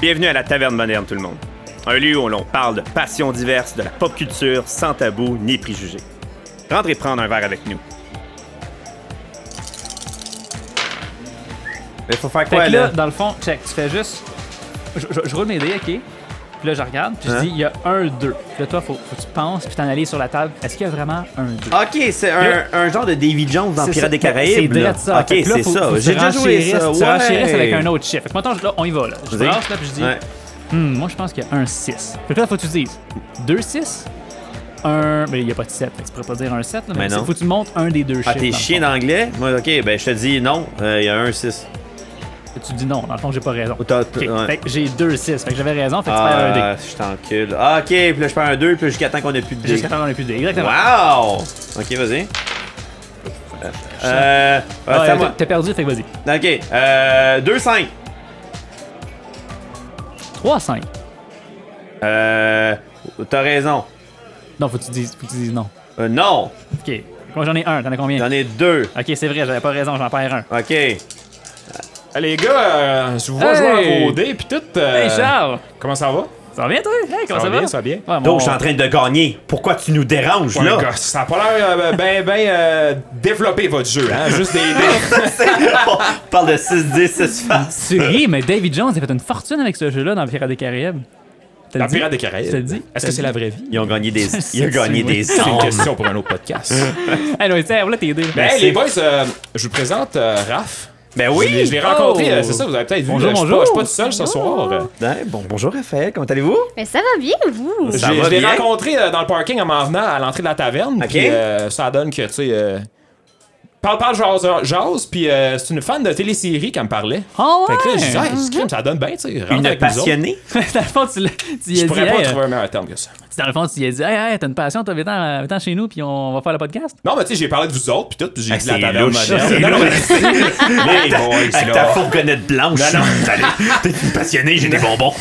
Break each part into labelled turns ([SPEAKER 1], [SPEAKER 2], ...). [SPEAKER 1] Bienvenue à la Taverne Moderne, tout le monde. Un lieu où l'on parle de passions diverses, de la pop culture, sans tabou ni préjugés. Rentrez prendre un verre avec nous. Mais faut faire
[SPEAKER 2] Fait
[SPEAKER 1] quoi,
[SPEAKER 2] que là,
[SPEAKER 1] là?
[SPEAKER 2] dans le fond, check, tu fais juste. Je, je- je roule mes dés, ok? Puis là, je regarde, puis je
[SPEAKER 1] Hein?
[SPEAKER 2] dis, il y a un, deux. Puis là, toi, faut, faut que tu penses, puis t'analyses sur la table. Est-ce qu'il y a vraiment un, deux? Ben,
[SPEAKER 1] Ok, c'est un, un genre de Davy Jones dans
[SPEAKER 2] C'est
[SPEAKER 1] Pirates
[SPEAKER 2] ça.
[SPEAKER 1] des Caraïbes.
[SPEAKER 2] C'est
[SPEAKER 1] là.
[SPEAKER 2] direct ça.
[SPEAKER 1] Ok,
[SPEAKER 2] Fait que là,
[SPEAKER 1] c'est
[SPEAKER 2] faut-
[SPEAKER 1] ça.
[SPEAKER 2] faut que
[SPEAKER 1] J'ai
[SPEAKER 2] tu
[SPEAKER 1] déjà joué
[SPEAKER 2] renchérisses-
[SPEAKER 1] ça.
[SPEAKER 2] Tu
[SPEAKER 1] ouais.
[SPEAKER 2] renchérisses avec un autre chiffre. Fait que maintenant, là, on y va. Là. Je
[SPEAKER 1] Vas-y.
[SPEAKER 2] brasse, là, puis je dis,
[SPEAKER 1] Ouais.
[SPEAKER 2] Hmm, moi, je pense qu'il y a un 6. Fait que là, faut que tu dises 2, 6, 1. Mais il n'y a pas de 7. Fait que tu pourrais pas dire un 7, là,
[SPEAKER 1] Mais
[SPEAKER 2] mais,
[SPEAKER 1] non.
[SPEAKER 2] c'est- faut que tu montes un des deux chiffres.
[SPEAKER 1] Ah, t'es
[SPEAKER 2] dans le
[SPEAKER 1] chien
[SPEAKER 2] fond.
[SPEAKER 1] d'anglais? Moi, ok, ben je te dis non, il y a un 6.
[SPEAKER 2] Tu dis non, dans le fond, j'ai pas raison.
[SPEAKER 1] Oh, t'as-
[SPEAKER 2] Ok,
[SPEAKER 1] ouais.
[SPEAKER 2] Fait que j'ai 2, 6. Fait que j'avais raison, fait que tu fais un dé.
[SPEAKER 1] Ah, je t'encule. Ah, ok, puis là je perds un 2, puis là, jusqu'à temps qu'on ait plus de dés.
[SPEAKER 2] Jusqu'à temps qu'on ait plus de dé. Exactement.
[SPEAKER 1] Wow! Ok, vas-y. Euh.
[SPEAKER 2] Ah,
[SPEAKER 1] attends,
[SPEAKER 2] t'as-
[SPEAKER 1] moi.
[SPEAKER 2] T'as perdu, fait que vas-y.
[SPEAKER 1] Ok, euh. 2-5.
[SPEAKER 2] 3, 5.
[SPEAKER 1] Euh. T'as raison.
[SPEAKER 2] Non, faut que tu dises, faut que tu dises non.
[SPEAKER 1] Euh, non!
[SPEAKER 2] Ok. Moi, j'en ai un. T'en as combien?
[SPEAKER 1] J'en ai deux.
[SPEAKER 2] Ok, c'est vrai, j'avais pas raison, j'en
[SPEAKER 3] Euh,
[SPEAKER 2] perds un.
[SPEAKER 1] Ok.
[SPEAKER 3] Ah, Les gars, euh, je vous vois
[SPEAKER 2] Hey!
[SPEAKER 3] jouer à vos dés pis tout. euh,
[SPEAKER 2] Hey, Charles!
[SPEAKER 3] Comment ça va?
[SPEAKER 2] Ça va bien, toi? Hey, comment
[SPEAKER 3] Ça
[SPEAKER 2] ça,
[SPEAKER 3] va bien, ça va bien.
[SPEAKER 2] Ouais, mon-
[SPEAKER 1] Donc, je suis en train de gagner. Pourquoi tu nous déranges,
[SPEAKER 3] Ouais,
[SPEAKER 1] là?
[SPEAKER 3] les gars, ça a pas l'air euh, ben, ben euh, développé votre jeu, hein? Juste des dés.
[SPEAKER 1] On parle de 6-10, 6 faces.
[SPEAKER 2] Tu ris, mais David Jones a fait une fortune avec ce jeu-là dans Pirates des Caraïbes. T'as
[SPEAKER 3] La
[SPEAKER 2] dit?
[SPEAKER 3] pirate des
[SPEAKER 2] Je te
[SPEAKER 3] Caraïbes.
[SPEAKER 2] le dis.
[SPEAKER 3] Est-ce que c'est la vraie vie?
[SPEAKER 1] Ils ont gagné des. Ils ont
[SPEAKER 2] C'est
[SPEAKER 1] gagné
[SPEAKER 2] oui.
[SPEAKER 1] des
[SPEAKER 2] C'est
[SPEAKER 3] C'est une
[SPEAKER 1] cent.
[SPEAKER 3] question pour un autre podcast.
[SPEAKER 2] Ah non, tiens, voilà tes deux.
[SPEAKER 3] ben, hey, les boys, euh, je vous présente euh, Raph.
[SPEAKER 1] Ben
[SPEAKER 3] Je l'ai-
[SPEAKER 1] oui!
[SPEAKER 3] Je l'ai rencontré,
[SPEAKER 2] Oh.
[SPEAKER 3] euh, c'est ça, vous avez peut-être vu.
[SPEAKER 2] Bonjour,
[SPEAKER 3] là, je suis
[SPEAKER 2] bonjour.
[SPEAKER 3] pas- Je suis pas tout seul ce soir. euh.
[SPEAKER 1] Ben, bon, bonjour Raphaël, comment allez-vous?
[SPEAKER 4] Mais Ben, ça va bien, vous?
[SPEAKER 3] Je
[SPEAKER 1] Ça
[SPEAKER 3] l'ai-
[SPEAKER 1] va
[SPEAKER 3] je l'ai
[SPEAKER 1] bien?
[SPEAKER 3] rencontré euh, dans le parking en m'en venant à l'entrée de la taverne.
[SPEAKER 1] Ok.
[SPEAKER 3] Puis euh, ça donne que, tu sais. euh, Parle, parle, jase, jase, puis euh, c'est une fan de télésérie qui me parlait.
[SPEAKER 2] Oh
[SPEAKER 3] Fait que là, je disais,
[SPEAKER 2] ouais!
[SPEAKER 3] hey, ce crime, ça donne bien, tu sais. rentre
[SPEAKER 1] Une
[SPEAKER 3] avec nous autres.
[SPEAKER 1] passionnée?
[SPEAKER 2] dans le fond, tu l'as- tu y
[SPEAKER 3] Je
[SPEAKER 2] as dit,
[SPEAKER 3] pourrais pas
[SPEAKER 2] hey,
[SPEAKER 3] trouver un meilleur terme que ça.
[SPEAKER 2] euh, dans le fond, tu y as dit, hey, hey, t'as une passion, toi, viens-t'en viens-t'en chez nous, puis on va faire le podcast.
[SPEAKER 3] Non, mais tu sais, j'ai parlé de vous autres, puis tout, puis j'ai
[SPEAKER 1] Ah,
[SPEAKER 3] dit la
[SPEAKER 1] c'est
[SPEAKER 3] taverne
[SPEAKER 1] louche, ça, c'est
[SPEAKER 3] moderne. Non, mais- Les boys,
[SPEAKER 1] Avec ta
[SPEAKER 3] là.
[SPEAKER 1] fourgonnette blanche.
[SPEAKER 3] Non, non.
[SPEAKER 1] Salut. T'es une passionnée, j'ai des bonbons.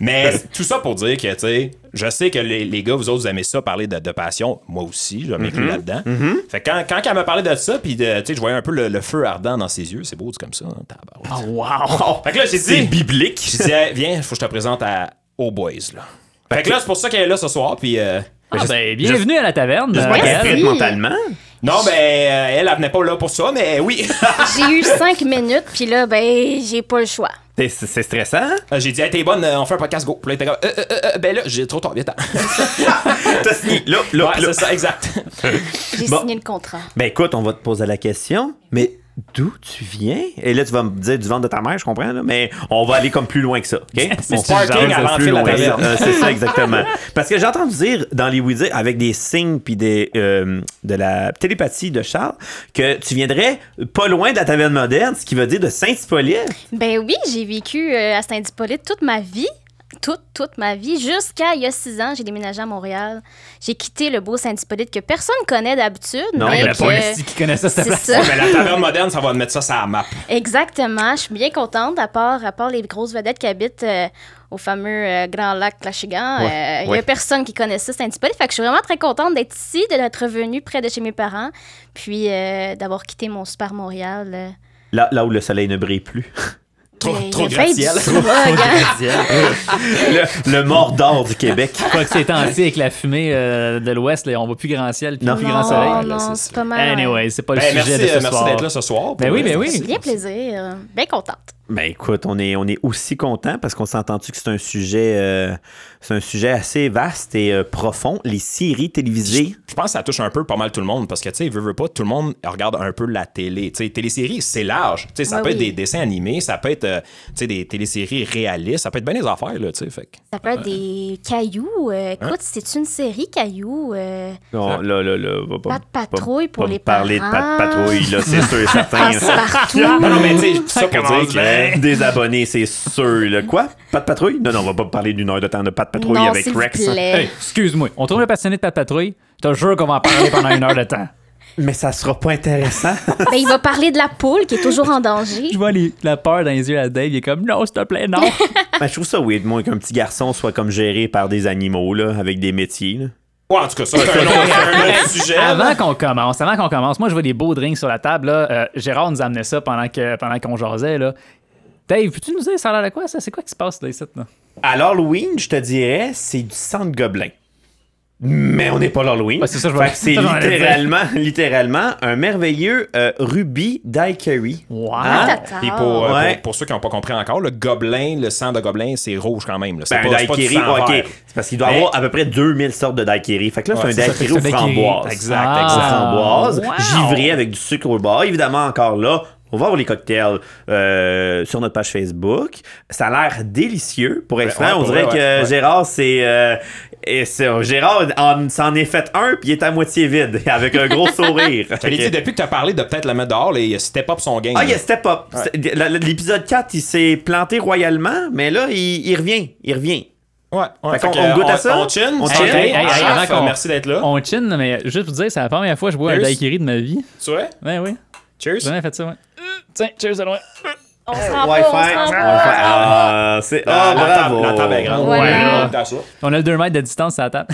[SPEAKER 3] Mais tout ça pour dire que, tu sais, je sais que les, les gars, vous autres, vous aimez ça, parler de, de passion. Moi aussi, je m'inclus là-dedans. Fait que quand, quand elle m'a parlé de ça, puis de- tu sais, je voyais un peu le, le feu ardent dans ses yeux. C'est beau, dit comme ça. hein, tabarouette.
[SPEAKER 2] Oh, wow!
[SPEAKER 3] Fait que là, j'ai
[SPEAKER 1] C'est
[SPEAKER 3] dit,
[SPEAKER 1] biblique.
[SPEAKER 3] j'ai dit, Hey, viens, faut que je te présente à Aux Boys, là. Fait que là, c'est pour ça qu'elle est là ce soir, puis. euh,
[SPEAKER 2] Ah, ben, bienvenue à la taverne.
[SPEAKER 1] J'espère
[SPEAKER 4] Merci.
[SPEAKER 1] qu'elle
[SPEAKER 2] Raphaël.
[SPEAKER 1] prête mentalement.
[SPEAKER 3] Non, ben, euh, elle, elle venait pas là pour ça, mais oui.
[SPEAKER 4] J'ai eu cinq minutes, puis là, ben, j'ai pas le choix.
[SPEAKER 1] T'es- C'est c'est stressant.
[SPEAKER 3] j'ai dit, hey, t'es bonne, euh, on fait un podcast, go. Puis là, elle était comme, Euh, euh, euh, euh, ben là, j'ai trop tard, viens t'en.
[SPEAKER 1] T'as signé. Là, là,
[SPEAKER 3] Ouais,
[SPEAKER 1] là.
[SPEAKER 3] c'est ça, exact.
[SPEAKER 4] J'ai
[SPEAKER 1] Bon.
[SPEAKER 4] signé le contrat.
[SPEAKER 1] Ben écoute, on va te poser la question, mais d'où tu viens? Et là, tu vas me dire du ventre de ta mère, je comprends, là, mais on va aller comme plus loin que ça. OK?
[SPEAKER 2] C'est
[SPEAKER 1] On
[SPEAKER 2] du
[SPEAKER 1] part
[SPEAKER 2] genre
[SPEAKER 1] comme
[SPEAKER 3] de
[SPEAKER 1] plus
[SPEAKER 3] plus
[SPEAKER 1] loin
[SPEAKER 3] loin.
[SPEAKER 1] que ça. Euh, C'est ça, exactement. Parce que j'ai entendu dire dans les Ouija, avec des signes puis des, euh, de la télépathie de Charles, que tu viendrais pas loin de la taverne moderne, ce qui veut dire de Saint-Hippolyte.
[SPEAKER 4] Ben oui, j'ai vécu euh, à Saint-Hippolyte toute ma vie. Toute, toute ma vie. Jusqu'à il y a six ans, j'ai déménagé à Montréal. J'ai quitté le beau Saint-Hippolyte que personne connaît d'habitude.
[SPEAKER 1] Non, il
[SPEAKER 4] mais
[SPEAKER 1] y en
[SPEAKER 2] La
[SPEAKER 1] a
[SPEAKER 4] que-
[SPEAKER 2] police qui connaît ça, cette
[SPEAKER 4] C'est
[SPEAKER 2] place.
[SPEAKER 4] ça.
[SPEAKER 3] Mais la taverne moderne, ça va mettre ça sur la map.
[SPEAKER 4] Exactement. Je suis bien contente, à part, à part les grosses vedettes qui habitent euh, au fameux euh, Grand Lac Clachigan. Il
[SPEAKER 1] Ouais,
[SPEAKER 4] n'y
[SPEAKER 1] ouais.
[SPEAKER 4] a personne qui connaît ça, Saint-Hippolyte. Fait que je suis vraiment très contente d'être ici, de d'être revenue près de chez mes parents, puis euh, d'avoir quitté mon super Montréal. euh. ben,
[SPEAKER 1] Là, là où le soleil ne brille plus.
[SPEAKER 3] Trop,
[SPEAKER 4] Mais
[SPEAKER 3] trop
[SPEAKER 4] il y a bien
[SPEAKER 3] gratte-ciel.
[SPEAKER 4] du smog, hein.
[SPEAKER 1] le, le mort d'or du Québec.
[SPEAKER 2] Pas que c'est anti avec la fumée euh, de l'Ouest, là, on voit plus grand ciel, puis
[SPEAKER 1] Non.
[SPEAKER 2] plus grand soleil.
[SPEAKER 4] Non,
[SPEAKER 3] là,
[SPEAKER 4] non,
[SPEAKER 3] c'est-
[SPEAKER 4] ben, c'est pas mal.
[SPEAKER 2] Anyway, c'est pas le
[SPEAKER 3] Ben,
[SPEAKER 2] sujet
[SPEAKER 3] merci
[SPEAKER 2] de ce
[SPEAKER 3] euh, merci
[SPEAKER 2] soir.
[SPEAKER 3] d'être là ce soir. euh,
[SPEAKER 2] Ben oui, ben
[SPEAKER 4] C'est
[SPEAKER 2] oui.
[SPEAKER 4] bien plaisir. euh, Bien contente.
[SPEAKER 1] Ben écoute, on est, on est aussi content parce qu'on s'entend-tu que c'est un sujet euh, c'est un sujet assez vaste et euh, profond, les séries télévisées.
[SPEAKER 3] Je pense que ça touche un peu pas mal tout le monde parce que, tu sais, veut, veut pas, tout le monde regarde un peu la télé. Tu sais, télésérie, c'est large. Tu sais, ça
[SPEAKER 4] Ouais,
[SPEAKER 3] peut être
[SPEAKER 4] Ben oui.
[SPEAKER 3] des dessins animés, ça peut être, euh, tu sais, des téléséries réalistes, ça peut être bien des affaires, là, tu sais. Fait que-
[SPEAKER 4] Ça peut être des cailloux. euh,
[SPEAKER 1] Hein?
[SPEAKER 4] écoute, c'est une série cailloux. euh,
[SPEAKER 1] Non, là, là, là, va pas,
[SPEAKER 4] Pas de patrouille
[SPEAKER 1] pas-
[SPEAKER 4] pour
[SPEAKER 1] pas
[SPEAKER 4] les
[SPEAKER 1] me parler de
[SPEAKER 4] parents.
[SPEAKER 1] pas de patrouille, là, c'est sûr et certain. hein.
[SPEAKER 4] Passe-partout.
[SPEAKER 3] Non, non, mais tu sais, ça pour
[SPEAKER 1] Pour
[SPEAKER 3] dire
[SPEAKER 1] dire que euh, des abonnés, c'est sûr. Là. Quoi? Pas de patrouille? Non, non, on va pas parler d'une heure de temps de pas de patrouille
[SPEAKER 4] non,
[SPEAKER 1] avec
[SPEAKER 4] s'il vous
[SPEAKER 1] Rex. hein.
[SPEAKER 4] plaît.
[SPEAKER 2] Hey, excuse-moi, on trouve le passionné de Pat Patrouille. Je te jure qu'on va en parler pendant une heure de temps.
[SPEAKER 1] Mais ça sera pas intéressant.
[SPEAKER 4] Ben, il va parler de la poule qui est toujours en danger.
[SPEAKER 2] Je vois les- la peur dans les yeux à Dave, il est comme non, s'il te plaît, non.
[SPEAKER 1] Ben, je trouve ça weird, moi, qu'un petit garçon soit comme géré par des animaux, là, avec des métiers. là.
[SPEAKER 3] Ouais, en tout cas, ça, c'est un autre, un autre sujet. là.
[SPEAKER 2] avant qu'on commence, avant qu'on commence, moi je vois des beaux drinks sur la table. Là. Euh, Gérard nous amenait ça pendant que pendant qu'on jasait. Là. Dave, peux-tu nous dire ça a l'air de quoi, ça? C'est quoi qui se passe, là, ici, là?
[SPEAKER 1] À l'Halloween, je te dirais, c'est du sang de gobelin. Mais on n'est pas l'Halloween.
[SPEAKER 2] Ouais, c'est ça, je
[SPEAKER 1] Fait
[SPEAKER 2] vais-
[SPEAKER 1] que c'est
[SPEAKER 2] ça, j'en allais
[SPEAKER 1] littéralement, littéralement un merveilleux euh, rubis daiquiri.
[SPEAKER 2] Wow!
[SPEAKER 1] Hein?
[SPEAKER 4] Tata.
[SPEAKER 3] Puis pour, euh,
[SPEAKER 1] Ouais.
[SPEAKER 3] pour, pour ceux qui n'ont pas compris encore, le gobelin, le sang de gobelin, c'est rouge quand même. là. C'est
[SPEAKER 1] Ben, un
[SPEAKER 3] pas, c'est pas du
[SPEAKER 1] daiquiri,
[SPEAKER 3] sang
[SPEAKER 1] ok.
[SPEAKER 3] vert.
[SPEAKER 1] C'est parce qu'il doit avoir à peu près 2000 sortes de daiquiri. Fait que là,
[SPEAKER 3] Ouais,
[SPEAKER 1] c'est
[SPEAKER 3] c'est
[SPEAKER 1] un
[SPEAKER 3] ça,
[SPEAKER 1] daiquiri
[SPEAKER 2] fait
[SPEAKER 1] aux
[SPEAKER 2] que c'est un daiquiri.
[SPEAKER 1] framboises.
[SPEAKER 3] Exact,
[SPEAKER 2] Ah.
[SPEAKER 1] aux
[SPEAKER 3] exact.
[SPEAKER 1] framboises,
[SPEAKER 2] wow.
[SPEAKER 1] givré avec du sucre au bord. Évidemment, encore là, on va voir les cocktails euh, sur notre page Facebook. Ça a l'air délicieux. Pour être franc,
[SPEAKER 3] Ouais, ouais,
[SPEAKER 1] on
[SPEAKER 3] pour
[SPEAKER 1] dirait
[SPEAKER 3] vrai,
[SPEAKER 1] que
[SPEAKER 3] ouais, ouais.
[SPEAKER 1] Gérard, c'est. euh, et c'est- Gérard en- s'en est fait un, puis il est à moitié vide, avec un gros sourire.
[SPEAKER 3] Je te l'ai dit, depuis que tu as parlé de peut-être la mettre dehors, là, il a step up son game.
[SPEAKER 1] Ah,
[SPEAKER 3] là.
[SPEAKER 1] il a step up. C'est- la- la- L'épisode 4, il s'est planté royalement, mais là, il, il revient. Il revient.
[SPEAKER 3] Ouais, ouais.
[SPEAKER 1] Fait qu'on-
[SPEAKER 3] que,
[SPEAKER 1] on
[SPEAKER 3] euh,
[SPEAKER 1] goûte à ça?
[SPEAKER 3] On chin,
[SPEAKER 1] On
[SPEAKER 3] on
[SPEAKER 1] chin?
[SPEAKER 3] chin.
[SPEAKER 1] Hey, hey,
[SPEAKER 2] hey,
[SPEAKER 3] Chef,
[SPEAKER 2] avant qu'on-
[SPEAKER 3] merci d'être là.
[SPEAKER 2] On chin, mais juste pour dire, c'est la première fois que je bois un
[SPEAKER 3] Cheers.
[SPEAKER 2] daiquiri de ma vie.
[SPEAKER 3] Tu vois? Euh,
[SPEAKER 2] Ben oui, j'ai
[SPEAKER 3] Cheers.
[SPEAKER 2] jamais fait ça, ouais.
[SPEAKER 4] Euh,
[SPEAKER 2] Tiens, cheers à loin.
[SPEAKER 4] On se
[SPEAKER 2] Ah,
[SPEAKER 4] rend pas,
[SPEAKER 1] Wi-Fi.
[SPEAKER 4] on se rend
[SPEAKER 1] Wi-Fi.
[SPEAKER 4] pas.
[SPEAKER 1] Ah, c'est. Ah,
[SPEAKER 3] la,
[SPEAKER 1] bravo.
[SPEAKER 3] table, la table est grande.
[SPEAKER 4] Voilà.
[SPEAKER 3] Ouais, là, ça.
[SPEAKER 2] On a le 2 mètres de distance à la table.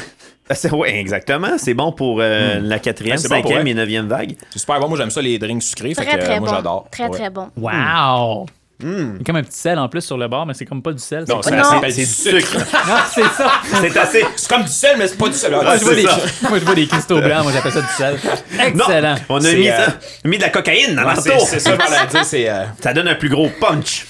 [SPEAKER 1] Oui, exactement. C'est bon pour euh, la quatrième,
[SPEAKER 3] Ouais, Hmm. Ah, c'est bon pour
[SPEAKER 1] cinquième
[SPEAKER 3] elle.
[SPEAKER 1] et neuvième vague.
[SPEAKER 3] C'est super bon. Moi, j'aime ça, les drinks sucrés. fait
[SPEAKER 4] Très,
[SPEAKER 3] que, euh,
[SPEAKER 4] très
[SPEAKER 3] moi,
[SPEAKER 4] bon.
[SPEAKER 3] j'adore.
[SPEAKER 4] Très,
[SPEAKER 3] Ouais.
[SPEAKER 4] très bon.
[SPEAKER 2] Wow! Il y a comme un petit sel en plus sur le bord, mais c'est comme pas du sel.
[SPEAKER 3] Non,
[SPEAKER 2] c'est
[SPEAKER 3] ça
[SPEAKER 4] Non.
[SPEAKER 3] s'appelle du
[SPEAKER 1] Hmm. C'est du
[SPEAKER 3] sucre.
[SPEAKER 1] sucre.
[SPEAKER 2] Ah, c'est ça!
[SPEAKER 1] C'est assez.
[SPEAKER 3] C'est comme du sel, mais c'est pas du sel.
[SPEAKER 2] Moi, je vois
[SPEAKER 1] Ah, c'est
[SPEAKER 2] des-
[SPEAKER 1] ça.
[SPEAKER 2] moi, je vois des cristaux blancs, moi, j'appelle ça du sel.
[SPEAKER 1] Non,
[SPEAKER 2] Excellent!
[SPEAKER 1] on a
[SPEAKER 3] C'est,
[SPEAKER 1] mis,
[SPEAKER 3] euh,
[SPEAKER 1] ça- mis de la cocaïne dans
[SPEAKER 3] Ouais, c'est-
[SPEAKER 1] l'entour.
[SPEAKER 3] C'est ça, je voulais dire. C'est. euh,
[SPEAKER 1] Ça donne un plus gros punch.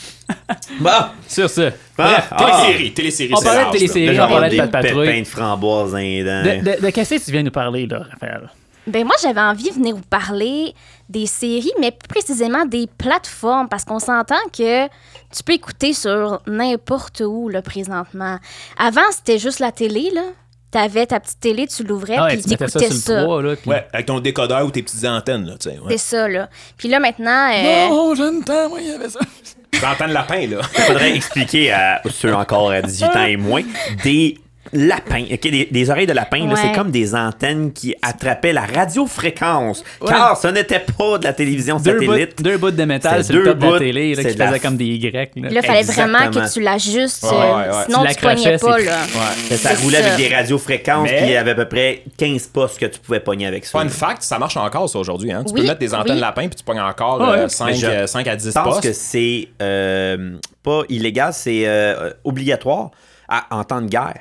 [SPEAKER 1] Bon,
[SPEAKER 2] Sur ce,
[SPEAKER 1] Ah, ah.
[SPEAKER 3] Télésérie, télésérie.
[SPEAKER 2] On
[SPEAKER 3] c'est
[SPEAKER 2] parlait de
[SPEAKER 3] large, là.
[SPEAKER 2] télésérie.
[SPEAKER 1] Là,
[SPEAKER 2] Et
[SPEAKER 1] j'en
[SPEAKER 2] on parlait
[SPEAKER 1] parle
[SPEAKER 2] de
[SPEAKER 1] des
[SPEAKER 2] Pat Patrouille.
[SPEAKER 1] pépins de framboises indans.
[SPEAKER 2] de, de, de qu'est-ce que tu viens nous parler, là, Raphaël?
[SPEAKER 4] Ben moi, j'avais envie de venir vous parler des séries, mais plus précisément des plateformes, parce qu'on s'entend que tu peux écouter sur n'importe où, là, présentement. Avant, c'était juste la télé, là. T'avais ta petite télé, tu l'ouvrais,
[SPEAKER 2] Ah,
[SPEAKER 4] Eh, puis
[SPEAKER 2] tu mettais ça
[SPEAKER 4] t'écoutais
[SPEAKER 2] sur
[SPEAKER 4] ça.
[SPEAKER 2] le 3, là. Puis...
[SPEAKER 3] Ouais, avec ton décodeur ou tes petites antennes, là, tu sais.
[SPEAKER 4] C'est
[SPEAKER 3] Ouais.
[SPEAKER 4] ça, là. Puis là, maintenant... euh,
[SPEAKER 1] Oh!
[SPEAKER 2] Non, jeune temps, Oh, moi, il y avait ça.
[SPEAKER 3] J'entends le lapin, là.
[SPEAKER 1] faudrait expliquer à ceux encore à 18 ans et moins des lapins, ok, des, des oreilles de lapin, là,
[SPEAKER 4] Ouais.
[SPEAKER 1] c'est comme des antennes qui attrapaient la radiofréquence, car ce n'était pas de la télévision
[SPEAKER 2] Deux
[SPEAKER 1] satellite.
[SPEAKER 2] bouts, deux bouts de
[SPEAKER 1] C'était
[SPEAKER 2] métal, c'est le
[SPEAKER 1] deux
[SPEAKER 2] top de
[SPEAKER 1] bouts,
[SPEAKER 2] la télé, là,
[SPEAKER 1] c'est
[SPEAKER 2] qui
[SPEAKER 1] de la-
[SPEAKER 2] faisait comme des Y. Là.
[SPEAKER 4] Puis Là, fallait vraiment
[SPEAKER 1] Exactement.
[SPEAKER 4] que tu l'ajustes,
[SPEAKER 3] Ouais, ouais, ouais.
[SPEAKER 4] euh, sinon
[SPEAKER 2] Tu
[SPEAKER 4] tu pognais
[SPEAKER 2] l'accrochais,
[SPEAKER 4] pas,
[SPEAKER 2] c'est-
[SPEAKER 4] là.
[SPEAKER 1] Ça, ça
[SPEAKER 4] C'est
[SPEAKER 1] roulait
[SPEAKER 4] ça.
[SPEAKER 1] avec des radiofréquences,
[SPEAKER 3] Mais-
[SPEAKER 1] puis il y avait à peu près 15 postes que tu pouvais pogner avec ça.
[SPEAKER 3] Fun fact, ça marche encore, ça, aujourd'hui. Hein? Tu
[SPEAKER 4] Oui,
[SPEAKER 3] peux mettre des antennes
[SPEAKER 4] oui.
[SPEAKER 3] lapin, puis tu pognes encore euh,
[SPEAKER 2] Ah ouais.
[SPEAKER 3] 5,
[SPEAKER 1] je-
[SPEAKER 3] à 10
[SPEAKER 1] Je pense
[SPEAKER 3] postes.
[SPEAKER 1] que c'est euh, pas illégal, c'est euh, obligatoire à- en temps de guerre.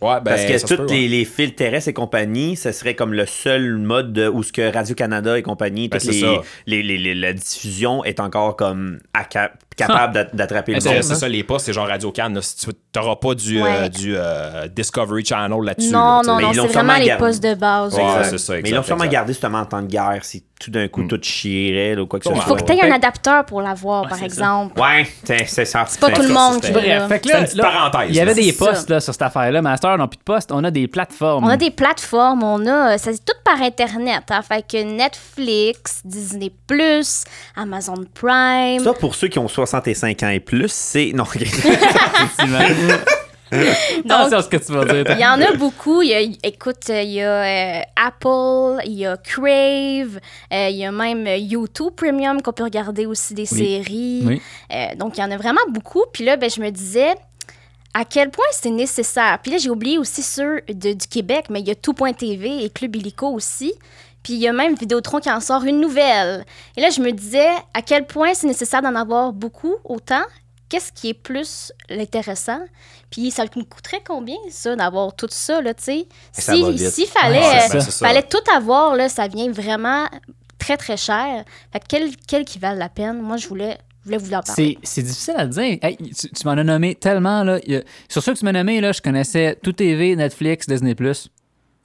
[SPEAKER 3] Ouais, ben,
[SPEAKER 1] Parce que
[SPEAKER 3] ça se
[SPEAKER 1] tous
[SPEAKER 3] peut, ouais.
[SPEAKER 1] les, les fils terrestres et compagnie, ce serait comme le seul mode de- où ce que Radio-Canada et compagnie,
[SPEAKER 3] Ben,
[SPEAKER 1] toutes les,
[SPEAKER 3] c'est ça.
[SPEAKER 1] les- les- les- la diffusion est encore comme à cap- capable d'a- d'attraper le
[SPEAKER 2] Intéressant.
[SPEAKER 1] monde.
[SPEAKER 3] C'est ça, les postes, c'est genre Radio Can. là. Si tu n'auras pas du, euh,
[SPEAKER 4] Ouais.
[SPEAKER 3] du euh, Discovery Channel là-dessus.
[SPEAKER 4] Non,
[SPEAKER 3] là, tu sais.
[SPEAKER 4] non,
[SPEAKER 1] mais
[SPEAKER 4] non,
[SPEAKER 1] ils l'ont
[SPEAKER 4] c'est vraiment
[SPEAKER 1] sûrement
[SPEAKER 4] les
[SPEAKER 1] gardé.
[SPEAKER 4] postes de base.
[SPEAKER 3] Ouais,
[SPEAKER 4] là.
[SPEAKER 3] c'est ça,
[SPEAKER 1] hein. Mais
[SPEAKER 3] exact,
[SPEAKER 1] ils l'ont sûrement
[SPEAKER 3] exact. Mm.
[SPEAKER 1] gardé justement en temps de guerre, si tout d'un coup tout chierait ou quoi que ce
[SPEAKER 3] Faut
[SPEAKER 1] soit.
[SPEAKER 4] Faut que tu aies
[SPEAKER 2] Ouais.
[SPEAKER 4] un adapteur pour l'avoir, par
[SPEAKER 2] c'est ça.
[SPEAKER 4] exemple.
[SPEAKER 1] Ouais, c'est c'est ça.
[SPEAKER 4] C'est pas tout le monde qui
[SPEAKER 3] c'était-
[SPEAKER 4] l'a.
[SPEAKER 2] Bref, fait que
[SPEAKER 3] C'est
[SPEAKER 2] là,
[SPEAKER 3] une petite
[SPEAKER 2] là,
[SPEAKER 3] parenthèse,
[SPEAKER 2] il y avait
[SPEAKER 3] là.
[SPEAKER 2] des
[SPEAKER 4] C'est
[SPEAKER 2] postes
[SPEAKER 4] ça.
[SPEAKER 2] là, sur cette affaire-là, mais à cette heure, on n'a plus de postes, on a des plateformes.
[SPEAKER 4] On a des plateformes, on a. euh, Ça c'est tout par Internet. Hein, fait que Netflix, Disney, Amazon Prime.
[SPEAKER 1] Ça, pour ceux qui ont 65 ans et plus, c'est. Non, ok.
[SPEAKER 2] Attention à ce que tu vas dire. toi.
[SPEAKER 4] Il y en a beaucoup. Il y a- écoute, euh, il y a euh, Apple, il y a Crave, euh, il y a même euh, YouTube Premium qu'on peut regarder aussi des séries.
[SPEAKER 2] Oui.
[SPEAKER 4] Euh, donc, il y en a vraiment beaucoup. Puis là, ben, je me disais à quel point c'est nécessaire. Puis là, j'ai oublié aussi ceux de- du Québec, mais il y a Tout.tv et Club Illico aussi. Puis il y a même Vidéotron qui en sort une nouvelle. Et là, je me disais à quel point c'est nécessaire d'en avoir beaucoup, autant. Qu'est-ce qui est plus intéressant? Puis ça nous coûterait combien, ça, d'avoir tout ça, là, tu sais?
[SPEAKER 1] Ça va
[SPEAKER 4] Si,
[SPEAKER 1] vite.
[SPEAKER 4] si fallait,
[SPEAKER 2] Ouais,
[SPEAKER 4] euh,
[SPEAKER 2] c'est ça.
[SPEAKER 3] C'est ça.
[SPEAKER 4] fallait tout avoir, là, ça vient vraiment très, très cher. Fait que quel, quel qui valent la peine? Moi, je voulais, je voulais vous en parler.
[SPEAKER 2] C'est, c'est difficile à dire. Hey, tu, tu m'en as nommé tellement. Là, Il y a- Sur ceux que tu m'as nommé, là, je connaissais tout TV, Netflix, Disney. C'est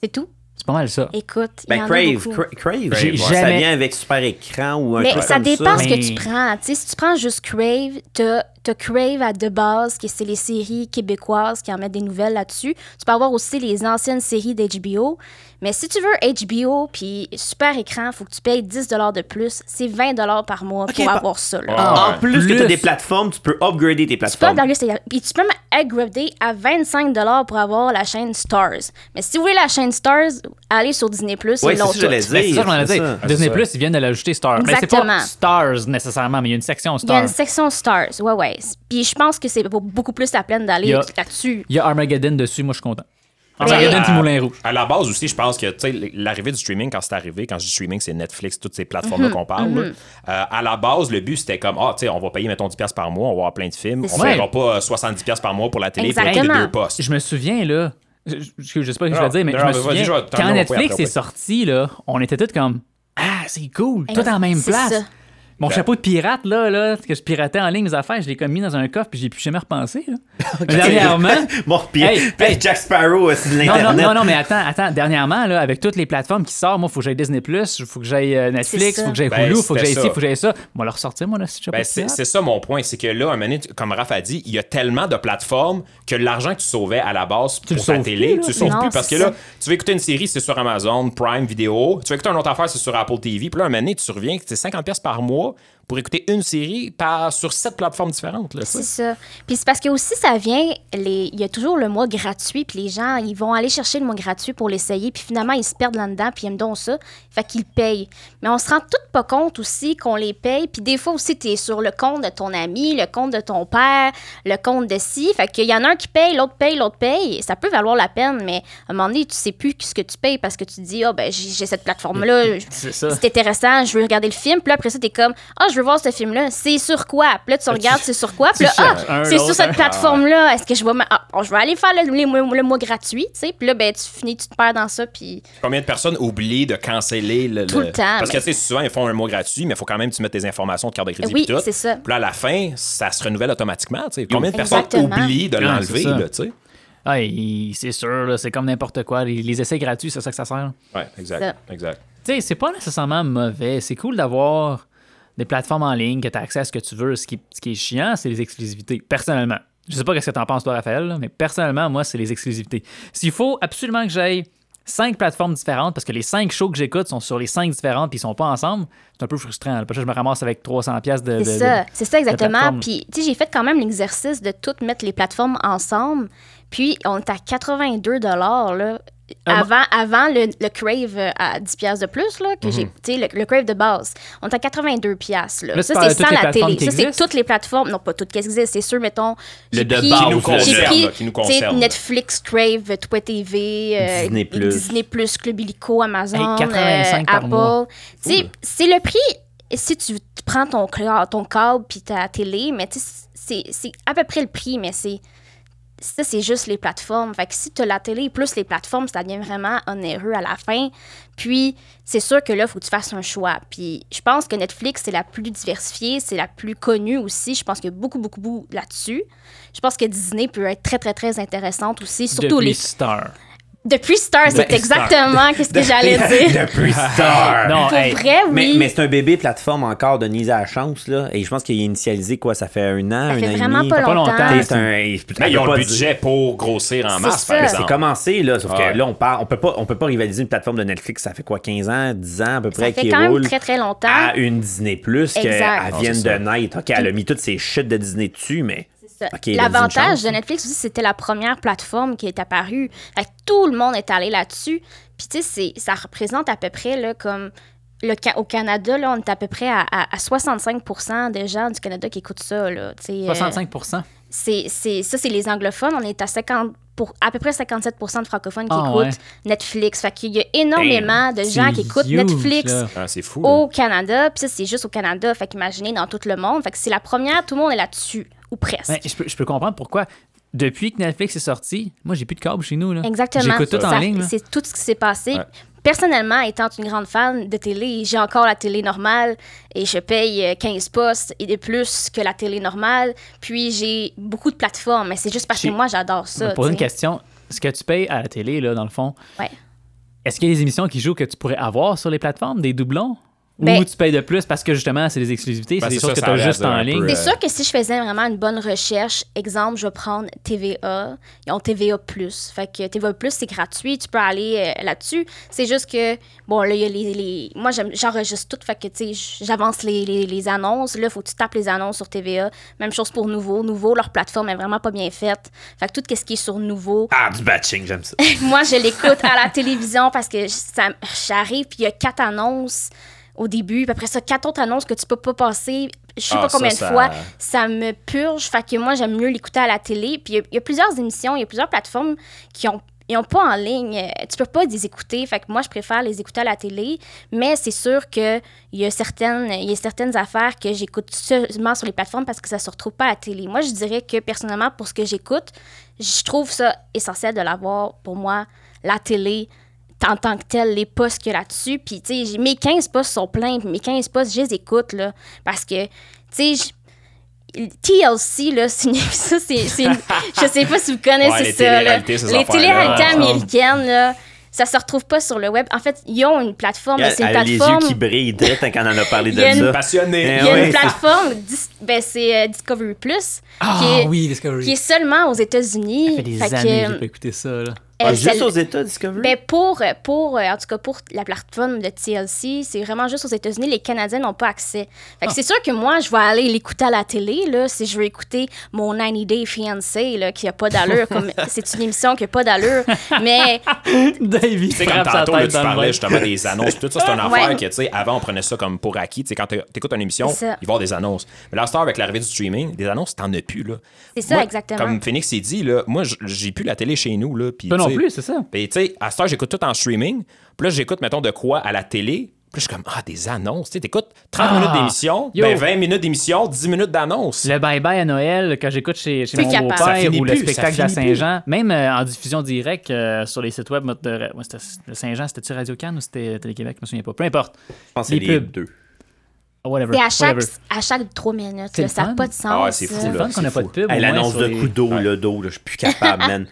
[SPEAKER 4] C'est tout?
[SPEAKER 2] pas mal ça.
[SPEAKER 4] Écoute, il y
[SPEAKER 1] Ben,
[SPEAKER 4] en a
[SPEAKER 1] Crave,
[SPEAKER 4] beaucoup.
[SPEAKER 1] Cra- Crave,
[SPEAKER 2] J'ai
[SPEAKER 1] ça
[SPEAKER 2] jamais-
[SPEAKER 1] vient avec super écran ou un
[SPEAKER 4] Mais
[SPEAKER 1] truc
[SPEAKER 4] ça
[SPEAKER 1] comme
[SPEAKER 4] dépend ce
[SPEAKER 2] Mais-
[SPEAKER 4] que tu prends. Tu sais, si tu prends juste Crave, t'as as Crave à de base, qui c'est les séries québécoises qui en mettent des nouvelles là-dessus. Tu peux avoir aussi les anciennes séries d'HBO. Mais si tu veux HBO puis super écran, faut que tu payes 10 de plus. C'est 20 par mois pour
[SPEAKER 1] par-
[SPEAKER 4] avoir ça. là.
[SPEAKER 3] Ah,
[SPEAKER 1] En
[SPEAKER 3] ouais.
[SPEAKER 1] plus, que
[SPEAKER 2] Plus.
[SPEAKER 1] tu as des plateformes, tu peux upgrader tes
[SPEAKER 4] Tu peux
[SPEAKER 1] plateformes.
[SPEAKER 4] upgrader, c'est- puis tu peux même upgrader à 25 pour avoir la chaîne Stars. Mais si vous voulez la chaîne Stars, allez sur Disney+,
[SPEAKER 1] Ouais,
[SPEAKER 4] ils
[SPEAKER 1] c'est
[SPEAKER 4] l'ont
[SPEAKER 1] ça que j'allais
[SPEAKER 4] toute.
[SPEAKER 1] dire.
[SPEAKER 2] Ben, c'est ça que je m'en ai
[SPEAKER 1] c'est
[SPEAKER 2] dit.
[SPEAKER 1] ça.
[SPEAKER 2] Disney
[SPEAKER 3] c'est
[SPEAKER 2] Plus, ils viennent de l'ajouter Star. Mais c'est
[SPEAKER 4] Exactement.
[SPEAKER 2] pas Stars nécessairement, mais il y a une section
[SPEAKER 4] Il y a
[SPEAKER 1] Ah.
[SPEAKER 2] Star.
[SPEAKER 4] une section Stars, ouais, ouais. Puis je pense que c'est pour beaucoup plus la peine d'aller
[SPEAKER 2] Il y a-
[SPEAKER 4] là-dessus.
[SPEAKER 2] Il y a Armageddon dessus, moi je suis content. En regardant
[SPEAKER 3] à-
[SPEAKER 2] Petit Moulin Rouge.
[SPEAKER 3] À la base aussi, je pense que tu sais, l'arrivée du streaming, quand c'est arrivé, quand je dis streaming, c'est Netflix, toutes ces plateformes
[SPEAKER 4] Mhm.
[SPEAKER 3] qu'on parle. là. Euh, à la base, le but, c'était comme, ah, tu sais, on va payer, mettons, 10$ par mois, on va avoir plein de films.
[SPEAKER 4] C'est
[SPEAKER 3] On
[SPEAKER 4] ça.
[SPEAKER 3] paiera pas euh, 70$ par mois pour la télé, pour les
[SPEAKER 4] Exactement.
[SPEAKER 3] deux postes.
[SPEAKER 2] Je me souviens, là. Je, je, je sais pas ce que je vais
[SPEAKER 3] Non,
[SPEAKER 2] dire, mais
[SPEAKER 3] non,
[SPEAKER 2] je me
[SPEAKER 3] vas-y,
[SPEAKER 2] souviens.
[SPEAKER 3] je vais- t'en
[SPEAKER 2] quand
[SPEAKER 3] auras pas
[SPEAKER 2] Netflix
[SPEAKER 3] après,
[SPEAKER 2] est
[SPEAKER 3] ouais.
[SPEAKER 2] sorti, là, on était tous comme Ah, c'est cool, tout en même
[SPEAKER 4] c'est
[SPEAKER 2] place.
[SPEAKER 4] ça.
[SPEAKER 2] Mon
[SPEAKER 3] Ben-
[SPEAKER 2] chapeau de pirate, là, là, que je piratais en ligne mes affaires, je l'ai comme mis dans un coffre, puis j'ai plus jamais repensé, là. Dernièrement.
[SPEAKER 1] Bon, puis
[SPEAKER 2] Hey,
[SPEAKER 1] puis Jack Sparrow, euh, c'est de
[SPEAKER 2] Non, non,
[SPEAKER 1] l'Internet.
[SPEAKER 2] non, non, mais attends, attends. Dernièrement, là, avec toutes les plateformes qui sortent, moi, faut que j'aille Disney, il faut que j'aille euh, Netflix,
[SPEAKER 4] C'est ça.
[SPEAKER 2] faut que j'aille
[SPEAKER 3] Ben,
[SPEAKER 2] Hulu, faut que j'aille
[SPEAKER 3] c'était
[SPEAKER 2] ici,
[SPEAKER 3] ça.
[SPEAKER 2] faut que j'aille ça. On va le ressortir, moi, là, si je
[SPEAKER 3] Ben, c'est c'est ça mon point, c'est que là, un moment donné, tu- comme Raph a dit, il y a tellement de plateformes que l'argent que tu sauvais à la base
[SPEAKER 2] le
[SPEAKER 3] pour ta
[SPEAKER 2] sauves plus,
[SPEAKER 3] télé,
[SPEAKER 2] là.
[SPEAKER 3] tu le sauves
[SPEAKER 4] Non,
[SPEAKER 3] plus parce que
[SPEAKER 4] c'est
[SPEAKER 3] là,
[SPEAKER 4] ça.
[SPEAKER 3] tu veux écouter une série, c'est sur Amazon, Prime Video, tu veux écouter une autre affaire, c'est sur Apple TV, puis là, un moment donné, tu reviens, c'est 50$ piastres par mois pour écouter une série par, sur sept plateformes différentes. Là, ça.
[SPEAKER 4] C'est ça. Puis c'est parce que aussi, ça vient, les... il y a toujours le mois gratuit, puis les gens, ils vont aller chercher le mois gratuit pour l'essayer, puis finalement, ils se perdent là-dedans, puis ils aiment donc ça, fait qu'ils payent. Mais on se rend tout pas compte aussi qu'on les paye, puis des fois aussi, tu es sur le compte de ton ami, le compte de ton père, le compte de ci, fait qu'il y en a un qui paye, l'autre paye, l'autre paye, ça peut valoir la peine, mais à un moment donné, tu sais plus ce que tu payes parce que tu te dis, ah ben, j'ai j'ai cette plateforme-là,
[SPEAKER 2] Mm, C'est ça.
[SPEAKER 4] c'est intéressant, je veux regarder le film. Puis là, après ça, t'es comme, ah, je veux voir ce film-là. C'est sur quoi? Puis là, tu regardes, c'est sur quoi? Puis là, ah,
[SPEAKER 2] cherches un,
[SPEAKER 4] c'est
[SPEAKER 2] l'autre,
[SPEAKER 4] sur
[SPEAKER 2] un.
[SPEAKER 4] cette plateforme-là. Est-ce que je vais, me- ah, bon, je vais aller faire le, les- le mois gratuit, tu sais? Puis là, ben, tu finis, tu te perds dans ça. Puis
[SPEAKER 3] Combien de personnes oublient de canceller le.
[SPEAKER 4] Tout le temps,
[SPEAKER 3] Parce que
[SPEAKER 4] mais-
[SPEAKER 3] tu sais, souvent, ils font un mot gratuit, mais il faut quand même que tu mettes tes informations de carte de crédit
[SPEAKER 4] Oui,
[SPEAKER 3] et tout.
[SPEAKER 4] c'est ça.
[SPEAKER 3] Puis là, à la fin, ça se renouvelle automatiquement. tu sais. Combien de personnes
[SPEAKER 4] Exactement.
[SPEAKER 3] oublient de
[SPEAKER 2] Ouais,
[SPEAKER 3] l'enlever,
[SPEAKER 2] c'est ça.
[SPEAKER 3] là, tu sais?
[SPEAKER 2] Ah, il- c'est sûr, là, c'est comme n'importe quoi. Les, les essais gratuits, c'est ça que ça sert.
[SPEAKER 3] Ouais, exact. Exact.
[SPEAKER 2] Tu sais, c'est pas nécessairement mauvais. C'est cool d'avoir des plateformes en ligne, que tu as accès à ce que tu veux. Ce qui, ce qui est chiant, c'est les exclusivités, personnellement. Je sais pas ce que t'en penses, toi, Raphaël, là, mais personnellement, moi, c'est les exclusivités. S'il faut absolument que j'aille cinq plateformes différentes, parce que les cinq shows que j'écoute sont sur les cinq différentes puis ils sont pas ensemble, c'est un peu frustrant. là. Parce que je me ramasse avec 300$ piastres de.
[SPEAKER 4] c'est
[SPEAKER 2] de-
[SPEAKER 4] ça.
[SPEAKER 2] de-
[SPEAKER 4] C'est ça, exactement.
[SPEAKER 2] plateforme.
[SPEAKER 4] Puis, tu sais, j'ai fait quand même l'exercice de toutes mettre les plateformes ensemble. Puis, on est à 82 là. Avant, avant le, le Crave euh, à 10 piastres de plus, là, que
[SPEAKER 2] Mhm.
[SPEAKER 4] j'ai, tu sais, le, le Crave de base, on est à 82 piastres, là.
[SPEAKER 2] Là, tu
[SPEAKER 4] ça,
[SPEAKER 2] parles de
[SPEAKER 4] c'est
[SPEAKER 2] toutes
[SPEAKER 4] sans
[SPEAKER 2] les
[SPEAKER 4] la
[SPEAKER 2] plateformes
[SPEAKER 4] télé.
[SPEAKER 2] qui
[SPEAKER 4] Ça, c'est
[SPEAKER 2] existent?
[SPEAKER 4] toutes les plateformes. Non, pas toutes qui existent. C'est sûr, mettons.
[SPEAKER 1] Le
[SPEAKER 4] j'ai
[SPEAKER 1] de
[SPEAKER 4] pris-
[SPEAKER 1] base,
[SPEAKER 3] Qui nous
[SPEAKER 4] J'ai
[SPEAKER 3] concerne,
[SPEAKER 4] pris,
[SPEAKER 3] là, qui nous
[SPEAKER 4] tu sais,
[SPEAKER 3] concerne.
[SPEAKER 4] Netflix, Crave, Tout TV, euh,
[SPEAKER 1] Disney+.
[SPEAKER 4] Disney+, Club Illico, Amazon,
[SPEAKER 2] Hey, 85
[SPEAKER 4] euh,
[SPEAKER 2] par
[SPEAKER 4] Apple.
[SPEAKER 2] mois.
[SPEAKER 4] Tu sais, c'est le prix si tu prends ton, cla- ton câble puis ta télé, mais tu sais, c'est c'est à peu près le prix, mais c'est ça, c'est juste les plateformes. Fait que si tu as la télé plus les plateformes, ça devient vraiment onéreux à la fin. Puis, c'est sûr que là, il faut que tu fasses un choix. Puis, je pense que Netflix, c'est la plus diversifiée, c'est la plus connue aussi. Je pense qu'il y a beaucoup, beaucoup, beaucoup là-dessus. Je pense que Disney peut être très, très, très intéressante aussi, surtout
[SPEAKER 2] Depuis
[SPEAKER 4] les...
[SPEAKER 2] Star.
[SPEAKER 4] Depuis Star, c'est
[SPEAKER 2] Depuis Star.
[SPEAKER 4] exactement ce que j'allais dire.
[SPEAKER 1] Depuis Star.
[SPEAKER 2] Non,
[SPEAKER 4] Pour
[SPEAKER 2] hey,
[SPEAKER 4] vrai, oui.
[SPEAKER 1] Mais, mais c'est un bébé plateforme encore de Nise à la chance, là. Et je pense qu'il est initialisé, quoi, ça fait un an,
[SPEAKER 4] ça
[SPEAKER 1] un an
[SPEAKER 4] fait
[SPEAKER 1] et
[SPEAKER 4] vraiment
[SPEAKER 1] demi.
[SPEAKER 4] pas
[SPEAKER 2] pas
[SPEAKER 4] longtemps.
[SPEAKER 2] longtemps.
[SPEAKER 1] Tu sais, c'est un- il- on
[SPEAKER 3] Mais ils
[SPEAKER 1] peut
[SPEAKER 3] ont le
[SPEAKER 1] pas
[SPEAKER 3] budget pour grossir en
[SPEAKER 4] C'est
[SPEAKER 3] masse,
[SPEAKER 4] ça.
[SPEAKER 3] par
[SPEAKER 4] Mais
[SPEAKER 1] dire-
[SPEAKER 3] exemple.
[SPEAKER 1] C'est commencé, là. Sauf
[SPEAKER 3] Ouais.
[SPEAKER 1] que là, on parle, on peut pas, on peut pas rivaliser une plateforme de Netflix, ça fait quoi, 15 ans, 10 ans à peu près,
[SPEAKER 4] Ça fait
[SPEAKER 1] qui
[SPEAKER 4] quand même
[SPEAKER 1] roule.
[SPEAKER 4] très, très longtemps. Euh,
[SPEAKER 1] à une Disney Plus qu'elle
[SPEAKER 4] Exact.
[SPEAKER 1] elle
[SPEAKER 3] Non,
[SPEAKER 1] vienne
[SPEAKER 3] c'est ça.
[SPEAKER 1] de naître. OK, elle a mis toutes ses chutes de Disney dessus, mais.
[SPEAKER 4] Ça.
[SPEAKER 1] OK, elle a dit une
[SPEAKER 4] L'avantage
[SPEAKER 1] chance.
[SPEAKER 4] de Netflix aussi, c'était la première plateforme qui est apparue. Fait que tout le monde est allé là-dessus. Puis tu sais, c'est- ça représente à peu près là, comme le, Ca- au Canada, là, on est à peu près à, à- à 65 des gens du Canada qui écoutent ça. Là, Tu sais, euh,
[SPEAKER 2] 65
[SPEAKER 4] c'est, c'est- ça, c'est les anglophones. On est à 50 pour à peu près 57 de francophones qui
[SPEAKER 2] Ah,
[SPEAKER 4] écoutent
[SPEAKER 2] ouais.
[SPEAKER 4] Netflix. Fait qu'il y a énormément de gens
[SPEAKER 2] C'est
[SPEAKER 4] qui écoutent
[SPEAKER 2] huge,
[SPEAKER 4] Netflix
[SPEAKER 2] là.
[SPEAKER 3] Ah, c'est fou. là.
[SPEAKER 4] au Canada. Puis ça, c'est juste au Canada. Fait qu'imaginez dans tout le monde. Fait que c'est la première, tout le monde est là-dessus, ou presque.
[SPEAKER 2] Ben, je, peux, je peux comprendre pourquoi. Depuis que Netflix est sorti, moi, j'ai plus de câble chez nous. Là.
[SPEAKER 4] Exactement.
[SPEAKER 2] J'écoute tout
[SPEAKER 4] Ça,
[SPEAKER 2] en ligne. là.
[SPEAKER 4] C'est tout ce qui s'est passé.
[SPEAKER 3] Ouais.
[SPEAKER 4] Personnellement, étant une grande fan de télé, j'ai encore la télé normale et je paye euh, 15 postes et de plus que la télé normale. Puis j'ai beaucoup de plateformes, mais c'est juste parce que
[SPEAKER 2] J'ai-
[SPEAKER 4] moi, j'adore
[SPEAKER 2] Je
[SPEAKER 4] ça.
[SPEAKER 2] me pose une
[SPEAKER 4] tu sais.
[SPEAKER 2] question. Ce que tu payes à la télé, là, dans le fond,
[SPEAKER 4] Ouais.
[SPEAKER 2] est-ce qu'il y a des émissions qui jouent que tu pourrais avoir sur les plateformes, des doublons? Ou
[SPEAKER 4] Ben-
[SPEAKER 2] tu payes de plus parce que justement, c'est des exclusivités,
[SPEAKER 3] Ben,
[SPEAKER 2] c'est des
[SPEAKER 3] c'est
[SPEAKER 2] choses
[SPEAKER 3] ça,
[SPEAKER 2] que
[SPEAKER 3] ça
[SPEAKER 2] tu as
[SPEAKER 3] allait
[SPEAKER 2] juste
[SPEAKER 3] dire
[SPEAKER 2] en
[SPEAKER 3] un peu,
[SPEAKER 2] ligne.
[SPEAKER 3] euh,
[SPEAKER 4] C'est sûr que si je faisais vraiment une bonne recherche, exemple, je vais prendre TVA. Ils ont TVA. Fait que TVA, c'est gratuit. Tu peux aller euh, là-dessus. C'est juste que, bon, là, il y a les. les- Moi, j'aime- j'enregistre tout. Fait que, tu sais, j'avance les, les- les annonces. Là, il faut que tu tapes les annonces sur TVA. Même chose pour Nouveau. Nouveau, leur plateforme est vraiment pas bien faite. Fait que tout ce qui est sur Nouveau,
[SPEAKER 1] Ah, du batching, j'aime ça.
[SPEAKER 4] moi, je l'écoute à la télévision parce que ça, j'arrive, puis il y a quatre annonces au début, puis après ça, quatre autres annonces que tu peux pas passer, je sais
[SPEAKER 3] Ah,
[SPEAKER 4] pas
[SPEAKER 3] ça,
[SPEAKER 4] combien
[SPEAKER 3] ça-
[SPEAKER 4] de fois. Ça me purge, fait que moi, j'aime mieux l'écouter à la télé. Puis il y a- il y, a plusieurs émissions, il y a plusieurs plateformes qui ont ils ont pas en ligne. euh, Tu peux pas les écouter. Fait que moi, je préfère les écouter à la télé. Mais c'est sûr qu'il y, a certaines- il y a certaines affaires que j'écoute seulement sur les plateformes parce que ça se retrouve pas à la télé. Moi, je dirais que personnellement, pour ce que j'écoute, je trouve ça essentiel de l'avoir pour moi, la télé en tant que tel, les postes qu'il y a là-dessus. Puis, tu sais, j'ai- mes 15 postes sont pleins. puis Mes 15 postes, je les écoute, là. Parce que, tu sais, je- TLC, là, c'est une- ça, c'est. c'est une- Je sais pas si vous connaissez
[SPEAKER 3] Ouais, les
[SPEAKER 4] ça. là.
[SPEAKER 3] téléréalités, ces
[SPEAKER 4] les
[SPEAKER 3] affaires-là.
[SPEAKER 4] téléréalités
[SPEAKER 2] Ouais,
[SPEAKER 4] américaines, là, ça se retrouve pas sur le web. En fait, ils ont une plateforme, mais c'est une
[SPEAKER 1] Elle a les yeux
[SPEAKER 4] plateforme.
[SPEAKER 1] qui brillent direct quand on en a parlé
[SPEAKER 4] Il
[SPEAKER 1] de
[SPEAKER 4] y a une-
[SPEAKER 1] ça.
[SPEAKER 3] Passionné.
[SPEAKER 1] Eh
[SPEAKER 4] Il y a
[SPEAKER 1] oui.
[SPEAKER 4] une plateforme, dis- ben, c'est euh, Discovery Plus,
[SPEAKER 2] Ah
[SPEAKER 4] qui, est,
[SPEAKER 2] oui, Discovery.
[SPEAKER 4] qui est seulement aux
[SPEAKER 2] Ça
[SPEAKER 4] États-Unis.
[SPEAKER 2] fait des
[SPEAKER 4] Fait que,
[SPEAKER 2] années que j'ai
[SPEAKER 4] euh,
[SPEAKER 2] pas écouté ça. Là.
[SPEAKER 1] Ah,
[SPEAKER 4] elle,
[SPEAKER 1] juste
[SPEAKER 4] ça-
[SPEAKER 1] aux États, Discovery?
[SPEAKER 4] ben pour, euh, pour, euh, en tout cas pour la plateforme de TLC, c'est vraiment juste aux États-Unis, les Canadiens n'ont pas accès. Fait que
[SPEAKER 2] Ah.
[SPEAKER 4] c'est sûr que moi, je vais aller l'écouter à la télé, là, si je veux écouter mon 90 Day Fiancé, là, qui a pas d'allure. comme- c'est une émission qui a pas d'allure, mais
[SPEAKER 2] Davy,
[SPEAKER 3] Tu sais, comme tantôt, là, tu parlais justement des annonces. Tout ça, c'est une affaire que, tu sais, avant, on prenait ça comme pour acquis. Tu sais, quand tu écoutes une émission, il
[SPEAKER 4] C'est
[SPEAKER 3] va
[SPEAKER 4] ça.
[SPEAKER 3] y avoir des annonces. Mais là, à cette heure, avec l'arrivée du streaming, des annonces, t'en as plus, là.
[SPEAKER 4] C'est ça,
[SPEAKER 3] Moi,
[SPEAKER 4] exactement.
[SPEAKER 3] Comme Phoenix s'est dit, là, moi, j- j'ai plus la télé chez nous, là. puis,
[SPEAKER 2] Toi non
[SPEAKER 3] tu sais,
[SPEAKER 2] plus, c'est ça.
[SPEAKER 3] Puis, tu sais, à cette heure, j'écoute tout en streaming. Puis là, j'écoute, mettons, de quoi à la télé. Puis là, je suis comme, ah, des annonces. Tu sais, t'écoutes 30
[SPEAKER 2] Ah,
[SPEAKER 3] minutes d'émission,
[SPEAKER 2] yo.
[SPEAKER 3] ben, 20 minutes d'émission, 10 minutes d'annonces.
[SPEAKER 2] Le bye-bye à Noël, quand j'écoute chez, chez
[SPEAKER 4] Plus
[SPEAKER 2] mon
[SPEAKER 4] capable.
[SPEAKER 3] Ça
[SPEAKER 2] beau-père
[SPEAKER 3] finit
[SPEAKER 2] ou le
[SPEAKER 3] plus, ça
[SPEAKER 2] spectacle de la
[SPEAKER 3] finit plus.
[SPEAKER 2] Saint-Jean, même euh, en diffusion directe euh, sur les sites web moi, de ouais, c'était- le Saint-Jean, c'était-tu Radio-Can ou c'était Télé-Québec, je me souviens pas. Peu importe.
[SPEAKER 1] Je pense que c'est
[SPEAKER 2] les
[SPEAKER 1] les
[SPEAKER 2] pubs.
[SPEAKER 1] deux.
[SPEAKER 2] Whatever.
[SPEAKER 4] c'est à chaque,
[SPEAKER 2] whatever.
[SPEAKER 4] à chaque trois minutes,
[SPEAKER 2] C'est
[SPEAKER 4] là,
[SPEAKER 2] le
[SPEAKER 4] ça
[SPEAKER 2] fun.
[SPEAKER 4] n'a pas de sens.
[SPEAKER 3] Ah ouais, c'est fou,
[SPEAKER 2] C'est le
[SPEAKER 3] là.
[SPEAKER 2] fun qu'on n'a
[SPEAKER 3] c'est
[SPEAKER 2] pas de
[SPEAKER 3] fou.
[SPEAKER 2] pub. au
[SPEAKER 1] Hey,
[SPEAKER 2] moins,
[SPEAKER 1] L'annonce
[SPEAKER 2] sur
[SPEAKER 1] de
[SPEAKER 2] les-
[SPEAKER 1] coup d'eau, là, d'eau, là, je suis plus capable, man.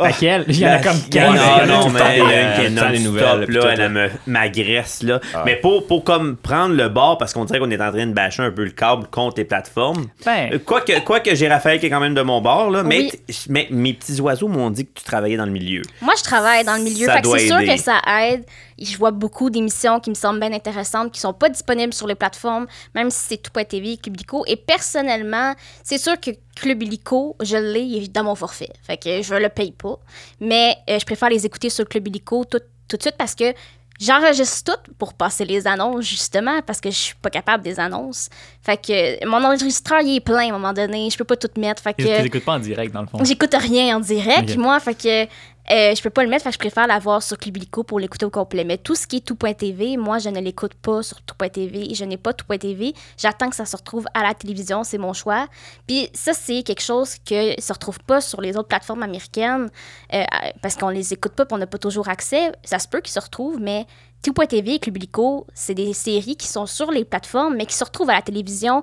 [SPEAKER 1] Oh,
[SPEAKER 2] Laquelle? Il y en a
[SPEAKER 1] la
[SPEAKER 2] comme
[SPEAKER 1] chienne,
[SPEAKER 2] quatre.
[SPEAKER 1] ah
[SPEAKER 3] Il y en a
[SPEAKER 1] non,
[SPEAKER 3] tout le
[SPEAKER 1] man,
[SPEAKER 3] temps,
[SPEAKER 1] il y en a
[SPEAKER 3] des,
[SPEAKER 1] une qui est
[SPEAKER 3] euh, tout le temps des
[SPEAKER 1] non-stop,
[SPEAKER 3] nouvelles,
[SPEAKER 1] là,
[SPEAKER 3] puis tout,
[SPEAKER 1] elle
[SPEAKER 3] là.
[SPEAKER 1] me m'agresse, là. Mais pour, pour comme prendre le bord, parce qu'on dirait qu'on est en train de bâcher un peu le câble contre les plateformes.
[SPEAKER 2] Ben.
[SPEAKER 1] Euh, Quoique quoi que j'ai Raphaël qui est quand même de mon bord, là, mais,
[SPEAKER 4] Oui.
[SPEAKER 1] t- mais mes petits oiseaux m'ont dit que tu travaillais dans le milieu.
[SPEAKER 4] Moi, je travaille dans le milieu,
[SPEAKER 1] Ça
[SPEAKER 4] fait que
[SPEAKER 1] doit
[SPEAKER 4] c'est sûr
[SPEAKER 1] aider.
[SPEAKER 4] que ça aide. Je vois beaucoup d'émissions qui me semblent bien intéressantes, qui sont pas disponibles sur les plateformes, même si c'est tout pas TV, Club Illico. Et personnellement, c'est sûr que Club Illico, je l'ai il est dans mon forfait. Fait que je le paye pas. Mais euh, je préfère les écouter sur Club Illico tout, tout de suite parce que j'enregistre tout pour passer les annonces, justement, parce que je suis pas capable des annonces. Fait que euh, mon enregistreur, il est plein à un moment donné. Je peux pas tout mettre. Fait que...
[SPEAKER 2] Tu les écoutes pas en direct, dans le fond.
[SPEAKER 4] J'écoute rien en direct,
[SPEAKER 2] Ok.
[SPEAKER 4] moi, fait que euh, je peux pas le mettre, fait que je préfère l'avoir sur Cliblico pour l'écouter au complet. Mais tout ce qui est tout.tv, moi, je ne l'écoute pas sur tout.tv. Je n'ai pas tout.tv. J'attends que ça se retrouve à la télévision, c'est mon choix. Puis ça, c'est quelque chose que se retrouve pas sur les autres plateformes américaines euh, euh, parce qu'on les écoute pas, puis on n'a pas toujours accès. Ça se peut qu'ils se retrouvent, mais tout.tv et Cliblico, c'est des séries qui sont sur les plateformes, mais qui se retrouvent à la télévision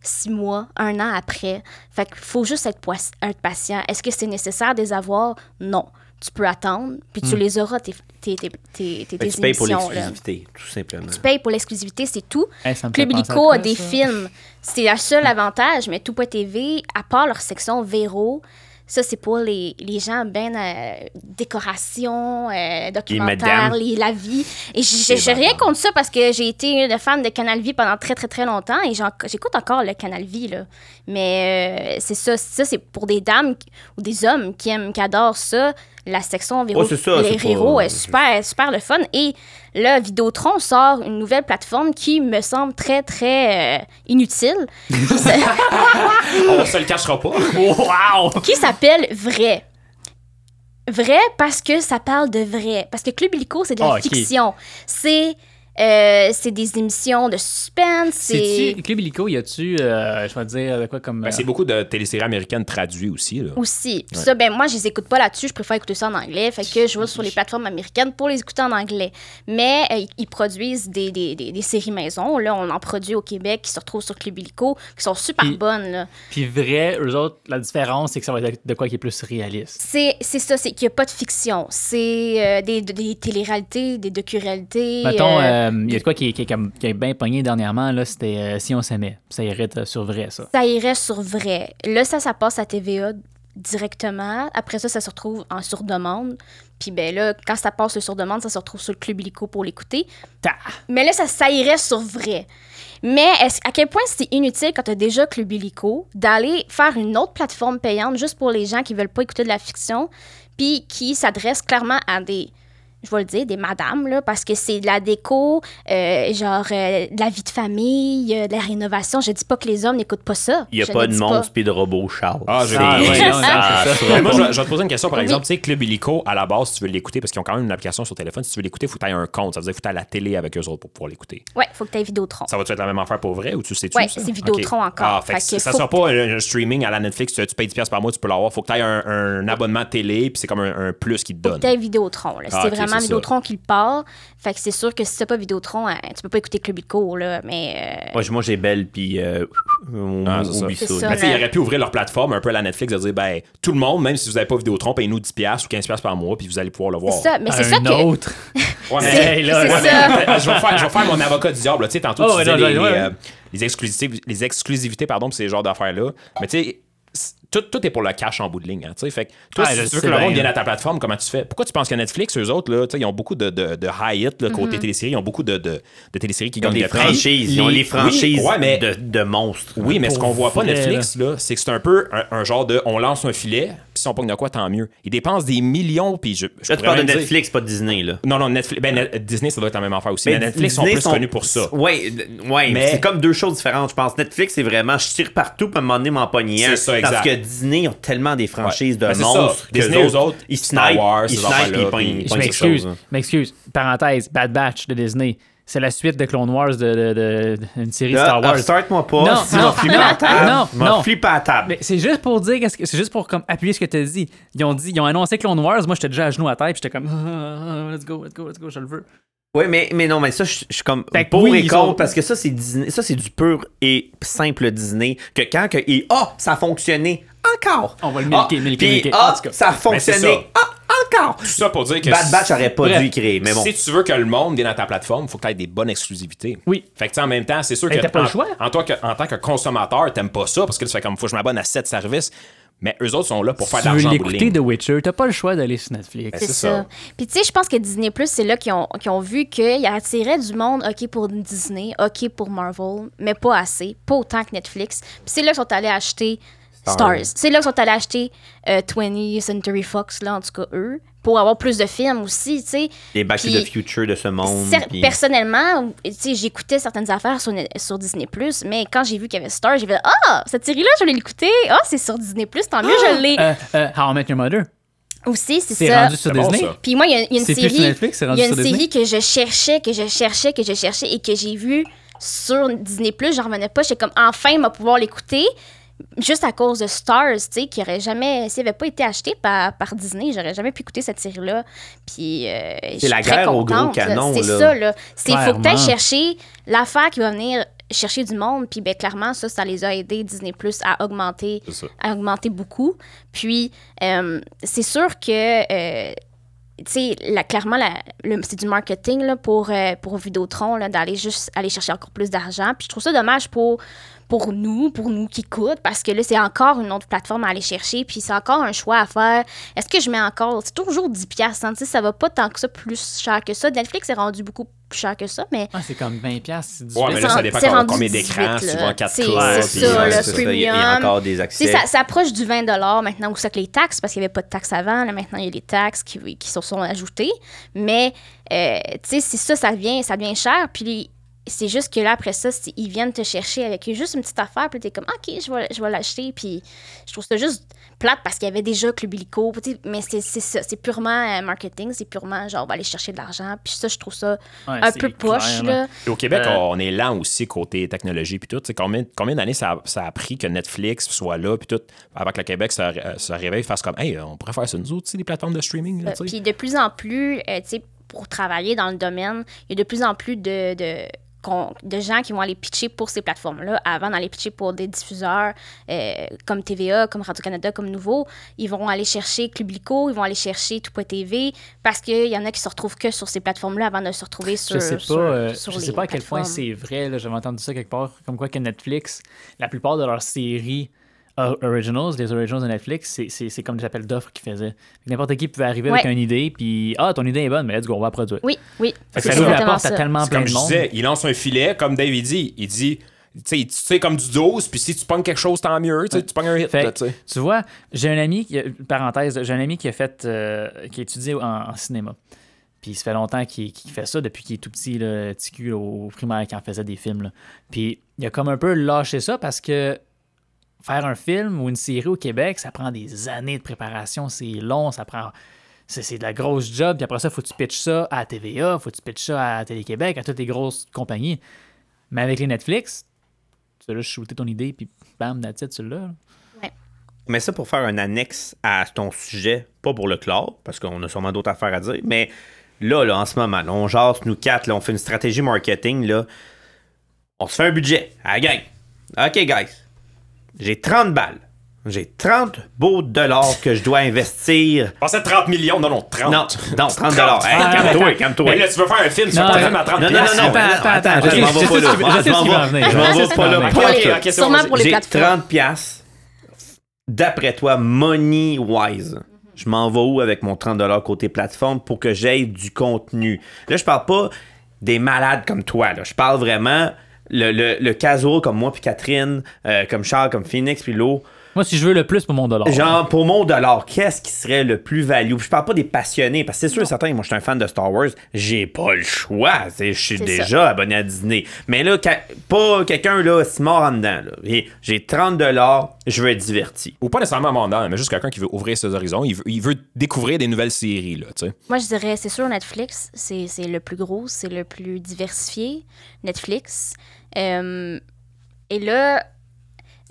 [SPEAKER 4] six mois, un an après. Fait qu'il faut juste être, pois- être patient. Est-ce que c'est nécessaire de les avoir? Non. Tu peux attendre, puis tu les auras, tes, tes, tes, tes, tes,
[SPEAKER 1] Hmm. Fait que
[SPEAKER 4] tes
[SPEAKER 1] tu payes pour
[SPEAKER 4] émissions. là.
[SPEAKER 1] l'exclusivité, tout simplement.
[SPEAKER 4] Tu payes pour l'exclusivité, c'est tout.
[SPEAKER 2] Hey, ça me fait
[SPEAKER 4] Club
[SPEAKER 2] penser à
[SPEAKER 4] Illico
[SPEAKER 2] quoi,
[SPEAKER 4] a des
[SPEAKER 2] ça?
[SPEAKER 4] films. C'est le seul avantage, mais Tout Pas TV, à part leur section Véro, ça, c'est pour les, les gens ben euh, décoration, euh, documentaire,
[SPEAKER 1] madames.
[SPEAKER 4] les- la vie. Et j'ai-
[SPEAKER 3] Les
[SPEAKER 4] j'ai rien
[SPEAKER 3] madames.
[SPEAKER 4] contre ça parce que j'ai été une fan de Canal Vie pendant très, très, très longtemps et j'en- j'écoute encore le Canal Vie. Là. Mais euh, c'est ça, ça c'est pour des dames qui- ou des hommes qui aiment, qui adorent ça. La section Véro,
[SPEAKER 1] Oh, c'est ça,
[SPEAKER 4] les
[SPEAKER 1] c'est
[SPEAKER 4] Véro
[SPEAKER 1] pas-
[SPEAKER 4] est super, super le fun. Et là, Vidéotron sort une nouvelle plateforme qui me semble très, très euh, inutile,
[SPEAKER 3] On se le cachera pas.
[SPEAKER 2] Wow!
[SPEAKER 4] qui s'appelle Vrai. Vrai parce que ça parle de vrai. Parce que Club Illico, c'est de la
[SPEAKER 2] Ah, ok.
[SPEAKER 4] fiction. C'est euh, c'est des émissions de suspense. C'est
[SPEAKER 2] C'est-tu, Club Illico, y a-tu, euh, je vais dire, de quoi comme.
[SPEAKER 3] Ben, c'est
[SPEAKER 2] euh,
[SPEAKER 3] beaucoup de téléséries américaines traduites aussi, là.
[SPEAKER 4] aussi. Puis Ça, ben moi, je les écoute pas là-dessus. Je préfère écouter ça en anglais. Fait que je vais sur les plateformes américaines pour les écouter en anglais. Mais euh, ils- ils produisent des, des, des, des séries maison. Là, on en produit au Québec qui se retrouvent sur Club Illico, qui sont super
[SPEAKER 2] Puis-
[SPEAKER 4] bonnes. Là.
[SPEAKER 2] Puis vrai, eux autres, la différence, c'est que ça va être de quoi qui est plus réaliste.
[SPEAKER 4] C'est c'est ça, c'est qu'il n'y a pas de fiction. C'est euh, des, des téléréalités, des docu-réalités.
[SPEAKER 2] Mettons, euh,
[SPEAKER 4] euh,
[SPEAKER 2] il y a de quoi qui, est- qui est comme- qui est bien pogné dernièrement, là, c'était euh, Si on s'aimait. Ça irrite euh, sur vrai, ça.
[SPEAKER 4] Ça irait sur vrai. Là, ça, ça passe à TVA directement. Après ça, ça se retrouve en sur-demande. Puis ben là, quand ça passe le sur-demande, ça se retrouve sur le Club Illico pour l'écouter.
[SPEAKER 2] Ta-
[SPEAKER 4] Mais là, ça, ça irait sur vrai. Mais est-ce- à quel point c'est inutile quand tu as déjà Club Illico d'aller faire une autre plateforme payante juste pour les gens qui veulent pas écouter de la fiction puis qui s'adresse clairement à des je vais le dire, des madames, là, parce que c'est de la déco, euh, genre euh, de la vie de famille, euh, de la rénovation. Je dis pas que les hommes n'écoutent pas ça.
[SPEAKER 1] Il n'y a
[SPEAKER 4] Je
[SPEAKER 1] pas
[SPEAKER 4] le
[SPEAKER 1] de
[SPEAKER 4] dis
[SPEAKER 1] monstre puis de robot, Charles.
[SPEAKER 3] Ah, j'ai
[SPEAKER 2] Ah,
[SPEAKER 3] compris.
[SPEAKER 2] ouais, non,
[SPEAKER 3] Ah,
[SPEAKER 2] c'est ça.
[SPEAKER 3] mais Moi, je vais- je vais te poser une question, par
[SPEAKER 4] Oui.
[SPEAKER 3] exemple. Tu sais, Club Illico, à la base, si tu veux l'écouter, parce qu'ils ont quand même une application sur téléphone, si tu veux l'écouter, il faut que tu un compte. Ça veut dire qu'il faut que tu à la télé avec eux autres pour pouvoir l'écouter.
[SPEAKER 4] Ouais, faut que tu aies Vidéotron.
[SPEAKER 3] Ça va-tu être la même affaire pour vrai ou tu sais-tu?
[SPEAKER 4] Ouais,
[SPEAKER 3] ça?
[SPEAKER 4] c'est Vidéotron
[SPEAKER 3] Ok.
[SPEAKER 4] encore.
[SPEAKER 3] Ah, fait que
[SPEAKER 4] Fait que
[SPEAKER 3] ça
[SPEAKER 4] faut-
[SPEAKER 3] sera pas un, un streaming à la Netflix, tu, tu payes 10$ par mois, tu peux l'avoir. Faut que tu aies un, un abonnement télé, puis c'est comme un, un plus qui te donne.
[SPEAKER 4] Faut que t'aies Vidéotron. là.
[SPEAKER 3] Ah,
[SPEAKER 4] c'est
[SPEAKER 3] ok,
[SPEAKER 4] vraiment
[SPEAKER 3] c'est
[SPEAKER 4] Vidéotron qui le part. Fait que c'est sûr que si t'as pas Vidéotron, hein, tu peux pas écouter Club Illico, là. Mais euh,
[SPEAKER 1] Moi, je- moi, j'ai Belle, puis euh, on
[SPEAKER 3] Ah, c'est ça.
[SPEAKER 1] oublie
[SPEAKER 4] C'est
[SPEAKER 1] ça.
[SPEAKER 4] ça.
[SPEAKER 3] Mais
[SPEAKER 1] là.
[SPEAKER 3] tu sais, ils auraient pu ouvrir leur plateforme un peu à la Netflix de dire ben tout le monde, même si vous n'avez pas Vidéotron, payez-nous 10$ ou 15$ par mois, puis vous allez pouvoir le voir.
[SPEAKER 4] c'est ça. Mais c'est
[SPEAKER 2] un
[SPEAKER 4] ça que.
[SPEAKER 2] autre.
[SPEAKER 3] Ouais, mais-
[SPEAKER 2] C'est- Hey, là,
[SPEAKER 4] c'est
[SPEAKER 2] ouais,
[SPEAKER 4] ça.
[SPEAKER 3] Attends, je, vais faire, je vais faire mon avocat du diable. là. Tu sais, tantôt,
[SPEAKER 2] Oh,
[SPEAKER 3] tu
[SPEAKER 2] ouais,
[SPEAKER 3] disais
[SPEAKER 2] non,
[SPEAKER 3] les,
[SPEAKER 2] non, ouais.
[SPEAKER 3] les, euh, les exclusivi- les exclusivités pardon, pour ces genres d'affaires-là. Mais tu sais, c'est- tout, tout est pour le cash en bout de ligne. hein, tu sais. fait que toi,
[SPEAKER 2] Ah,
[SPEAKER 3] si
[SPEAKER 2] je
[SPEAKER 3] tu veux
[SPEAKER 2] sais
[SPEAKER 3] que le
[SPEAKER 2] bien,
[SPEAKER 3] monde vienne
[SPEAKER 2] là.
[SPEAKER 3] à ta plateforme, comment tu fais? Pourquoi tu penses que Netflix, eux autres, là, tu sais, ils ont beaucoup de, de, de high hit là, côté téléséries. Ils ont beaucoup de, de, de téléséries qui
[SPEAKER 1] Ils ont
[SPEAKER 3] gagnent
[SPEAKER 1] des
[SPEAKER 3] des prix.
[SPEAKER 1] franchises. Ils ont
[SPEAKER 2] Mhm. les-
[SPEAKER 1] les franchises
[SPEAKER 3] Oui, ouais, mais-
[SPEAKER 1] de, de monstres.
[SPEAKER 3] Oui, mais ce
[SPEAKER 2] Pour
[SPEAKER 3] qu'on voit pas
[SPEAKER 2] vrai,
[SPEAKER 3] Netflix, là, c'est que c'est un peu un, un genre de on lance un filet, puis si on pogne de quoi, tant mieux. Ils dépensent des millions, puis je. je
[SPEAKER 1] Là, tu
[SPEAKER 3] pourrais
[SPEAKER 1] parles de
[SPEAKER 3] même dire-
[SPEAKER 1] Netflix, pas de Disney, là.
[SPEAKER 3] Non, non, Netflix. Ben, Net- Disney, ça doit être la même affaire aussi.
[SPEAKER 2] Ben,
[SPEAKER 3] Mais, Netflix
[SPEAKER 1] Disney
[SPEAKER 3] sont plus connus pour ça.
[SPEAKER 1] Oui, ouais,
[SPEAKER 3] Mais-
[SPEAKER 1] mais c'est comme deux choses différentes, je pense. Netflix, c'est vraiment je tire partout pour m'emmener m'en pogner un.
[SPEAKER 3] C'est ça, exact.
[SPEAKER 1] Parce que Disney ils ont tellement des franchises
[SPEAKER 3] Ouais. Ben,
[SPEAKER 1] de
[SPEAKER 3] c'est ça.
[SPEAKER 1] monstres. que
[SPEAKER 3] Disney,
[SPEAKER 1] eux
[SPEAKER 3] eux autres,
[SPEAKER 1] ils
[SPEAKER 3] Star
[SPEAKER 1] snipent,
[SPEAKER 3] Wars, ces
[SPEAKER 1] ils snipent,
[SPEAKER 3] affaires-là,
[SPEAKER 1] ils pognent-
[SPEAKER 3] puis-
[SPEAKER 1] ils
[SPEAKER 2] Je
[SPEAKER 1] pognent quelque
[SPEAKER 2] m'excuse,
[SPEAKER 1] chose. hein.
[SPEAKER 2] je m'excuse. Parenthèse, Bad Batch de Disney. C'est la suite de Clone Wars, de, de- de- une série
[SPEAKER 1] Là,
[SPEAKER 2] Star Wars.
[SPEAKER 1] Start-moi pas.
[SPEAKER 2] Non,
[SPEAKER 1] sinon
[SPEAKER 2] non,
[SPEAKER 1] tu m'as
[SPEAKER 2] non,
[SPEAKER 1] à table.
[SPEAKER 2] non,
[SPEAKER 1] Tu m'as
[SPEAKER 2] non.
[SPEAKER 1] flippé à table.
[SPEAKER 2] Mais c'est juste pour dire, qu'est-ce que- c'est juste pour comme appuyer ce que tu as dit. Ils ont dit, ils ont annoncé Clone Wars. Moi, j'étais déjà à genoux à terre, puis j'étais comme, Ah, let's go, let's go, let's go, je le veux.
[SPEAKER 1] Oui, mais, mais non, mais ça, je je suis comme
[SPEAKER 2] Fait que
[SPEAKER 1] pour
[SPEAKER 2] oui,
[SPEAKER 1] et
[SPEAKER 2] ils
[SPEAKER 1] contre,
[SPEAKER 2] ont-
[SPEAKER 1] parce que ça, c'est Disney- ça, c'est du pur et simple Disney. Que quand que, et ah, ça a fonctionné encore.
[SPEAKER 2] On va le milquer,
[SPEAKER 1] Ah,
[SPEAKER 2] milquer,
[SPEAKER 1] puis,
[SPEAKER 2] milquer.
[SPEAKER 1] Ah,
[SPEAKER 2] En tout cas.
[SPEAKER 1] ça a
[SPEAKER 3] Mais c'est ça.
[SPEAKER 1] fonctionné ah, encore.
[SPEAKER 3] Tout ça pour dire que.
[SPEAKER 1] Bad Batch aurait pas
[SPEAKER 2] Bref,
[SPEAKER 1] dû y créer, mais bon.
[SPEAKER 3] Si tu veux que le monde vienne à ta plateforme, il faut que tu aies des bonnes exclusivités.
[SPEAKER 2] Oui.
[SPEAKER 3] Fait que, tu sais, en même temps, c'est sûr
[SPEAKER 2] Mais
[SPEAKER 3] que.
[SPEAKER 2] t'as pas le
[SPEAKER 3] en-
[SPEAKER 2] choix.
[SPEAKER 3] En, toi que- en tant que consommateur, t'aimes pas ça parce que tu fais comme, faut que je m'abonne à 7 services. Mais eux autres sont là pour faire de
[SPEAKER 2] tu veux
[SPEAKER 3] l'argent en bout de
[SPEAKER 2] l'écouter
[SPEAKER 3] ligne.
[SPEAKER 2] The Witcher, t'as pas le choix d'aller sur Netflix.
[SPEAKER 3] Ben,
[SPEAKER 4] C'est
[SPEAKER 3] c'est ça.
[SPEAKER 4] ça. Puis tu sais, je pense que Disney Plus, c'est là qu'ils ont, qu'ils ont vu qu'ils attiraient du monde, OK pour Disney, OK pour Marvel, mais pas assez, pas autant que Netflix. Puis c'est là qu'ils sont allés acheter Stars. C'est là qu'ils sont allés acheter euh, 20th Century Fox, là, en tout cas, eux, pour avoir plus de films aussi, tu sais.
[SPEAKER 1] Les Back to
[SPEAKER 4] Puis-
[SPEAKER 1] the Future de ce monde.
[SPEAKER 4] Cer-
[SPEAKER 1] puis-
[SPEAKER 4] Personnellement, tu sais, j'écoutais certaines affaires sur, Net- sur Disney+, mais quand j'ai vu qu'il y avait Star, j'ai fait « Ah, cette série-là, je vais l'écouter. Ah, c'est sur Disney+, tant mieux, je l'ai.
[SPEAKER 2] Euh, euh, How I Met Your Mother,
[SPEAKER 4] Aussi, c'est
[SPEAKER 2] c'est
[SPEAKER 4] ça.
[SPEAKER 2] rendu sur
[SPEAKER 3] C'est bon,
[SPEAKER 2] Disney.
[SPEAKER 3] ça.
[SPEAKER 4] Puis moi, il y a, il y a une
[SPEAKER 2] C'est plus
[SPEAKER 4] série,
[SPEAKER 2] sur Netflix, c'est rendu
[SPEAKER 4] il y a une
[SPEAKER 2] sur Disney.
[SPEAKER 4] série que je cherchais, que je cherchais, que je cherchais et que j'ai vue sur Disney+, j'en revenais pas. J'étais comme « Enfin, il va pouvoir l'écouter. » Juste à cause de Stars, tu sais, qui aurait jamais, s'il avait pas été acheté par, par Disney, j'aurais jamais pu écouter cette série-là. Puis, euh, je suis
[SPEAKER 1] la
[SPEAKER 4] très
[SPEAKER 1] guerre au gros
[SPEAKER 4] contente, là.
[SPEAKER 1] canon,
[SPEAKER 4] C'est
[SPEAKER 1] là.
[SPEAKER 4] ça, là. C'est faut que tu
[SPEAKER 2] Clairement.
[SPEAKER 4] chercher l'affaire qui va venir chercher du monde. Puis ben, clairement, ça, ça les a aidés, Disney Plus, à augmenter,
[SPEAKER 3] C'est ça.
[SPEAKER 4] à augmenter beaucoup. Puis euh, c'est sûr que. euh, tu sais, la- clairement, la- le- c'est du marketing là, pour, euh, pour Vidéotron, là, d'aller juste aller chercher encore plus d'argent. Puis je trouve ça dommage pour, pour nous, pour nous qui coûtent, parce que là, c'est encore une autre plateforme à aller chercher, puis c'est encore un choix à faire. Est-ce que je mets encore... C'est toujours 10 piastres, hein, tu sais, ça va pas tant que ça plus cher que ça. Netflix est rendu beaucoup plus cher que ça, mais...
[SPEAKER 2] Ah, c'est comme 20$, piastres, c'est 18.
[SPEAKER 3] Ouais, mais là, ça
[SPEAKER 4] C'est
[SPEAKER 3] dépend
[SPEAKER 4] rendu
[SPEAKER 3] combien- combien
[SPEAKER 4] 18,
[SPEAKER 3] d'écrans,
[SPEAKER 4] là.
[SPEAKER 3] souvent 4K.
[SPEAKER 4] C'est-
[SPEAKER 3] puis-
[SPEAKER 4] c'est ça,
[SPEAKER 3] Ouais,
[SPEAKER 4] là,
[SPEAKER 3] c'est
[SPEAKER 1] Il y a- il y a
[SPEAKER 4] premium.
[SPEAKER 1] encore des
[SPEAKER 4] Tu sais,
[SPEAKER 1] accès.
[SPEAKER 4] ça, ça approche du 20 maintenant, où ça que les taxes, parce qu'il n'y avait pas de taxes avant. Là, maintenant, il y a les taxes qui, qui se sont ajoutées. Mais, euh, tu sais, c'est ça, ça devient, ça devient cher. Puis, c'est juste que là, après ça, c'est- ils viennent te chercher avec juste une petite affaire. Puis, t'es comme, OK, je vais, je vais l'acheter. Puis, je trouve ça juste plate parce qu'il y avait déjà Club Illico. tu sais, Mais c'est c'est ça, c'est purement euh, marketing. C'est purement, genre, on va aller chercher de l'argent. Puis, ça, je trouve ça
[SPEAKER 2] Ouais,
[SPEAKER 4] un
[SPEAKER 2] c'est
[SPEAKER 4] peu poche,
[SPEAKER 2] clair,
[SPEAKER 4] là.
[SPEAKER 3] Puis Au Québec,
[SPEAKER 2] Euh,
[SPEAKER 3] on est lent aussi côté technologie puis tout. Tu sais, combien combien d'années ça, a- ça a pris que Netflix soit là puis tout avant que le Québec se, euh, se réveille fasse comme hey on pourrait faire ça nous autres tu sais, les plateformes de streaming là, tu sais.
[SPEAKER 4] Euh, Puis de plus en plus, euh, tu sais, pour travailler dans le domaine, il y a de plus en plus de, de, qu'on- de gens qui vont aller pitcher pour ces plateformes-là. Avant d'aller pitcher pour des diffuseurs euh, comme TVA, comme Radio-Canada, comme Nouveau, ils vont aller chercher Clublico, ils vont aller chercher Tout.tv, parce qu'il y en a qui se retrouvent que sur ces plateformes-là avant de se retrouver sur
[SPEAKER 2] Je sais pas,
[SPEAKER 4] sur-
[SPEAKER 2] euh,
[SPEAKER 4] sur
[SPEAKER 2] je
[SPEAKER 4] les
[SPEAKER 2] sais pas à quel point
[SPEAKER 4] plateformes.
[SPEAKER 2] c'est vrai. là, J'avais entendu ça quelque part, comme quoi que Netflix, la plupart de leurs séries o- originals, les originals de Netflix, c'est- c'est c'est comme des appels d'offres qu'ils faisaient. N'importe qui pouvait arriver avec
[SPEAKER 4] Ouais.
[SPEAKER 2] une idée, puis ah, ton idée est bonne, mais let's go, on va la produire.
[SPEAKER 4] Oui, oui.
[SPEAKER 2] Fait que
[SPEAKER 4] c'est
[SPEAKER 2] ça ouvre la
[SPEAKER 4] exactement
[SPEAKER 2] porte à
[SPEAKER 4] ça.
[SPEAKER 2] tellement
[SPEAKER 3] C'est comme
[SPEAKER 2] plein de
[SPEAKER 3] je
[SPEAKER 2] monde.
[SPEAKER 3] disais, il lance un filet, comme David dit. Il dit, tu sais, tu sais, comme du 12, puis si tu pognes quelque chose, tant mieux. Tu sais, tu pognes un hit.
[SPEAKER 2] Fait
[SPEAKER 3] là,
[SPEAKER 2] que,
[SPEAKER 3] tu sais.
[SPEAKER 2] tu vois, j'ai un ami, qui, parenthése, j'ai un ami qui a fait, euh, qui a étudié en, en cinéma. Puis ça fait longtemps qu'il qu'il fait ça, depuis qu'il est tout petit, le TQ, là, au primaire, quand faisait des films. là. Puis il a comme un peu lâché ça parce que faire un film ou une série au Québec, ça prend des années de préparation, c'est long, ça prend. C'est c'est de la grosse job, puis après ça, faut que tu pitches ça à TVA, faut que tu pitches ça à Télé-Québec, à toutes les grosses compagnies. Mais avec les Netflix, tu as juste shooter ton idée, puis bam, that's it, tu l'as. là.
[SPEAKER 1] Mais ça pour faire un annexe à ton sujet, pas pour le clore, parce qu'on a sûrement d'autres affaires à dire, mais là, là, en ce moment, là, on jase, nous quatre, là, on fait une stratégie marketing, là. On se fait un budget à la gang. OK, guys. J'ai 30 balles. J'ai 30 beaux dollars que je dois investir.
[SPEAKER 3] Pensez à 30 millions. Non, non, 30.
[SPEAKER 1] Non, non, 30 dollars. Hey, calme-toi, calme-toi.
[SPEAKER 3] Ah, Mais là, tu veux faire un film, tu
[SPEAKER 2] Non,
[SPEAKER 3] vas pas
[SPEAKER 2] mais-
[SPEAKER 3] film à 30
[SPEAKER 1] Non, non, non,
[SPEAKER 3] piastres.
[SPEAKER 1] non, attends,
[SPEAKER 2] Attends, attends,
[SPEAKER 1] attends,
[SPEAKER 2] je
[SPEAKER 1] je m'en vais
[SPEAKER 2] sais
[SPEAKER 1] pas
[SPEAKER 2] ce
[SPEAKER 1] là.
[SPEAKER 2] qui- je sais
[SPEAKER 1] Je m'en
[SPEAKER 2] ce qui
[SPEAKER 1] vais-
[SPEAKER 2] va venir.
[SPEAKER 1] Je m'en
[SPEAKER 2] Je sais
[SPEAKER 1] vais
[SPEAKER 2] ce qui
[SPEAKER 1] pas
[SPEAKER 2] va
[SPEAKER 1] là.
[SPEAKER 2] venir.
[SPEAKER 1] pas
[SPEAKER 4] Pour les-
[SPEAKER 1] là.
[SPEAKER 3] ok, c'est
[SPEAKER 4] sûrement
[SPEAKER 3] bon,
[SPEAKER 4] pour les
[SPEAKER 1] J'ai
[SPEAKER 4] plateformes.
[SPEAKER 1] 30 pièces d'après toi money wise. Je m'en vais où avec mon 30 côté plateforme pour que j'aie du contenu. Là, je parle pas des malades comme toi. Là. Je parle vraiment le, le, le casual comme moi puis Catherine, euh, comme Charles, comme Phoenix puis Lo.
[SPEAKER 2] Moi, si je veux le plus pour mon dollar.
[SPEAKER 1] Genre, pour mon dollar, qu'est-ce qui serait le plus value? Puis je parle pas des passionnés, parce que c'est sûr et certain, moi, je suis un fan de Star Wars, j'ai pas le choix. C'est- Je suis
[SPEAKER 4] C'est
[SPEAKER 1] déjà abonné à Disney. Mais là, ca- pas quelqu'un, là, se mord en dedans. là. Et J'ai 30 dollars, je veux être diverti.
[SPEAKER 3] Ou pas nécessairement mandat, mais juste quelqu'un qui veut ouvrir ses horizons. Il veut, il veut découvrir des nouvelles séries, là, tu sais.
[SPEAKER 4] Moi, je dirais, c'est sûr, Netflix, c'est c'est le plus gros, c'est le plus diversifié, Netflix. Euh, et là,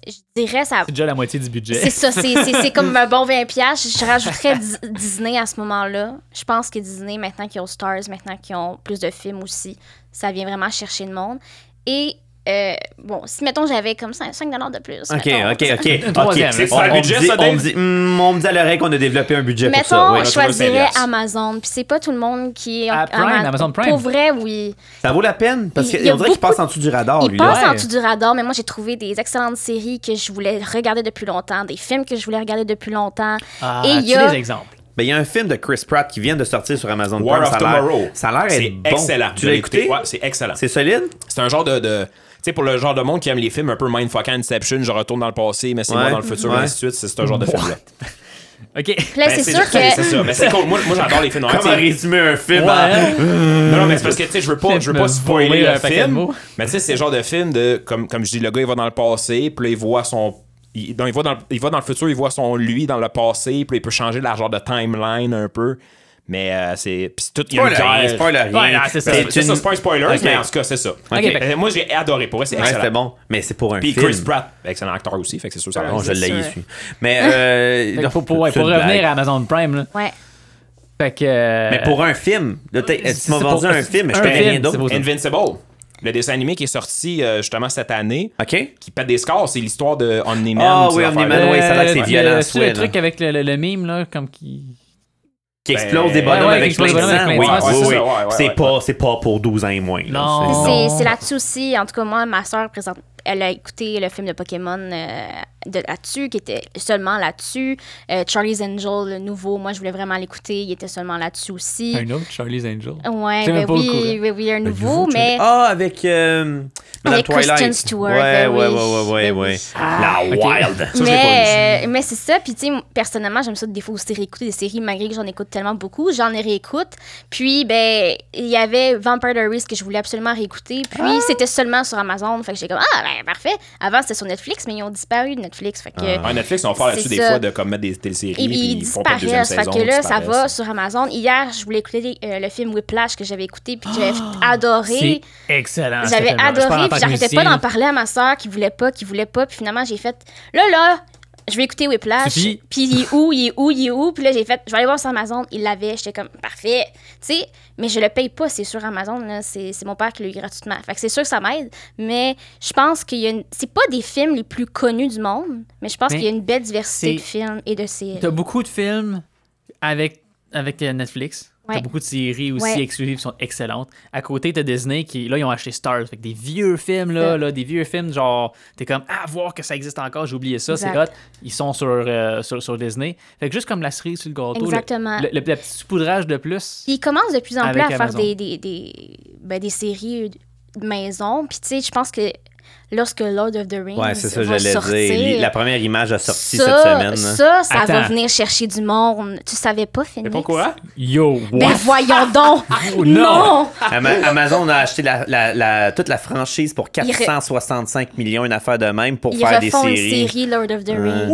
[SPEAKER 4] je dirais, ça,
[SPEAKER 2] C'est déjà la moitié du budget.
[SPEAKER 4] c'est ça, c'est c'est- c'est comme un bon 20 piastres. Je rajouterais Di- Disney à ce moment-là. Je pense que Disney, maintenant qu'ils ont Stars, maintenant qu'ils ont plus de films aussi, ça vient vraiment chercher le monde. Et, euh, bon, si, mettons, j'avais comme 5, de plus.
[SPEAKER 1] OK,
[SPEAKER 4] mettons,
[SPEAKER 1] OK, OK. OK.
[SPEAKER 2] troisième.
[SPEAKER 1] C'est
[SPEAKER 3] pas un
[SPEAKER 1] on
[SPEAKER 3] budget,
[SPEAKER 1] me dit-
[SPEAKER 3] ça,
[SPEAKER 1] on
[SPEAKER 3] Dave?
[SPEAKER 1] me dit, Hmm, on me dit à l'oreille qu'on a développé un budget pour ça.
[SPEAKER 4] Mettons,
[SPEAKER 1] Ouais.
[SPEAKER 3] on
[SPEAKER 4] je
[SPEAKER 3] a trouvé
[SPEAKER 4] choisirais
[SPEAKER 3] Saint-Pierre.
[SPEAKER 4] Amazon. Puis c'est pas tout le monde qui est
[SPEAKER 2] Ah, Prime, Amazon Prime.
[SPEAKER 4] Pour vrai, oui.
[SPEAKER 1] Ça vaut la peine? Parce
[SPEAKER 4] Il y a
[SPEAKER 1] qu'on dirait qu'il
[SPEAKER 4] beaucoup
[SPEAKER 1] passe en dessous du radar,
[SPEAKER 4] Il
[SPEAKER 1] lui. là.
[SPEAKER 4] passe
[SPEAKER 2] Ouais.
[SPEAKER 4] en dessous du radar, mais moi, j'ai trouvé des excellentes séries que je voulais regarder depuis longtemps, des films que je voulais regarder depuis longtemps.
[SPEAKER 2] Ah,
[SPEAKER 4] Et il y
[SPEAKER 2] as-tu
[SPEAKER 4] a-
[SPEAKER 2] des exemples.
[SPEAKER 1] Ben, il y a un film de Chris Pratt qui vient de sortir sur Amazon
[SPEAKER 3] War
[SPEAKER 1] Prime.
[SPEAKER 3] of
[SPEAKER 1] ça a l'air-
[SPEAKER 3] Tomorrow.
[SPEAKER 1] Ça a l'air
[SPEAKER 3] C'est
[SPEAKER 1] être bon.
[SPEAKER 3] excellent.
[SPEAKER 1] Tu l'as écouté?
[SPEAKER 3] Ouais, c'est excellent.
[SPEAKER 1] C'est solide?
[SPEAKER 3] C'est un genre de. de- tu sais, pour le genre de monde qui aime les films un peu mindfuck Inception, je retourne dans le passé, mais c'est moi
[SPEAKER 1] Ouais.
[SPEAKER 3] dans le futur,
[SPEAKER 1] Ouais.
[SPEAKER 3] et ainsi de suite. C'est c'est un genre de film-là.
[SPEAKER 2] OK.
[SPEAKER 4] Puis Là,
[SPEAKER 3] Ben,
[SPEAKER 4] c'est sûr
[SPEAKER 3] C'est
[SPEAKER 4] que.
[SPEAKER 3] ça. Mais c'est cool. Moi, moi, j'adore les films. de
[SPEAKER 1] Comment
[SPEAKER 3] même.
[SPEAKER 1] résumer un film en-
[SPEAKER 2] Ouais.
[SPEAKER 3] Non, non, mais c'est parce que, tu sais, je veux pas, je veux
[SPEAKER 2] Euh,
[SPEAKER 3] pas
[SPEAKER 2] Me voler
[SPEAKER 3] spoiler
[SPEAKER 2] un
[SPEAKER 3] le
[SPEAKER 2] paquet de
[SPEAKER 3] film.
[SPEAKER 2] mots.
[SPEAKER 3] Mais tu sais, c'est le genre de film de, comme, comme je dis, le gars, il va dans le passé, puis là, il voit son. Il, non, il, va dans, le- il va dans le futur, il voit son lui dans le passé, puis là, il peut changer la genre de timeline un peu. Mais euh, c'est. Puis c'est tout. il y a une
[SPEAKER 1] Spoiler,
[SPEAKER 3] guerre.
[SPEAKER 1] spoiler rien.
[SPEAKER 2] Ouais, non, c'est ça.
[SPEAKER 3] C'est ça, c'est pas un spoiler,
[SPEAKER 1] Ok.
[SPEAKER 3] mais en tout cas, c'est ça.
[SPEAKER 2] fait que-
[SPEAKER 3] Euh, Moi, j'ai adoré. Pour vrai, c'est
[SPEAKER 1] Ouais,
[SPEAKER 3] excellent.
[SPEAKER 1] c'était bon, mais c'est pour un
[SPEAKER 3] Puis
[SPEAKER 1] film.
[SPEAKER 3] Chris Pratt, excellent acteur aussi, fait que c'est sûr que ça va.
[SPEAKER 1] Bon, je l'ai
[SPEAKER 4] C'est
[SPEAKER 1] issu. Mais euh,
[SPEAKER 2] Fait que
[SPEAKER 1] non,
[SPEAKER 2] Pour, pour- ouais,
[SPEAKER 1] c'est
[SPEAKER 2] pour
[SPEAKER 1] une blague.
[SPEAKER 2] revenir à Amazon Prime, là.
[SPEAKER 4] Ouais.
[SPEAKER 2] Fait que. euh,
[SPEAKER 1] Mais pour un film, là, t'es- tu
[SPEAKER 2] c'est
[SPEAKER 1] m'as vendu
[SPEAKER 2] pour-
[SPEAKER 1] un film, mais je
[SPEAKER 2] un
[SPEAKER 1] connais
[SPEAKER 2] film,
[SPEAKER 1] rien d'autre.
[SPEAKER 2] c'est pour ça.
[SPEAKER 3] Invincible, le dessin animé qui est sorti euh, justement cette année,
[SPEAKER 1] OK?
[SPEAKER 3] qui pète des scores, c'est l'histoire de Omni-Man.
[SPEAKER 1] Ah
[SPEAKER 3] ces
[SPEAKER 1] oui,
[SPEAKER 3] affaires-là.
[SPEAKER 1] Omni-Man, ouais, ça a l'air que c'est
[SPEAKER 2] euh, le-
[SPEAKER 1] violent,
[SPEAKER 2] C'est
[SPEAKER 1] ouais,
[SPEAKER 2] le
[SPEAKER 1] là.
[SPEAKER 2] truc avec le, le- le mime, là, comme qui.
[SPEAKER 1] Qui explose
[SPEAKER 3] Ben,
[SPEAKER 1] des bonhommes
[SPEAKER 2] ouais, ouais,
[SPEAKER 1] avec
[SPEAKER 2] qui explose
[SPEAKER 1] plein de
[SPEAKER 2] des
[SPEAKER 1] sang.
[SPEAKER 2] bonhommes avec
[SPEAKER 1] Oui,
[SPEAKER 2] plein de sang,
[SPEAKER 1] oui,
[SPEAKER 3] c'est
[SPEAKER 1] oui.
[SPEAKER 3] ça, ouais, ouais,
[SPEAKER 1] C'est
[SPEAKER 3] ouais.
[SPEAKER 1] pas- C'est pas pour 12 ans et moins. là.
[SPEAKER 2] Non.
[SPEAKER 1] C'est-
[SPEAKER 4] C'est
[SPEAKER 2] Oh.
[SPEAKER 4] c'est là-dessus aussi. En tout cas, moi, ma soeur présente. Elle a écouté le film de Pokémon euh, de là-dessus, qui était seulement là-dessus. Euh, Charlie's Angel, le nouveau, moi, je voulais vraiment l'écouter. Il était seulement là-dessus aussi.
[SPEAKER 2] Un autre, Charlie's Angel.
[SPEAKER 4] Ouais,
[SPEAKER 2] J'ai même
[SPEAKER 4] ben
[SPEAKER 2] pas au courant.
[SPEAKER 4] oui, oui, oui, un nouveau,
[SPEAKER 1] Nouveau, tu
[SPEAKER 4] mais.
[SPEAKER 1] veux- Ah, avec euh, Madame
[SPEAKER 4] Avec Kristen
[SPEAKER 1] Twilight.
[SPEAKER 4] Stewart,
[SPEAKER 1] Ouais,
[SPEAKER 4] ben
[SPEAKER 1] ouais, ouais, ouais,
[SPEAKER 4] oui.
[SPEAKER 1] ouais,
[SPEAKER 4] Ben
[SPEAKER 1] ouais.
[SPEAKER 4] oui.
[SPEAKER 1] La
[SPEAKER 3] Ah,
[SPEAKER 1] Wild. Ça, je l'ai pas vu.
[SPEAKER 4] mais euh, mais c'est ça. Puis, tu sais, personnellement, j'aime ça des fois aussi réécouter des séries, malgré que j'en écoute tellement beaucoup. J'en ai réécoute. Puis, ben, il y avait Vampire Diaries que je voulais absolument réécouter. Puis, c'était seulement sur Amazon. Fait que j'ai comme, ah, ben, parfait. Avant, c'était sur Netflix, mais ils ont disparu de Netflix. Fait que.
[SPEAKER 1] Ah.
[SPEAKER 3] Ouais, Netflix, on fait là-dessus
[SPEAKER 4] C'est
[SPEAKER 3] des
[SPEAKER 4] ça.
[SPEAKER 3] fois de comme mettre des téléséries
[SPEAKER 4] Et
[SPEAKER 3] Ah, puis
[SPEAKER 4] ils
[SPEAKER 3] ils font pas de deuxième
[SPEAKER 4] disparaissent.
[SPEAKER 3] saison.
[SPEAKER 4] Fait que là, ça
[SPEAKER 3] disparaissent.
[SPEAKER 4] va sur Amazon. Hier, je voulais écouter euh, le film Whiplash que j'avais écouté puis que j'avais adoré.
[SPEAKER 2] C'est excellent. ce
[SPEAKER 4] J'avais
[SPEAKER 2] film-là. Je parle en
[SPEAKER 4] adoré,
[SPEAKER 2] tant
[SPEAKER 4] puis
[SPEAKER 2] que
[SPEAKER 4] j'arrêtais
[SPEAKER 2] musicien,
[SPEAKER 4] pas d'en
[SPEAKER 2] là.
[SPEAKER 4] parler à ma soeur qui voulait pas, qui voulait pas, puis finalement j'ai fait là là, je vais écouter Whiplash,
[SPEAKER 2] Suffit.
[SPEAKER 4] puis il est où, il est où, il est où, puis là j'ai fait je vais aller voir sur Amazon, il l'avait, j'étais comme parfait, tu sais, mais je le paye pas, c'est sur Amazon là, c'est c'est mon père qui l'a eu gratuitement. Fait que c'est sûr que ça m'aide, mais je pense qu'il y a une... c'est pas des films les plus connus du monde, mais je pense
[SPEAKER 2] Mais
[SPEAKER 4] qu'il y a une belle diversité de
[SPEAKER 2] c'est-
[SPEAKER 4] films et de séries.
[SPEAKER 2] T'as beaucoup de films avec, avec euh, Netflix.
[SPEAKER 4] Ouais.
[SPEAKER 2] T'as beaucoup de séries aussi
[SPEAKER 4] Ouais.
[SPEAKER 2] exclusives qui sont excellentes. À côté, t'as Disney qui, là, ils ont acheté Stars. Fait que des vieux films, là,
[SPEAKER 4] Ça.
[SPEAKER 2] là, des vieux films, genre, t'es comme, ah, voir que ça existe encore, j'ai oublié ça, c'est hot.
[SPEAKER 4] Exact.
[SPEAKER 2] Ils sont sur, euh, sur, sur Disney. Fait que juste comme la cerise sur le gâteau, le-
[SPEAKER 4] Exactement.
[SPEAKER 2] Le, le- le petit saupoudrage de plus.
[SPEAKER 4] Ils commencent de plus en plus
[SPEAKER 2] Avec
[SPEAKER 4] à faire
[SPEAKER 2] Amazon.
[SPEAKER 4] des, des, des, ben, des séries de maison. Puis, tu sais, je pense que lorsque Lord of the Rings
[SPEAKER 1] Ouais, c'est ça,
[SPEAKER 4] va
[SPEAKER 1] j'allais
[SPEAKER 4] sortir.
[SPEAKER 1] dire. La première image a sorti
[SPEAKER 4] ça,
[SPEAKER 1] cette semaine. là.
[SPEAKER 4] Ça, ça va
[SPEAKER 2] Attends.
[SPEAKER 4] venir chercher du monde. Tu savais pas, Phoenix?
[SPEAKER 3] T'es pas au courant?
[SPEAKER 2] Yo, what?
[SPEAKER 4] Ben voyons donc!
[SPEAKER 2] Oh, non!
[SPEAKER 4] non!
[SPEAKER 1] Ama- Amazon a acheté la, la- la- toute la franchise pour
[SPEAKER 4] Ils re-
[SPEAKER 1] 465 millions, une affaire de même, pour
[SPEAKER 4] Ils
[SPEAKER 1] faire des
[SPEAKER 4] refont une
[SPEAKER 1] séries.
[SPEAKER 4] série Lord of the Rings.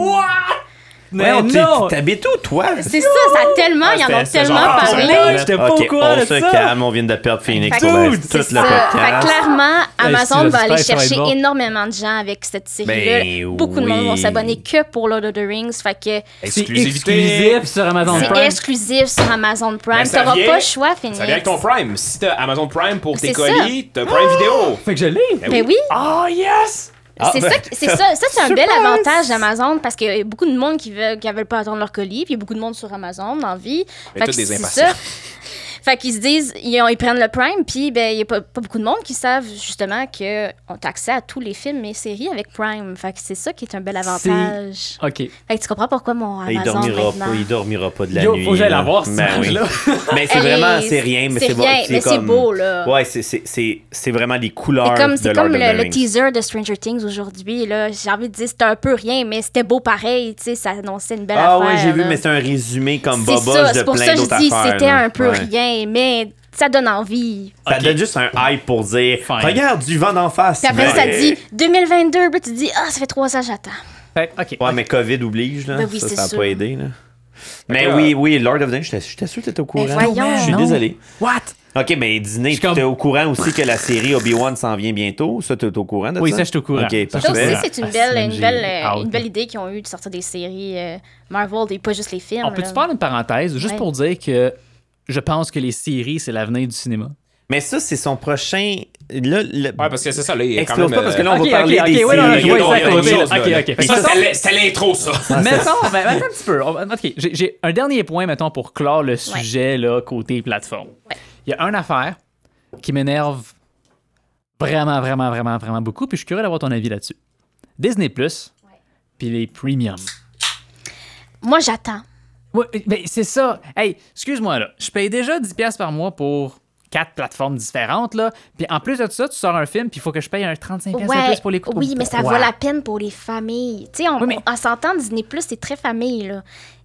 [SPEAKER 1] Ouais,
[SPEAKER 2] Mais
[SPEAKER 1] on- t'es-
[SPEAKER 2] non!
[SPEAKER 1] T'habites où, toi?
[SPEAKER 4] C'est ça, ça a tellement, ils
[SPEAKER 3] c'était-
[SPEAKER 4] en ont
[SPEAKER 3] c'était
[SPEAKER 4] tellement
[SPEAKER 3] genre- Ah,
[SPEAKER 4] parlé.
[SPEAKER 3] c'est-
[SPEAKER 2] Là, j'étais pas au
[SPEAKER 1] Ok,
[SPEAKER 2] courant
[SPEAKER 1] on
[SPEAKER 2] de
[SPEAKER 1] se
[SPEAKER 2] ça.
[SPEAKER 1] calme, on vient de perdre Phoenix.
[SPEAKER 4] Fait que-
[SPEAKER 1] pour
[SPEAKER 2] Dude,
[SPEAKER 1] tout le
[SPEAKER 4] C'est ça. Fait que
[SPEAKER 1] podcast.
[SPEAKER 4] clairement, Amazon
[SPEAKER 2] si,
[SPEAKER 4] va
[SPEAKER 2] j'espère
[SPEAKER 4] aller
[SPEAKER 2] que ça va être
[SPEAKER 4] chercher
[SPEAKER 2] bon.
[SPEAKER 4] énormément de gens avec cette série-là.
[SPEAKER 1] Ben
[SPEAKER 4] Beaucoup de monde vont
[SPEAKER 1] oui.
[SPEAKER 4] s'abonner que pour Lord of the Rings. Fait que
[SPEAKER 2] C'est exclusif sur Amazon
[SPEAKER 4] c'est
[SPEAKER 2] Prime.
[SPEAKER 4] exclusif sur Amazon Prime.
[SPEAKER 3] ça
[SPEAKER 4] T'auras
[SPEAKER 3] vient-
[SPEAKER 4] pas le choix, Phoenix.
[SPEAKER 3] Ça vient avec ton Prime. Si t'as Amazon Prime pour tes
[SPEAKER 4] C'est ça. Ah!
[SPEAKER 3] colis, t'as Prime Vidéo.
[SPEAKER 2] Fait que je l'ai.
[SPEAKER 4] Ben oui,
[SPEAKER 2] Oh
[SPEAKER 3] Ah,
[SPEAKER 2] yes!
[SPEAKER 1] Ah,
[SPEAKER 4] c'est
[SPEAKER 1] ben,
[SPEAKER 4] ça, qui- c'est ça, ça c'est un bel avantage d'Amazon parce qu'il y a beaucoup de monde qui veulent, qui veulent pas attendre leur colis, puis il y a beaucoup de monde sur Amazon dans la vie.
[SPEAKER 3] Mais
[SPEAKER 4] Fait
[SPEAKER 3] tous
[SPEAKER 4] que
[SPEAKER 3] des
[SPEAKER 4] c'est
[SPEAKER 3] impatients.
[SPEAKER 4] ça. Fait qu'ils se disent, ils, ont- ils prennent le Prime, puis ben, il n'y a pas, pas beaucoup de monde qui savent justement qu'on a accès à tous les films et séries avec Prime. Fait que c'est ça qui est un bel avantage.
[SPEAKER 2] Ok.
[SPEAKER 4] Fait que tu comprends pourquoi mon
[SPEAKER 1] Il
[SPEAKER 4] Amazon
[SPEAKER 1] dormira
[SPEAKER 4] maintenant.
[SPEAKER 1] pas, il dormira pas de la
[SPEAKER 2] Yo,
[SPEAKER 1] nuit.
[SPEAKER 2] faut que j'aille la
[SPEAKER 1] là.
[SPEAKER 2] voir, cette
[SPEAKER 1] Ben oui.
[SPEAKER 2] image-là.
[SPEAKER 1] Mais c'est
[SPEAKER 4] Elle est-
[SPEAKER 1] vraiment, c'est rien, mais
[SPEAKER 4] c'est
[SPEAKER 1] c'est bon,
[SPEAKER 4] rien, mais c'est
[SPEAKER 1] comme-
[SPEAKER 4] beau, là.
[SPEAKER 1] Ouais, c'est- c'est- c'est c'est vraiment les couleurs
[SPEAKER 4] C'est comme,
[SPEAKER 1] de
[SPEAKER 4] c'est
[SPEAKER 1] Lord
[SPEAKER 4] comme
[SPEAKER 1] of the
[SPEAKER 4] le, le
[SPEAKER 1] Rings.
[SPEAKER 4] teaser de Stranger Things aujourd'hui. là. J'ai envie de dire, c'était un peu rien, mais c'était beau pareil. tu sais, Ça annonçait une belle
[SPEAKER 1] Ah
[SPEAKER 4] affaire.
[SPEAKER 1] ouais, j'ai vu,
[SPEAKER 4] là.
[SPEAKER 1] mais c'est un résumé comme
[SPEAKER 4] C'est
[SPEAKER 1] Boboche de
[SPEAKER 4] c'est pour
[SPEAKER 1] plein
[SPEAKER 4] ça que
[SPEAKER 1] d'autres
[SPEAKER 4] je dis
[SPEAKER 1] affaires.
[SPEAKER 4] c'était
[SPEAKER 1] là.
[SPEAKER 4] un peu
[SPEAKER 1] Ouais.
[SPEAKER 4] rien, mais ça donne envie.
[SPEAKER 1] Ça
[SPEAKER 2] Ok.
[SPEAKER 1] donne juste un hype pour dire
[SPEAKER 2] Fine.
[SPEAKER 1] Regarde du vent d'en face.
[SPEAKER 4] Puis après,
[SPEAKER 1] Ouais.
[SPEAKER 4] ça dit 2022, puis tu dis Ah, ça fait trois ans, j'attends.
[SPEAKER 2] Fait que, ok.
[SPEAKER 1] Ouais, mais COVID oblige, là.
[SPEAKER 4] Ben oui,
[SPEAKER 1] ça,
[SPEAKER 4] c'est
[SPEAKER 1] ça n'a
[SPEAKER 4] sûr.
[SPEAKER 1] pas aidé, là. Mais
[SPEAKER 3] que là-
[SPEAKER 1] oui, oui, Lord of the Rings, j'étais- j'étais sûr que t'étais au courant.
[SPEAKER 4] Ben, voyons.
[SPEAKER 1] Je suis
[SPEAKER 2] Non.
[SPEAKER 1] désolé.
[SPEAKER 2] What?
[SPEAKER 1] Ok, mais Disney,
[SPEAKER 2] Je suis
[SPEAKER 1] tu es
[SPEAKER 2] comme-
[SPEAKER 1] au courant aussi que la série Obi-Wan s'en vient bientôt. Ça, tu es au courant de
[SPEAKER 2] Oui,
[SPEAKER 1] ça?
[SPEAKER 2] ça, je suis au courant.
[SPEAKER 1] Ok,
[SPEAKER 2] Ça, je suis au
[SPEAKER 4] Ça
[SPEAKER 1] parfait.
[SPEAKER 4] aussi,
[SPEAKER 2] vrai.
[SPEAKER 4] c'est une
[SPEAKER 2] Ah,
[SPEAKER 4] belle,
[SPEAKER 2] c'est
[SPEAKER 4] une belle, euh,
[SPEAKER 2] ah,
[SPEAKER 4] une
[SPEAKER 2] ok.
[SPEAKER 4] belle idée qu'ils ont eue de sortir des séries euh, Marvel et pas juste les films.
[SPEAKER 2] On peut-tu
[SPEAKER 4] là.
[SPEAKER 2] faire une parenthèse juste
[SPEAKER 4] Ouais.
[SPEAKER 2] pour dire que je pense que les séries, c'est l'avenir du cinéma.
[SPEAKER 1] Mais ça, c'est son prochain. Là, le-
[SPEAKER 2] ben,
[SPEAKER 3] Ouais, parce que c'est ça, là, il y a quand
[SPEAKER 1] Explose
[SPEAKER 3] même.
[SPEAKER 1] pas, parce que là, on
[SPEAKER 2] Ok,
[SPEAKER 1] va parler
[SPEAKER 2] ok,
[SPEAKER 1] des
[SPEAKER 2] ok, ouais, non,
[SPEAKER 1] séries.
[SPEAKER 2] non,
[SPEAKER 3] euh,
[SPEAKER 2] je
[SPEAKER 3] il y a
[SPEAKER 2] vois
[SPEAKER 3] d'autres- il y a
[SPEAKER 2] exactement.
[SPEAKER 3] d'autres choses,
[SPEAKER 2] Ok,
[SPEAKER 3] là,
[SPEAKER 2] ok. Fait
[SPEAKER 3] là.
[SPEAKER 2] que
[SPEAKER 3] Ça,
[SPEAKER 2] ça,
[SPEAKER 3] c'est
[SPEAKER 2] ça-
[SPEAKER 3] la- c'est l'intro, ça.
[SPEAKER 2] Mettons, ben, attends un petit peu. On va- OK, j'ai j'ai un dernier point, mettons, pour clore le sujet, là, côté plateforme.
[SPEAKER 4] Ouais.
[SPEAKER 2] Il y a une affaire qui m'énerve vraiment, vraiment, vraiment, vraiment beaucoup, puis je suis curieux d'avoir ton avis là-dessus. Disney+, Plus, puis les premiums.
[SPEAKER 4] Moi, j'attends.
[SPEAKER 2] Ouais, ben, c'est ça. Hey, excuse-moi, là. Je paye déjà 10$ par mois pour quatre plateformes différentes, là. Puis en plus de ça, tu sors un film, puis il faut que je paye un 35$ de
[SPEAKER 4] Ouais,
[SPEAKER 2] plus pour l'écouter.
[SPEAKER 4] oui, mais ça
[SPEAKER 2] Pourquoi?
[SPEAKER 4] vaut la peine pour les familles. Tu sais, on,
[SPEAKER 2] Oui, mais-
[SPEAKER 4] on s'entend, Disney Plus, c'est très famille, là.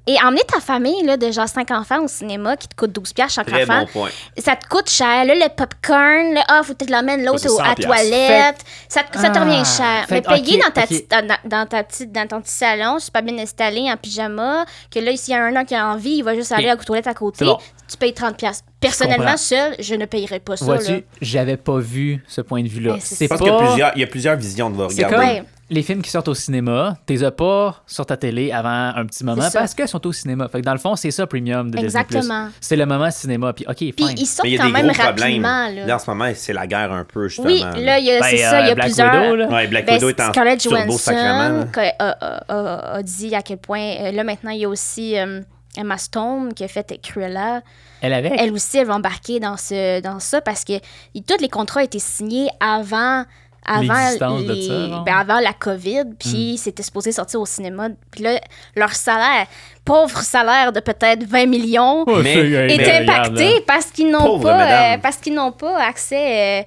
[SPEAKER 4] Et emmener ta famille, là, de genre 5 enfants au cinéma, qui te coûte 12 piastres chaque
[SPEAKER 1] Très
[SPEAKER 4] enfant,
[SPEAKER 1] bon point.
[SPEAKER 4] ça te coûte cher. Là, le popcorn, là, ah, faut peut-être l'emmène l'autre
[SPEAKER 3] Ça, c'est
[SPEAKER 4] au- à
[SPEAKER 3] 100
[SPEAKER 4] toilette. Ça, te- ça te
[SPEAKER 2] Ah.
[SPEAKER 4] revient cher.
[SPEAKER 2] Fait-
[SPEAKER 4] Mais payer
[SPEAKER 2] ok,
[SPEAKER 4] dans, ta
[SPEAKER 2] ok.
[SPEAKER 4] petite- dans, dans ta petite, dans ton petit salon, super bien installé, en pyjama, que là, s'il y a un an qui a envie, il va juste aller à la toilette à côté,
[SPEAKER 2] C'est bon.
[SPEAKER 4] tu payes 30 piastres. Personnellement,
[SPEAKER 2] comprends.
[SPEAKER 4] seul, je ne payerais pas ça. là.
[SPEAKER 2] Vois-tu, j'avais pas vu ce point de vue-là.
[SPEAKER 4] Mais c'est
[SPEAKER 2] C'est
[SPEAKER 1] Je
[SPEAKER 4] ça.
[SPEAKER 2] pas...
[SPEAKER 1] pense qu'il y a plusieurs- il y a plusieurs visions de
[SPEAKER 2] C'est
[SPEAKER 1] regarder.
[SPEAKER 2] comme
[SPEAKER 4] Ouais.
[SPEAKER 2] les films qui sortent au cinéma, t'es as pas sur ta télé avant un petit moment
[SPEAKER 4] C'est ça.
[SPEAKER 2] parce qu'elles sont au cinéma. Fait que dans le fond, c'est ça premium de Disney+.
[SPEAKER 4] Exactement.
[SPEAKER 2] C'est le moment cinéma puis OK,
[SPEAKER 4] Puis
[SPEAKER 2] fine.
[SPEAKER 4] ils sortent
[SPEAKER 1] Mais il y a
[SPEAKER 4] quand
[SPEAKER 1] des
[SPEAKER 4] même
[SPEAKER 1] gros
[SPEAKER 4] rapidement.
[SPEAKER 1] problèmes.
[SPEAKER 4] là.
[SPEAKER 1] en ce moment, c'est la guerre un peu, justement.
[SPEAKER 4] Oui, là, il y a-
[SPEAKER 2] Ben,
[SPEAKER 4] c'est ça, il y
[SPEAKER 2] euh,
[SPEAKER 4] a
[SPEAKER 2] Black
[SPEAKER 4] plusieurs.
[SPEAKER 2] Widow, là.
[SPEAKER 1] Ouais, Black
[SPEAKER 4] Ben,
[SPEAKER 1] Widow est en
[SPEAKER 4] Sacrament
[SPEAKER 1] turbo sacrament. là.
[SPEAKER 4] a, euh, a- a dit à quel point. euh, Là, maintenant, il y a aussi euh, Emma Stone qui a fait Cruella.
[SPEAKER 2] Elle avec.
[SPEAKER 4] Elle aussi, elle va embarquer dans, ce, dans ça parce que y- tous les contrats étaient signés avant. Avant,
[SPEAKER 2] L'existence de
[SPEAKER 4] les-
[SPEAKER 2] ça, genre. Hmm.
[SPEAKER 4] ben, avant la COVID, puis c'était supposé sortir au cinéma. Puis là, leur salaire, pauvre salaire de peut-être 20 millions,
[SPEAKER 2] Oh,
[SPEAKER 1] Mais-
[SPEAKER 2] c'est- hey,
[SPEAKER 4] est
[SPEAKER 2] ben,
[SPEAKER 4] impacté
[SPEAKER 3] hein.
[SPEAKER 2] regarde,
[SPEAKER 4] parce qu'ils n'ont
[SPEAKER 1] Pauvre
[SPEAKER 4] pas
[SPEAKER 1] madame.
[SPEAKER 4] euh, parce qu'ils n'ont pas accès euh,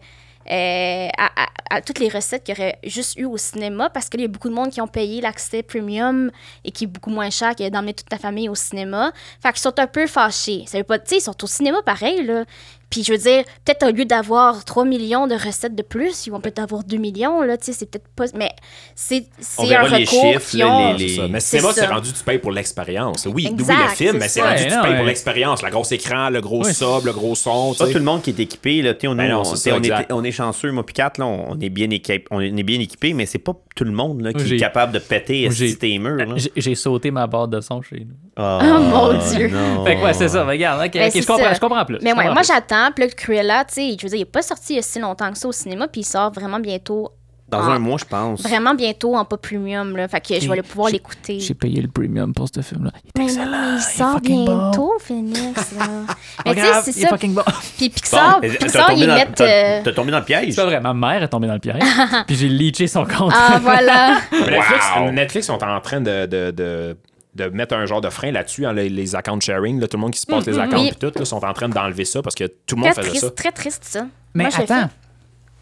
[SPEAKER 4] euh, à, à- à toutes les recettes qu'il y aurait juste eu au cinéma parce qu'il y a beaucoup de monde qui ont payé l'accès premium et qui est beaucoup moins cher que d'emmener toute ta famille au cinéma. Fait qu'ils sont un peu fâchés. Ça veut pas, tu sais, ils sont au cinéma pareil là. Puis je veux dire, peut-être au lieu d'avoir 3 millions de recettes de plus, ils vont peut-être avoir 2 millions là. Tu sais, c'est peut-être pas, mais c'est
[SPEAKER 1] On
[SPEAKER 4] c'est un
[SPEAKER 1] verra
[SPEAKER 4] recours
[SPEAKER 1] les chiffres,
[SPEAKER 4] qu'ils
[SPEAKER 1] là,
[SPEAKER 4] ont.
[SPEAKER 1] les-
[SPEAKER 3] C'est ça. Mais
[SPEAKER 4] C'est
[SPEAKER 3] c'est moi,
[SPEAKER 4] ça.
[SPEAKER 3] c'est rendu, tu payes pour l'expérience. Oui,
[SPEAKER 4] Exact,
[SPEAKER 3] oui, le film,
[SPEAKER 4] c'est
[SPEAKER 3] mais c'est
[SPEAKER 4] ça.
[SPEAKER 3] rendu,
[SPEAKER 2] Ouais,
[SPEAKER 3] tu
[SPEAKER 2] non,
[SPEAKER 3] payes
[SPEAKER 2] ouais.
[SPEAKER 3] pour l'expérience. Le gros écran, le gros
[SPEAKER 2] Oui.
[SPEAKER 3] sub, le gros son. tu
[SPEAKER 1] Pas
[SPEAKER 3] sais.
[SPEAKER 1] tout le monde qui est équipé. Là, tu sais, on,
[SPEAKER 3] Ben non,
[SPEAKER 1] on-
[SPEAKER 3] c'est
[SPEAKER 1] tu sais,
[SPEAKER 3] ça,
[SPEAKER 1] on est,
[SPEAKER 3] exact.
[SPEAKER 1] on est chanceux, moi, puis Kat, là, on, on est bien équipé, on est bien équipé, mais c'est pas tout le monde là, qui
[SPEAKER 2] Moi, j'ai-
[SPEAKER 1] est capable de péter
[SPEAKER 2] Moi, j'ai-
[SPEAKER 1] esti tes murs. là.
[SPEAKER 2] J'ai- J'ai sauté ma barre de son chez nous.
[SPEAKER 1] Oh,
[SPEAKER 4] mon Dieu.
[SPEAKER 1] non.
[SPEAKER 2] Fait que ouais, c'est ça. Regarde, OK,
[SPEAKER 4] Ben,
[SPEAKER 2] ok,
[SPEAKER 4] c'est
[SPEAKER 2] je comprends,
[SPEAKER 4] ça.
[SPEAKER 2] je comprends plus.
[SPEAKER 4] Mais
[SPEAKER 2] je
[SPEAKER 4] ouais,
[SPEAKER 2] comprends
[SPEAKER 4] moi
[SPEAKER 2] plus.
[SPEAKER 4] j'attends. Puis là, Cruella, tu sais, je veux dire, il n'est pas sorti il y a si longtemps que ça au cinéma, puis il sort vraiment bientôt.
[SPEAKER 1] Dans
[SPEAKER 4] en-
[SPEAKER 1] un mois, je pense.
[SPEAKER 4] Vraiment bientôt en pas premium, là. Fait que je vais le pouvoir
[SPEAKER 2] J'ai-
[SPEAKER 4] l'écouter.
[SPEAKER 2] j'ai payé le premium pour ce film là. Il est
[SPEAKER 4] Mais
[SPEAKER 2] excellent.
[SPEAKER 4] non, il sort
[SPEAKER 2] fucking bon.
[SPEAKER 4] bientôt, Phoenix.
[SPEAKER 2] Pas
[SPEAKER 4] là. Mais tu sais,
[SPEAKER 2] grave,
[SPEAKER 4] c'est
[SPEAKER 2] il est
[SPEAKER 4] ça.
[SPEAKER 2] fucking bon.
[SPEAKER 4] Puis
[SPEAKER 1] Bon,
[SPEAKER 4] Pixar,
[SPEAKER 1] mais t'as
[SPEAKER 4] Pixar
[SPEAKER 1] tombé
[SPEAKER 4] ils
[SPEAKER 1] dans-
[SPEAKER 4] mettent.
[SPEAKER 1] t'as-
[SPEAKER 4] euh,
[SPEAKER 1] T'as tombé dans le piège.
[SPEAKER 2] C'est pas vrai, ma mère est tombée dans le piège. puis j'ai leaché son compte.
[SPEAKER 4] Ah, voilà.
[SPEAKER 3] Netflix,
[SPEAKER 1] Wow.
[SPEAKER 3] Netflix sont en train de, de, de, de mettre un genre de frein là-dessus, hein, les, les account sharing, là, tout le monde qui se porte
[SPEAKER 4] Mm,
[SPEAKER 3] les accounts
[SPEAKER 4] oui.
[SPEAKER 3] et tout, là, sont en train d'enlever ça parce que tout le monde
[SPEAKER 4] Très
[SPEAKER 3] faisait ça.
[SPEAKER 4] triste, très triste, ça.
[SPEAKER 2] Mais
[SPEAKER 4] Moi, je l'ai
[SPEAKER 2] attends,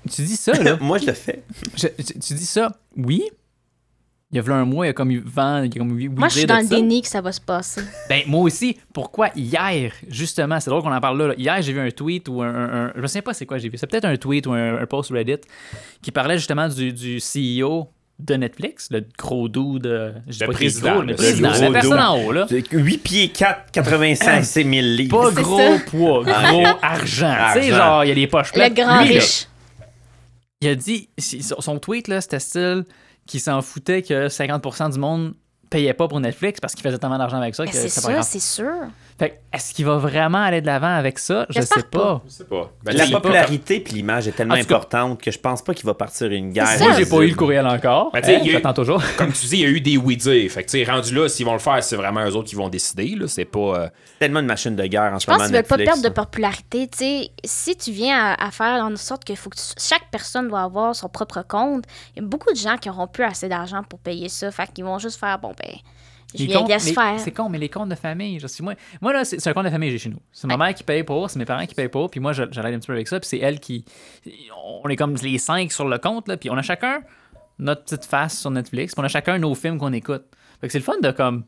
[SPEAKER 2] tu dis ça, là.
[SPEAKER 1] Moi, je le fais.
[SPEAKER 2] Je- tu, tu dis ça, oui. Il y a v'là un mois, il y a comme eu vent, il y a comme eu-
[SPEAKER 4] Moi,
[SPEAKER 2] oublié
[SPEAKER 4] je suis
[SPEAKER 2] de
[SPEAKER 4] dans le
[SPEAKER 2] ça.
[SPEAKER 4] déni que ça va se passer.
[SPEAKER 2] Ben, moi aussi. Pourquoi hier, justement, c'est drôle qu'on en parle là. là. Hier, j'ai vu un tweet ou un, un- un- Je me souviens pas c'est quoi j'ai vu. C'est peut-être un tweet ou un, un post Reddit qui parlait justement du, du CEO de Netflix, le gros doux de. Je dis
[SPEAKER 3] Le
[SPEAKER 2] pas qu'il est
[SPEAKER 3] président,
[SPEAKER 2] gros, mais
[SPEAKER 3] le
[SPEAKER 2] le président,
[SPEAKER 1] gros
[SPEAKER 2] la personne
[SPEAKER 1] dude.
[SPEAKER 2] en haut, là.
[SPEAKER 1] 8 pieds 4, 85 000
[SPEAKER 2] Pas
[SPEAKER 1] livres.
[SPEAKER 4] C'est
[SPEAKER 2] gros
[SPEAKER 4] ça. Ah,
[SPEAKER 2] poids, gros argent. Tu sais,
[SPEAKER 1] Argent.
[SPEAKER 2] genre, il y a les poches
[SPEAKER 4] Le
[SPEAKER 2] pleines.
[SPEAKER 4] grand
[SPEAKER 2] Ben, Lui, là,
[SPEAKER 4] riche.
[SPEAKER 2] il a dit, si- son son tweet, là, c'était style qu'il s'en foutait que 50% du monde payait pas pour Netflix parce qu'il faisait tellement d'argent avec ça
[SPEAKER 4] Ben,
[SPEAKER 2] que
[SPEAKER 4] c'est
[SPEAKER 2] c'est pas
[SPEAKER 4] ça,
[SPEAKER 2] grave.
[SPEAKER 4] c'est sûr.
[SPEAKER 2] Fait que, est-ce qu'il va vraiment aller de l'avant avec ça? Je
[SPEAKER 4] J'espère
[SPEAKER 2] sais pas.
[SPEAKER 3] Je sais pas. Ben,
[SPEAKER 1] La
[SPEAKER 3] je sais pas.
[SPEAKER 1] popularité puis l'image est tellement
[SPEAKER 2] En tout cas-
[SPEAKER 1] importante que je pense pas qu'il va partir une guerre.
[SPEAKER 3] Ah,
[SPEAKER 4] C'est ça. Moi, j'ai
[SPEAKER 2] courriel encore.
[SPEAKER 3] Ben, tu sais, il y a eu-
[SPEAKER 2] J'attends toujours.
[SPEAKER 3] Comme tu dis, il y a eu des oui-dire. Fait que, tu sais, rendu là, s'ils vont le faire, c'est vraiment eux autres qui vont décider. là. C'est pas. euh,
[SPEAKER 1] C'est tellement une machine de guerre en
[SPEAKER 4] Je
[SPEAKER 1] ce
[SPEAKER 4] pense
[SPEAKER 1] moment.
[SPEAKER 4] qu'ils veulent pas
[SPEAKER 1] Netflix,
[SPEAKER 4] perdre de popularité. Tu sais, si tu viens à, à faire en sorte que, faut que tu- chaque personne doit avoir son propre compte, il y a beaucoup de gens qui auront plus assez d'argent pour payer ça. Fait qu'ils vont juste faire, bon, ben, je
[SPEAKER 2] Les
[SPEAKER 4] viens
[SPEAKER 2] comptes-
[SPEAKER 4] de laisse
[SPEAKER 2] mais-
[SPEAKER 4] faire.
[SPEAKER 2] C'est con, mais les comptes de famille. je sais, moi, moi, là, c'est c'est un compte de famille j'ai chez nous. C'est ma mère qui paye pour, c'est mes parents qui payent pour, puis moi, je- j'arrête un petit peu avec ça, puis c'est elle qui. On est comme les cinq sur le compte, là, puis on a chacun notre petite face sur Netflix, puis on a chacun nos films qu'on écoute. Fait que c'est le fun de comme.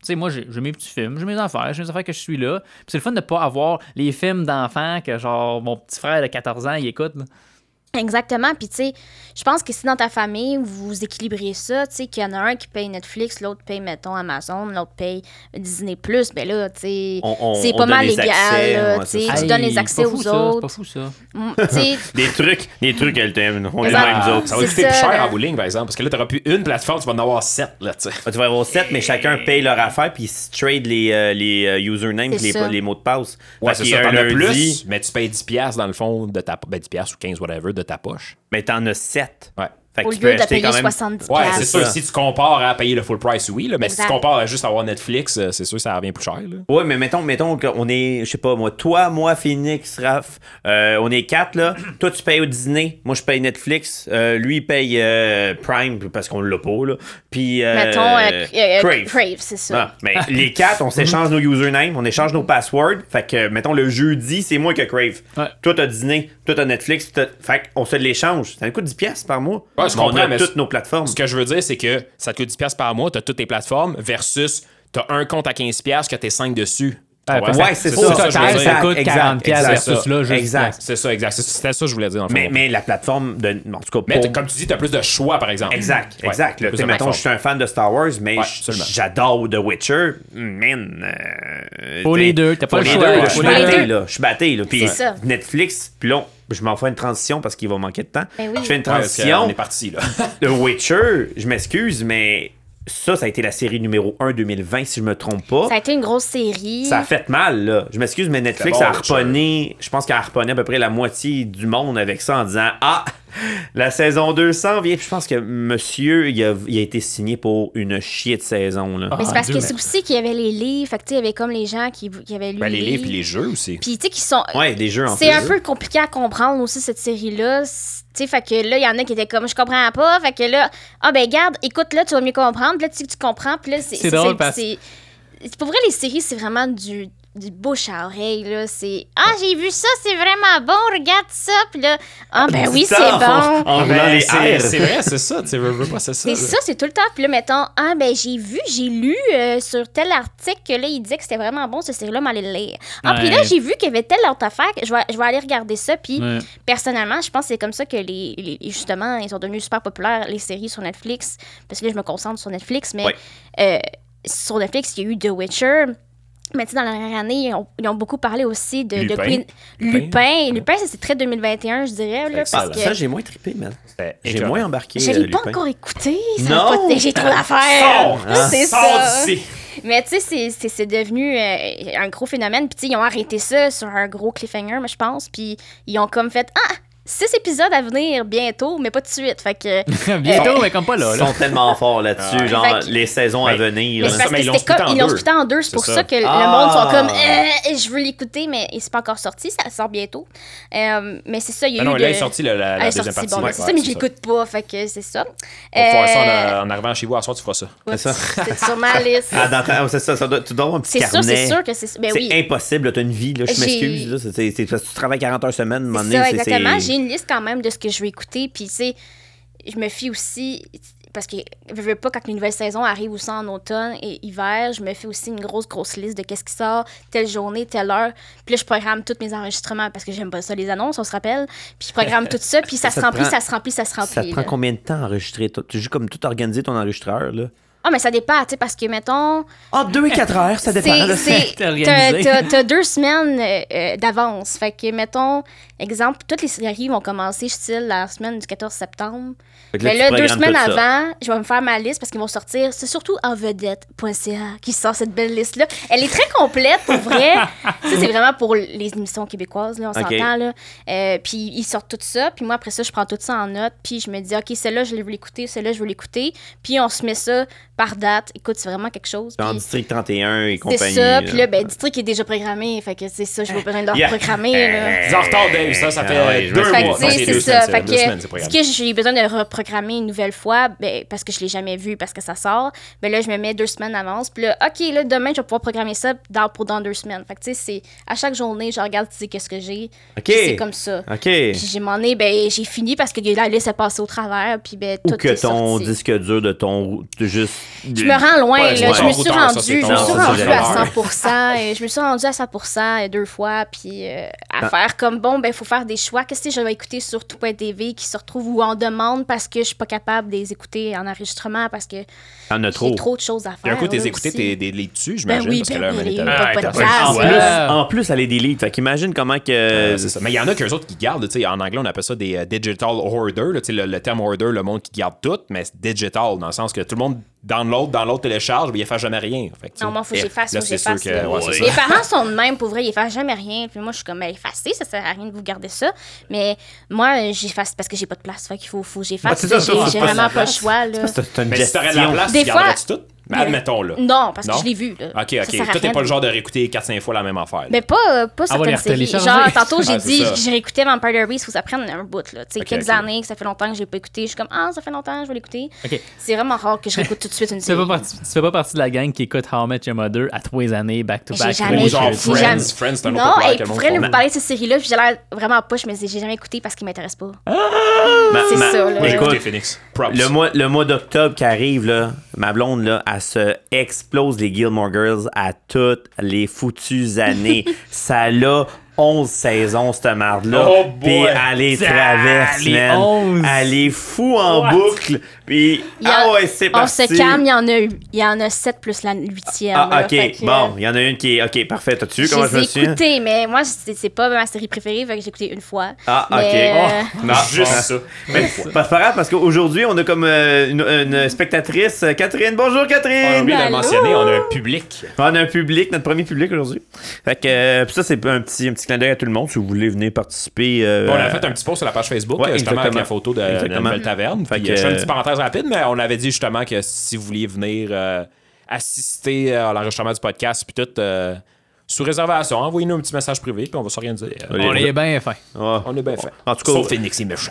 [SPEAKER 2] Tu sais, moi, j'ai j'ai mes petits films, j'ai mes affaires, j'ai mes affaires que je suis là. Puis c'est le fun de pas avoir les films d'enfants que, genre, mon petit frère de 14 ans, il écoute. là.
[SPEAKER 4] Exactement. Puis, tu sais, je pense que si dans ta famille, vous équilibrez ça, tu sais, qu'il y en a un qui paye Netflix, l'autre paye, mettons, Amazon, l'autre paye Disney, ben là, tu sais,
[SPEAKER 1] On- on-
[SPEAKER 4] c'est
[SPEAKER 1] on
[SPEAKER 4] pas
[SPEAKER 1] donne
[SPEAKER 4] mal
[SPEAKER 1] les
[SPEAKER 4] légal.
[SPEAKER 1] accès,
[SPEAKER 4] là,
[SPEAKER 1] ouais,
[SPEAKER 4] tu
[SPEAKER 1] c'est
[SPEAKER 4] sais,
[SPEAKER 1] ça.
[SPEAKER 4] tu
[SPEAKER 2] Hey,
[SPEAKER 4] donnes les accès
[SPEAKER 2] c'est pas
[SPEAKER 4] aux
[SPEAKER 2] fou, ça, C'est pas
[SPEAKER 4] autres.
[SPEAKER 2] fou, ça.
[SPEAKER 4] Mm, tu sais,
[SPEAKER 1] Des trucs, des trucs, elle t'aime. On est
[SPEAKER 4] Exact.
[SPEAKER 1] même nous autres.
[SPEAKER 3] ça va
[SPEAKER 4] Bah, C'est
[SPEAKER 3] te coûter plus
[SPEAKER 4] ça,
[SPEAKER 3] cher
[SPEAKER 4] là.
[SPEAKER 3] en bout de ligne, par exemple. Parce que là, t'auras plus une plateforme, tu vas en avoir sept, là, tu sais.
[SPEAKER 1] Ah, Tu vas avoir 7, mais chacun paye leur affaire puis ils se trade les, euh, les euh, usernames et
[SPEAKER 4] C'est
[SPEAKER 1] les,
[SPEAKER 4] ça.
[SPEAKER 1] les mots de passe.
[SPEAKER 3] Ouais,
[SPEAKER 1] Parce
[SPEAKER 3] c'est
[SPEAKER 1] qu'il y
[SPEAKER 3] ça.
[SPEAKER 1] a un
[SPEAKER 3] T'en as
[SPEAKER 1] lundi,
[SPEAKER 3] plus, mais tu payes 10$ piastres dans le fond de ta. Ben, 10$ piastres ou 15$, whatever, de ta poche.
[SPEAKER 1] mais t'en as 7.
[SPEAKER 3] Ouais.
[SPEAKER 1] Fait que
[SPEAKER 4] au
[SPEAKER 1] tu peux
[SPEAKER 4] lieu de
[SPEAKER 1] acheter
[SPEAKER 4] payer
[SPEAKER 1] quand même-
[SPEAKER 4] 70
[SPEAKER 3] Ouais,
[SPEAKER 4] piastres.
[SPEAKER 3] c'est sûr.
[SPEAKER 1] ça.
[SPEAKER 3] Si tu compares à payer le full price, oui, là, mais si
[SPEAKER 4] Exact.
[SPEAKER 3] tu compares à juste avoir Netflix, euh, c'est sûr que ça revient plus cher. Là.
[SPEAKER 1] Ouais, mais mettons, mettons qu'on est, je sais pas, moi, toi, moi, Phoenix, Raph, euh, on est quatre, là. toi, tu payes au Disney, moi, je paye Netflix, euh, lui, il paye euh, Prime, parce qu'on l'a pas, là. Puis. euh,
[SPEAKER 4] Mettons, euh, euh, Crave,
[SPEAKER 1] Crave.
[SPEAKER 4] c'est ça.
[SPEAKER 1] Ah, mais les quatre, on s'échange nos usernames, on échange nos passwords. Fait que, mettons, le jeudi, c'est moi qui a Crave.
[SPEAKER 2] Ouais.
[SPEAKER 1] Toi, t'as Disney, toi, t'as Netflix. t'as- Fait qu'on se l'échange. Ça nous coûte 10$ piastres par mois.
[SPEAKER 3] Ouais, je
[SPEAKER 1] Mais on
[SPEAKER 3] comprends,
[SPEAKER 1] a
[SPEAKER 3] mais
[SPEAKER 1] toutes
[SPEAKER 3] c'est-
[SPEAKER 1] nos plateformes.
[SPEAKER 3] Ce que je veux dire, c'est que ça te coûte 10$ piastres par mois, tu as toutes tes plateformes, versus tu as un compte à 15$ piastres que tu es 5 dessus.
[SPEAKER 2] Ouais,
[SPEAKER 3] Ouais,
[SPEAKER 2] parce
[SPEAKER 1] ouais,
[SPEAKER 2] que
[SPEAKER 1] Ah, c'est
[SPEAKER 2] au
[SPEAKER 1] ça.
[SPEAKER 2] total,
[SPEAKER 1] ça, je veux
[SPEAKER 2] ça
[SPEAKER 1] dire.
[SPEAKER 2] coûte
[SPEAKER 1] Exact,
[SPEAKER 2] 40 piastres
[SPEAKER 1] exact,
[SPEAKER 2] versus
[SPEAKER 1] ça.
[SPEAKER 2] là, juste
[SPEAKER 1] Exact.
[SPEAKER 3] C'est ça, exact. C'est- C'était ça que je voulais dire. Dans le fond.
[SPEAKER 1] Mais, mais la plateforme de. En tout cas,
[SPEAKER 3] Mais
[SPEAKER 1] pour-
[SPEAKER 3] t'as- comme tu dis, tu as plus de choix, par exemple.
[SPEAKER 1] Exact,
[SPEAKER 3] Ouais,
[SPEAKER 1] exact. là.
[SPEAKER 3] plus
[SPEAKER 1] Tu sais,
[SPEAKER 3] de
[SPEAKER 1] mettons,
[SPEAKER 3] plateformes.
[SPEAKER 1] je suis un fan de Star Wars, mais
[SPEAKER 3] Ouais,
[SPEAKER 1] j-
[SPEAKER 3] absolument.
[SPEAKER 1] j'adore The Witcher. Man, euh,
[SPEAKER 2] Pour
[SPEAKER 1] t'sais,
[SPEAKER 2] les deux, t'as pas
[SPEAKER 1] pour
[SPEAKER 2] le
[SPEAKER 1] les
[SPEAKER 2] choix,
[SPEAKER 1] deux,
[SPEAKER 2] ouais.
[SPEAKER 1] là, Je suis
[SPEAKER 2] Pour les
[SPEAKER 1] batté,
[SPEAKER 4] deux.
[SPEAKER 1] là. Je suis batté, là. Puis
[SPEAKER 4] C'est ça.
[SPEAKER 1] Netflix, puis là, je m'en fais une transition parce qu'il va manquer de temps.
[SPEAKER 4] Ben oui.
[SPEAKER 1] Je fais une
[SPEAKER 3] Ouais, parce que, euh,
[SPEAKER 1] transition.
[SPEAKER 3] on est parti, là.
[SPEAKER 1] The Witcher, je m'excuse, mais ça, ça a été la série numéro 1 2020, si je me trompe pas.
[SPEAKER 4] Ça a été une grosse série.
[SPEAKER 1] Ça a fait mal, là. Je m'excuse, mais Netflix
[SPEAKER 3] C'était bon,
[SPEAKER 1] a harponné, je pense qu'elle a harponné à peu près la moitié du monde avec ça en disant Ah, la saison 200 vient. Puis je pense que monsieur, il a, il a été signé pour une chier de saison, là.
[SPEAKER 4] Mais c'est parce
[SPEAKER 2] Ah,
[SPEAKER 4] que
[SPEAKER 2] Dieu.
[SPEAKER 4] c'est aussi qu'il y avait les livres. Fait que, tu sais, il y avait comme les gens qui, qui avaient lu
[SPEAKER 3] Ben, les livres et les jeux aussi.
[SPEAKER 4] Puis, tu sais, qui sont.
[SPEAKER 1] Ouais, des jeux en
[SPEAKER 4] C'est un
[SPEAKER 1] plus.
[SPEAKER 4] peu compliqué à comprendre aussi cette série-là. C'est- Tu sais, fait que là, il y en a qui étaient comme je comprends pas. Fait que là, ah ben garde, écoute là, tu vas mieux comprendre. Puis là, tu sais que tu comprends. Puis là, c'est.
[SPEAKER 2] C'est drôle parce-
[SPEAKER 4] c'est- c'est- Pour vrai, les séries, c'est vraiment du, du bouche à oreille. Là. C'est Ah, j'ai vu ça, c'est vraiment bon, regarde ça. Puis là, ah ben oui, c'est
[SPEAKER 1] Ça, en-
[SPEAKER 4] bon.
[SPEAKER 1] En roulant
[SPEAKER 3] Ben,
[SPEAKER 1] les
[SPEAKER 3] c'est
[SPEAKER 1] airs.
[SPEAKER 3] c'est vrai, c'est ça. Tu sais, veux, veux pas, c'est ça.
[SPEAKER 4] C'est
[SPEAKER 3] là.
[SPEAKER 4] ça, c'est tout le temps. Puis là, mettons, ah, ben j'ai vu, j'ai lu euh, sur tel article que là, il disait que c'était vraiment bon, ce série-là, mais allez le lire. Ah, puis là,
[SPEAKER 2] Ouais.
[SPEAKER 4] j'ai vu qu'il y avait telle autre affaire, que je vais, je vais aller regarder ça. Puis
[SPEAKER 2] Ouais.
[SPEAKER 4] personnellement, je pense que c'est comme ça que les, les- Justement, ils sont devenus super populaires, les séries sur Netflix. Parce que là, je me concentre sur Netflix, mais
[SPEAKER 1] Ouais.
[SPEAKER 4] euh, sur Netflix, il y a eu The Witcher. Mais tu sais, dans la dernière année, ils ont, ils ont beaucoup parlé aussi de, de
[SPEAKER 3] Lupin.
[SPEAKER 4] Queen.
[SPEAKER 3] Lupin.
[SPEAKER 4] Lupin. Lupin, ça, c'est très 2021, je dirais. Là,
[SPEAKER 3] excellent.
[SPEAKER 4] parce
[SPEAKER 1] Ah,
[SPEAKER 4] que
[SPEAKER 1] ça, j'ai moins trippé, man.
[SPEAKER 3] C'était
[SPEAKER 1] J'ai
[SPEAKER 3] écœurant.
[SPEAKER 1] moins embarqué.
[SPEAKER 4] je
[SPEAKER 1] euh,
[SPEAKER 4] l'ai pas
[SPEAKER 1] Lupin.
[SPEAKER 4] encore écouté. Ça
[SPEAKER 1] Non.
[SPEAKER 4] a pas- J'ai trop d'affaires.
[SPEAKER 3] Ah, Sors, hein,
[SPEAKER 4] c'est
[SPEAKER 3] sors
[SPEAKER 4] ça.
[SPEAKER 3] d'ici.
[SPEAKER 4] Mais tu sais, c'est- c'est- c'est devenu euh, un gros phénomène. Puis tu sais, ils ont arrêté ça sur un gros cliffhanger, moi, je pense. Puis ils ont comme fait Ah, six épisodes à venir bientôt, mais pas tout de suite. Fait que.
[SPEAKER 2] Bientôt, mais comme pas là.
[SPEAKER 1] Ils
[SPEAKER 2] là.
[SPEAKER 1] sont tellement forts là-dessus,
[SPEAKER 3] Ouais.
[SPEAKER 1] genre
[SPEAKER 4] Fait que-
[SPEAKER 1] les saisons à
[SPEAKER 3] Mais-
[SPEAKER 1] venir.
[SPEAKER 4] Mais
[SPEAKER 1] là.
[SPEAKER 4] c'est parce
[SPEAKER 3] mais
[SPEAKER 4] que
[SPEAKER 3] ils l'ont
[SPEAKER 4] c'était
[SPEAKER 3] splitté
[SPEAKER 4] comme-
[SPEAKER 3] en
[SPEAKER 4] ils l'ont
[SPEAKER 3] deux.
[SPEAKER 4] splitté en deux. C'est pour
[SPEAKER 3] C'est
[SPEAKER 4] ça,
[SPEAKER 3] ça.
[SPEAKER 4] que le
[SPEAKER 1] Ah.
[SPEAKER 4] monde sont comme Euh, Je veux l'écouter, mais c'est pas encore sorti. Ça sort bientôt. Euh, mais c'est ça, il y a
[SPEAKER 3] Ah non,
[SPEAKER 4] eu.
[SPEAKER 3] là,
[SPEAKER 4] de-
[SPEAKER 3] il est sorti la, la-
[SPEAKER 4] Ah,
[SPEAKER 3] la
[SPEAKER 4] elle est
[SPEAKER 3] deuxième
[SPEAKER 4] sortie,
[SPEAKER 3] partie.
[SPEAKER 4] bon, ben,
[SPEAKER 3] Ouais,
[SPEAKER 4] c'est
[SPEAKER 3] ouais,
[SPEAKER 4] ça, mais je l'écoute pas. Fait que c'est ça.
[SPEAKER 3] On va faire
[SPEAKER 4] Euh,
[SPEAKER 3] ça en, en arrivant chez vous. À soir, tu feras ça.
[SPEAKER 4] ouais,
[SPEAKER 1] C'est ça.
[SPEAKER 4] C'est sur ma liste.
[SPEAKER 1] Ah, dans ta- oh, c'est ça, ça doit- tu dois avoir un petit
[SPEAKER 4] C'est
[SPEAKER 1] carnet.
[SPEAKER 4] sûr, c'est sûr que c'est. Ben
[SPEAKER 1] c'est
[SPEAKER 4] oui.
[SPEAKER 1] impossible, là, t'as une vie, là, je
[SPEAKER 4] J'ai-
[SPEAKER 1] m'excuse. là, c'est- c'est- c'est parce que tu travailles 40 heures semaine, à un moment
[SPEAKER 4] C'est
[SPEAKER 1] donné,
[SPEAKER 4] ça,
[SPEAKER 1] c'est-
[SPEAKER 4] exactement.
[SPEAKER 1] c'est-
[SPEAKER 4] j'ai une liste quand même de ce que je veux écouter. Puis, tu sais, je me fie aussi. Parce que je veux pas quand une nouvelle saison arrive aussi en automne et hiver, je me fais aussi une grosse, grosse liste de qu'est-ce qui sort, telle journée, telle heure. Puis là, je programme tous mes enregistrements parce que j'aime pas ça, les annonces, on se rappelle. Puis je programme tout ça, puis ça,
[SPEAKER 1] Ça
[SPEAKER 4] se
[SPEAKER 1] te
[SPEAKER 4] remplit,
[SPEAKER 1] prend-
[SPEAKER 4] ça se remplit, ça se remplit.
[SPEAKER 1] Ça te prend
[SPEAKER 4] là.
[SPEAKER 1] combien de temps à enregistrer? toi? Tu as comme tout organisé ton enregistreur, là?
[SPEAKER 4] Ah, mais ça dépend, tu sais, parce que, mettons,
[SPEAKER 1] Ah, 2 et 4 heures, ça dépend. là.
[SPEAKER 4] c'est, c'est,
[SPEAKER 2] T'es
[SPEAKER 4] t'as,
[SPEAKER 2] organisé.
[SPEAKER 4] t'as- t'as deux semaines euh, euh, d'avance. Fait que, mettons, exemple, toutes les séries vont commencer, je style, la semaine du 14 septembre.
[SPEAKER 1] Fait que là,
[SPEAKER 4] Mais
[SPEAKER 1] tu
[SPEAKER 4] Ben là, deux
[SPEAKER 1] programmes
[SPEAKER 4] semaines
[SPEAKER 1] tout ça.
[SPEAKER 4] avant, je vais me faire ma liste parce qu'ils vont sortir. C'est surtout en vedette.ca qui sort cette belle liste-là. Elle est très complète, pour vrai. ça, c'est vraiment pour les émissions québécoises, là, on
[SPEAKER 1] Ok.
[SPEAKER 4] s'entend. là. Euh, puis ils sortent tout ça. Puis moi, après ça, je prends tout ça en note. Puis je me dis, OK, celle-là, je veux l'écouter. Celle-là, je veux l'écouter. Puis on se met ça par date. Écoute, c'est vraiment quelque chose.
[SPEAKER 1] En
[SPEAKER 4] Puis-
[SPEAKER 1] District 31 et compagnie.
[SPEAKER 4] c'est ça, puis
[SPEAKER 3] euh,
[SPEAKER 4] là, ben, District est déjà programmé, fait que c'est ça, j'ai pas besoin de leur
[SPEAKER 1] Yeah.
[SPEAKER 4] programmer. là.
[SPEAKER 3] C'est en retard, Dave, ça, ça fait
[SPEAKER 1] Ah ouais, je me
[SPEAKER 3] deux
[SPEAKER 1] suis-
[SPEAKER 4] Fait que,
[SPEAKER 3] mois.
[SPEAKER 4] tu sais,
[SPEAKER 3] Non, c'est
[SPEAKER 4] c'est
[SPEAKER 3] deux
[SPEAKER 4] ça.
[SPEAKER 3] semaines, c'est-
[SPEAKER 4] Fait
[SPEAKER 3] deux semaines, c'est
[SPEAKER 4] que,
[SPEAKER 3] programmé.
[SPEAKER 4] ce que j'ai besoin de reprogrammer une nouvelle fois, ben, parce que je l'ai jamais vu, parce que ça sort, ben là, je me mets deux semaines d'avance. Puis là, OK, là, demain, je vais pouvoir programmer ça dans, pour dans deux semaines. Fait que, tu sais, c'est à chaque journée, je regarde, tu sais, qu'est-ce que j'ai.
[SPEAKER 1] OK.
[SPEAKER 4] Puis C'est comme ça.
[SPEAKER 1] OK.
[SPEAKER 4] Puis j'ai m'en ai, ben, j'ai fini parce que la liste est passée au travers, puis ben,
[SPEAKER 1] Ou
[SPEAKER 4] tout
[SPEAKER 1] que
[SPEAKER 4] est
[SPEAKER 1] ton
[SPEAKER 4] sorti.
[SPEAKER 1] disque dur de ton. de juste.
[SPEAKER 4] Je me rends loin,
[SPEAKER 3] Ouais,
[SPEAKER 4] là.
[SPEAKER 1] ouais.
[SPEAKER 4] je me suis
[SPEAKER 3] Autant, ça,
[SPEAKER 4] rendue,
[SPEAKER 3] c'est
[SPEAKER 4] je
[SPEAKER 1] ton-
[SPEAKER 4] me suis
[SPEAKER 1] ça,
[SPEAKER 4] rendue
[SPEAKER 1] c'est
[SPEAKER 4] à
[SPEAKER 1] l'erreur.
[SPEAKER 4] 100 et je me suis rendue à 100 euh, deux fois, puis euh,
[SPEAKER 1] Ah.
[SPEAKER 4] à faire comme bon, ben faut faire des choix. Qu'est-ce que je vais écouter sur tout.tv qui se retrouve ou en demande parce que je suis pas capable de les écouter en enregistrement parce que
[SPEAKER 1] T'en as
[SPEAKER 4] j'ai
[SPEAKER 1] trop.
[SPEAKER 4] trop de choses à
[SPEAKER 3] Il y a
[SPEAKER 4] faire.
[SPEAKER 3] un coup,
[SPEAKER 4] là,
[SPEAKER 3] t'es écouté,
[SPEAKER 4] aussi.
[SPEAKER 3] t'es les dessus,
[SPEAKER 4] Ben
[SPEAKER 3] j'imagine,
[SPEAKER 4] oui,
[SPEAKER 3] parce que
[SPEAKER 4] ben
[SPEAKER 3] là, un
[SPEAKER 4] oui,
[SPEAKER 3] moment
[SPEAKER 4] il y a
[SPEAKER 3] donné,
[SPEAKER 4] pas
[SPEAKER 3] t'as-
[SPEAKER 4] de
[SPEAKER 2] t'as pas
[SPEAKER 4] place,
[SPEAKER 2] le
[SPEAKER 1] En
[SPEAKER 2] choix.
[SPEAKER 4] là.
[SPEAKER 1] plus,
[SPEAKER 2] Ouais.
[SPEAKER 1] en plus, elle est delete. Fait qu'imagine comment que.
[SPEAKER 3] Euh, c'est ça. Mais il y en a qu'eux autres qui gardent. tu sais, En anglais, on appelle ça des euh, digital hoarders. là, tu sais, le, le terme hoarder, le monde qui garde tout, mais c'est digital, dans le sens que tout le monde download, download, télécharge, mais il ne fait jamais rien. Fait que, tu sais,
[SPEAKER 4] Non, moi, faut que
[SPEAKER 3] eh,
[SPEAKER 4] j'efface,
[SPEAKER 3] là,
[SPEAKER 4] faut que
[SPEAKER 3] c'est sûr
[SPEAKER 4] j'efface.
[SPEAKER 3] que,
[SPEAKER 4] là.
[SPEAKER 3] ouais, c'est
[SPEAKER 4] Mes
[SPEAKER 3] ça.
[SPEAKER 4] parents sont de même, pour vrai, ils fassent jamais rien. Puis moi, je suis comme, effacer, ça sert à rien de vous garder ça. Mais moi, euh, j'efface parce que j'ai pas de place. Fait qu'il faut, faut que
[SPEAKER 1] Ouais,
[SPEAKER 4] j'efface.
[SPEAKER 1] Bah, c'est ça,
[SPEAKER 4] J'ai
[SPEAKER 1] ça,
[SPEAKER 4] j'ai
[SPEAKER 1] c'est pas
[SPEAKER 4] vraiment pas le choix, là.
[SPEAKER 1] C'est- c'est une
[SPEAKER 3] Mais Ben, si t'aurais de la
[SPEAKER 1] gestion.
[SPEAKER 3] place,
[SPEAKER 4] Des
[SPEAKER 3] tu garderais-tu
[SPEAKER 4] fois-
[SPEAKER 3] tout? Mais admettons, là.
[SPEAKER 4] Non, parce que
[SPEAKER 3] Non?
[SPEAKER 4] je l'ai vu, là.
[SPEAKER 3] OK,
[SPEAKER 4] Ça
[SPEAKER 3] OK.
[SPEAKER 4] sert à
[SPEAKER 3] Toi, t'es
[SPEAKER 4] rien
[SPEAKER 3] pas
[SPEAKER 4] de-
[SPEAKER 3] le genre de réécouter 4-5 fois la même affaire. là.
[SPEAKER 4] Mais pas, euh, pas
[SPEAKER 2] Ah, on va les
[SPEAKER 4] certaines séries.
[SPEAKER 2] retélécharger.
[SPEAKER 4] Genre, tantôt, j'ai
[SPEAKER 3] Ouais, Ah, c'est
[SPEAKER 4] dit,
[SPEAKER 3] ça.
[SPEAKER 4] j'ai écouté Vampire Diaries, faut que ça prenne un bout, là. Tu sais,
[SPEAKER 3] Ok,
[SPEAKER 4] quelques
[SPEAKER 3] ok.
[SPEAKER 4] années, que ça fait longtemps que j'ai pas écouté. Je suis comme, ah, ça fait longtemps, je vais l'écouter.
[SPEAKER 2] Ok.
[SPEAKER 4] C'est vraiment rare que je réécoute tout de suite une
[SPEAKER 2] Tu fais,
[SPEAKER 4] série.
[SPEAKER 2] pas partie, tu fais pas partie de la gang qui écoute How I Met Your Mother à trois années, back to
[SPEAKER 4] J'ai
[SPEAKER 2] back.
[SPEAKER 4] jamais
[SPEAKER 3] Ou
[SPEAKER 2] religieux.
[SPEAKER 3] genre
[SPEAKER 4] j'ai jamais-
[SPEAKER 3] Friends. Friends, c'est un autre
[SPEAKER 4] Non,
[SPEAKER 3] populaire
[SPEAKER 4] et
[SPEAKER 3] que le
[SPEAKER 4] pour
[SPEAKER 3] monde
[SPEAKER 4] vrai, là,
[SPEAKER 3] comprend.
[SPEAKER 4] vous parlez de cette série-là, puis j'ai l'air vraiment poche, mais j'ai jamais écouté parce qu'il m'intéresse pas.
[SPEAKER 3] Ah!
[SPEAKER 1] Ma-
[SPEAKER 4] C'est
[SPEAKER 1] ma-
[SPEAKER 4] ça, là.
[SPEAKER 3] Moi, j'ai écouté
[SPEAKER 1] Écoute,
[SPEAKER 3] Phoenix. Props.
[SPEAKER 1] Le mois, le mois d'octobre qui arrive, là, ma blonde, là, elle se explose les Gilmore Girls à toutes les foutues années. ça l'a 11 saisons, cette marde-là.
[SPEAKER 3] Oh boy!
[SPEAKER 1] Puis elle les
[SPEAKER 2] Ah,
[SPEAKER 1] traverse,
[SPEAKER 2] les
[SPEAKER 1] man.
[SPEAKER 2] 11.
[SPEAKER 1] Elle est fou en
[SPEAKER 2] What?
[SPEAKER 1] boucle. Puis,
[SPEAKER 4] Il y a-
[SPEAKER 1] ah ouais, c'est
[SPEAKER 4] On
[SPEAKER 1] parti.
[SPEAKER 4] se calme, il y en a eu- il y en a 7 plus la 8e.
[SPEAKER 1] Ah, ok. Bon, il y en a une qui est. Ok, parfait. T'as-tu vu
[SPEAKER 4] Je
[SPEAKER 1] comment je me
[SPEAKER 4] les ai
[SPEAKER 1] suis?
[SPEAKER 4] écoutés, mais moi, c'est c'est pas ma série préférée, fait que j'ai écouté une fois.
[SPEAKER 1] Ah, ok.
[SPEAKER 4] Mais, euh,
[SPEAKER 1] Non,
[SPEAKER 3] Juste
[SPEAKER 1] bon.
[SPEAKER 3] ça.
[SPEAKER 1] Mais pas pas grave parce qu'aujourd'hui, on a comme euh, une, une spectatrice, euh, Catherine. Bonjour,
[SPEAKER 3] On a
[SPEAKER 1] Catherine!
[SPEAKER 3] oublié de le
[SPEAKER 4] Allô?
[SPEAKER 3] mentionner, on a un public.
[SPEAKER 1] On a un public, notre premier public aujourd'hui. Fait que euh, pis ça, c'est un petit, un petit clin d'œil à tout le monde si vous voulez venir participer. euh,
[SPEAKER 3] On a fait un petit post sur la page Facebook,
[SPEAKER 1] Ouais,
[SPEAKER 3] euh, justement, avec
[SPEAKER 1] exactement.
[SPEAKER 3] la photo de la
[SPEAKER 1] Exactement.
[SPEAKER 3] nouvelle taverne.
[SPEAKER 1] Fait
[SPEAKER 3] Puis,
[SPEAKER 1] que-
[SPEAKER 3] euh, je fais une petite parenthèse rapide, mais on avait dit justement que si vous vouliez venir euh, assister euh, à l'enregistrement du podcast, puis tout, euh, sous réservation, envoyez-nous un petit message privé, puis on va s'organiser. Euh,
[SPEAKER 1] Allez.
[SPEAKER 2] On est bien fin.
[SPEAKER 1] Ah.
[SPEAKER 3] On est bien fait.
[SPEAKER 1] En tout cas-
[SPEAKER 3] Sauf Phoenix, il est méchant.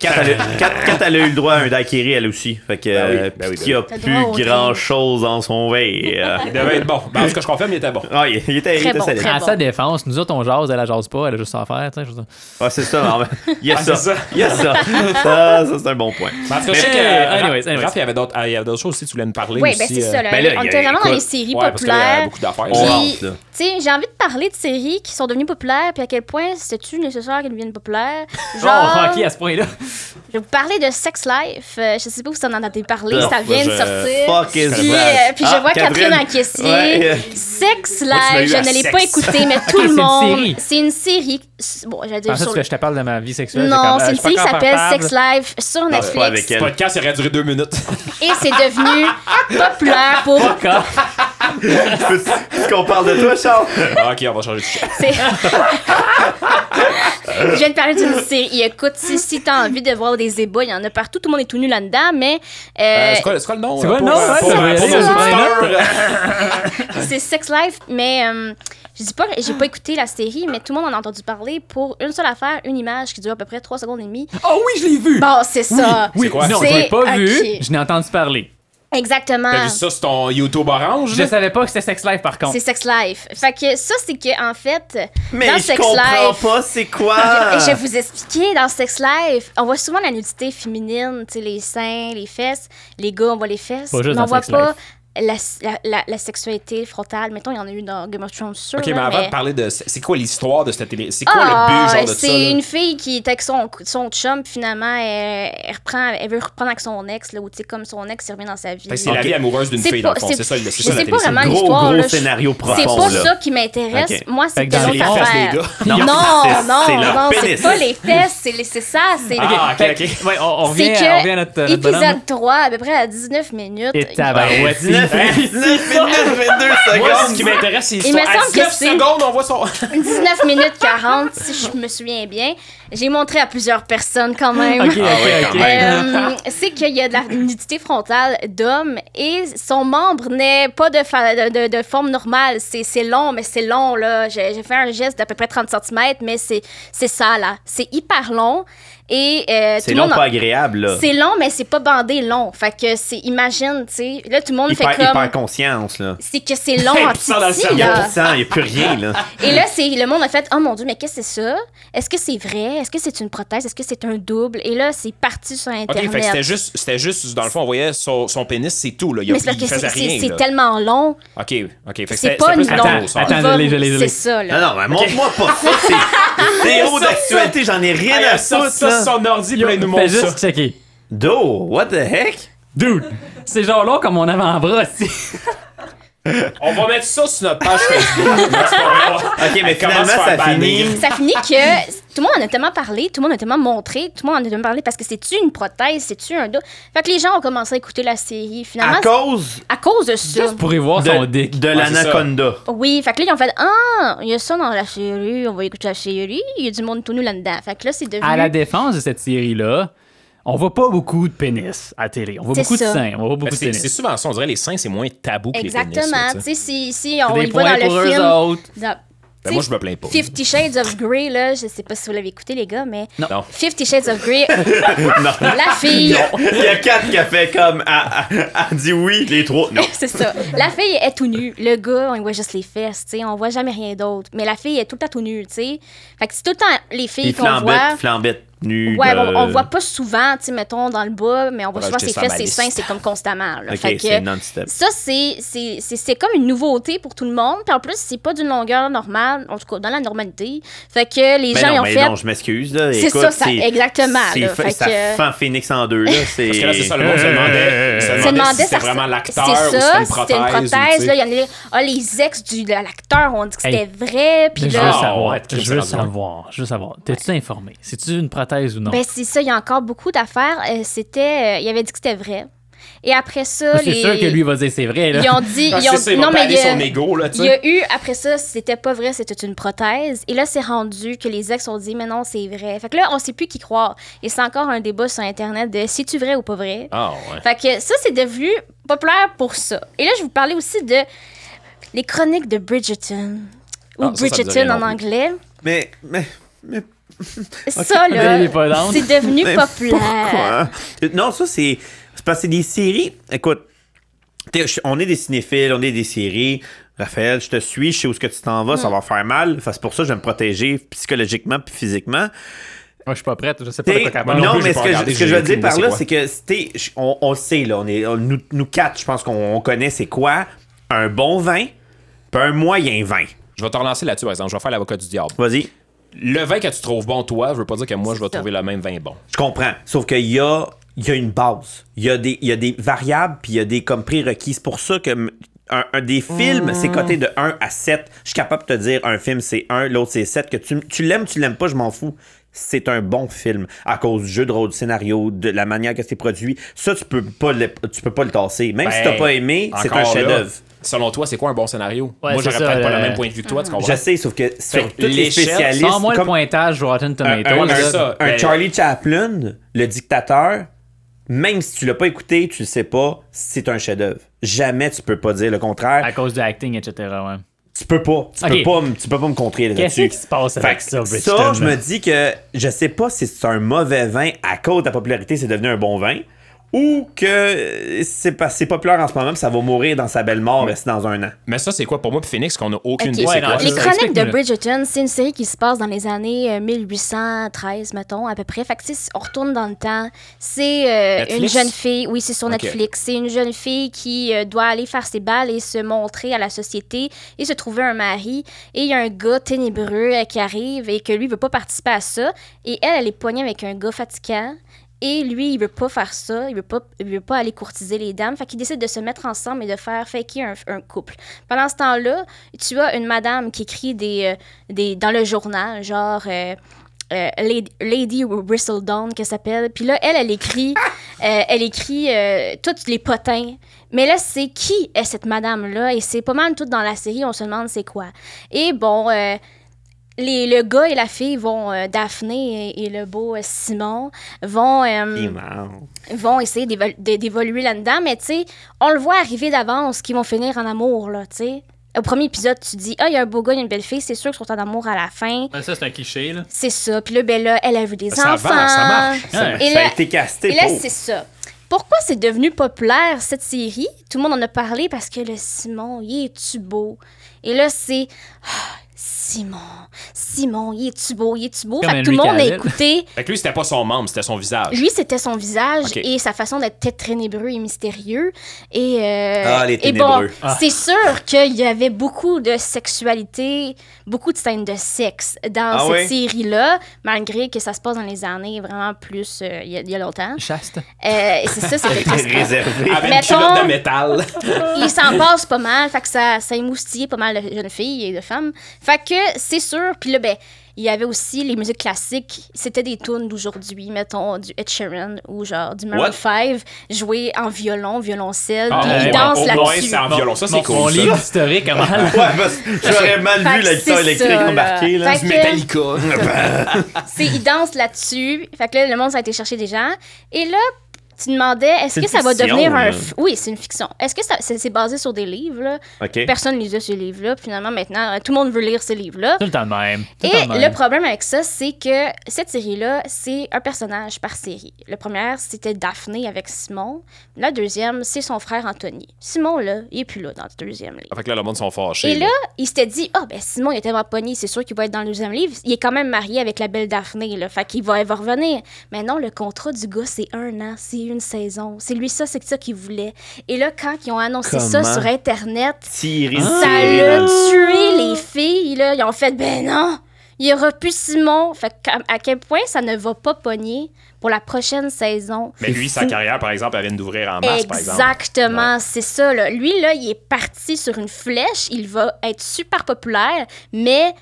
[SPEAKER 1] Kat, elle a- Kat- Kat, elle a eu le droit à un daiquiri, elle aussi. Fait que,
[SPEAKER 3] Ben oui,
[SPEAKER 1] euh,
[SPEAKER 3] ben oui, ben
[SPEAKER 1] qui a
[SPEAKER 4] oui.
[SPEAKER 1] plus
[SPEAKER 4] T'as droit au
[SPEAKER 1] grand-chose dans son verre.
[SPEAKER 3] Il devait être bon. Ben, en tout cas, je confirme, il était bon.
[SPEAKER 1] Ah, il, il était, il
[SPEAKER 4] Très
[SPEAKER 1] était
[SPEAKER 4] bon,
[SPEAKER 1] salé.
[SPEAKER 4] très
[SPEAKER 2] À
[SPEAKER 4] bon.
[SPEAKER 2] sa défense, nous autres, on jase, elle, elle jase pas, elle a juste ça à faire. tu sais, je veux dire.
[SPEAKER 1] Ah, c'est ça, non, mais- Il y a
[SPEAKER 3] Ah,
[SPEAKER 1] ça.
[SPEAKER 3] c'est ça.
[SPEAKER 1] Il y a ça. Ça, ça, c'est un bon point.
[SPEAKER 3] En tout cas, je sais
[SPEAKER 2] Mais-
[SPEAKER 3] que, euh,
[SPEAKER 2] anyways,
[SPEAKER 3] Raph-
[SPEAKER 2] anyways.
[SPEAKER 3] Raph, il y avait d'autres ah, il y avait d'autres choses aussi, tu voulais me parler
[SPEAKER 4] Oui,
[SPEAKER 3] aussi.
[SPEAKER 4] ben c'est
[SPEAKER 3] euh,
[SPEAKER 4] ça. Là.
[SPEAKER 1] ben là,
[SPEAKER 4] on
[SPEAKER 1] il y
[SPEAKER 4] était
[SPEAKER 1] a-
[SPEAKER 4] vraiment dans
[SPEAKER 1] écoute,
[SPEAKER 4] les séries
[SPEAKER 3] ouais, parce qu'il y a
[SPEAKER 4] populaires.
[SPEAKER 3] beaucoup d'affaires.
[SPEAKER 1] On
[SPEAKER 4] Puis,
[SPEAKER 1] rentre, là.
[SPEAKER 4] tu sais, j'ai envie de parler de séries qui sont devenues populaires, puis à quel point c'est-tu nécessaire qu'elles deviennent populaires.
[SPEAKER 2] Oh,
[SPEAKER 4] Genre,
[SPEAKER 2] ok, à ce point-là.
[SPEAKER 4] je vais vous parler de Sex Life. Euh, je sais pas si vous en entendez parler,
[SPEAKER 1] Non,
[SPEAKER 4] ça vient
[SPEAKER 3] je-
[SPEAKER 4] de sortir.
[SPEAKER 1] Fuck is
[SPEAKER 4] Puis,
[SPEAKER 1] that?
[SPEAKER 4] euh, puis
[SPEAKER 1] Ah,
[SPEAKER 4] je vois Catherine, en caissier.
[SPEAKER 1] Ouais, euh,
[SPEAKER 4] Sex
[SPEAKER 3] m'as eu
[SPEAKER 4] Life,
[SPEAKER 3] à
[SPEAKER 4] je ne l'ai pas
[SPEAKER 3] sexe.
[SPEAKER 4] écouté, mais tout le
[SPEAKER 2] c'est une
[SPEAKER 4] monde.
[SPEAKER 2] série.
[SPEAKER 4] C'est une série. Bon, j'allais
[SPEAKER 2] En
[SPEAKER 4] dire
[SPEAKER 2] fait,
[SPEAKER 4] sur
[SPEAKER 2] tu
[SPEAKER 4] le-
[SPEAKER 2] fais, je te parle de ma vie sexuelle. euh,
[SPEAKER 4] Non, c'est une série
[SPEAKER 2] série
[SPEAKER 4] qui s'appelle Sex Life sur
[SPEAKER 1] c'est pas avec
[SPEAKER 4] Netflix.
[SPEAKER 3] Le
[SPEAKER 1] elle.
[SPEAKER 3] podcast il aurait duré deux minutes.
[SPEAKER 4] Et c'est devenu populaire pour.
[SPEAKER 1] Est-ce qu'on parle de toi, Charles?
[SPEAKER 3] Ah, ok, on va changer de sujet.
[SPEAKER 4] C'est- Je viens de parler d'une série. Écoute, si, si t'as envie de voir des ébats, il y en a partout. Tout le monde est tout nu là-dedans, mais euh,
[SPEAKER 3] Euh, c'est quoi, c'est quoi le nom?
[SPEAKER 2] C'est
[SPEAKER 3] euh,
[SPEAKER 2] quoi le
[SPEAKER 3] pour-
[SPEAKER 2] nom? Ouais,
[SPEAKER 3] pour-
[SPEAKER 2] ça va
[SPEAKER 3] pour
[SPEAKER 2] aller,
[SPEAKER 3] nos
[SPEAKER 2] ça va
[SPEAKER 3] auditeurs, euh,
[SPEAKER 4] euh, c'est Sex Life. Mais euh, je dis pas, que- j'ai pas écouté la série, mais tout le monde en a entendu parler pour une seule affaire, une image qui dure à peu près 3 secondes et demie.
[SPEAKER 2] Oh oui, je l'ai vu!
[SPEAKER 4] Bon, c'est ça.
[SPEAKER 2] Oui,
[SPEAKER 3] C'est quoi?
[SPEAKER 2] non, je
[SPEAKER 4] C'est-
[SPEAKER 2] l'ai pas
[SPEAKER 4] ok.
[SPEAKER 2] vu, je n'ai entendu parler.
[SPEAKER 4] Exactement.
[SPEAKER 3] T'as vu ça sur ton YouTube orange?
[SPEAKER 2] Je
[SPEAKER 3] là?
[SPEAKER 2] savais pas que c'était Sex Life par contre.
[SPEAKER 4] C'est Sex Life. Fait que ça, c'est que en fait,
[SPEAKER 1] Mais
[SPEAKER 4] dans
[SPEAKER 1] je
[SPEAKER 4] Sex
[SPEAKER 1] comprends
[SPEAKER 4] Life.
[SPEAKER 1] pas c'est quoi.
[SPEAKER 4] Et
[SPEAKER 3] Ah.
[SPEAKER 4] je vais vous expliquer, dans Sex Life, on voit souvent la nudité féminine, tu sais, les seins, les fesses. Les gars, on voit les fesses.
[SPEAKER 2] Pas juste
[SPEAKER 4] mais
[SPEAKER 2] dans
[SPEAKER 4] on voit
[SPEAKER 2] Sex
[SPEAKER 4] pas la, la- la- la sexualité frontale. Mettons, il y en a eu dans Game of Thrones, sûr.
[SPEAKER 3] Ok, mais
[SPEAKER 4] là,
[SPEAKER 3] avant de
[SPEAKER 4] mais-
[SPEAKER 3] parler de. C'est c'est quoi l'histoire de cette télé? C'est quoi
[SPEAKER 4] Ah,
[SPEAKER 3] le but, genre, de ça? là?
[SPEAKER 4] c'est une fille qui était avec son, son chum, puis finalement, elle, elle reprend, elle veut reprendre avec son ex, là, ou tu sais, comme son ex, il revient dans sa vie.
[SPEAKER 3] Fait que C'est la
[SPEAKER 1] Ok.
[SPEAKER 3] vie amoureuse d'une
[SPEAKER 4] C'est
[SPEAKER 3] fille,
[SPEAKER 4] pas-
[SPEAKER 3] dans le fond.
[SPEAKER 4] c'est-
[SPEAKER 3] C'est ça, le- c'est
[SPEAKER 4] je
[SPEAKER 3] ça la
[SPEAKER 4] sais pas
[SPEAKER 3] télé.
[SPEAKER 4] vraiment
[SPEAKER 1] gros,
[SPEAKER 4] l'histoire,
[SPEAKER 1] gros
[SPEAKER 4] là, je-
[SPEAKER 1] scénario profond.
[SPEAKER 4] C'est pas
[SPEAKER 1] là.
[SPEAKER 4] ça qui m'intéresse.
[SPEAKER 1] Ok.
[SPEAKER 4] Moi,
[SPEAKER 2] Fait
[SPEAKER 4] c'est
[SPEAKER 2] que
[SPEAKER 4] telle
[SPEAKER 2] dans
[SPEAKER 3] C'est
[SPEAKER 4] autre
[SPEAKER 3] les
[SPEAKER 2] fond,
[SPEAKER 3] fesses des
[SPEAKER 4] affaire.
[SPEAKER 3] gars.
[SPEAKER 4] Non,
[SPEAKER 1] Non,
[SPEAKER 4] non,
[SPEAKER 1] c'est- c'est leur
[SPEAKER 4] non, c'est
[SPEAKER 1] pénis.
[SPEAKER 4] pas les fesses, c'est les- c'est ça, c'est
[SPEAKER 3] Ah, ok,
[SPEAKER 2] Fait que-
[SPEAKER 3] ok.
[SPEAKER 2] ouais, on, on
[SPEAKER 4] c'est
[SPEAKER 2] revient,
[SPEAKER 4] que
[SPEAKER 2] on revient à notre, notre bonhomme.
[SPEAKER 4] épisode 3, à peu près à 19 minutes.
[SPEAKER 2] Et
[SPEAKER 1] Ben,
[SPEAKER 2] tabarouette.
[SPEAKER 1] 19, 19, 22
[SPEAKER 3] Moi, ce qui
[SPEAKER 1] secondes.
[SPEAKER 3] m'intéresse, c'est
[SPEAKER 4] Il me
[SPEAKER 3] l'histoire. À
[SPEAKER 4] semble que
[SPEAKER 3] 19
[SPEAKER 4] c'est-
[SPEAKER 3] secondes, on voit son.
[SPEAKER 4] 19 minutes 40, si je me souviens bien. J'ai montré à plusieurs personnes Ah quand même.
[SPEAKER 2] Ok, ok,
[SPEAKER 3] ouais,
[SPEAKER 2] ok.
[SPEAKER 3] quand même.
[SPEAKER 4] Euh, c'est qu'il y a de la nudité frontale d'homme et son membre n'est pas de, fa- de, de- de forme normale. C'est c'est long, mais c'est long. là. J'ai j'ai fait un geste d'à peu près 30 cm, mais c'est c'est ça, là. C'est hyper long. Et, euh,
[SPEAKER 1] C'est
[SPEAKER 3] Hein?
[SPEAKER 4] tout le
[SPEAKER 1] long,
[SPEAKER 4] monde en-
[SPEAKER 1] pas agréable, là.
[SPEAKER 4] C'est long, mais c'est pas bandé long. Fait que c'est, imagine, tu sais, là, tout le monde
[SPEAKER 1] Hyper,
[SPEAKER 4] fait comme.
[SPEAKER 1] hyper conscience, là.
[SPEAKER 4] C'est que c'est long en
[SPEAKER 3] Sans la
[SPEAKER 1] Il
[SPEAKER 4] titi,
[SPEAKER 3] cervelle.
[SPEAKER 1] n'y a
[SPEAKER 4] là.
[SPEAKER 1] plus de sang, il n'y a plus rien, là.
[SPEAKER 4] Et là, c'est le monde a fait Oh mon Dieu, mais qu'est-ce que c'est ça Est-ce que c'est vrai Est-ce que c'est une prothèse Est-ce que c'est un double Et là, c'est parti sur
[SPEAKER 3] Ok,
[SPEAKER 4] Internet.
[SPEAKER 3] fait que c'était juste, c'était juste, dans le fond, on voyait son, son pénis, c'est tout, là. Il,
[SPEAKER 4] mais
[SPEAKER 3] il
[SPEAKER 4] c'est parce que c'est,
[SPEAKER 3] faisait
[SPEAKER 4] c'est-
[SPEAKER 3] rien.
[SPEAKER 4] c'est
[SPEAKER 3] là.
[SPEAKER 4] tellement long.
[SPEAKER 3] Ok, ok. Fait que
[SPEAKER 4] C'est
[SPEAKER 3] c'était
[SPEAKER 4] pas
[SPEAKER 3] c'était
[SPEAKER 4] une
[SPEAKER 3] plus
[SPEAKER 4] longue.
[SPEAKER 3] attends,
[SPEAKER 2] Attends,
[SPEAKER 4] Elle
[SPEAKER 2] attends,
[SPEAKER 4] va-
[SPEAKER 2] je l'ai, je l'ai, je
[SPEAKER 4] C'est
[SPEAKER 2] l'ai.
[SPEAKER 4] ça, là.
[SPEAKER 1] Non, non, mais montre-moi pas ça. C'est zéro
[SPEAKER 3] Sors ça.
[SPEAKER 1] d'actualité, j'en ai rien à
[SPEAKER 3] Elle sort
[SPEAKER 1] foutre,
[SPEAKER 3] ça,
[SPEAKER 1] ça.
[SPEAKER 3] son ordi, puis là, il nous
[SPEAKER 2] Euh, Fais
[SPEAKER 3] montre ça.
[SPEAKER 2] juste checker.
[SPEAKER 1] Do, what the heck?
[SPEAKER 2] Dude, c'est genre long comme mon avant-bras, si.
[SPEAKER 3] On va mettre ça sur notre page Facebook. Non, c'est pas vrai.
[SPEAKER 1] Ok, mais
[SPEAKER 3] Elle commence
[SPEAKER 1] finalement,
[SPEAKER 3] à
[SPEAKER 1] ça
[SPEAKER 3] faire bannir.
[SPEAKER 1] finit.
[SPEAKER 4] Ça finit que tout le monde en a tellement parlé, tout le monde en a tellement montré, tout le monde en a tellement parlé parce que c'est-tu une prothèse, c'est-tu un double. Fait que les gens ont commencé à écouter la série. Finalement,
[SPEAKER 1] À cause
[SPEAKER 4] à cause de ça.
[SPEAKER 2] Juste pour y voir son
[SPEAKER 1] de,
[SPEAKER 2] dick.
[SPEAKER 1] de
[SPEAKER 3] Ouais, c'est ça.
[SPEAKER 1] l'anaconda.
[SPEAKER 4] Oui, fait que là, ils ont fait Ah, il y a ça dans la série, on va écouter la série, il y a du monde tout nu là-dedans. Fait que là, c'est devenu.
[SPEAKER 2] À la défense de cette série-là, on voit pas beaucoup de pénis à télé. On voit
[SPEAKER 4] C'est
[SPEAKER 2] beaucoup
[SPEAKER 4] ça.
[SPEAKER 2] de seins, on voit pas
[SPEAKER 3] Ben,
[SPEAKER 2] beaucoup de
[SPEAKER 3] C'est c'est
[SPEAKER 2] pénis.
[SPEAKER 3] souvent ça, on dirait les seins, c'est moins tabou que les pénis.
[SPEAKER 4] Exactement.
[SPEAKER 3] là,
[SPEAKER 4] Tu
[SPEAKER 3] tu sais.
[SPEAKER 4] sais, si, si on
[SPEAKER 2] Des
[SPEAKER 4] le voit
[SPEAKER 2] points
[SPEAKER 4] dans
[SPEAKER 2] pour
[SPEAKER 4] le
[SPEAKER 2] eux
[SPEAKER 4] film.
[SPEAKER 2] autres.
[SPEAKER 4] dans-
[SPEAKER 3] Ben,
[SPEAKER 4] tu
[SPEAKER 3] moi,
[SPEAKER 4] sais,
[SPEAKER 3] je me plains pas.
[SPEAKER 4] Fifty Shades of Grey, là, je sais pas si vous l'avez écouté, les gars, mais.
[SPEAKER 2] Non.
[SPEAKER 3] Non.
[SPEAKER 4] Fifty Shades of Grey,
[SPEAKER 1] Non.
[SPEAKER 4] la fille.
[SPEAKER 1] Il y a quatre qui a fait comme. A, a- a dit oui, les trois. Non.
[SPEAKER 4] C'est ça. La fille est tout nue. Le gars, on y voit juste les fesses, tu sais. On voit jamais rien d'autre. Mais la fille est tout le temps tout nue, tu sais. Fait que c'est tout le temps les filles
[SPEAKER 1] Les
[SPEAKER 4] qu'on voit.
[SPEAKER 1] flambettes, flambettes nues.
[SPEAKER 4] Ouais,
[SPEAKER 1] de-
[SPEAKER 4] bon, on voit pas souvent, tu sais, mettons, dans le bas, mais on voit
[SPEAKER 3] Faudrait
[SPEAKER 4] souvent ses
[SPEAKER 3] ajouter ça à
[SPEAKER 4] fesses,
[SPEAKER 3] ma
[SPEAKER 4] ses
[SPEAKER 3] liste.
[SPEAKER 4] seins, c'est comme constamment. là.
[SPEAKER 1] Ok,
[SPEAKER 4] Fait que-
[SPEAKER 1] c'est non-stop.
[SPEAKER 4] Ça, c'est- c'est c'est- c'est comme une nouveauté pour tout le monde. Puis en plus, c'est pas d'une longueur normale, en tout cas dans la normalité. Fait que les
[SPEAKER 1] Mais
[SPEAKER 4] gens
[SPEAKER 1] non,
[SPEAKER 4] ils ont
[SPEAKER 1] mais
[SPEAKER 4] fait.
[SPEAKER 1] non, je m'excuse. là.
[SPEAKER 4] C'est
[SPEAKER 1] Écoute,
[SPEAKER 4] ça, ça-
[SPEAKER 1] c'est-
[SPEAKER 4] exactement,
[SPEAKER 1] c'est
[SPEAKER 4] là,
[SPEAKER 1] fa-
[SPEAKER 4] fait
[SPEAKER 1] ça
[SPEAKER 4] que-
[SPEAKER 1] fend Phoenix en deux. Là, c'est...
[SPEAKER 3] Parce que là, c'est ça, le monde se demandait, se
[SPEAKER 4] se
[SPEAKER 3] demandait
[SPEAKER 4] demandait
[SPEAKER 3] si c'était
[SPEAKER 4] ça-
[SPEAKER 3] vraiment l'acteur ou
[SPEAKER 4] c'est
[SPEAKER 3] c'était
[SPEAKER 4] ça,
[SPEAKER 3] une
[SPEAKER 4] c'était une
[SPEAKER 3] prothèse. ou, tu sais.
[SPEAKER 4] prothèse. Là, il y en a les, ah, les ex du, de l'acteur ont dit que c'était
[SPEAKER 2] Hey.
[SPEAKER 4] vrai. Puis
[SPEAKER 2] Je
[SPEAKER 4] là,
[SPEAKER 2] veux
[SPEAKER 3] Ah,
[SPEAKER 2] savoir,
[SPEAKER 3] ouais,
[SPEAKER 2] je
[SPEAKER 3] c'est
[SPEAKER 2] veux
[SPEAKER 3] rendu loin.
[SPEAKER 2] savoir, je veux savoir. T'es-tu informé? C'est-tu une prothèse ou non?
[SPEAKER 4] Ben c'est ça, il y a encore beaucoup d'affaires. Euh, c'était, euh, il avait dit que c'était vrai. Et après ça,
[SPEAKER 2] C'est
[SPEAKER 4] les-
[SPEAKER 2] sûr que lui va dire c'est vrai, là.
[SPEAKER 4] ils ont dit,
[SPEAKER 3] Parce
[SPEAKER 4] ils ont-
[SPEAKER 3] que Ben, Ah, c'est
[SPEAKER 4] non mais il y a-
[SPEAKER 3] son égo, là, tu
[SPEAKER 4] il y
[SPEAKER 3] sais.
[SPEAKER 4] a eu après ça, c'était pas vrai, c'était une prothèse. Et là, c'est rendu que les ex ont dit, mais non, c'est vrai. Fait que là, on sait plus qui croire. Et c'est encore un débat sur internet de si tu vrai ou pas vrai.
[SPEAKER 3] Ah, ouais.
[SPEAKER 4] Fait que ça, c'est devenu populaire pour ça. Et là, je vous parlais aussi de les chroniques de Bridgerton. Ou
[SPEAKER 3] Ah, ça, ça me dit
[SPEAKER 4] Bridgerton
[SPEAKER 3] rien
[SPEAKER 4] en
[SPEAKER 3] non
[SPEAKER 4] anglais.
[SPEAKER 1] Mais, mais, mais
[SPEAKER 4] Ça, là,
[SPEAKER 2] Il est pas down.
[SPEAKER 4] c'est devenu
[SPEAKER 1] Mais
[SPEAKER 4] populaire.
[SPEAKER 1] pourquoi? Euh, Non, ça, c'est. C'est parce que c'est des séries. Écoute, t'es- je- on est des cinéphiles, on est des séries. Raphaël, je te suis, je sais où ce que tu t'en vas, ça va faire mal. Enfin, c'est pour ça que je vais me protéger psychologiquement puis physiquement.
[SPEAKER 2] Moi, je suis pas prête, je sais pas de
[SPEAKER 1] T'es-
[SPEAKER 2] quoi qu'elle
[SPEAKER 1] Non,
[SPEAKER 2] parle.
[SPEAKER 3] non plus, j'ai
[SPEAKER 1] mais
[SPEAKER 3] pas
[SPEAKER 1] ce que,
[SPEAKER 3] regardé,
[SPEAKER 1] je- ce que
[SPEAKER 3] j'ai
[SPEAKER 1] je veux
[SPEAKER 3] aucune
[SPEAKER 1] dire par
[SPEAKER 3] idée,
[SPEAKER 1] là,
[SPEAKER 3] c'est
[SPEAKER 1] c'est que c'était- je- on, on le sait, là, on est, on- nous, nous quatre, je pense qu'on on connaît c'est quoi un bon vin puis un moyen vin.
[SPEAKER 3] Je vais te relancer là-dessus, par exemple. Je vais faire l'avocat du diable.
[SPEAKER 1] Vas-y.
[SPEAKER 3] Le vin que tu trouves bon, toi, je veux pas dire que moi, je vais
[SPEAKER 4] C'est ça.
[SPEAKER 3] trouver le même vin bon.
[SPEAKER 1] Je comprends. Sauf qu'il y a, il y a une base. Il y, a des- il y a des variables, puis il y a des comme prérequis. C'est pour ça que m- un, un des
[SPEAKER 3] Mm.
[SPEAKER 1] films, c'est coté de 1 à 7. Je suis capable de te dire un film, c'est 1, l'autre, c'est 7. Que tu, m- tu l'aimes, tu l'aimes pas, je m'en fous. C'est un bon film à cause du jeu de rôle, du scénario, de la manière que c'est produit. Ça, tu peux pas le, tu peux pas le tasser. Même si
[SPEAKER 3] Ben,
[SPEAKER 1] t'as pas aimé, c'est
[SPEAKER 3] encore
[SPEAKER 1] un
[SPEAKER 3] là,
[SPEAKER 1] chef-d'œuvre.
[SPEAKER 3] Selon toi, c'est quoi un bon scénario?
[SPEAKER 2] Ouais,
[SPEAKER 3] moi,
[SPEAKER 2] c'est
[SPEAKER 3] j'aurais
[SPEAKER 2] ça,
[SPEAKER 3] peut-être pas
[SPEAKER 4] euh,
[SPEAKER 2] le-
[SPEAKER 3] le même point de vue que toi, tu comprends?
[SPEAKER 1] Je sais, sauf que sur
[SPEAKER 3] Fait que
[SPEAKER 1] tous les
[SPEAKER 3] Ben, l'échelle,
[SPEAKER 1] spécialistes,
[SPEAKER 2] Sors-moi le
[SPEAKER 1] comme-
[SPEAKER 2] pointage Rotten Tomatoes.
[SPEAKER 1] un,
[SPEAKER 3] Ouais,
[SPEAKER 1] un-
[SPEAKER 3] c'est ça.
[SPEAKER 1] un
[SPEAKER 3] Ben-
[SPEAKER 1] Charlie Chaplin, le dictateur, même si tu l'as pas écouté, tu le sais pas, c'est un chef-d'œuvre. Jamais tu peux pas dire le contraire.
[SPEAKER 2] À cause du acting, etc. Ouais.
[SPEAKER 1] Tu peux pas. Tu
[SPEAKER 2] Ah. Ok.
[SPEAKER 1] peux pas, me- tu peux pas me contrer là-dessus.
[SPEAKER 2] Qu'est-ce qui se passe avec
[SPEAKER 1] Fait
[SPEAKER 2] ça,
[SPEAKER 1] que
[SPEAKER 2] Bridgeton?
[SPEAKER 1] Ça, je me dis que je sais pas si c'est un mauvais vin à cause de la popularité, c'est devenu un bon vin, ou que euh, c'est pas- c'est populaire en ce moment, puis ça va mourir dans sa belle
[SPEAKER 2] Mm.
[SPEAKER 1] mort rester dans un an.
[SPEAKER 3] Mais ça, c'est quoi pour moi puis Phoenix qu'on n'a
[SPEAKER 4] Ok.
[SPEAKER 3] aucune idée c'est
[SPEAKER 2] Ouais, non,
[SPEAKER 3] quoi?
[SPEAKER 4] Les
[SPEAKER 2] ça.
[SPEAKER 4] Chroniques de
[SPEAKER 2] Explique-nous-le.
[SPEAKER 4] Bridgerton, c'est une série qui se passe dans les années euh, 1813, mettons, à peu près. Fait que, tu sais, on retourne dans le temps. C'est euh, une
[SPEAKER 3] Netflix?
[SPEAKER 4] jeune fille, oui, c'est sur
[SPEAKER 3] Ok.
[SPEAKER 4] Netflix. C'est une jeune fille qui euh, doit aller faire ses balles et se montrer à la société et se trouver un mari. Et il y a un gars ténébreux euh, qui arrive et que lui veut pas participer à ça. Et elle, elle est poignée avec un gars fatigant. Et lui, il veut pas faire ça, il veut pas, il veut pas aller courtiser les dames. Fait qu'il décide de se mettre ensemble et de faire faker un, un couple. Pendant ce temps-là, tu as une madame qui écrit des, euh, des dans le journal, genre euh, euh, Lady, Lady Whistledown, qu'elle s'appelle. Puis là, elle, elle écrit, euh, elle écrit euh, tous les potins. Mais là, c'est qui est cette madame-là? Et c'est pas mal tout dans la série, on se demande c'est quoi. Et bon, euh, les, le gars et la fille vont, euh, Daphné et, et le beau euh, Simon, vont...
[SPEAKER 2] Mm.
[SPEAKER 4] euh,
[SPEAKER 1] Et
[SPEAKER 2] Ah.
[SPEAKER 1] non.
[SPEAKER 4] vont essayer d'évo- d'é- d'évoluer là-dedans, mais tu sais, on le voit arriver d'avance qu'ils vont finir en amour, là, tu sais. Au premier épisode, tu dis, ah, il y a un beau gars, il y a une belle fille, c'est sûr qu'ils sont en amour à la fin.
[SPEAKER 2] Ben, ça, c'est un cliché, là.
[SPEAKER 4] C'est ça. Puis là, ben là, elle a vu des
[SPEAKER 3] Ça va,
[SPEAKER 4] enfants.
[SPEAKER 3] ça marche.
[SPEAKER 1] Ça,
[SPEAKER 4] Et
[SPEAKER 1] ça
[SPEAKER 4] là-
[SPEAKER 1] a été casté
[SPEAKER 4] Et là,
[SPEAKER 1] pour.
[SPEAKER 4] c'est ça. Pourquoi c'est devenu populaire, cette série? Tout le monde en a parlé parce que le Simon, il est-tu beau? Et là, c'est... Ah, Simon, Simon, il est-tu beau? Il est-tu beau?
[SPEAKER 2] Comme
[SPEAKER 4] fait que tout le
[SPEAKER 2] Henry
[SPEAKER 4] monde a
[SPEAKER 2] Cavill.
[SPEAKER 4] écouté.
[SPEAKER 3] Fait que lui, c'était pas son membre, c'était son
[SPEAKER 1] Ah,
[SPEAKER 3] visage.
[SPEAKER 4] Lui, c'était son visage
[SPEAKER 3] Ok.
[SPEAKER 4] et sa façon d'être très ténébreux et mystérieux. Et, euh,
[SPEAKER 1] Ah, les
[SPEAKER 4] et bon,
[SPEAKER 1] ténébreux.
[SPEAKER 2] Ah.
[SPEAKER 4] c'est sûr qu'il y avait beaucoup de sexualité, beaucoup de scènes de sexe dans
[SPEAKER 1] Ah
[SPEAKER 4] cette
[SPEAKER 1] ouais?
[SPEAKER 4] série-là, malgré que ça se passe dans les années vraiment plus, euh, il y, a- il y a longtemps.
[SPEAKER 2] Chaste.
[SPEAKER 4] Euh, et c'est ça, c'était très
[SPEAKER 1] réservé.
[SPEAKER 3] Avec
[SPEAKER 4] Mettons-
[SPEAKER 3] une culotte de métal.
[SPEAKER 4] il s'en passe pas mal, fait que ça, ça émoustillait pas mal de jeunes filles et de femmes. Fait que c'est sûr, puis là, ben, il y avait aussi les musiques classiques. C'était des tunes d'aujourd'hui, mettons, du Ed Sheeran ou genre du Maroon
[SPEAKER 1] What? ben,
[SPEAKER 4] 5, joué en violon, violoncelle,
[SPEAKER 3] Ah,
[SPEAKER 4] puis
[SPEAKER 2] ouais,
[SPEAKER 4] ils
[SPEAKER 2] ouais,
[SPEAKER 4] dansent
[SPEAKER 3] au moins,
[SPEAKER 4] là-dessus.
[SPEAKER 3] c'est en violon. Ça, c'est
[SPEAKER 2] Mon- Mon
[SPEAKER 3] cool. ça.
[SPEAKER 2] livre historique, comment?
[SPEAKER 1] Ouais, parce que j'aurais mal
[SPEAKER 4] Fait
[SPEAKER 1] vu
[SPEAKER 4] que
[SPEAKER 1] la guitare
[SPEAKER 4] c'est
[SPEAKER 1] électrique
[SPEAKER 4] ça, là.
[SPEAKER 1] embarquée. Là.
[SPEAKER 4] Fait que- C'est- Ils dansent là-dessus. Fait que là, le monde, ça a été chercher des gens. Et là, tu demandais, est-ce
[SPEAKER 1] C'est
[SPEAKER 4] que
[SPEAKER 1] une
[SPEAKER 4] ça va
[SPEAKER 1] fiction,
[SPEAKER 4] devenir un...
[SPEAKER 1] là.
[SPEAKER 4] f- Oui, c'est une fiction. Est-ce que ça- c'est c'est basé sur des livres, là?
[SPEAKER 1] OK.
[SPEAKER 4] Personne ne lisait ces livres-là. puis Finalement, maintenant, euh, tout le monde veut lire ces livres-là.
[SPEAKER 2] Tout le temps de même. Tout
[SPEAKER 4] Et
[SPEAKER 2] le temps de
[SPEAKER 4] le
[SPEAKER 2] même.
[SPEAKER 4] problème avec ça, c'est que cette série-là, c'est un personnage par série. Le premier, c'était Daphné avec Simon. La deuxième, c'est son frère Anthony. Simon, là, il est plus là dans le deuxième livre.
[SPEAKER 3] Fait que là, le monde sont fâchés.
[SPEAKER 4] Et là, il s'était dit, ah, ben Simon, il était tellement pogné, c'est sûr qu'il va être dans le deuxième livre. Il est quand même marié avec la belle Daphné, là. Fait qu'il va, il va revenir. Mais non, le contrat du gars, c'est un an, c'est une saison. C'est lui, ça, c'est ça qu'il voulait. Et là, quand ils ont annoncé ça
[SPEAKER 1] Comment?
[SPEAKER 4] sur Internet,
[SPEAKER 1] Thierry,
[SPEAKER 3] Ah.
[SPEAKER 4] ça
[SPEAKER 1] Thierry,
[SPEAKER 4] l'a
[SPEAKER 1] là.
[SPEAKER 4] tué, les filles. Là. Ils ont fait, ben non, il n'y aura plus Simon. Fait qu'à- à quel point ça ne va pas pogner pour la prochaine saison.
[SPEAKER 3] Mais lui, sa carrière, par exemple, elle vient d'ouvrir en mars, par exemple.
[SPEAKER 4] Exactement, c'est ça. là. Lui, là, il est parti sur une flèche. Il va être super populaire, mais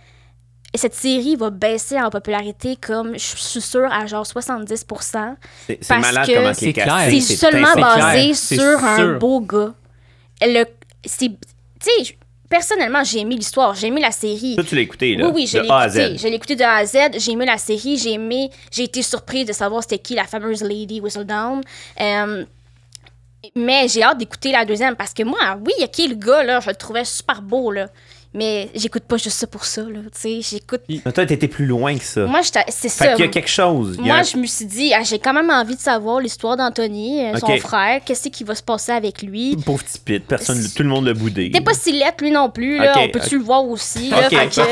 [SPEAKER 4] cette série va baisser en popularité comme, je suis sûre, à genre 70
[SPEAKER 1] C'est c'est
[SPEAKER 4] parce
[SPEAKER 1] malade
[SPEAKER 4] que
[SPEAKER 1] comment
[SPEAKER 2] Ah, c'est
[SPEAKER 1] c'est casté.
[SPEAKER 2] clair.
[SPEAKER 4] c'est seulement
[SPEAKER 1] insane.
[SPEAKER 2] clair,
[SPEAKER 4] basé
[SPEAKER 2] c'est
[SPEAKER 4] sur un
[SPEAKER 2] sûr.
[SPEAKER 4] beau gars. Le, c'est, tu sais, je- personnellement, j'ai aimé l'histoire, j'ai aimé la série.
[SPEAKER 1] Toi, tu l'as écouté, là.
[SPEAKER 4] Oui, oui, je
[SPEAKER 1] de
[SPEAKER 4] l'ai
[SPEAKER 1] A à
[SPEAKER 4] écouté.
[SPEAKER 1] Z.
[SPEAKER 4] Je l'ai écouté de A à Z. J'ai aimé la série. J'ai aimé. J'ai été surprise de savoir c'était qui la fameuse Lady Whistledown. Euh, mais j'ai hâte d'écouter la deuxième parce que moi, oui, il y a qui le gars, là, je le trouvais super beau, là. Mais j'écoute pas juste ça pour ça, là. Tu sais, j'écoute.
[SPEAKER 1] Mais toi, t'étais plus loin que ça.
[SPEAKER 4] Moi, j'étais- c'est ça.
[SPEAKER 1] fait qu'il y a quelque chose. Il y a
[SPEAKER 4] Moi,
[SPEAKER 1] un-
[SPEAKER 4] je me suis dit, ah, j'ai quand même envie de savoir l'histoire d'Anthony, euh, son
[SPEAKER 1] Ok.
[SPEAKER 4] frère, qu'est-ce qui va se passer avec lui.
[SPEAKER 1] Pauvre petit pit, personne,
[SPEAKER 4] C'est-
[SPEAKER 1] tout le monde l'a boudé.
[SPEAKER 4] T'es pas si lettre, lui non plus, là.
[SPEAKER 1] Ok,
[SPEAKER 4] on peut-tu
[SPEAKER 1] ok.
[SPEAKER 4] le voir aussi, là?
[SPEAKER 1] Ok,
[SPEAKER 4] Fait que-
[SPEAKER 1] parfait.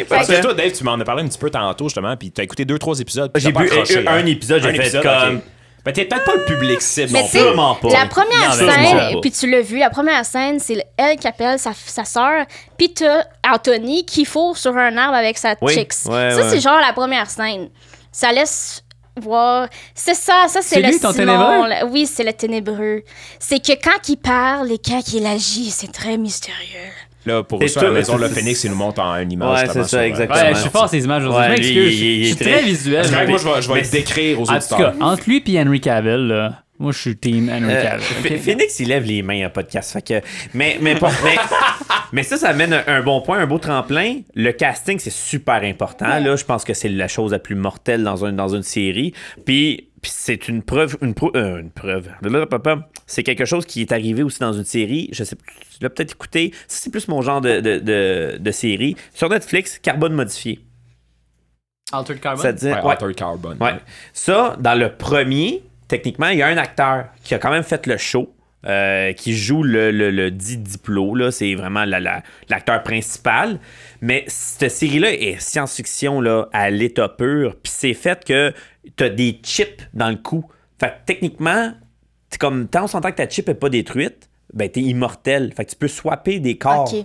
[SPEAKER 1] Ok,
[SPEAKER 3] Parce
[SPEAKER 1] parfait.
[SPEAKER 3] que toi, Dave, tu m'en as parlé un petit peu tantôt, justement, puis t'as écouté deux, trois épisodes. puis
[SPEAKER 1] J'ai
[SPEAKER 3] t'as pas
[SPEAKER 1] bu
[SPEAKER 3] accroché,
[SPEAKER 1] un-
[SPEAKER 3] hein.
[SPEAKER 1] un épisode, j'ai fait
[SPEAKER 3] épisode,
[SPEAKER 1] comme-
[SPEAKER 3] ok. Ben, t'es peut-être pas le public cible
[SPEAKER 4] Mais
[SPEAKER 3] non
[SPEAKER 4] tu sais,
[SPEAKER 3] plus.
[SPEAKER 1] sûrement pas.
[SPEAKER 4] La première
[SPEAKER 2] Non, mais sûrement
[SPEAKER 4] scène,
[SPEAKER 1] pas.
[SPEAKER 4] puis tu l'as vu, la première scène, c'est elle qui appelle sa, sa soeur, puis t'as Anthony qui fourre sur un arbre avec sa
[SPEAKER 1] Oui,
[SPEAKER 4] chicks.
[SPEAKER 1] ouais,
[SPEAKER 4] ça, c'est
[SPEAKER 1] ouais.
[SPEAKER 4] genre la première scène. Ça laisse voir. C'est ça, ça, c'est
[SPEAKER 2] C'est
[SPEAKER 4] le
[SPEAKER 2] lui, ton
[SPEAKER 4] Simon,
[SPEAKER 2] ténébreux?
[SPEAKER 4] là. Oui, c'est le ténébreux. C'est que quand il parle et quand il agit, c'est très mystérieux.
[SPEAKER 3] Là, pour
[SPEAKER 1] C'est
[SPEAKER 3] ça, à la
[SPEAKER 1] tout,
[SPEAKER 3] maison,
[SPEAKER 1] mais
[SPEAKER 3] le
[SPEAKER 1] c'est-
[SPEAKER 3] phoenix, il nous montre en une image.
[SPEAKER 1] Ouais,
[SPEAKER 3] justement,
[SPEAKER 1] c'est ça,
[SPEAKER 3] sur, euh,
[SPEAKER 1] exactement.
[SPEAKER 2] Ouais, je suis fort à ces images aujourd'hui.
[SPEAKER 1] Ouais,
[SPEAKER 2] je m'excuse.
[SPEAKER 1] lui, il- il
[SPEAKER 2] Je
[SPEAKER 1] est
[SPEAKER 2] suis
[SPEAKER 1] très-
[SPEAKER 2] très visuel.
[SPEAKER 3] Parce que
[SPEAKER 2] mais-
[SPEAKER 3] Moi, je vais, je vais décrire aux
[SPEAKER 2] En tout cas,
[SPEAKER 3] auditeurs.
[SPEAKER 2] entre lui et Henry Cavill, là, moi, je suis team Henry
[SPEAKER 1] Euh,
[SPEAKER 2] Cavill.
[SPEAKER 1] Ph-
[SPEAKER 2] ok?
[SPEAKER 1] Phoenix, il lève les mains à podcast. Fait que, mais, mais, pas- mais, mais ça, ça amène un, un bon point, un beau tremplin. Le casting, c'est super important. Là, je pense que c'est la chose la plus mortelle dans, un, dans une série. Puis, puis c'est une preuve. Une, prou- euh, une preuve. Blablabla. C'est quelque chose qui est arrivé aussi dans une série. Je sais, tu l'as peut-être écouté. Ça, c'est plus mon genre de, de, de- de série. Sur Netflix, Carbone modifié.
[SPEAKER 2] Altered Carbon.
[SPEAKER 1] Ça te dit-
[SPEAKER 3] Ouais,
[SPEAKER 1] ouais.
[SPEAKER 3] Altered Carbon.
[SPEAKER 1] Ouais. Ça, dans le premier, techniquement, il y a un acteur qui a quand même fait le show. euh, qui joue le, le, le dit Diplo, là, c'est vraiment la- la- l'acteur principal. Mais cette série-là est science-fiction là, à l'état pur, puis c'est fait que t'as des chips dans le cou. Fait que techniquement, t'es comme tant on s'entend que ta chip est pas détruite, ben t'es immortel. Fait que tu peux swapper des corps.
[SPEAKER 4] Ok.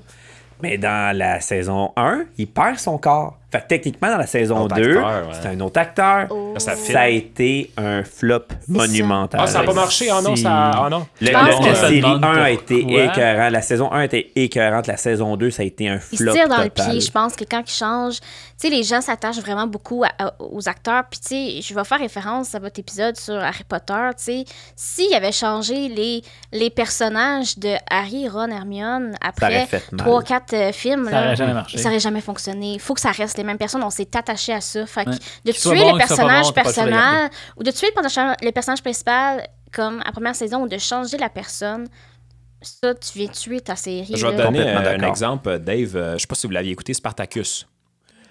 [SPEAKER 1] Mais dans la saison 1, il perd son corps. Fait que techniquement, dans la saison
[SPEAKER 3] Autre
[SPEAKER 1] 2,
[SPEAKER 3] acteur, ouais.
[SPEAKER 1] c'est un autre acteur.
[SPEAKER 4] Oh.
[SPEAKER 3] Ça fait-
[SPEAKER 1] Ça a été un flop monumental.
[SPEAKER 3] Ah, ça n'a pas marché. Ah non, ça. Ah non.
[SPEAKER 1] Le-
[SPEAKER 4] Je pense
[SPEAKER 1] le-
[SPEAKER 4] que
[SPEAKER 1] la
[SPEAKER 4] ça
[SPEAKER 1] série 1
[SPEAKER 2] demande
[SPEAKER 1] a été
[SPEAKER 2] pourquoi.
[SPEAKER 1] écœurante. La saison 1 était écœurante. La saison 2, ça a été un
[SPEAKER 4] Il se
[SPEAKER 1] flop.
[SPEAKER 4] tire dans
[SPEAKER 1] total.
[SPEAKER 4] le pied. Je pense que quand il change, tu sais, les gens s'attachent vraiment beaucoup à- à- aux acteurs. Puis, tu sais, je vais faire référence à votre épisode sur Harry Potter. Tu sais, s'il avait changé les, les personnages de Harry, Ron, Hermione
[SPEAKER 1] aurait
[SPEAKER 4] après
[SPEAKER 1] fait mal.
[SPEAKER 4] 3-4 euh, films,
[SPEAKER 2] Ça
[SPEAKER 4] là,
[SPEAKER 2] aurait jamais marché.
[SPEAKER 4] ça aurait jamais fonctionné. Il faut que ça reste les mêmes personnes. On s'est attaché à ça. Fait que
[SPEAKER 2] Ouais.
[SPEAKER 4] de
[SPEAKER 2] Qu'il soit
[SPEAKER 4] tuer
[SPEAKER 2] bon,
[SPEAKER 4] le
[SPEAKER 2] qu'il soit pas
[SPEAKER 4] personnage
[SPEAKER 2] bon, t'as pas le choix de le
[SPEAKER 4] personnel ou de tuer le personnage, le personnage principal comme à première saison ou de changer la personne, ça, tu viens tuer ta série.
[SPEAKER 3] Je vais te
[SPEAKER 4] là.
[SPEAKER 3] donner
[SPEAKER 1] Complètement
[SPEAKER 3] euh, un
[SPEAKER 1] d'accord.
[SPEAKER 3] exemple, euh, Dave. euh, Je sais pas si vous l'aviez écouté, Spartacus.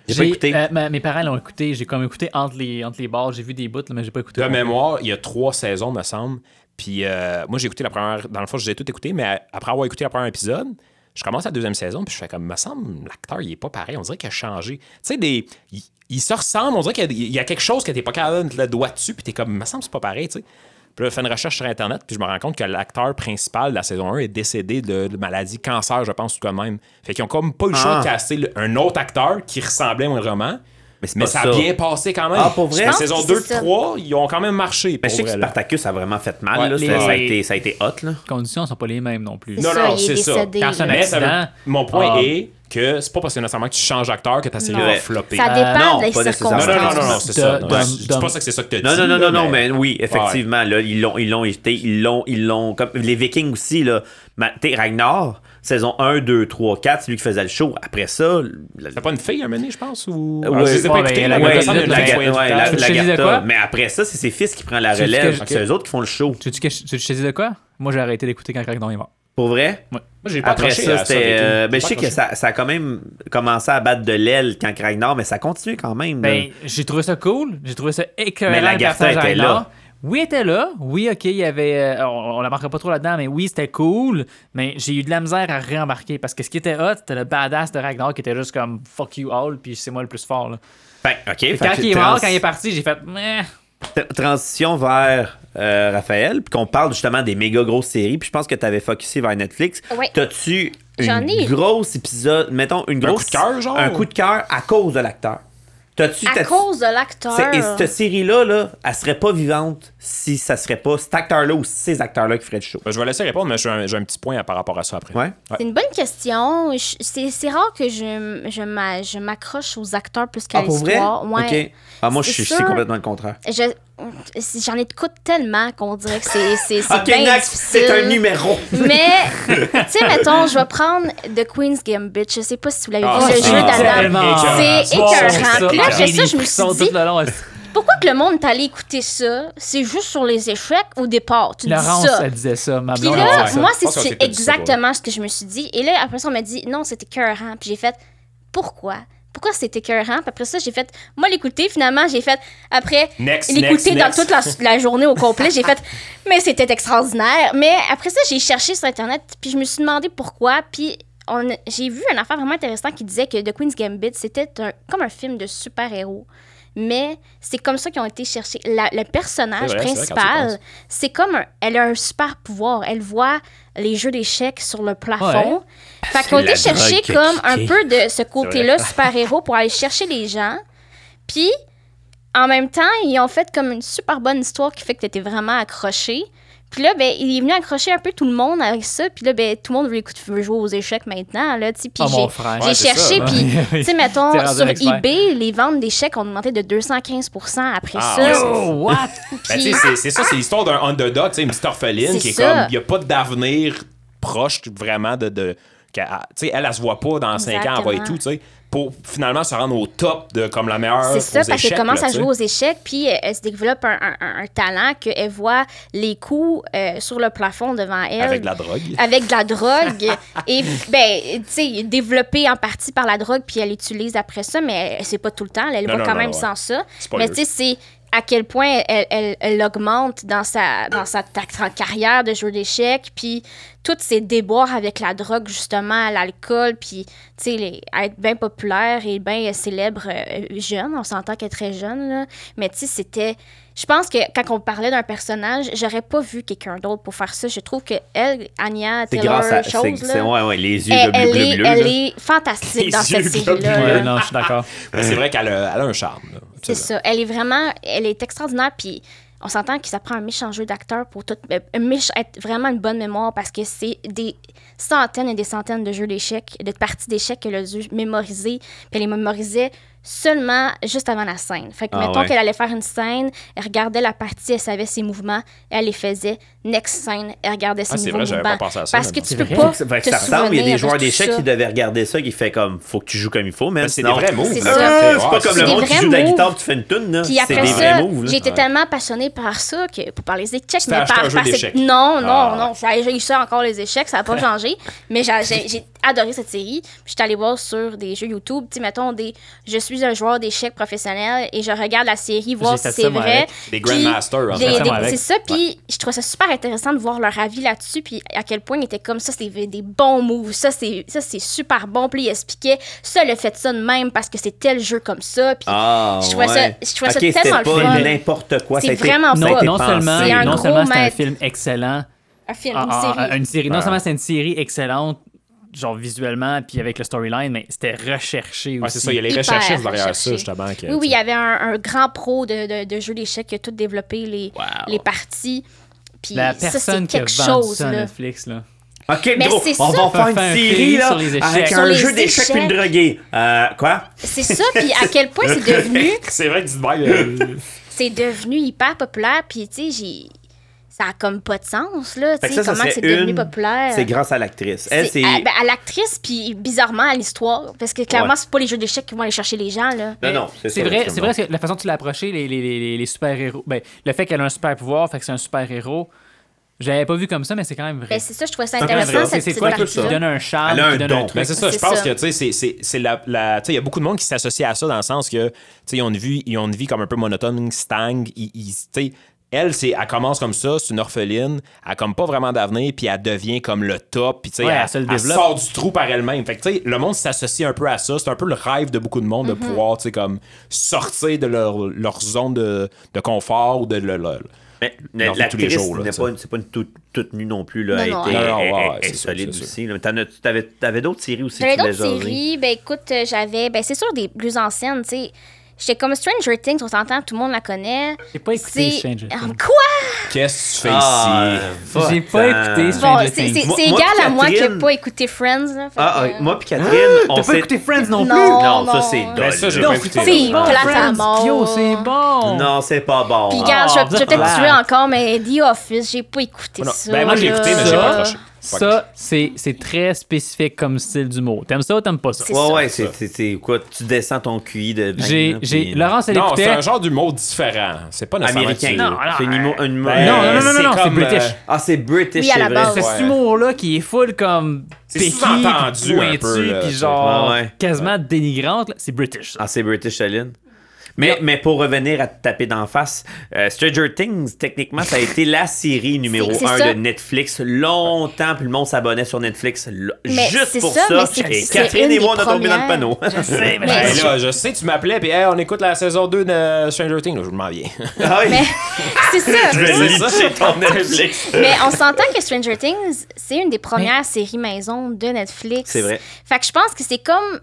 [SPEAKER 1] J'ai pas
[SPEAKER 2] J'ai-
[SPEAKER 1] écouté.
[SPEAKER 2] euh, ma- mes parents l'ont écouté. J'ai comme écouté entre les, entre les bars. J'ai vu des bouts, là, mais j'ai pas écouté.
[SPEAKER 3] De mémoire, il y a trois saisons, me semble. Puis euh, moi, j'ai écouté la première. Dans le fond, j'ai tout écouté, mais euh, après avoir écouté la première épisode, je commence la deuxième saison, puis je fais comme, me semble, l'acteur, il est pas pareil. On dirait qu'il a changé. Tu sais, des. Il, il se ressemble, on dirait qu'il y a- il y, a quelque chose que t'es pas capable de mettre le doigt dessus, puis t'es comme, me semble, c'est pas pareil, tu sais. Puis là, je fais une recherche sur Internet, puis je me rends compte que l'acteur principal de la saison 1 est décédé de, de maladie cancer, je pense, tout de même. Fait qu'ils ont comme pas eu le
[SPEAKER 1] Ah.
[SPEAKER 3] choix de casser le- un autre acteur qui ressemblait vraiment.
[SPEAKER 1] Mais c'est
[SPEAKER 3] Mais
[SPEAKER 1] pas
[SPEAKER 3] ça
[SPEAKER 1] ça.
[SPEAKER 3] a bien passé quand même.
[SPEAKER 1] Ah, pour vrai?
[SPEAKER 3] La
[SPEAKER 1] Je
[SPEAKER 3] saison
[SPEAKER 4] pense que
[SPEAKER 3] 2
[SPEAKER 4] c'est ça.
[SPEAKER 3] 3, ils ont quand même marché.
[SPEAKER 1] Mais
[SPEAKER 3] Pour
[SPEAKER 1] Ben, je sais que
[SPEAKER 3] vrai, là.
[SPEAKER 1] Spartacus a vraiment fait mal.
[SPEAKER 3] Ouais,
[SPEAKER 1] là.
[SPEAKER 2] les-
[SPEAKER 1] Ça- ça, a été, ça a été hot. Là.
[SPEAKER 2] Les conditions sont pas les mêmes non plus.
[SPEAKER 4] C'est
[SPEAKER 3] Non,
[SPEAKER 4] ça,
[SPEAKER 3] non,
[SPEAKER 4] il est
[SPEAKER 3] c'est ça.
[SPEAKER 4] décédé.
[SPEAKER 2] Quand c'est un
[SPEAKER 4] là.
[SPEAKER 3] Mais ça veut-
[SPEAKER 2] accident.
[SPEAKER 3] mon point
[SPEAKER 2] Ah.
[SPEAKER 3] est que c'est pas parce que nécessairement que tu changes d'acteur que ta série
[SPEAKER 4] Non.
[SPEAKER 3] va flopper.
[SPEAKER 4] Ça dépend
[SPEAKER 1] Euh, non, pas
[SPEAKER 4] de les
[SPEAKER 1] nécessairement.
[SPEAKER 3] Non, non, non, non, non,
[SPEAKER 4] circonstances.
[SPEAKER 3] c'est
[SPEAKER 2] De-
[SPEAKER 3] ça. Non,
[SPEAKER 2] de-
[SPEAKER 3] je je dis
[SPEAKER 2] de-
[SPEAKER 3] pas ça que c'est ça que tu
[SPEAKER 1] Non, non, non, non, non, mais oui, effectivement, là, ils l'ont, ils l'ont été, ils l'ont, ils l'ont, comme les Vikings aussi, là, Ma- t'sais, Ragnar, saison 1, 2, 3, 4, c'est lui qui faisait le show, après ça, la-
[SPEAKER 3] T'as pas une fille à mener, je pense, ou...
[SPEAKER 1] Ouais,
[SPEAKER 3] Alors, je les ai pas
[SPEAKER 2] ouais, mais
[SPEAKER 3] écoutés, mais
[SPEAKER 2] la-
[SPEAKER 3] il me
[SPEAKER 2] ouais,
[SPEAKER 3] semble
[SPEAKER 2] la-
[SPEAKER 3] qu'il y en a
[SPEAKER 2] la-
[SPEAKER 3] une qui est
[SPEAKER 1] ouais, la-
[SPEAKER 3] héritage.
[SPEAKER 2] Tu
[SPEAKER 1] la
[SPEAKER 2] sais
[SPEAKER 1] Gacta.
[SPEAKER 2] de quoi?
[SPEAKER 1] mais après ça, c'est ses fils qui prennent la
[SPEAKER 2] Tu sais ce
[SPEAKER 1] relève,
[SPEAKER 2] que
[SPEAKER 1] c'est eux autres qui font le show,
[SPEAKER 2] Tu tu tu te disais de quoi? Moi, j'ai arrêté d'écouter quand Crackdown est mort.
[SPEAKER 1] pour vrai,
[SPEAKER 3] Moi, j'ai pas
[SPEAKER 1] après
[SPEAKER 3] accroché à
[SPEAKER 1] ça,
[SPEAKER 3] ça.
[SPEAKER 1] c'était, euh,
[SPEAKER 3] mais
[SPEAKER 1] ben, je sais que ça, ça a quand même commencé à battre de l'aile quand Ragnar, mais ça continue quand même, là.
[SPEAKER 2] Ben, j'ai trouvé ça cool, j'ai trouvé ça écœurant.
[SPEAKER 1] Mais la
[SPEAKER 2] le
[SPEAKER 1] Garça
[SPEAKER 2] personnage
[SPEAKER 1] était
[SPEAKER 2] Ragnar.
[SPEAKER 1] là.
[SPEAKER 2] Oui, elle était là. Oui, OK, il y avait. euh, on, on la marquera pas trop là-dedans, mais oui, c'était cool. Mais j'ai eu de la misère à réembarquer parce que ce qui était hot, c'était le badass de Ragnar qui était juste comme fuck you all, puis c'est moi le plus fort. Là.
[SPEAKER 1] Fait que, ok, fait
[SPEAKER 2] Quand
[SPEAKER 1] que
[SPEAKER 2] il est mort,
[SPEAKER 1] trans-
[SPEAKER 2] quand il est parti, j'ai fait. Meh.
[SPEAKER 1] tra- transition vers euh, Raphaël, puis qu'on parle justement des méga grosses séries, puis je pense que tu avais focusé vers Netflix.
[SPEAKER 4] Ouais.
[SPEAKER 1] T'as-tu
[SPEAKER 4] J'en
[SPEAKER 1] une
[SPEAKER 4] ai.
[SPEAKER 1] grosse épisode, mettons une grosse
[SPEAKER 3] coup de cœur, genre?
[SPEAKER 1] un coup de cœur à cause de l'acteur. T'as-tu
[SPEAKER 4] À
[SPEAKER 1] t'as-tu-
[SPEAKER 4] cause de l'acteur.
[SPEAKER 1] C'est- et cette série là là, elle serait pas vivante si ça serait pas cet acteur là ou ces acteurs là qui feraient le show.
[SPEAKER 3] Ben, Je vais laisser répondre, mais j'ai un, j'ai un petit point par rapport à ça après.
[SPEAKER 1] Ouais.
[SPEAKER 4] C'est une bonne question. Je- C'est c'est rare que je, m- je m'a- je m'accroche aux acteurs plus qu'à
[SPEAKER 1] ah pour vrai
[SPEAKER 4] l'histoire. Ouais.
[SPEAKER 1] OK. Ah moi je
[SPEAKER 4] C'est
[SPEAKER 1] suis
[SPEAKER 4] sûr.
[SPEAKER 1] c'est complètement le contraire.
[SPEAKER 4] Je- si- J'en écoute tellement qu'on dirait que c'est c'est- c'est
[SPEAKER 1] OK,
[SPEAKER 4] bien
[SPEAKER 1] next,
[SPEAKER 4] difficile.
[SPEAKER 1] c'est un numéro.
[SPEAKER 4] Mais, tu sais, mettons, je vais prendre The Queen's Gambit. Je sais pas si vous l'avez
[SPEAKER 3] Ah,
[SPEAKER 4] vu, le
[SPEAKER 3] c'est
[SPEAKER 4] jeu
[SPEAKER 3] excellent.
[SPEAKER 4] d'Adam.
[SPEAKER 3] écœurant.
[SPEAKER 4] C'est
[SPEAKER 2] Bon,
[SPEAKER 4] écœurant.
[SPEAKER 2] ça.
[SPEAKER 4] Puis là, après
[SPEAKER 2] J'ai
[SPEAKER 4] ça,
[SPEAKER 2] des
[SPEAKER 4] je me
[SPEAKER 2] frissons
[SPEAKER 4] suis dit-
[SPEAKER 2] tout le long.
[SPEAKER 4] Pourquoi que le monde est allé écouter ça? C'est juste sur les échecs au départ. Tu
[SPEAKER 2] Laurence,
[SPEAKER 4] dis ça.
[SPEAKER 2] elle disait ça. Ma
[SPEAKER 4] Puis
[SPEAKER 2] blonde, elle
[SPEAKER 4] là,
[SPEAKER 2] disait ça.
[SPEAKER 4] moi,
[SPEAKER 3] Je pense qu'on s'est tous dit
[SPEAKER 4] c'est
[SPEAKER 3] Ah, ça,
[SPEAKER 4] exactement ce que je me suis dit. Et là, après ça, on m'a dit, non, c'était écœurant. Puis j'ai fait, pourquoi? Pourquoi c'était écœurant? Puis après ça, j'ai fait, moi, l'écouter, finalement, j'ai fait, après
[SPEAKER 3] Next,
[SPEAKER 4] l'écouter
[SPEAKER 3] next,
[SPEAKER 4] dans
[SPEAKER 3] next.
[SPEAKER 4] toute la, la journée au complet, j'ai fait, mais c'était extraordinaire. Mais après ça, j'ai cherché sur Internet, puis je me suis demandé pourquoi. Puis on- j'ai vu un affaire vraiment intéressant qui disait que The Queen's Gambit, c'était un- comme un film de super-héros. Mais c'est comme ça qu'ils ont été cherchés. La- le personnage
[SPEAKER 3] C'est vrai, c'est vrai quand tu y
[SPEAKER 4] principal,
[SPEAKER 3] penses.
[SPEAKER 4] c'est comme un- elle a un super pouvoir. Elle voit les jeux d'échecs sur le plafond. Fait qu'on
[SPEAKER 1] la
[SPEAKER 4] était chercher
[SPEAKER 1] drogue qui a
[SPEAKER 4] comme un
[SPEAKER 1] kické.
[SPEAKER 4] peu de ce côté-là super-héros pour aller chercher les gens. Puis en même temps, ils ont fait comme une super bonne histoire qui fait que t'étais vraiment accroché. Puis là, ben, il est venu accrocher un peu tout le monde avec ça. Puis là, ben, tout le monde veut, écoute, veut jouer aux échecs maintenant. Là, tu sais. puis
[SPEAKER 2] Ah, mon
[SPEAKER 4] j'ai-
[SPEAKER 2] frère.
[SPEAKER 4] j'ai
[SPEAKER 3] Ouais, c'est
[SPEAKER 4] cherché,
[SPEAKER 3] ça.
[SPEAKER 4] puis,
[SPEAKER 2] Ouais.
[SPEAKER 4] tu sais, mettons,
[SPEAKER 2] T'es rendu
[SPEAKER 4] sur
[SPEAKER 2] un expert.
[SPEAKER 4] eBay, les ventes d'échecs ont augmenté de 215 après
[SPEAKER 3] Ah,
[SPEAKER 4] ça.
[SPEAKER 3] ouais, c'est-
[SPEAKER 2] Oh, what?
[SPEAKER 3] Ben,
[SPEAKER 4] Puis-
[SPEAKER 3] tu sais, c'est- c'est ça, c'est l'histoire d'un underdog, tu sais, une petite orpheline
[SPEAKER 4] C'est
[SPEAKER 3] qui est
[SPEAKER 4] ça.
[SPEAKER 3] comme, il n'y a pas d'avenir proche vraiment de. de qu'elle- tu sais, elle, elle se voit pas dans 5 ans, elle va et tout,
[SPEAKER 4] Exactement.
[SPEAKER 3] tu sais, pour finalement se rendre au top de comme la meilleure.
[SPEAKER 4] C'est ça,
[SPEAKER 3] aux
[SPEAKER 4] parce qu'elle
[SPEAKER 3] échecs,
[SPEAKER 4] commence
[SPEAKER 3] là,
[SPEAKER 4] à
[SPEAKER 3] tu sais.
[SPEAKER 4] jouer aux échecs, puis euh, elle, elle se développe un, un- un- un talent qu'elle voit les coups euh, sur le plafond devant elle.
[SPEAKER 3] Avec de la drogue.
[SPEAKER 4] Avec de la drogue. et, ben, tu sais, développée en partie par la drogue, puis elle l'utilise après ça, mais elle- c'est pas tout le temps. Elle le
[SPEAKER 3] Non,
[SPEAKER 4] voit
[SPEAKER 3] non,
[SPEAKER 4] quand
[SPEAKER 3] non,
[SPEAKER 4] même
[SPEAKER 3] ouais.
[SPEAKER 4] sans ça.
[SPEAKER 3] Spoiler.
[SPEAKER 4] Mais tu sais, c'est à quel point elle, elle- elle augmente dans sa, dans sa, ta- sa carrière de jeu d'échecs, puis tous ses déboires avec la drogue, justement, l'alcool, puis, tu sais, les- être bien populaire et bien célèbre euh, jeune. On s'entend qu'elle est très jeune, là. Mais, tu sais, c'était... Je pense que quand on parlait d'un personnage, j'aurais pas vu quelqu'un d'autre pour faire ça. Je trouve que elle, Anya
[SPEAKER 1] C'est
[SPEAKER 4] Taylor,
[SPEAKER 1] grâce à.
[SPEAKER 4] chose,
[SPEAKER 1] C'est, c'est-
[SPEAKER 4] là,
[SPEAKER 1] ouais, ouais, les yeux
[SPEAKER 4] elle, elle est,
[SPEAKER 1] globuleux.
[SPEAKER 4] elle
[SPEAKER 1] là.
[SPEAKER 4] est fantastique
[SPEAKER 1] Les
[SPEAKER 4] dans cette
[SPEAKER 1] yeux
[SPEAKER 4] série-là.
[SPEAKER 1] globuleux.
[SPEAKER 4] là.
[SPEAKER 2] Ouais, non, je suis d'accord.
[SPEAKER 3] Mais c'est vrai qu'elle a, elle a un charme. là.
[SPEAKER 4] C'est ça. Elle est vraiment, elle est extraordinaire. Puis on s'entend que ça prend un méchant jeu d'acteur pour tout, euh, un méch- être vraiment une bonne mémoire parce que c'est des centaines et des centaines de jeux d'échecs, de parties d'échecs qu'elle a dû mémoriser. Puis elle les mémorisait seulement juste avant la scène. Fait que
[SPEAKER 1] Ah
[SPEAKER 4] mettons
[SPEAKER 1] ouais.
[SPEAKER 4] qu'elle allait faire une scène, elle regardait la partie, elle savait ses mouvements, elle les faisait. Next scène, elle regardait ses
[SPEAKER 3] Ah, c'est
[SPEAKER 4] mouvements.
[SPEAKER 3] vrai, j'avais pas pensé à ça,
[SPEAKER 4] Parce que
[SPEAKER 3] maintenant.
[SPEAKER 4] tu
[SPEAKER 2] C'est
[SPEAKER 4] peux
[SPEAKER 2] vrai.
[SPEAKER 4] pas.
[SPEAKER 1] Ça fait que
[SPEAKER 4] te
[SPEAKER 1] ça ressemble, il y a
[SPEAKER 4] souvenir
[SPEAKER 1] des
[SPEAKER 4] de
[SPEAKER 1] joueurs
[SPEAKER 4] tout
[SPEAKER 1] d'échecs
[SPEAKER 4] ça.
[SPEAKER 1] qui devaient regarder ça, qui fait comme faut que tu joues comme il faut, mais
[SPEAKER 3] C'est des vrais moves.
[SPEAKER 4] C'est
[SPEAKER 3] là.
[SPEAKER 4] ça.
[SPEAKER 1] Euh, c'est pas
[SPEAKER 3] Ouais,
[SPEAKER 1] comme le
[SPEAKER 4] c'est des
[SPEAKER 1] monde qui
[SPEAKER 4] vrais
[SPEAKER 1] joue de la
[SPEAKER 4] moves.
[SPEAKER 1] guitare, tu fais une tune, là.
[SPEAKER 4] Puis
[SPEAKER 1] C'est
[SPEAKER 4] après
[SPEAKER 1] des
[SPEAKER 4] ça,
[SPEAKER 1] vrais moves. là.
[SPEAKER 4] j'étais
[SPEAKER 1] Ouais.
[SPEAKER 4] tellement passionnée par ça que, pour parler des échecs,
[SPEAKER 3] T'as
[SPEAKER 4] mais
[SPEAKER 3] acheté
[SPEAKER 4] par,
[SPEAKER 3] un jeu
[SPEAKER 4] par ces-
[SPEAKER 3] d'échecs.
[SPEAKER 4] Non, non,
[SPEAKER 3] Ah.
[SPEAKER 4] non. J'ai j'ai eu ça encore les échecs, ça n'a pas changé. Mais j'a- j'ai j'ai adoré cette série. Puis j'étais allée voir sur des jeux YouTube, tu sais, mettons, des, je suis un joueur d'échecs professionnel et je regarde la série, voir
[SPEAKER 2] J'ai fait
[SPEAKER 4] si
[SPEAKER 2] ça,
[SPEAKER 4] c'est
[SPEAKER 2] moi,
[SPEAKER 4] vrai.
[SPEAKER 2] avec.
[SPEAKER 3] Des
[SPEAKER 4] Puis
[SPEAKER 3] Grandmasters, en
[SPEAKER 4] j'ai
[SPEAKER 3] fait.
[SPEAKER 4] des-
[SPEAKER 2] Moi, avec.
[SPEAKER 4] C'est ça, puis je trouvais ça super intéressant de voir leur avis là-dessus, puis à quel point ils étaient comme ça, c'est des bons moves, ça c'est ça, c'est super bon. Puis ils expliquaient, ça, le fait ça de même parce que c'est tel jeu comme ça. Puis
[SPEAKER 1] Ah,
[SPEAKER 4] Je trouvais ça-
[SPEAKER 1] ouais.
[SPEAKER 4] je trouvais ça
[SPEAKER 1] Ok, c'était
[SPEAKER 4] tellement le
[SPEAKER 1] pas
[SPEAKER 4] fun.
[SPEAKER 1] n'importe quoi.
[SPEAKER 4] C'est
[SPEAKER 1] ça a été- ça a
[SPEAKER 4] vraiment pas-
[SPEAKER 2] Non,
[SPEAKER 1] été
[SPEAKER 2] non
[SPEAKER 1] pensé,
[SPEAKER 2] seulement,
[SPEAKER 4] C'est un
[SPEAKER 2] non
[SPEAKER 4] gros
[SPEAKER 2] seulement c'est un
[SPEAKER 4] maître.
[SPEAKER 2] film excellent,
[SPEAKER 4] un film,
[SPEAKER 2] Ah,
[SPEAKER 4] une
[SPEAKER 2] ah,
[SPEAKER 4] série.
[SPEAKER 2] ah, une série. Non
[SPEAKER 1] Ouais.
[SPEAKER 2] seulement c'est une série excellente, genre visuellement, puis avec le storyline, mais c'était recherché aussi.
[SPEAKER 3] Ouais, c'est ça, il y a les
[SPEAKER 4] Hyper
[SPEAKER 3] recherchistes derrière
[SPEAKER 4] recherché.
[SPEAKER 3] ça, justement. que,
[SPEAKER 4] Oui, oui, il y avait un, un grand pro de, de, de jeux d'échecs qui a tout développé les, les parties. Puis
[SPEAKER 2] La
[SPEAKER 4] ça,
[SPEAKER 2] personne
[SPEAKER 4] c'est
[SPEAKER 2] qui a
[SPEAKER 4] quelque
[SPEAKER 2] vendu
[SPEAKER 4] chose.
[SPEAKER 2] ça à
[SPEAKER 4] là.
[SPEAKER 2] Netflix, là.
[SPEAKER 1] Ok,
[SPEAKER 4] Mais
[SPEAKER 1] gros,
[SPEAKER 4] c'est
[SPEAKER 1] on
[SPEAKER 4] ça.
[SPEAKER 1] va faire
[SPEAKER 2] Faire un
[SPEAKER 1] une
[SPEAKER 2] film
[SPEAKER 1] série là,
[SPEAKER 2] sur les échecs.
[SPEAKER 1] avec
[SPEAKER 2] Sur
[SPEAKER 1] un
[SPEAKER 4] les
[SPEAKER 1] jeu d'échecs
[SPEAKER 4] échecs.
[SPEAKER 1] puis une droguée. Euh, quoi?
[SPEAKER 4] C'est ça, puis à quel point c'est devenu,
[SPEAKER 3] C'est vrai que dis-moi, euh,
[SPEAKER 4] c'est devenu hyper populaire. Puis tu sais, j'ai- ça a comme pas de sens, là.
[SPEAKER 1] Fait que
[SPEAKER 4] Tu sais,
[SPEAKER 1] ça, ça
[SPEAKER 4] comment
[SPEAKER 1] serait
[SPEAKER 4] c'est devenu
[SPEAKER 1] une-
[SPEAKER 4] populaire.
[SPEAKER 1] C'est grâce à l'actrice. Elle,
[SPEAKER 4] C'est-
[SPEAKER 1] c'est.
[SPEAKER 4] à, ben, à l'actrice, puis bizarrement à l'histoire. Parce que clairement,
[SPEAKER 1] Ouais.
[SPEAKER 4] c'est pas les jeux d'échecs qui vont aller chercher les gens, là.
[SPEAKER 1] Non, non, c'est
[SPEAKER 2] C'est
[SPEAKER 1] ça,
[SPEAKER 2] vrai,
[SPEAKER 1] absolument.
[SPEAKER 2] c'est vrai que la façon dont tu l'as approché, les, les- les- les super-héros, ben, le fait qu'elle a un super-pouvoir, fait que c'est un super-héros, j'avais pas vu comme ça, mais c'est quand même vrai.
[SPEAKER 4] Ben, c'est ça, je trouvais ça
[SPEAKER 1] C'est vrai,
[SPEAKER 4] intéressant,
[SPEAKER 1] c'est-
[SPEAKER 4] cette
[SPEAKER 2] c'est
[SPEAKER 4] petite
[SPEAKER 2] quoi qui
[SPEAKER 1] partie-là.
[SPEAKER 2] te donne un charme,
[SPEAKER 1] Elle a
[SPEAKER 2] Ah, qui
[SPEAKER 1] un
[SPEAKER 2] donne
[SPEAKER 1] don.
[SPEAKER 2] un
[SPEAKER 3] Ben,
[SPEAKER 2] truc.
[SPEAKER 3] c'est ça, je
[SPEAKER 4] C'est
[SPEAKER 3] pense
[SPEAKER 4] ça.
[SPEAKER 3] que tu sais, c'est- c'est c'est la, la- tu sais, il y a beaucoup de monde qui s'associe à ça dans le sens que tu sais, ils ont une vie, ils ont une vie comme un peu monotone, stagne, ils- ils- tu sais, elle c'est elle commence comme ça, c'est une orpheline, elle a comme pas vraiment d'avenir puis elle devient comme le top, puis tu sais,
[SPEAKER 2] Ouais,
[SPEAKER 3] elle,
[SPEAKER 2] elle se le
[SPEAKER 3] elle
[SPEAKER 2] développe.
[SPEAKER 3] sort du trou par elle-même. Fait que tu sais, le monde s'associe un peu à ça, c'est un peu le rêve de beaucoup de monde
[SPEAKER 4] Mm-hmm.
[SPEAKER 3] de pouvoir tu sais comme sortir de leur, leur zone de, de confort ou de le- le-
[SPEAKER 1] Mais
[SPEAKER 3] Dans tous les
[SPEAKER 1] l'actrice,
[SPEAKER 3] jours, là,
[SPEAKER 1] n'est
[SPEAKER 3] ça.
[SPEAKER 1] pas une- c'est pas une toute, toute nue non plus. Là, elle
[SPEAKER 4] Non, non,
[SPEAKER 1] était-
[SPEAKER 3] non,
[SPEAKER 1] elle-
[SPEAKER 3] ouais,
[SPEAKER 1] elle-
[SPEAKER 3] ouais,
[SPEAKER 1] elle
[SPEAKER 3] c'est
[SPEAKER 1] est
[SPEAKER 3] sûr,
[SPEAKER 1] solide
[SPEAKER 3] c'est sûr.
[SPEAKER 1] aussi. là. T'en as- T'avais t'avais d'autres séries aussi.
[SPEAKER 4] J'avais
[SPEAKER 1] que tu
[SPEAKER 4] d'autres
[SPEAKER 1] voulais jaser.
[SPEAKER 4] séries. Ben écoute, euh, j'avais. Ben c'est sûr, des plus anciennes, tu sais. J'étais comme Stranger Things, on s'entend, tout le monde la connaît.
[SPEAKER 2] J'ai pas écouté
[SPEAKER 4] C'est-
[SPEAKER 2] Stranger
[SPEAKER 4] Ah,
[SPEAKER 2] Things.
[SPEAKER 4] Quoi?
[SPEAKER 3] Qu'est-ce que tu fais
[SPEAKER 1] Ah,
[SPEAKER 3] Ben, ici
[SPEAKER 1] fuck,
[SPEAKER 2] J'ai pas
[SPEAKER 1] euh,
[SPEAKER 2] écouté Stranger
[SPEAKER 4] Bon,
[SPEAKER 2] Stranger
[SPEAKER 4] c'est c'est-
[SPEAKER 2] Things.
[SPEAKER 1] Moi-
[SPEAKER 4] c'est
[SPEAKER 1] moi,
[SPEAKER 4] égal à moi qui n'ai
[SPEAKER 1] Catherine-
[SPEAKER 4] pas écouté Friends. Là, fait
[SPEAKER 1] Ah,
[SPEAKER 4] que,
[SPEAKER 1] ah,
[SPEAKER 4] euh,
[SPEAKER 1] moi puis Catherine, on
[SPEAKER 2] T'as pas
[SPEAKER 1] s'est-
[SPEAKER 2] écouté Friends non plus?
[SPEAKER 4] Non,
[SPEAKER 1] Non, ça
[SPEAKER 4] non.
[SPEAKER 1] c'est
[SPEAKER 4] Ben,
[SPEAKER 1] dole,
[SPEAKER 3] ça, j'ai
[SPEAKER 1] là.
[SPEAKER 3] pas
[SPEAKER 2] Non,
[SPEAKER 3] écouté.
[SPEAKER 2] c'est
[SPEAKER 4] C'est
[SPEAKER 2] bon,
[SPEAKER 4] plate à
[SPEAKER 2] Friends.
[SPEAKER 4] mort.
[SPEAKER 2] Yo, c'est bon.
[SPEAKER 1] Non, c'est pas bon.
[SPEAKER 4] Puis,
[SPEAKER 1] hein.
[SPEAKER 4] regarde, je vais- je vais peut-être
[SPEAKER 2] Ah.
[SPEAKER 4] tuer encore, mais The Office, j'ai pas écouté
[SPEAKER 3] Oh non.
[SPEAKER 4] ça.
[SPEAKER 3] Ben, moi, j'ai
[SPEAKER 4] là.
[SPEAKER 3] écouté, mais j'ai pas accroché.
[SPEAKER 2] Ça, c'est c'est très spécifique comme style d'humour. T'aimes ça ou t'aimes pas ça?
[SPEAKER 4] C'est
[SPEAKER 1] Ouais,
[SPEAKER 4] ça,
[SPEAKER 1] ouais, c'est- c'est c'est quoi? Tu descends ton QI de.
[SPEAKER 2] J'ai,
[SPEAKER 1] là,
[SPEAKER 2] j'ai,
[SPEAKER 1] puis-
[SPEAKER 2] Laurence, elle
[SPEAKER 3] Non, c'est
[SPEAKER 2] écoutait.
[SPEAKER 3] un genre d'humour différent. C'est pas nécessairement
[SPEAKER 1] Américain.
[SPEAKER 3] que tu-
[SPEAKER 2] Non, alors,
[SPEAKER 1] c'est un humour. un humour-
[SPEAKER 3] Ben,
[SPEAKER 2] Non, non, non, non,
[SPEAKER 3] c'est
[SPEAKER 2] non, c'est
[SPEAKER 3] comme,
[SPEAKER 2] British.
[SPEAKER 3] euh,
[SPEAKER 1] Ah, c'est British,
[SPEAKER 4] Oui, à la
[SPEAKER 1] c'est
[SPEAKER 4] base.
[SPEAKER 1] vrai.
[SPEAKER 2] C'est
[SPEAKER 3] Ouais.
[SPEAKER 2] cet humour-là qui est full comme
[SPEAKER 3] C'est
[SPEAKER 2] péqui,
[SPEAKER 3] sous-entendu
[SPEAKER 2] puis
[SPEAKER 3] un peu,
[SPEAKER 2] pointu,
[SPEAKER 3] là,
[SPEAKER 2] puis
[SPEAKER 3] tu sais.
[SPEAKER 2] genre
[SPEAKER 1] Ouais, ouais.
[SPEAKER 2] quasiment dénigrante. là. C'est British. ça.
[SPEAKER 1] Ah, c'est British, Aline. Mais, mais pour revenir à te taper d'en face, euh, Stranger Things, techniquement, ça a été la série numéro
[SPEAKER 4] c'est
[SPEAKER 1] 1
[SPEAKER 4] ça.
[SPEAKER 1] de Netflix. Longtemps, puis le monde s'abonnait sur Netflix là,
[SPEAKER 4] Mais
[SPEAKER 1] juste
[SPEAKER 4] c'est
[SPEAKER 1] pour
[SPEAKER 4] ça,
[SPEAKER 1] ça.
[SPEAKER 4] mais c'est-
[SPEAKER 1] et
[SPEAKER 4] c'est
[SPEAKER 1] Catherine
[SPEAKER 4] une
[SPEAKER 1] et moi, on
[SPEAKER 4] des
[SPEAKER 1] a tombé dans le
[SPEAKER 4] premières.
[SPEAKER 1] panneau.
[SPEAKER 2] C'est- mais-
[SPEAKER 3] Ben là, je sais, tu m'appelais, puis hey, on écoute la saison 2 de Stranger Things. Là, je m'en viens.
[SPEAKER 1] Ah oui,
[SPEAKER 4] Mais c'est ça.
[SPEAKER 1] je vais
[SPEAKER 4] mais-
[SPEAKER 1] litcher ton Netflix.
[SPEAKER 4] Mais on s'entend que Stranger Things, c'est une des premières séries maison de Netflix.
[SPEAKER 1] C'est vrai.
[SPEAKER 4] Fait que je pense que c'est comme.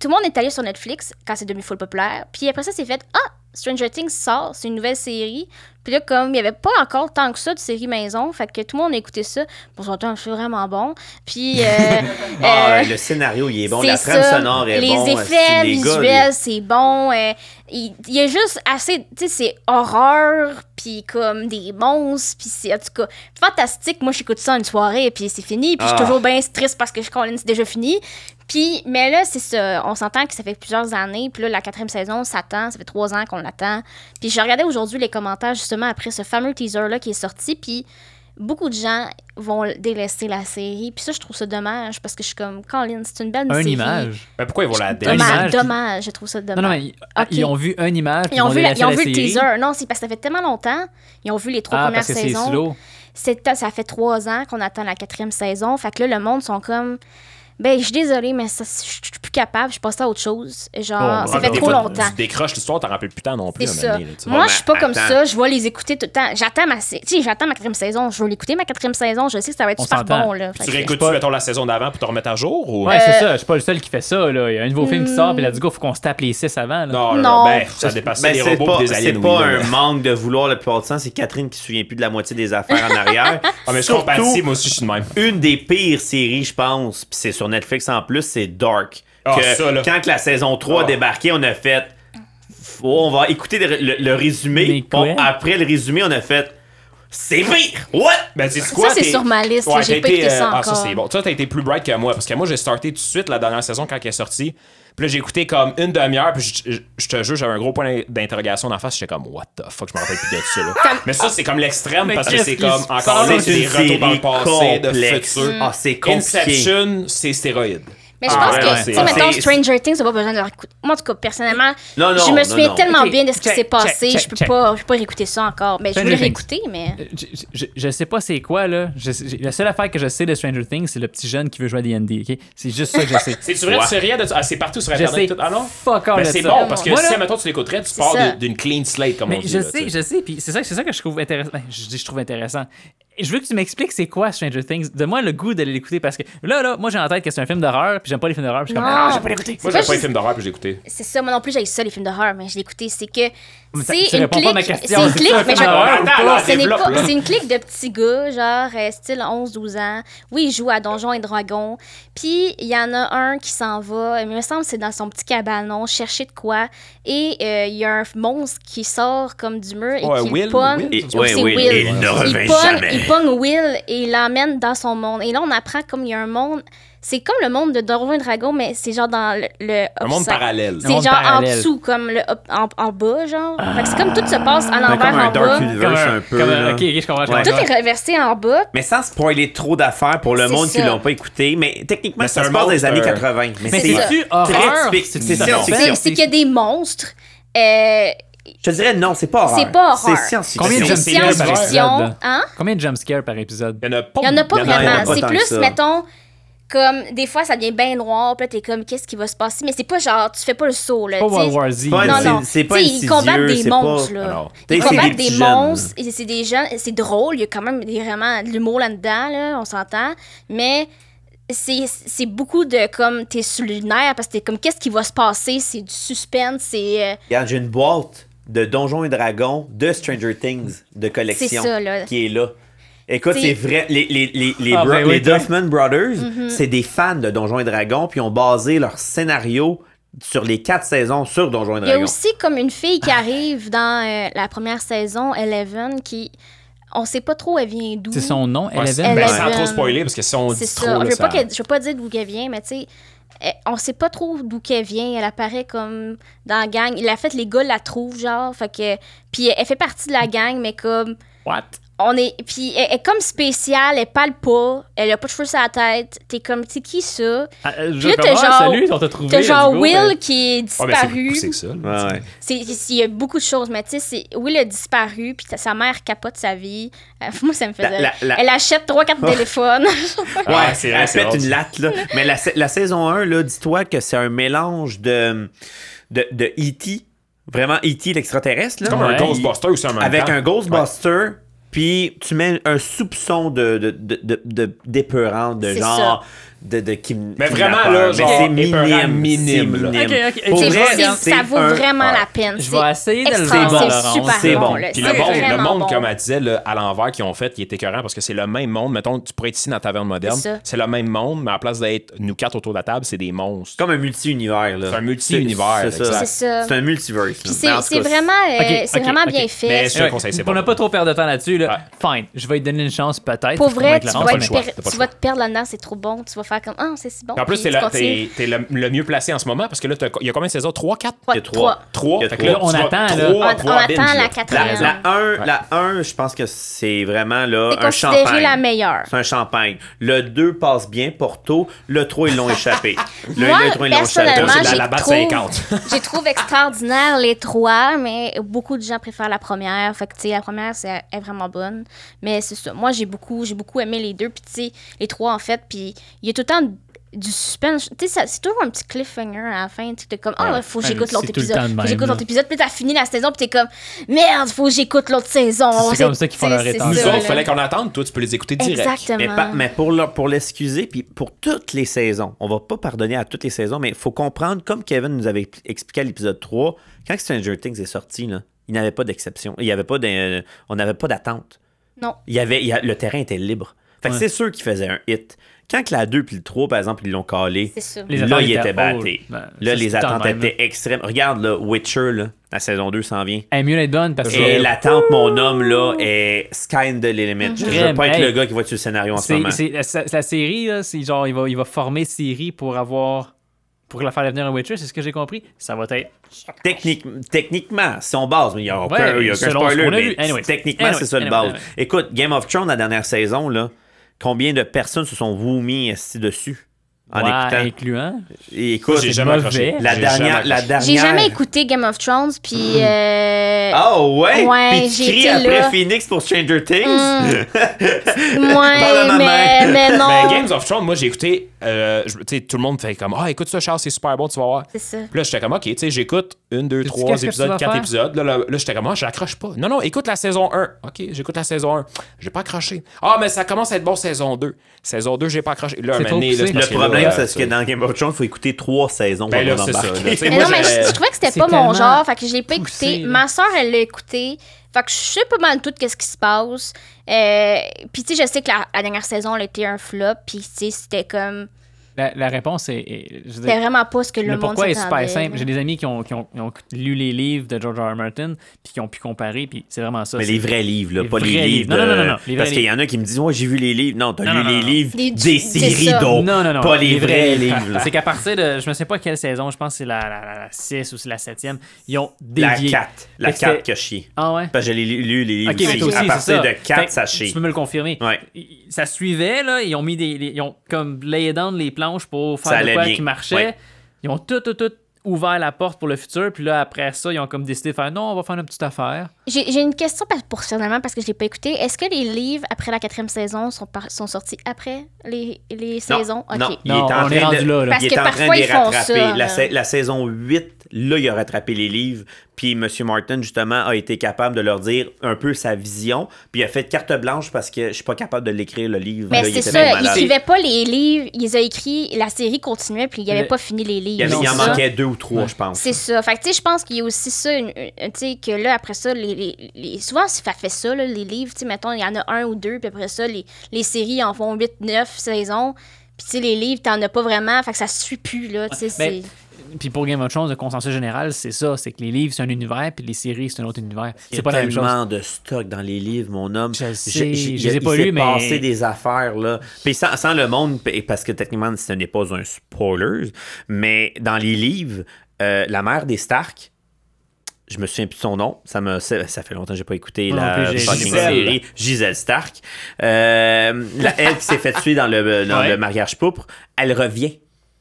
[SPEAKER 4] Tout le monde est allé sur Netflix quand c'est devenu full populaire. Puis après ça, c'est fait Ah, Stranger Things sort, c'est une nouvelle série. Puis là, comme il n'y avait pas encore tant que ça de séries maison, fait que tout le monde a écouté ça. Bon, j'entends, c'est vraiment bon. Puis. euh,
[SPEAKER 1] Ah,
[SPEAKER 4] euh,
[SPEAKER 1] le scénario, il est bon.
[SPEAKER 4] c'est
[SPEAKER 1] La trame
[SPEAKER 4] ça.
[SPEAKER 1] sonore est
[SPEAKER 4] les
[SPEAKER 1] bon. euh,
[SPEAKER 4] effets
[SPEAKER 1] les gars,
[SPEAKER 4] visuels, c'est bon. euh, il il y a juste assez, tu sais, c'est horreur, puis comme des monstres, puis c'est en tout cas fantastique. Moi, j'écoute ça une soirée, puis c'est fini, puis je
[SPEAKER 1] Ah.
[SPEAKER 4] suis toujours bien triste parce que je Colin, c'est déjà fini. Puis, mais là, c'est ça. On s'entend que ça fait plusieurs années. Puis là, la quatrième saison, on s'attend. Ça fait trois ans qu'on l'attend. Puis je regardais aujourd'hui les commentaires, justement, après ce fameux teaser-là qui est sorti. Puis beaucoup de gens vont délaisser la série. Puis ça, je trouve ça dommage parce que je suis comme, Colin, c'est une belle
[SPEAKER 2] une
[SPEAKER 4] série.
[SPEAKER 2] image.
[SPEAKER 3] Mais pourquoi ils vont la
[SPEAKER 2] Une
[SPEAKER 3] délaisser?
[SPEAKER 2] image
[SPEAKER 4] Dommage,
[SPEAKER 2] qui-
[SPEAKER 4] dommage, je trouve ça dommage.
[SPEAKER 2] Non, non, mais ils,
[SPEAKER 4] Ok.
[SPEAKER 2] ils ont vu une image. puis
[SPEAKER 4] Ils ont
[SPEAKER 2] vont
[SPEAKER 4] vu, la-
[SPEAKER 2] délaisser
[SPEAKER 4] ils ont
[SPEAKER 2] la
[SPEAKER 4] vu le
[SPEAKER 2] série.
[SPEAKER 4] teaser. Non, c'est parce que ça fait tellement longtemps. Ils ont vu les trois
[SPEAKER 2] Ah,
[SPEAKER 4] premières
[SPEAKER 2] parce que c'est
[SPEAKER 4] saisons.
[SPEAKER 2] slow.
[SPEAKER 4] C'est- Ça fait trois ans qu'on attend la quatrième saison. Fait que là, le monde sont comme. Ben, je suis désolée, mais ça, je je suis plus capable. Je passe à autre chose. Genre,
[SPEAKER 2] Bon, ah,
[SPEAKER 4] ça
[SPEAKER 2] ok.
[SPEAKER 4] fait
[SPEAKER 3] Des
[SPEAKER 4] trop
[SPEAKER 3] fois,
[SPEAKER 4] longtemps.
[SPEAKER 3] Tu décroches l'histoire, t'en rappelles plus tant non plus.
[SPEAKER 4] C'est
[SPEAKER 3] à un
[SPEAKER 4] ça.
[SPEAKER 3] moment donné, là, tu sais.
[SPEAKER 4] Moi,
[SPEAKER 1] Bon,
[SPEAKER 4] je suis pas
[SPEAKER 1] ben,
[SPEAKER 4] comme
[SPEAKER 1] attends.
[SPEAKER 4] ça. Je vois les écouter tout le temps. J'attends ma, sé- tu sais, j'attends ma quatrième saison. Je veux l'écouter, ma quatrième saison. Je sais que ça va être
[SPEAKER 2] On
[SPEAKER 4] super
[SPEAKER 2] s'entend.
[SPEAKER 4] bon. Là. Fait
[SPEAKER 3] Tu
[SPEAKER 4] que-
[SPEAKER 3] réécoutes-tu, mettons, la saison d'avant pour te remettre à jour? Ou...
[SPEAKER 2] Ouais, c'est
[SPEAKER 4] Euh,
[SPEAKER 2] ça. Je suis pas le seul qui fait ça. Là. Il y a un nouveau film qui sort,
[SPEAKER 4] hmm.
[SPEAKER 2] puis là, du coup, faut qu'on se tape les six avant. Là.
[SPEAKER 3] Non, non,
[SPEAKER 4] Non.
[SPEAKER 3] ben, ça dépassait
[SPEAKER 1] Ben,
[SPEAKER 3] les
[SPEAKER 1] c'est
[SPEAKER 3] robots
[SPEAKER 1] pas,
[SPEAKER 3] pour des aliens.
[SPEAKER 1] c'est
[SPEAKER 3] oui,
[SPEAKER 1] pas
[SPEAKER 3] là,
[SPEAKER 1] un
[SPEAKER 3] mais-
[SPEAKER 1] manque de vouloir la plupart du temps. C'est Catherine qui se souvient plus de la moitié des affaires en arrière.
[SPEAKER 3] Ah, mais je
[SPEAKER 1] Surtout,
[SPEAKER 3] compatis, moi aussi, je suis de même.
[SPEAKER 1] une des pires séries, je pense, puis c'est sur Netflix en plus, c'est Dark.
[SPEAKER 3] Ah,
[SPEAKER 1] que
[SPEAKER 3] ça, là.
[SPEAKER 1] Quand que la saison 3
[SPEAKER 3] Ah.
[SPEAKER 1] débarquait, on a fait. Oh, on va écouter le, le- le résumé.
[SPEAKER 2] Mais
[SPEAKER 1] Bon,
[SPEAKER 2] quoi?
[SPEAKER 1] après le résumé, on a fait. C'est pire! What?
[SPEAKER 3] Ben, tu sais quoi?
[SPEAKER 4] c'est
[SPEAKER 3] t'es-
[SPEAKER 4] sur ma liste,
[SPEAKER 3] Ouais,
[SPEAKER 4] j'ai
[SPEAKER 3] t'as
[SPEAKER 4] pas
[SPEAKER 3] été,
[SPEAKER 4] écouté ça
[SPEAKER 3] Ah, ça,
[SPEAKER 4] encore.
[SPEAKER 3] c'est bon. Toi, t'as été plus bright que moi, parce que moi, j'ai starté tout de suite la dernière saison quand elle est sortie. Puis là, j'ai écouté comme une demi-heure, puis je- je- je te jure, j'avais un gros point d'interrogation d'en face. J'étais comme, what the fuck, je me rappelle plus de ça. là. Mais ça, c'est comme l'extrême,
[SPEAKER 2] Mais
[SPEAKER 3] parce que
[SPEAKER 2] qu'est-ce
[SPEAKER 3] c'est
[SPEAKER 2] qui
[SPEAKER 3] comme,
[SPEAKER 2] se
[SPEAKER 3] encore
[SPEAKER 2] passe?
[SPEAKER 3] là,
[SPEAKER 1] C'est
[SPEAKER 3] c'est des
[SPEAKER 1] une
[SPEAKER 3] retours dans le
[SPEAKER 1] série
[SPEAKER 3] passé, de
[SPEAKER 1] complexe.
[SPEAKER 3] futur.
[SPEAKER 1] Ah, c'est compliqué.
[SPEAKER 3] Inception, c'est stéroïde.
[SPEAKER 4] Mm. Mais je
[SPEAKER 3] Ah,
[SPEAKER 4] pense
[SPEAKER 3] ouais,
[SPEAKER 4] que,
[SPEAKER 3] ouais,
[SPEAKER 4] tu
[SPEAKER 3] c'est-
[SPEAKER 4] sais, mettons,
[SPEAKER 1] c'est-
[SPEAKER 4] Stranger Things, t'as pas besoin de leur écouter. Moi, en tout cas, personnellement,
[SPEAKER 1] Non, non,
[SPEAKER 4] je me
[SPEAKER 1] non,
[SPEAKER 4] souviens
[SPEAKER 1] non.
[SPEAKER 4] tellement
[SPEAKER 2] Ok,
[SPEAKER 4] bien de ce qui
[SPEAKER 2] check,
[SPEAKER 4] s'est passé.
[SPEAKER 2] check,
[SPEAKER 4] je, peux
[SPEAKER 2] check.
[SPEAKER 4] Pas, je peux pas réécouter ça encore. Ben, je
[SPEAKER 2] Stranger
[SPEAKER 4] veux le
[SPEAKER 2] Things. Euh,
[SPEAKER 4] réécouter, mais.
[SPEAKER 2] Je, je- je sais pas c'est quoi, là. Je- je- la seule affaire que je sais de Stranger Things, c'est le petit jeune qui veut jouer à D&D, OK? C'est juste ça que je sais.
[SPEAKER 3] C'est vrai,
[SPEAKER 1] Ouais.
[SPEAKER 3] tu sais rien de ça. Ah, c'est partout sur
[SPEAKER 2] Je sais
[SPEAKER 3] Internet. tout- Ah non?
[SPEAKER 2] fuck all
[SPEAKER 3] Mais
[SPEAKER 2] de
[SPEAKER 3] c'est
[SPEAKER 2] ça.
[SPEAKER 3] bon, parce que
[SPEAKER 2] Moi, là-
[SPEAKER 3] si, mettons, tu l'écouterais, tu pars
[SPEAKER 4] ça.
[SPEAKER 3] de- d'une clean slate, comme on
[SPEAKER 2] Mais
[SPEAKER 3] dit.
[SPEAKER 2] je
[SPEAKER 3] là,
[SPEAKER 2] sais,
[SPEAKER 3] tu sais.
[SPEAKER 2] je sais, puis c'est ça, c'est ça que je trouve intéressant. Ben, Je dis je trouve intéressant. Je veux que tu m'expliques c'est quoi Stranger Things. Donne-moi le goût d'aller l'écouter parce que là, là, moi j'ai en tête que c'est un film d'horreur, puis j'aime pas les films d'horreur, puis je suis comme
[SPEAKER 4] Non.
[SPEAKER 2] ah, j'ai pas l'écouté.
[SPEAKER 3] Moi,
[SPEAKER 4] C'est
[SPEAKER 3] j'ai
[SPEAKER 4] pas
[SPEAKER 3] pas les
[SPEAKER 4] juste-
[SPEAKER 3] films d'horreur, puis j'ai écouté.
[SPEAKER 4] C'est ça, moi non plus, j'ai ça, les films d'horreur, mais je l'ai écouté. C'est que.
[SPEAKER 2] Mais ça- tu
[SPEAKER 4] C'est une
[SPEAKER 2] réponds pas à ma
[SPEAKER 4] clique. C'est
[SPEAKER 2] question,
[SPEAKER 4] une
[SPEAKER 2] c'est
[SPEAKER 4] clique,
[SPEAKER 2] ça, un
[SPEAKER 4] mais
[SPEAKER 2] film
[SPEAKER 4] je-
[SPEAKER 2] d'horreur
[SPEAKER 3] ou pas?
[SPEAKER 4] ce n'est
[SPEAKER 3] Développe,
[SPEAKER 4] pas-
[SPEAKER 3] là.
[SPEAKER 4] C'est une clique de petits gars, genre euh, style 11-12 ans. Oui, ils jouent à Donjons et Dragons. Puis il y en a un qui s'en va, il me semble que c'est dans son petit cabanon, chercher de quoi. Et euh, il y a un monstre qui sort comme du mur et
[SPEAKER 3] Ouais,
[SPEAKER 4] qui
[SPEAKER 3] Will,
[SPEAKER 4] le pogne.
[SPEAKER 3] Will,
[SPEAKER 1] Et-
[SPEAKER 4] Donc,
[SPEAKER 1] ouais,
[SPEAKER 4] c'est
[SPEAKER 1] Will,
[SPEAKER 4] Will.
[SPEAKER 1] il ne
[SPEAKER 4] Il
[SPEAKER 1] revint
[SPEAKER 4] pogne,
[SPEAKER 1] jamais.
[SPEAKER 4] il pogne Will et il l'emmène dans son monde. Et là, on apprend comme il y a un monde. C'est comme le monde de Donjons et Dragons, mais c'est genre dans le. le
[SPEAKER 3] Un monde
[SPEAKER 4] obscur.
[SPEAKER 3] parallèle.
[SPEAKER 2] Un
[SPEAKER 4] C'est
[SPEAKER 2] monde
[SPEAKER 4] genre
[SPEAKER 2] parallèle.
[SPEAKER 4] en dessous, comme le, op- en, en bas, genre. Fait que c'est comme tout se passe à l'envers
[SPEAKER 1] Ah. comme un
[SPEAKER 4] en bas.
[SPEAKER 1] Dark Universe un peu.
[SPEAKER 2] comme
[SPEAKER 1] là.
[SPEAKER 2] ok, ok, je comprends. je
[SPEAKER 1] Ouais.
[SPEAKER 4] Tout
[SPEAKER 2] comprends.
[SPEAKER 4] est reversé en bas.
[SPEAKER 1] Mais sans spoiler trop d'affaires pour le
[SPEAKER 4] C'est
[SPEAKER 1] monde qui
[SPEAKER 4] ça.
[SPEAKER 1] l'ont pas écouté, mais techniquement,
[SPEAKER 3] Mais
[SPEAKER 1] ça
[SPEAKER 3] c'est
[SPEAKER 1] se
[SPEAKER 3] un
[SPEAKER 1] passe des
[SPEAKER 3] monstre,
[SPEAKER 1] années
[SPEAKER 3] euh,
[SPEAKER 1] 80. Mais,
[SPEAKER 2] Mais
[SPEAKER 1] c'est
[SPEAKER 2] c'est-tu horreur?
[SPEAKER 1] très typique. C'est
[SPEAKER 3] Non.
[SPEAKER 4] C'est
[SPEAKER 1] science-fiction.
[SPEAKER 4] c'est qu'il y a des monstres. Euh,
[SPEAKER 1] Je te dirais non, c'est pas horreur.
[SPEAKER 4] C'est pas horreur.
[SPEAKER 1] C'est science-fiction.
[SPEAKER 2] Combien de
[SPEAKER 3] C'est-
[SPEAKER 2] jumpscares
[SPEAKER 3] c'est
[SPEAKER 2] par
[SPEAKER 3] vrai.
[SPEAKER 2] épisode?
[SPEAKER 4] Science-fiction, hein?
[SPEAKER 2] Combien de jumpscares par épisode?
[SPEAKER 3] Il y en a pas,
[SPEAKER 4] il y en a pas
[SPEAKER 1] Oh, en a
[SPEAKER 4] vraiment.
[SPEAKER 1] pas
[SPEAKER 4] C'est
[SPEAKER 1] tant que
[SPEAKER 4] plus,
[SPEAKER 1] ça.
[SPEAKER 4] mettons, comme des fois, ça devient bien noir. Puis là, t'es comme, qu'est-ce qui va se passer? Mais c'est pas genre, tu fais pas le saut, là.
[SPEAKER 2] Pas
[SPEAKER 4] tu sais.
[SPEAKER 2] World War Z.
[SPEAKER 1] Pas
[SPEAKER 2] là.
[SPEAKER 1] une-
[SPEAKER 4] Non,
[SPEAKER 1] C'est-
[SPEAKER 4] non.
[SPEAKER 1] c'est pas
[SPEAKER 4] T'sais,
[SPEAKER 1] insidieux,
[SPEAKER 4] ils combattent des
[SPEAKER 1] c'est pas-
[SPEAKER 4] monstres, là.
[SPEAKER 3] Alors,
[SPEAKER 1] t'sais,
[SPEAKER 4] ils
[SPEAKER 1] c'est
[SPEAKER 4] combattent
[SPEAKER 1] des
[SPEAKER 4] des
[SPEAKER 1] petits
[SPEAKER 4] monstres, et c'est des gens, c'est drôle, il y a quand même des, vraiment de l'humour là-dedans, là, on s'entend, mais c'est c'est beaucoup de, comme, t'es sur le nerf, parce que t'es comme, qu'est-ce qui va se passer, c'est du suspense, c'est... euh,
[SPEAKER 1] Regarde, j'ai une boîte de Donjons et Dragons de Stranger Things de collection
[SPEAKER 4] C'est ça, là.
[SPEAKER 1] qui est là. Écoute,
[SPEAKER 4] C'est-
[SPEAKER 1] c'est vrai, les, les, les, les,
[SPEAKER 2] Ah,
[SPEAKER 1] Bro-
[SPEAKER 2] ben oui,
[SPEAKER 1] les
[SPEAKER 2] ben.
[SPEAKER 1] Duffman Brothers,
[SPEAKER 4] Mhm.
[SPEAKER 1] c'est des fans de Donjons et Dragons, puis ils ont basé leur scénario sur les quatre saisons sur Donjons et
[SPEAKER 4] Il y a
[SPEAKER 1] Dragons.
[SPEAKER 4] aussi comme une fille qui arrive dans euh, la première saison, Eleven, qui, on sait pas trop elle vient d'où.
[SPEAKER 2] C'est son nom,
[SPEAKER 3] Ouais,
[SPEAKER 2] Eleven.
[SPEAKER 3] c'est- ben,
[SPEAKER 4] Eleven.
[SPEAKER 3] sans trop spoiler, parce que si on
[SPEAKER 4] C'est
[SPEAKER 3] dit trop,
[SPEAKER 4] ça. Je
[SPEAKER 3] là,
[SPEAKER 4] veux
[SPEAKER 3] ça...
[SPEAKER 4] pas qu'elle- je veux pas dire d'où qu'elle vient, mais tu sais, elle- on sait pas trop d'où qu'elle vient. Elle apparaît comme dans la gang. La fait, les gars la trouvent, genre. Fait que, puis elle- elle fait partie de la gang, mais comme
[SPEAKER 2] What?
[SPEAKER 4] on est, puis elle elle est comme spéciale. Elle parle pas. Elle a pas de cheveux sur la tête. T'es comme, tu sais, qui ça
[SPEAKER 2] Ah, euh, je
[SPEAKER 4] Puis là,
[SPEAKER 2] veux
[SPEAKER 4] t'as
[SPEAKER 2] pas-
[SPEAKER 4] genre-
[SPEAKER 2] Salut, on t'a trouvé.
[SPEAKER 4] T'as genre
[SPEAKER 2] let's go,
[SPEAKER 4] Will
[SPEAKER 2] ben.
[SPEAKER 4] qui est
[SPEAKER 3] Ouais, Ah, mais c'est beaucoup,
[SPEAKER 4] disparu.
[SPEAKER 3] c'est que ça. là.
[SPEAKER 1] Ouais, ouais.
[SPEAKER 4] C'est- c'est- Il y a beaucoup de choses, mais tu sais, c'est- Will a disparu, puis ta- sa mère capote sa vie. Euh, moi, ça me fait.
[SPEAKER 1] La-
[SPEAKER 4] de-
[SPEAKER 1] la- la-
[SPEAKER 4] Elle achète trois
[SPEAKER 3] Oh.
[SPEAKER 4] quatre téléphones.
[SPEAKER 3] Ah, c'est vrai,
[SPEAKER 1] elle
[SPEAKER 3] c'est
[SPEAKER 1] pète
[SPEAKER 3] vrai.
[SPEAKER 1] une latte, là. Mais la, sa- la saison 1, là, dis-toi que c'est un mélange de, de, de E.T., vraiment E.T. l'extraterrestre, là.
[SPEAKER 3] Comme un
[SPEAKER 2] Ouais.
[SPEAKER 3] Ghostbuster ou ça, en même
[SPEAKER 1] avec
[SPEAKER 3] temps.
[SPEAKER 1] un Ghostbuster, puis tu mets un soupçon de, de, de, de, de- d'épeurant, de
[SPEAKER 4] C'est
[SPEAKER 1] genre. De, de qui,
[SPEAKER 3] Mais vraiment, là, genre,
[SPEAKER 1] c'est
[SPEAKER 3] épeurant
[SPEAKER 1] minime.
[SPEAKER 3] minime, là.
[SPEAKER 1] c'est minime.
[SPEAKER 2] Ok, ok.
[SPEAKER 1] Pour
[SPEAKER 4] C'est-
[SPEAKER 2] C'est-
[SPEAKER 1] vrai,
[SPEAKER 4] c'est-
[SPEAKER 1] c'est
[SPEAKER 4] ça vaut
[SPEAKER 1] un-
[SPEAKER 4] vraiment
[SPEAKER 3] ouais.
[SPEAKER 4] la peine.
[SPEAKER 2] Je vais
[SPEAKER 4] C'est
[SPEAKER 2] essayer de le
[SPEAKER 4] extra-
[SPEAKER 2] voir,
[SPEAKER 4] C'est
[SPEAKER 2] Laurent.
[SPEAKER 4] super
[SPEAKER 1] C'est bon.
[SPEAKER 4] là.
[SPEAKER 3] Puis
[SPEAKER 4] C'est
[SPEAKER 3] le monde, le
[SPEAKER 4] vraiment
[SPEAKER 3] monde
[SPEAKER 4] bon.
[SPEAKER 3] comme elle disait, là, à l'envers qu'ils ont fait, il est écœurant parce que c'est le même monde. Mettons, tu pourrais être ici dans la taverne moderne.
[SPEAKER 4] C'est ça.
[SPEAKER 3] C'est le même monde, mais à la place d'être nous quatre autour de la table, c'est des monstres.
[SPEAKER 1] Comme un multi-univers, là.
[SPEAKER 3] C'est un multi-univers,
[SPEAKER 1] C'est ça.
[SPEAKER 3] exact.
[SPEAKER 4] C'est ça.
[SPEAKER 1] C'est un multiverse. là.
[SPEAKER 4] Puis
[SPEAKER 1] Mais en
[SPEAKER 4] c'est
[SPEAKER 1] tout
[SPEAKER 4] c'est
[SPEAKER 1] cas,
[SPEAKER 4] vraiment, euh,
[SPEAKER 2] Ok,
[SPEAKER 4] c'est
[SPEAKER 2] ok,
[SPEAKER 4] vraiment
[SPEAKER 2] ok.
[SPEAKER 4] bien
[SPEAKER 3] Mais
[SPEAKER 4] fait.
[SPEAKER 3] je te conseille, c'est
[SPEAKER 2] on n'a
[SPEAKER 3] bon.
[SPEAKER 2] pas trop perdre de temps là-dessus. Là. Fine, je vais lui donner une chance peut-être.
[SPEAKER 4] Pour
[SPEAKER 2] Faut convaincre
[SPEAKER 4] vrai, tu
[SPEAKER 2] Laurent.
[SPEAKER 4] vas,
[SPEAKER 3] pas le
[SPEAKER 4] te
[SPEAKER 3] choix,
[SPEAKER 4] per-
[SPEAKER 3] t'as pas le
[SPEAKER 4] tu vas te perdre là-dedans, c'est trop bon. Tu vas faire comme Ah, c'est si bon.
[SPEAKER 3] En plus,
[SPEAKER 4] Puis
[SPEAKER 3] t'es
[SPEAKER 4] tu
[SPEAKER 3] la-
[SPEAKER 4] continues.
[SPEAKER 3] t'es t'es le, le mieux placé en ce moment parce que là, t'as- il y a combien de saisons 3, 4
[SPEAKER 4] Trois-
[SPEAKER 1] Il y a trois.
[SPEAKER 3] Trois.
[SPEAKER 1] Il y a
[SPEAKER 3] Fait que
[SPEAKER 1] trois.
[SPEAKER 3] là,
[SPEAKER 2] On
[SPEAKER 3] tu vas-
[SPEAKER 2] attend, là.
[SPEAKER 3] trois-
[SPEAKER 4] On-
[SPEAKER 3] trois
[SPEAKER 4] on attend
[SPEAKER 3] binges,
[SPEAKER 4] la
[SPEAKER 3] là.
[SPEAKER 4] quatrième.
[SPEAKER 1] La, la 1, la 1, je pense que c'est vraiment là,
[SPEAKER 4] C'est
[SPEAKER 1] un
[SPEAKER 4] considéré
[SPEAKER 1] champagne.
[SPEAKER 4] la meilleure.
[SPEAKER 1] C'est un champagne. Le 2 passe bien, Porto. Le 3, ils l'ont échappé. Le,
[SPEAKER 4] Moi,
[SPEAKER 1] le 3, ils l'ont échappé.
[SPEAKER 4] personnellement,
[SPEAKER 3] C'est la-
[SPEAKER 4] j'ai
[SPEAKER 3] la batte
[SPEAKER 4] trouve-
[SPEAKER 3] 50.
[SPEAKER 4] j'ai trouvé extraordinaire les trois, mais beaucoup de gens préfèrent la première. Fait que, tu sais, la première, c'est elle est vraiment bonne. Mais c'est ça. Moi, j'ai beaucoup, j'ai beaucoup aimé les deux, puis tu sais, les trois, en fait. Puis il y a tout le temps du suspense. Tu sais, ça- c'est toujours un petit cliffhanger à la fin. Tu sais, t'es comme, ah, faut que
[SPEAKER 2] Ouais, Ben,
[SPEAKER 4] j'écoute
[SPEAKER 2] c'est
[SPEAKER 4] l'autre
[SPEAKER 2] tout le temps
[SPEAKER 4] épisode.
[SPEAKER 2] de
[SPEAKER 4] Faut que
[SPEAKER 2] même,
[SPEAKER 4] j'écoute
[SPEAKER 2] là.
[SPEAKER 4] l'autre épisode. Puis t'as fini la saison, puis t'es comme, merde, faut que j'écoute l'autre saison.
[SPEAKER 2] C'est comme ça qu'ils font
[SPEAKER 4] tu sais,
[SPEAKER 2] leur
[SPEAKER 4] c'est
[SPEAKER 2] étendue.
[SPEAKER 3] Nous
[SPEAKER 4] ça,
[SPEAKER 3] autres, il
[SPEAKER 4] là.
[SPEAKER 3] fallait qu'on attende. Toi, tu peux les écouter direct.
[SPEAKER 1] Mais,
[SPEAKER 4] Exactement.
[SPEAKER 1] pas- mais pour, leur- pour l'excuser, puis pour toutes les saisons, on va pas pardonner à toutes les saisons, mais il faut comprendre, comme Kevin nous avait expliqué à l'épisode 3, quand Stranger Things est sorti, là, il n'y avait pas d'exception. Il y avait pas d'in- on n'avait pas d'attente.
[SPEAKER 4] Non.
[SPEAKER 1] Il y avait, il y a- le terrain était libre. Fait que
[SPEAKER 2] Ouais.
[SPEAKER 1] c'est sûr qu'ils faisaient un hit. Quand que la 2 puis le 3, par exemple, ils l'ont calé,
[SPEAKER 4] C'est ça.
[SPEAKER 2] Les
[SPEAKER 1] là,
[SPEAKER 2] attentes
[SPEAKER 1] ils
[SPEAKER 2] étaient
[SPEAKER 1] étaient battés.
[SPEAKER 2] hautes. Ben,
[SPEAKER 1] là,
[SPEAKER 2] ça,
[SPEAKER 1] les
[SPEAKER 2] c'est tout le temps
[SPEAKER 1] attentes
[SPEAKER 2] même,
[SPEAKER 1] étaient extrêmes. Regarde, là, Witcher, là, la saison 2 s'en vient.
[SPEAKER 2] Elle est mieux d'être bonne parce que.
[SPEAKER 1] Et l'attente, mon homme, là, est sky the limit. Je veux
[SPEAKER 2] Vraiment,
[SPEAKER 1] pas être
[SPEAKER 2] hey.
[SPEAKER 1] le gars qui va tuer le scénario en ce
[SPEAKER 2] C'est,
[SPEAKER 1] moment.
[SPEAKER 2] c'est- la, sa- la série, là, c'est genre, il va, il va former série pour avoir. pour la faire devenir un Witcher, c'est ce que j'ai compris. Ça va être.
[SPEAKER 1] Technique, techniquement, si on base, mais il n'y a aucun,
[SPEAKER 2] Ouais,
[SPEAKER 1] il y a aucun
[SPEAKER 2] selon ce
[SPEAKER 1] spoiler,
[SPEAKER 2] qu'on a
[SPEAKER 1] mais
[SPEAKER 2] vu. Anyway.
[SPEAKER 1] techniquement,
[SPEAKER 2] Anyway,
[SPEAKER 1] c'est ça le
[SPEAKER 2] anyway,
[SPEAKER 1] base.
[SPEAKER 2] anyway.
[SPEAKER 1] Écoute, Game of Thrones, la dernière saison, là, combien de personnes se sont vomis assis dessus en
[SPEAKER 2] Ouais,
[SPEAKER 1] écoutant?
[SPEAKER 2] incluant.
[SPEAKER 1] Et écoute,
[SPEAKER 3] J'ai
[SPEAKER 2] C'est
[SPEAKER 3] jamais accroché.
[SPEAKER 2] mauvais.
[SPEAKER 1] la
[SPEAKER 3] J'ai
[SPEAKER 1] dernière...
[SPEAKER 3] jamais
[SPEAKER 1] La
[SPEAKER 3] accroché.
[SPEAKER 1] dernière...
[SPEAKER 4] J'ai jamais écouté Game of Thrones, puis.
[SPEAKER 2] Mm.
[SPEAKER 4] euh,
[SPEAKER 1] Ah ouais?
[SPEAKER 4] Ouais,
[SPEAKER 1] Puis tu
[SPEAKER 4] j'ai
[SPEAKER 1] cries
[SPEAKER 4] été
[SPEAKER 1] après
[SPEAKER 4] là. Mm.
[SPEAKER 1] Phoenix pour Stranger Things? Parle à
[SPEAKER 4] Ouais,
[SPEAKER 1] ma
[SPEAKER 4] mais,
[SPEAKER 1] mère.
[SPEAKER 4] mais non.
[SPEAKER 3] Mais Games of Thrones, moi, j'ai écouté. euh, je- tu sais, tout le monde fait comme Ah, écoute ça, Charles, c'est super bon, tu vas voir.
[SPEAKER 4] C'est ça.
[SPEAKER 3] Puis là, j'étais comme, OK, tu sais, j'écoute une, deux,
[SPEAKER 2] Sais-tu
[SPEAKER 3] trois
[SPEAKER 2] qu'est-ce que tu
[SPEAKER 3] épisodes,
[SPEAKER 2] vas
[SPEAKER 3] quatre
[SPEAKER 2] faire?
[SPEAKER 3] épisodes. Là, là, là, j'étais comme, ah, j'accroche pas. Non, non, écoute la saison 1. OK, j'écoute la saison 1. J'ai pas accroché. Ah, mais ça commence à être bon, saison 2. Saison 2, j'ai pas accroché. Là, un
[SPEAKER 2] C'est
[SPEAKER 3] moment donné,
[SPEAKER 2] trop
[SPEAKER 3] là,
[SPEAKER 2] poussé.
[SPEAKER 3] parce
[SPEAKER 1] Le
[SPEAKER 3] que là,
[SPEAKER 1] problème,
[SPEAKER 3] euh,
[SPEAKER 1] c'est ce que dans Game of Thrones, il faut écouter trois saisons
[SPEAKER 3] Ben là,
[SPEAKER 1] avant
[SPEAKER 3] c'est ça.
[SPEAKER 1] d'embarquer.
[SPEAKER 3] là. Tu sais,
[SPEAKER 4] Mais
[SPEAKER 3] moi,
[SPEAKER 4] non, mais
[SPEAKER 3] j'avais-
[SPEAKER 4] je, je trouvais que c'était
[SPEAKER 2] C'est
[SPEAKER 4] pas mon
[SPEAKER 2] tellement
[SPEAKER 4] genre, fait que je l'ai pas
[SPEAKER 2] poussé,
[SPEAKER 4] écouté.
[SPEAKER 2] là.
[SPEAKER 4] Ma soeur, elle l'a écouté. Fait que je sais pas mal tout qu'est-ce qui se passe. Euh, puis tu sais, je sais que la, la dernière saison, elle était un flop. Puis tu sais, c'était comme.
[SPEAKER 2] La, la réponse est. est- je veux dire,
[SPEAKER 4] C'était vraiment pas ce que le,
[SPEAKER 2] le
[SPEAKER 4] monde
[SPEAKER 2] pourquoi est super
[SPEAKER 4] s'attendait,
[SPEAKER 2] simple.
[SPEAKER 4] là.
[SPEAKER 2] J'ai des amis qui ont, qui, ont, qui ont lu les livres de George R. R. Martin, puis qui ont pu comparer, puis c'est vraiment ça.
[SPEAKER 1] Mais
[SPEAKER 2] c'est-
[SPEAKER 1] les vrais livres, là,
[SPEAKER 2] Les
[SPEAKER 1] pas les
[SPEAKER 2] vrais
[SPEAKER 1] livres.
[SPEAKER 2] livres. Non, non, non,
[SPEAKER 1] euh,
[SPEAKER 2] non, non, les vrais
[SPEAKER 1] Parce qu'il y en a qui me disent, moi, j'ai vu les livres. Non, t'as
[SPEAKER 2] Non,
[SPEAKER 1] lu
[SPEAKER 2] non,
[SPEAKER 1] les
[SPEAKER 2] non.
[SPEAKER 1] livres
[SPEAKER 4] Des-
[SPEAKER 1] des
[SPEAKER 4] c'est
[SPEAKER 1] séries
[SPEAKER 4] ça.
[SPEAKER 1] d'eau.
[SPEAKER 2] Non, non, non.
[SPEAKER 1] Pas les, vrais
[SPEAKER 2] livres.
[SPEAKER 1] livres. là.
[SPEAKER 2] C'est qu'à partir de. Je me sais pas quelle saison, je pense que c'est la, la, la- la 6 ou c'est la 7e. Ils ont
[SPEAKER 1] La
[SPEAKER 2] dévié.
[SPEAKER 1] 4. La
[SPEAKER 2] Fait que
[SPEAKER 1] 4 que je chie.
[SPEAKER 2] Ah ouais?
[SPEAKER 1] Parce que j'ai lu, lu les livres
[SPEAKER 2] Ok, mais
[SPEAKER 1] aussi.
[SPEAKER 2] toi aussi,
[SPEAKER 1] À
[SPEAKER 2] c'est
[SPEAKER 1] partir
[SPEAKER 2] ça.
[SPEAKER 1] de 4,
[SPEAKER 2] Fait-
[SPEAKER 1] ça chie.
[SPEAKER 2] Tu peux me le confirmer.
[SPEAKER 1] Ouais.
[SPEAKER 2] I- Ça suivait, là. Ils ont mis des. les- Ils ont comme layé down les planches pour
[SPEAKER 1] Ça
[SPEAKER 2] faire
[SPEAKER 1] allait
[SPEAKER 2] de quoi
[SPEAKER 1] bien.
[SPEAKER 2] qui marchait.
[SPEAKER 1] Ouais.
[SPEAKER 2] Ils ont tout, tout, tout ouvert la porte pour le futur. Puis là, après ça, ils ont comme décidé de faire non, on va faire une petite affaire.
[SPEAKER 4] J'ai j'ai une question par- pour personnellement parce que je l'ai pas écouté. Est-ce que les livres après la quatrième saison sont, par- sont sortis après les, les
[SPEAKER 1] Non,
[SPEAKER 4] saisons? Ok.
[SPEAKER 1] non, il
[SPEAKER 2] Non,
[SPEAKER 1] est en
[SPEAKER 2] on
[SPEAKER 1] train
[SPEAKER 2] est rendu
[SPEAKER 1] de-
[SPEAKER 2] là, là.
[SPEAKER 1] Il
[SPEAKER 4] Parce
[SPEAKER 1] est
[SPEAKER 4] que
[SPEAKER 1] en train
[SPEAKER 4] parfois,
[SPEAKER 1] de les
[SPEAKER 4] ils font
[SPEAKER 1] rattraper.
[SPEAKER 4] ça,
[SPEAKER 1] la,
[SPEAKER 4] là.
[SPEAKER 1] sa- la saison 8, là, il a rattrapé les livres. Puis M. Martin, justement, a été capable de leur dire un peu sa vision. Puis il a fait carte blanche parce que je suis pas capable de l'écrire, le livre.
[SPEAKER 4] Mais
[SPEAKER 1] là, il
[SPEAKER 4] c'est
[SPEAKER 1] était bien
[SPEAKER 4] ça, ils
[SPEAKER 1] malade.
[SPEAKER 4] suivaient pas les livres, ils ont écrit, la série continuait, puis ils n'avaient
[SPEAKER 2] Le-
[SPEAKER 4] pas fini les livres.
[SPEAKER 1] Il y avait-
[SPEAKER 2] Non,
[SPEAKER 1] il en
[SPEAKER 4] C'est ça.
[SPEAKER 1] manquait deux ou trois, je pense.
[SPEAKER 4] C'est ça. Fait que, tu sais, je pense qu'il y a aussi ça, une- une- tu sais, que là, après ça, les, les- les- souvent, ça fait ça, là, les livres, tu sais, mettons, il y en a un ou deux, puis après ça, les, les séries en font 8, 9 saisons, puis tu sais, les livres, t'en as pas vraiment, fait que ça se suit plus, là, tu sais,
[SPEAKER 2] Ben,
[SPEAKER 4] c'est...
[SPEAKER 2] puis pour Game of Thrones, le consensus général, c'est ça. C'est que les livres, c'est un univers, puis les séries, c'est un autre univers.
[SPEAKER 1] Il y a
[SPEAKER 2] C'est pas la même chose.
[SPEAKER 1] tellement de stock dans les livres, mon homme.
[SPEAKER 2] Je
[SPEAKER 1] J'ai-
[SPEAKER 2] sais,
[SPEAKER 1] j'ai-
[SPEAKER 2] je les ai
[SPEAKER 1] il
[SPEAKER 2] pas
[SPEAKER 1] s'est
[SPEAKER 2] lus, mais-
[SPEAKER 1] passé des affaires, là. Puis sans, sans le monde, p- parce que techniquement, ce n'est pas un spoiler, mais dans les livres, euh, la mère des Stark, je me souviens plus de son nom, ça, me, ça, ça fait longtemps que j'ai pas écouté
[SPEAKER 2] Moi non
[SPEAKER 1] la
[SPEAKER 2] plus, j'ai-
[SPEAKER 1] fucking
[SPEAKER 3] Gisèle.
[SPEAKER 1] série. Gisèle Stark. Euh, la- elle qui s'est fait tuer dans le, dans
[SPEAKER 2] Ouais.
[SPEAKER 1] le mariage pourpre, elle revient.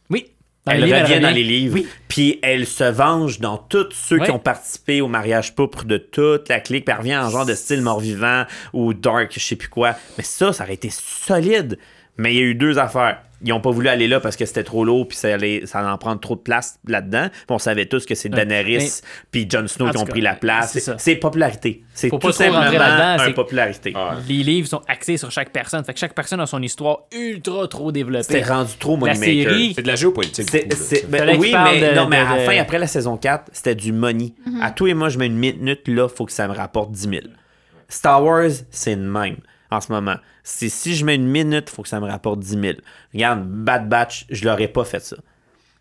[SPEAKER 2] Oui. Dans les
[SPEAKER 1] Elle
[SPEAKER 2] livres,
[SPEAKER 1] revient dans les
[SPEAKER 2] revient.
[SPEAKER 1] livres.
[SPEAKER 2] Oui.
[SPEAKER 1] Puis elle se venge dans tous ceux
[SPEAKER 2] Ouais.
[SPEAKER 1] qui ont participé au mariage pourpre de toute la clique. Puis elle revient en genre de style mort-vivant ou dark, je sais plus quoi. Mais ça, ça aurait été solide. Mais il y a eu deux affaires. Ils ont pas voulu aller là parce que c'était trop lourd, puis ça, allait, ça allait en prendre trop de place là-dedans. Puis on savait tous que c'est
[SPEAKER 2] mais-
[SPEAKER 1] Daenerys puis Jon Snow
[SPEAKER 2] En
[SPEAKER 1] qui
[SPEAKER 2] tout
[SPEAKER 1] ont
[SPEAKER 2] cas, euh,
[SPEAKER 1] pris la place.
[SPEAKER 2] c'est ça.
[SPEAKER 1] C'est popularité. C'est
[SPEAKER 2] Faut
[SPEAKER 1] tout
[SPEAKER 2] pas trop
[SPEAKER 1] simplement
[SPEAKER 2] rentrer là-dedans,
[SPEAKER 1] un
[SPEAKER 2] c'est-
[SPEAKER 1] popularité.
[SPEAKER 2] Les livres sont axés sur chaque personne. Fait que chaque personne a son histoire ultra trop développée.
[SPEAKER 1] C'était rendu trop
[SPEAKER 2] La
[SPEAKER 1] moneymaker.
[SPEAKER 2] série,
[SPEAKER 3] C'est de la géopolitique.
[SPEAKER 1] C'est-
[SPEAKER 3] beaucoup, là,
[SPEAKER 1] c'est-
[SPEAKER 3] ça.
[SPEAKER 1] ben
[SPEAKER 2] Fallait
[SPEAKER 1] oui,
[SPEAKER 2] qu'il parle
[SPEAKER 1] mais,
[SPEAKER 2] de-
[SPEAKER 1] non, mais à la
[SPEAKER 2] de-
[SPEAKER 1] fin,
[SPEAKER 2] de-
[SPEAKER 1] après la saison 4, c'était du money. À tous les mois, je mets une minute, là, faut que ça me rapporte 10 000. Star Wars, c'est le même en ce moment. Si, si je mets une minute, faut que ça me rapporte 10 000. Regarde, Bad Batch, je l'aurais pas fait ça.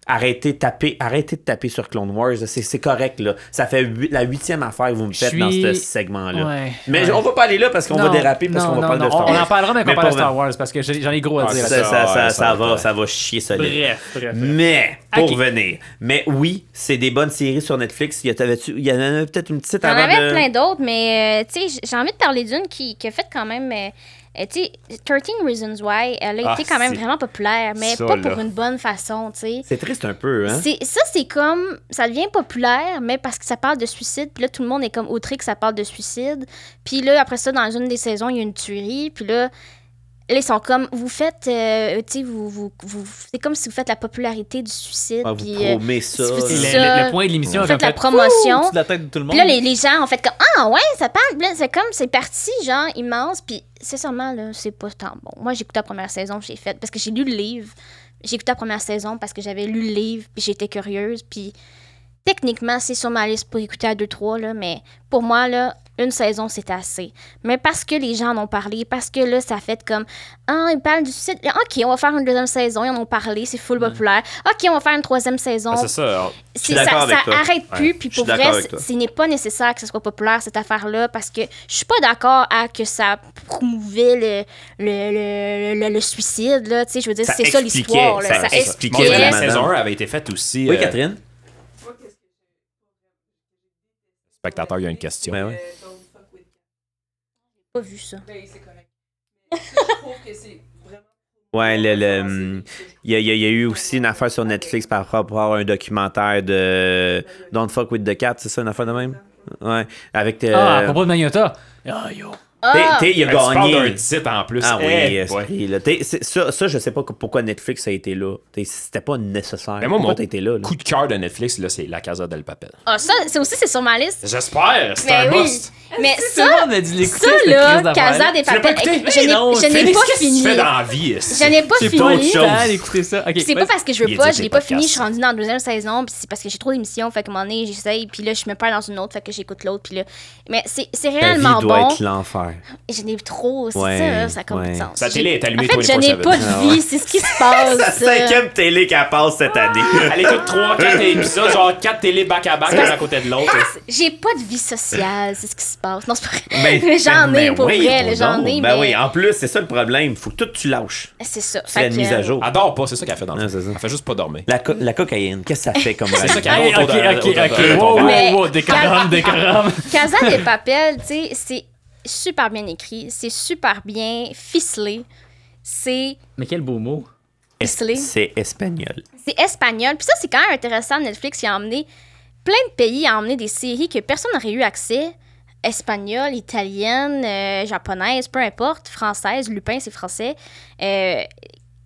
[SPEAKER 1] arrêtez de taper, arrêtez de taper sur Clone Wars. là. C'est, c'est correct, là. Ça fait hu- la huitième affaire que vous me faites
[SPEAKER 2] suis-
[SPEAKER 1] dans ce segment-là.
[SPEAKER 2] Ouais,
[SPEAKER 1] mais
[SPEAKER 2] ouais.
[SPEAKER 1] on va pas aller là parce qu'on va
[SPEAKER 2] Non,
[SPEAKER 1] déraper, parce
[SPEAKER 2] non,
[SPEAKER 1] qu'on va
[SPEAKER 2] non,
[SPEAKER 1] parler
[SPEAKER 2] non,
[SPEAKER 1] de Star
[SPEAKER 2] on-
[SPEAKER 1] Wars.
[SPEAKER 2] On en parlera, mais
[SPEAKER 1] Mais
[SPEAKER 2] qu'on parle de
[SPEAKER 1] pour-
[SPEAKER 2] Star Wars, parce que j'ai- j'en ai gros à
[SPEAKER 3] Ah,
[SPEAKER 2] dire.
[SPEAKER 1] Ça,
[SPEAKER 3] c'est
[SPEAKER 2] là-dessus.
[SPEAKER 1] ça, ça,
[SPEAKER 3] ouais,
[SPEAKER 1] ça
[SPEAKER 3] ça va
[SPEAKER 1] va,
[SPEAKER 3] être-
[SPEAKER 1] ça va chier solide.
[SPEAKER 2] Bref, bref. bref.
[SPEAKER 1] Mais, pour
[SPEAKER 2] Ok.
[SPEAKER 1] venir. Mais oui, c'est des bonnes séries sur Netflix. Il y, a- t'avais-tu- il y en avait peut-être une petite
[SPEAKER 4] J'en
[SPEAKER 1] avant
[SPEAKER 4] avais
[SPEAKER 1] de...
[SPEAKER 4] plein d'autres, mais euh, tu sais, j- j'ai envie de parler d'une qui, qui a fait quand même. euh, euh, tu sais, 13 Reasons Why, elle a
[SPEAKER 3] Ah,
[SPEAKER 4] été quand même
[SPEAKER 3] c'est-
[SPEAKER 4] vraiment populaire, mais
[SPEAKER 3] ça,
[SPEAKER 4] pas pour
[SPEAKER 3] là.
[SPEAKER 4] une bonne façon, tu sais.
[SPEAKER 1] C'est triste un peu, hein?
[SPEAKER 4] C'est- Ça, c'est comme. Ça devient populaire, mais parce que ça parle de suicide. Puis là, tout le monde est comme outré que ça parle de suicide. Puis là, après ça, dans une des saisons, il y a une tuerie. Puis là, là, ils sont comme. Vous faites. euh, tu sais, vous, vous, vous- C'est comme si vous faites la popularité du suicide.
[SPEAKER 1] Ah, vous
[SPEAKER 4] puis euh,
[SPEAKER 1] promets ça.
[SPEAKER 4] c'est-
[SPEAKER 2] Le,
[SPEAKER 1] là.
[SPEAKER 4] c'est- ça.
[SPEAKER 2] le- le point de l'émission
[SPEAKER 4] Vous
[SPEAKER 2] a comme
[SPEAKER 4] faites la
[SPEAKER 2] fait
[SPEAKER 4] promotion.
[SPEAKER 2] au-dessus de la tête de tout le monde.
[SPEAKER 4] puis là, les, les gens ont fait comme Ah ouais, ça parle. Puis là, c'est comme, c'est parti, genre, immense. Puis, sincèrement, là, c'est pas tant bon. Moi, j'ai écouté la première saison, j'ai fait. Parce que j'ai lu le livre. J'ai écouté la première saison parce que j'avais lu le livre, puis j'étais curieuse. Puis, techniquement, c'est sur ma liste pour écouter à 2-3, là. Mais pour moi, là, une saison, c'est assez. Mais parce que les gens en ont parlé, parce que là, ça fait comme Ah, ils parlent du site. Ok, on va faire une deuxième saison, ils en ont parlé, c'est full populaire. Ok, on va faire une troisième saison.
[SPEAKER 3] Ah, c'est ça.
[SPEAKER 1] suis
[SPEAKER 4] C'est- ça,
[SPEAKER 1] d'accord avec
[SPEAKER 4] ça
[SPEAKER 1] toi.
[SPEAKER 4] arrête plus,
[SPEAKER 3] Ouais.
[SPEAKER 4] puis
[SPEAKER 1] Je suis
[SPEAKER 4] pour vrai,
[SPEAKER 1] d'accord avec
[SPEAKER 4] c-
[SPEAKER 1] toi.
[SPEAKER 4] ce n'est pas nécessaire que ce soit populaire, cette affaire-là, parce que je suis pas d'accord à que ça promouvait le, le, le, le, le suicide, là, tu sais, je veux dire,
[SPEAKER 1] Ça
[SPEAKER 4] c'est ça
[SPEAKER 1] expliquait,
[SPEAKER 4] l'histoire, là,
[SPEAKER 1] ça
[SPEAKER 4] ça,
[SPEAKER 1] expliquait.
[SPEAKER 3] Mon Dieu,
[SPEAKER 4] expliquait.
[SPEAKER 3] la
[SPEAKER 1] Madame.
[SPEAKER 3] saison 1 avait été faite aussi.
[SPEAKER 1] Oui,
[SPEAKER 3] euh,
[SPEAKER 1] Catherine?
[SPEAKER 3] Spectateur, il y a une question.
[SPEAKER 1] Ben ouais.
[SPEAKER 4] J'ai pas vu ça.
[SPEAKER 5] Ben, c'est correct. Mais je trouve que c'est vraiment.
[SPEAKER 1] Ouais, le- le, hum, Il y, a, il y a- il y a eu aussi une affaire sur Netflix par rapport à un documentaire de Don't Fuck with the Cat, c'est ça, une affaire de même? Ouais. Avec. euh,
[SPEAKER 2] Ah, à propos de Magnota. Ah, yo.
[SPEAKER 1] t'es-
[SPEAKER 4] Ah!
[SPEAKER 1] t'es- il a
[SPEAKER 3] Tu parles d'un
[SPEAKER 1] gagné.
[SPEAKER 3] titre en plus.
[SPEAKER 1] Ah oui,
[SPEAKER 3] Eh, ouais.
[SPEAKER 1] esprit, là. T'es- c'est- ça, ça, je sais pas que- pourquoi Netflix a été là. T'es- C'était pas nécessaire.
[SPEAKER 3] Mais moi,
[SPEAKER 1] pourquoi
[SPEAKER 3] mon
[SPEAKER 1] t'as été là? là?
[SPEAKER 3] coup de cœur de Netflix, là, c'est La Casa del Papel.
[SPEAKER 4] Ah, ça, c'est aussi, c'est sur ma liste.
[SPEAKER 3] J'espère, c'est
[SPEAKER 4] Mais
[SPEAKER 3] un
[SPEAKER 4] oui,
[SPEAKER 3] must.
[SPEAKER 4] mais
[SPEAKER 2] Tout
[SPEAKER 4] ça,
[SPEAKER 2] le monde a dû l'écouter,
[SPEAKER 4] ça,
[SPEAKER 2] cette crise
[SPEAKER 4] là,
[SPEAKER 2] d'affaires.
[SPEAKER 4] Casa des
[SPEAKER 3] Tu l'as pas
[SPEAKER 4] Papels,
[SPEAKER 3] écouté?
[SPEAKER 4] je n'ai-
[SPEAKER 2] non,
[SPEAKER 4] je n'ai
[SPEAKER 2] Félix,
[SPEAKER 4] pas
[SPEAKER 3] Qu'est-ce que tu
[SPEAKER 4] fini.
[SPEAKER 3] fais dans la vie?
[SPEAKER 4] Je n'ai pas
[SPEAKER 2] C'est pas
[SPEAKER 4] fini.
[SPEAKER 1] chose.
[SPEAKER 2] le temps d'écouter Ah, ça. Ok,
[SPEAKER 4] C'est pas
[SPEAKER 2] vas-y.
[SPEAKER 4] parce que je veux
[SPEAKER 3] Il
[SPEAKER 4] pas,
[SPEAKER 3] édite
[SPEAKER 4] je
[SPEAKER 3] les
[SPEAKER 4] l'ai pas
[SPEAKER 3] podcasts.
[SPEAKER 4] fini, je suis rendue dans la deuxième saison, puis c'est parce que j'ai trop d'émissions, fait que un moment donné, j'essaye, puis là, je me perds dans une autre, fait que j'écoute l'autre, puis là. Mais c'est c'est
[SPEAKER 1] Ta vie
[SPEAKER 4] réellement
[SPEAKER 1] doit
[SPEAKER 4] bon.
[SPEAKER 1] être l'enfer.
[SPEAKER 4] J'en ai trop, c'est
[SPEAKER 1] Ouais,
[SPEAKER 4] ça, là, ça a comme
[SPEAKER 1] ouais.
[SPEAKER 4] pas de sens.
[SPEAKER 3] Sa
[SPEAKER 4] J'ai-
[SPEAKER 3] télé est allumée
[SPEAKER 4] En fait, je n'ai
[SPEAKER 3] 24/7.
[SPEAKER 4] pas de vie, c'est Ah! ce qui se passe.
[SPEAKER 1] La cinquième télé qu'elle passe cette année.
[SPEAKER 3] Elle écoute 3, 4 épisodes, genre 4 télé back-à-back, l'un à côté de l'autre.
[SPEAKER 4] euh, J'ai pas de vie sociale, c'est ce qui se passe. Non, c'est pas vrai.
[SPEAKER 1] Ben,
[SPEAKER 4] Mais j'en ai,
[SPEAKER 1] ben
[SPEAKER 4] pour
[SPEAKER 1] oui,
[SPEAKER 4] vrai, là,
[SPEAKER 1] donc.
[SPEAKER 4] j'en ai,
[SPEAKER 1] Ben
[SPEAKER 4] mais
[SPEAKER 1] oui, en plus, c'est ça le problème. Faut que tout tu lâches.
[SPEAKER 4] c'est ça.
[SPEAKER 1] C'est la
[SPEAKER 4] Fait que, euh,
[SPEAKER 1] mise à jour.
[SPEAKER 3] Elle dort pas, c'est ça qu'elle fait dans
[SPEAKER 1] Non,
[SPEAKER 3] le
[SPEAKER 1] c'est ça.
[SPEAKER 3] fond. Elle fait juste pas dormir.
[SPEAKER 1] La, co- la cocaïne, qu'est-ce que ça fait comme
[SPEAKER 3] C'est ça
[SPEAKER 1] règle?
[SPEAKER 3] qu'elle a autour
[SPEAKER 2] Ok,
[SPEAKER 3] de-
[SPEAKER 2] ok,
[SPEAKER 3] autour de-
[SPEAKER 2] ok. Wow,
[SPEAKER 3] autour de-
[SPEAKER 2] wow, wow.
[SPEAKER 4] Mais-
[SPEAKER 2] Décorum, décorum.
[SPEAKER 4] Casa des Papel, tu sais, c'est super bien écrit, c'est super bien ficelé, c'est
[SPEAKER 2] Mais quel beau mot.
[SPEAKER 4] ficelé.
[SPEAKER 1] C'est espagnol.
[SPEAKER 4] C'est espagnol. Puis ça, c'est quand même intéressant. Netflix il a emmené plein de pays à emmené des séries que personne n'aurait eu accès. Espagnole, italienne, euh, japonaise, peu importe, française, Lupin, c'est français. Euh,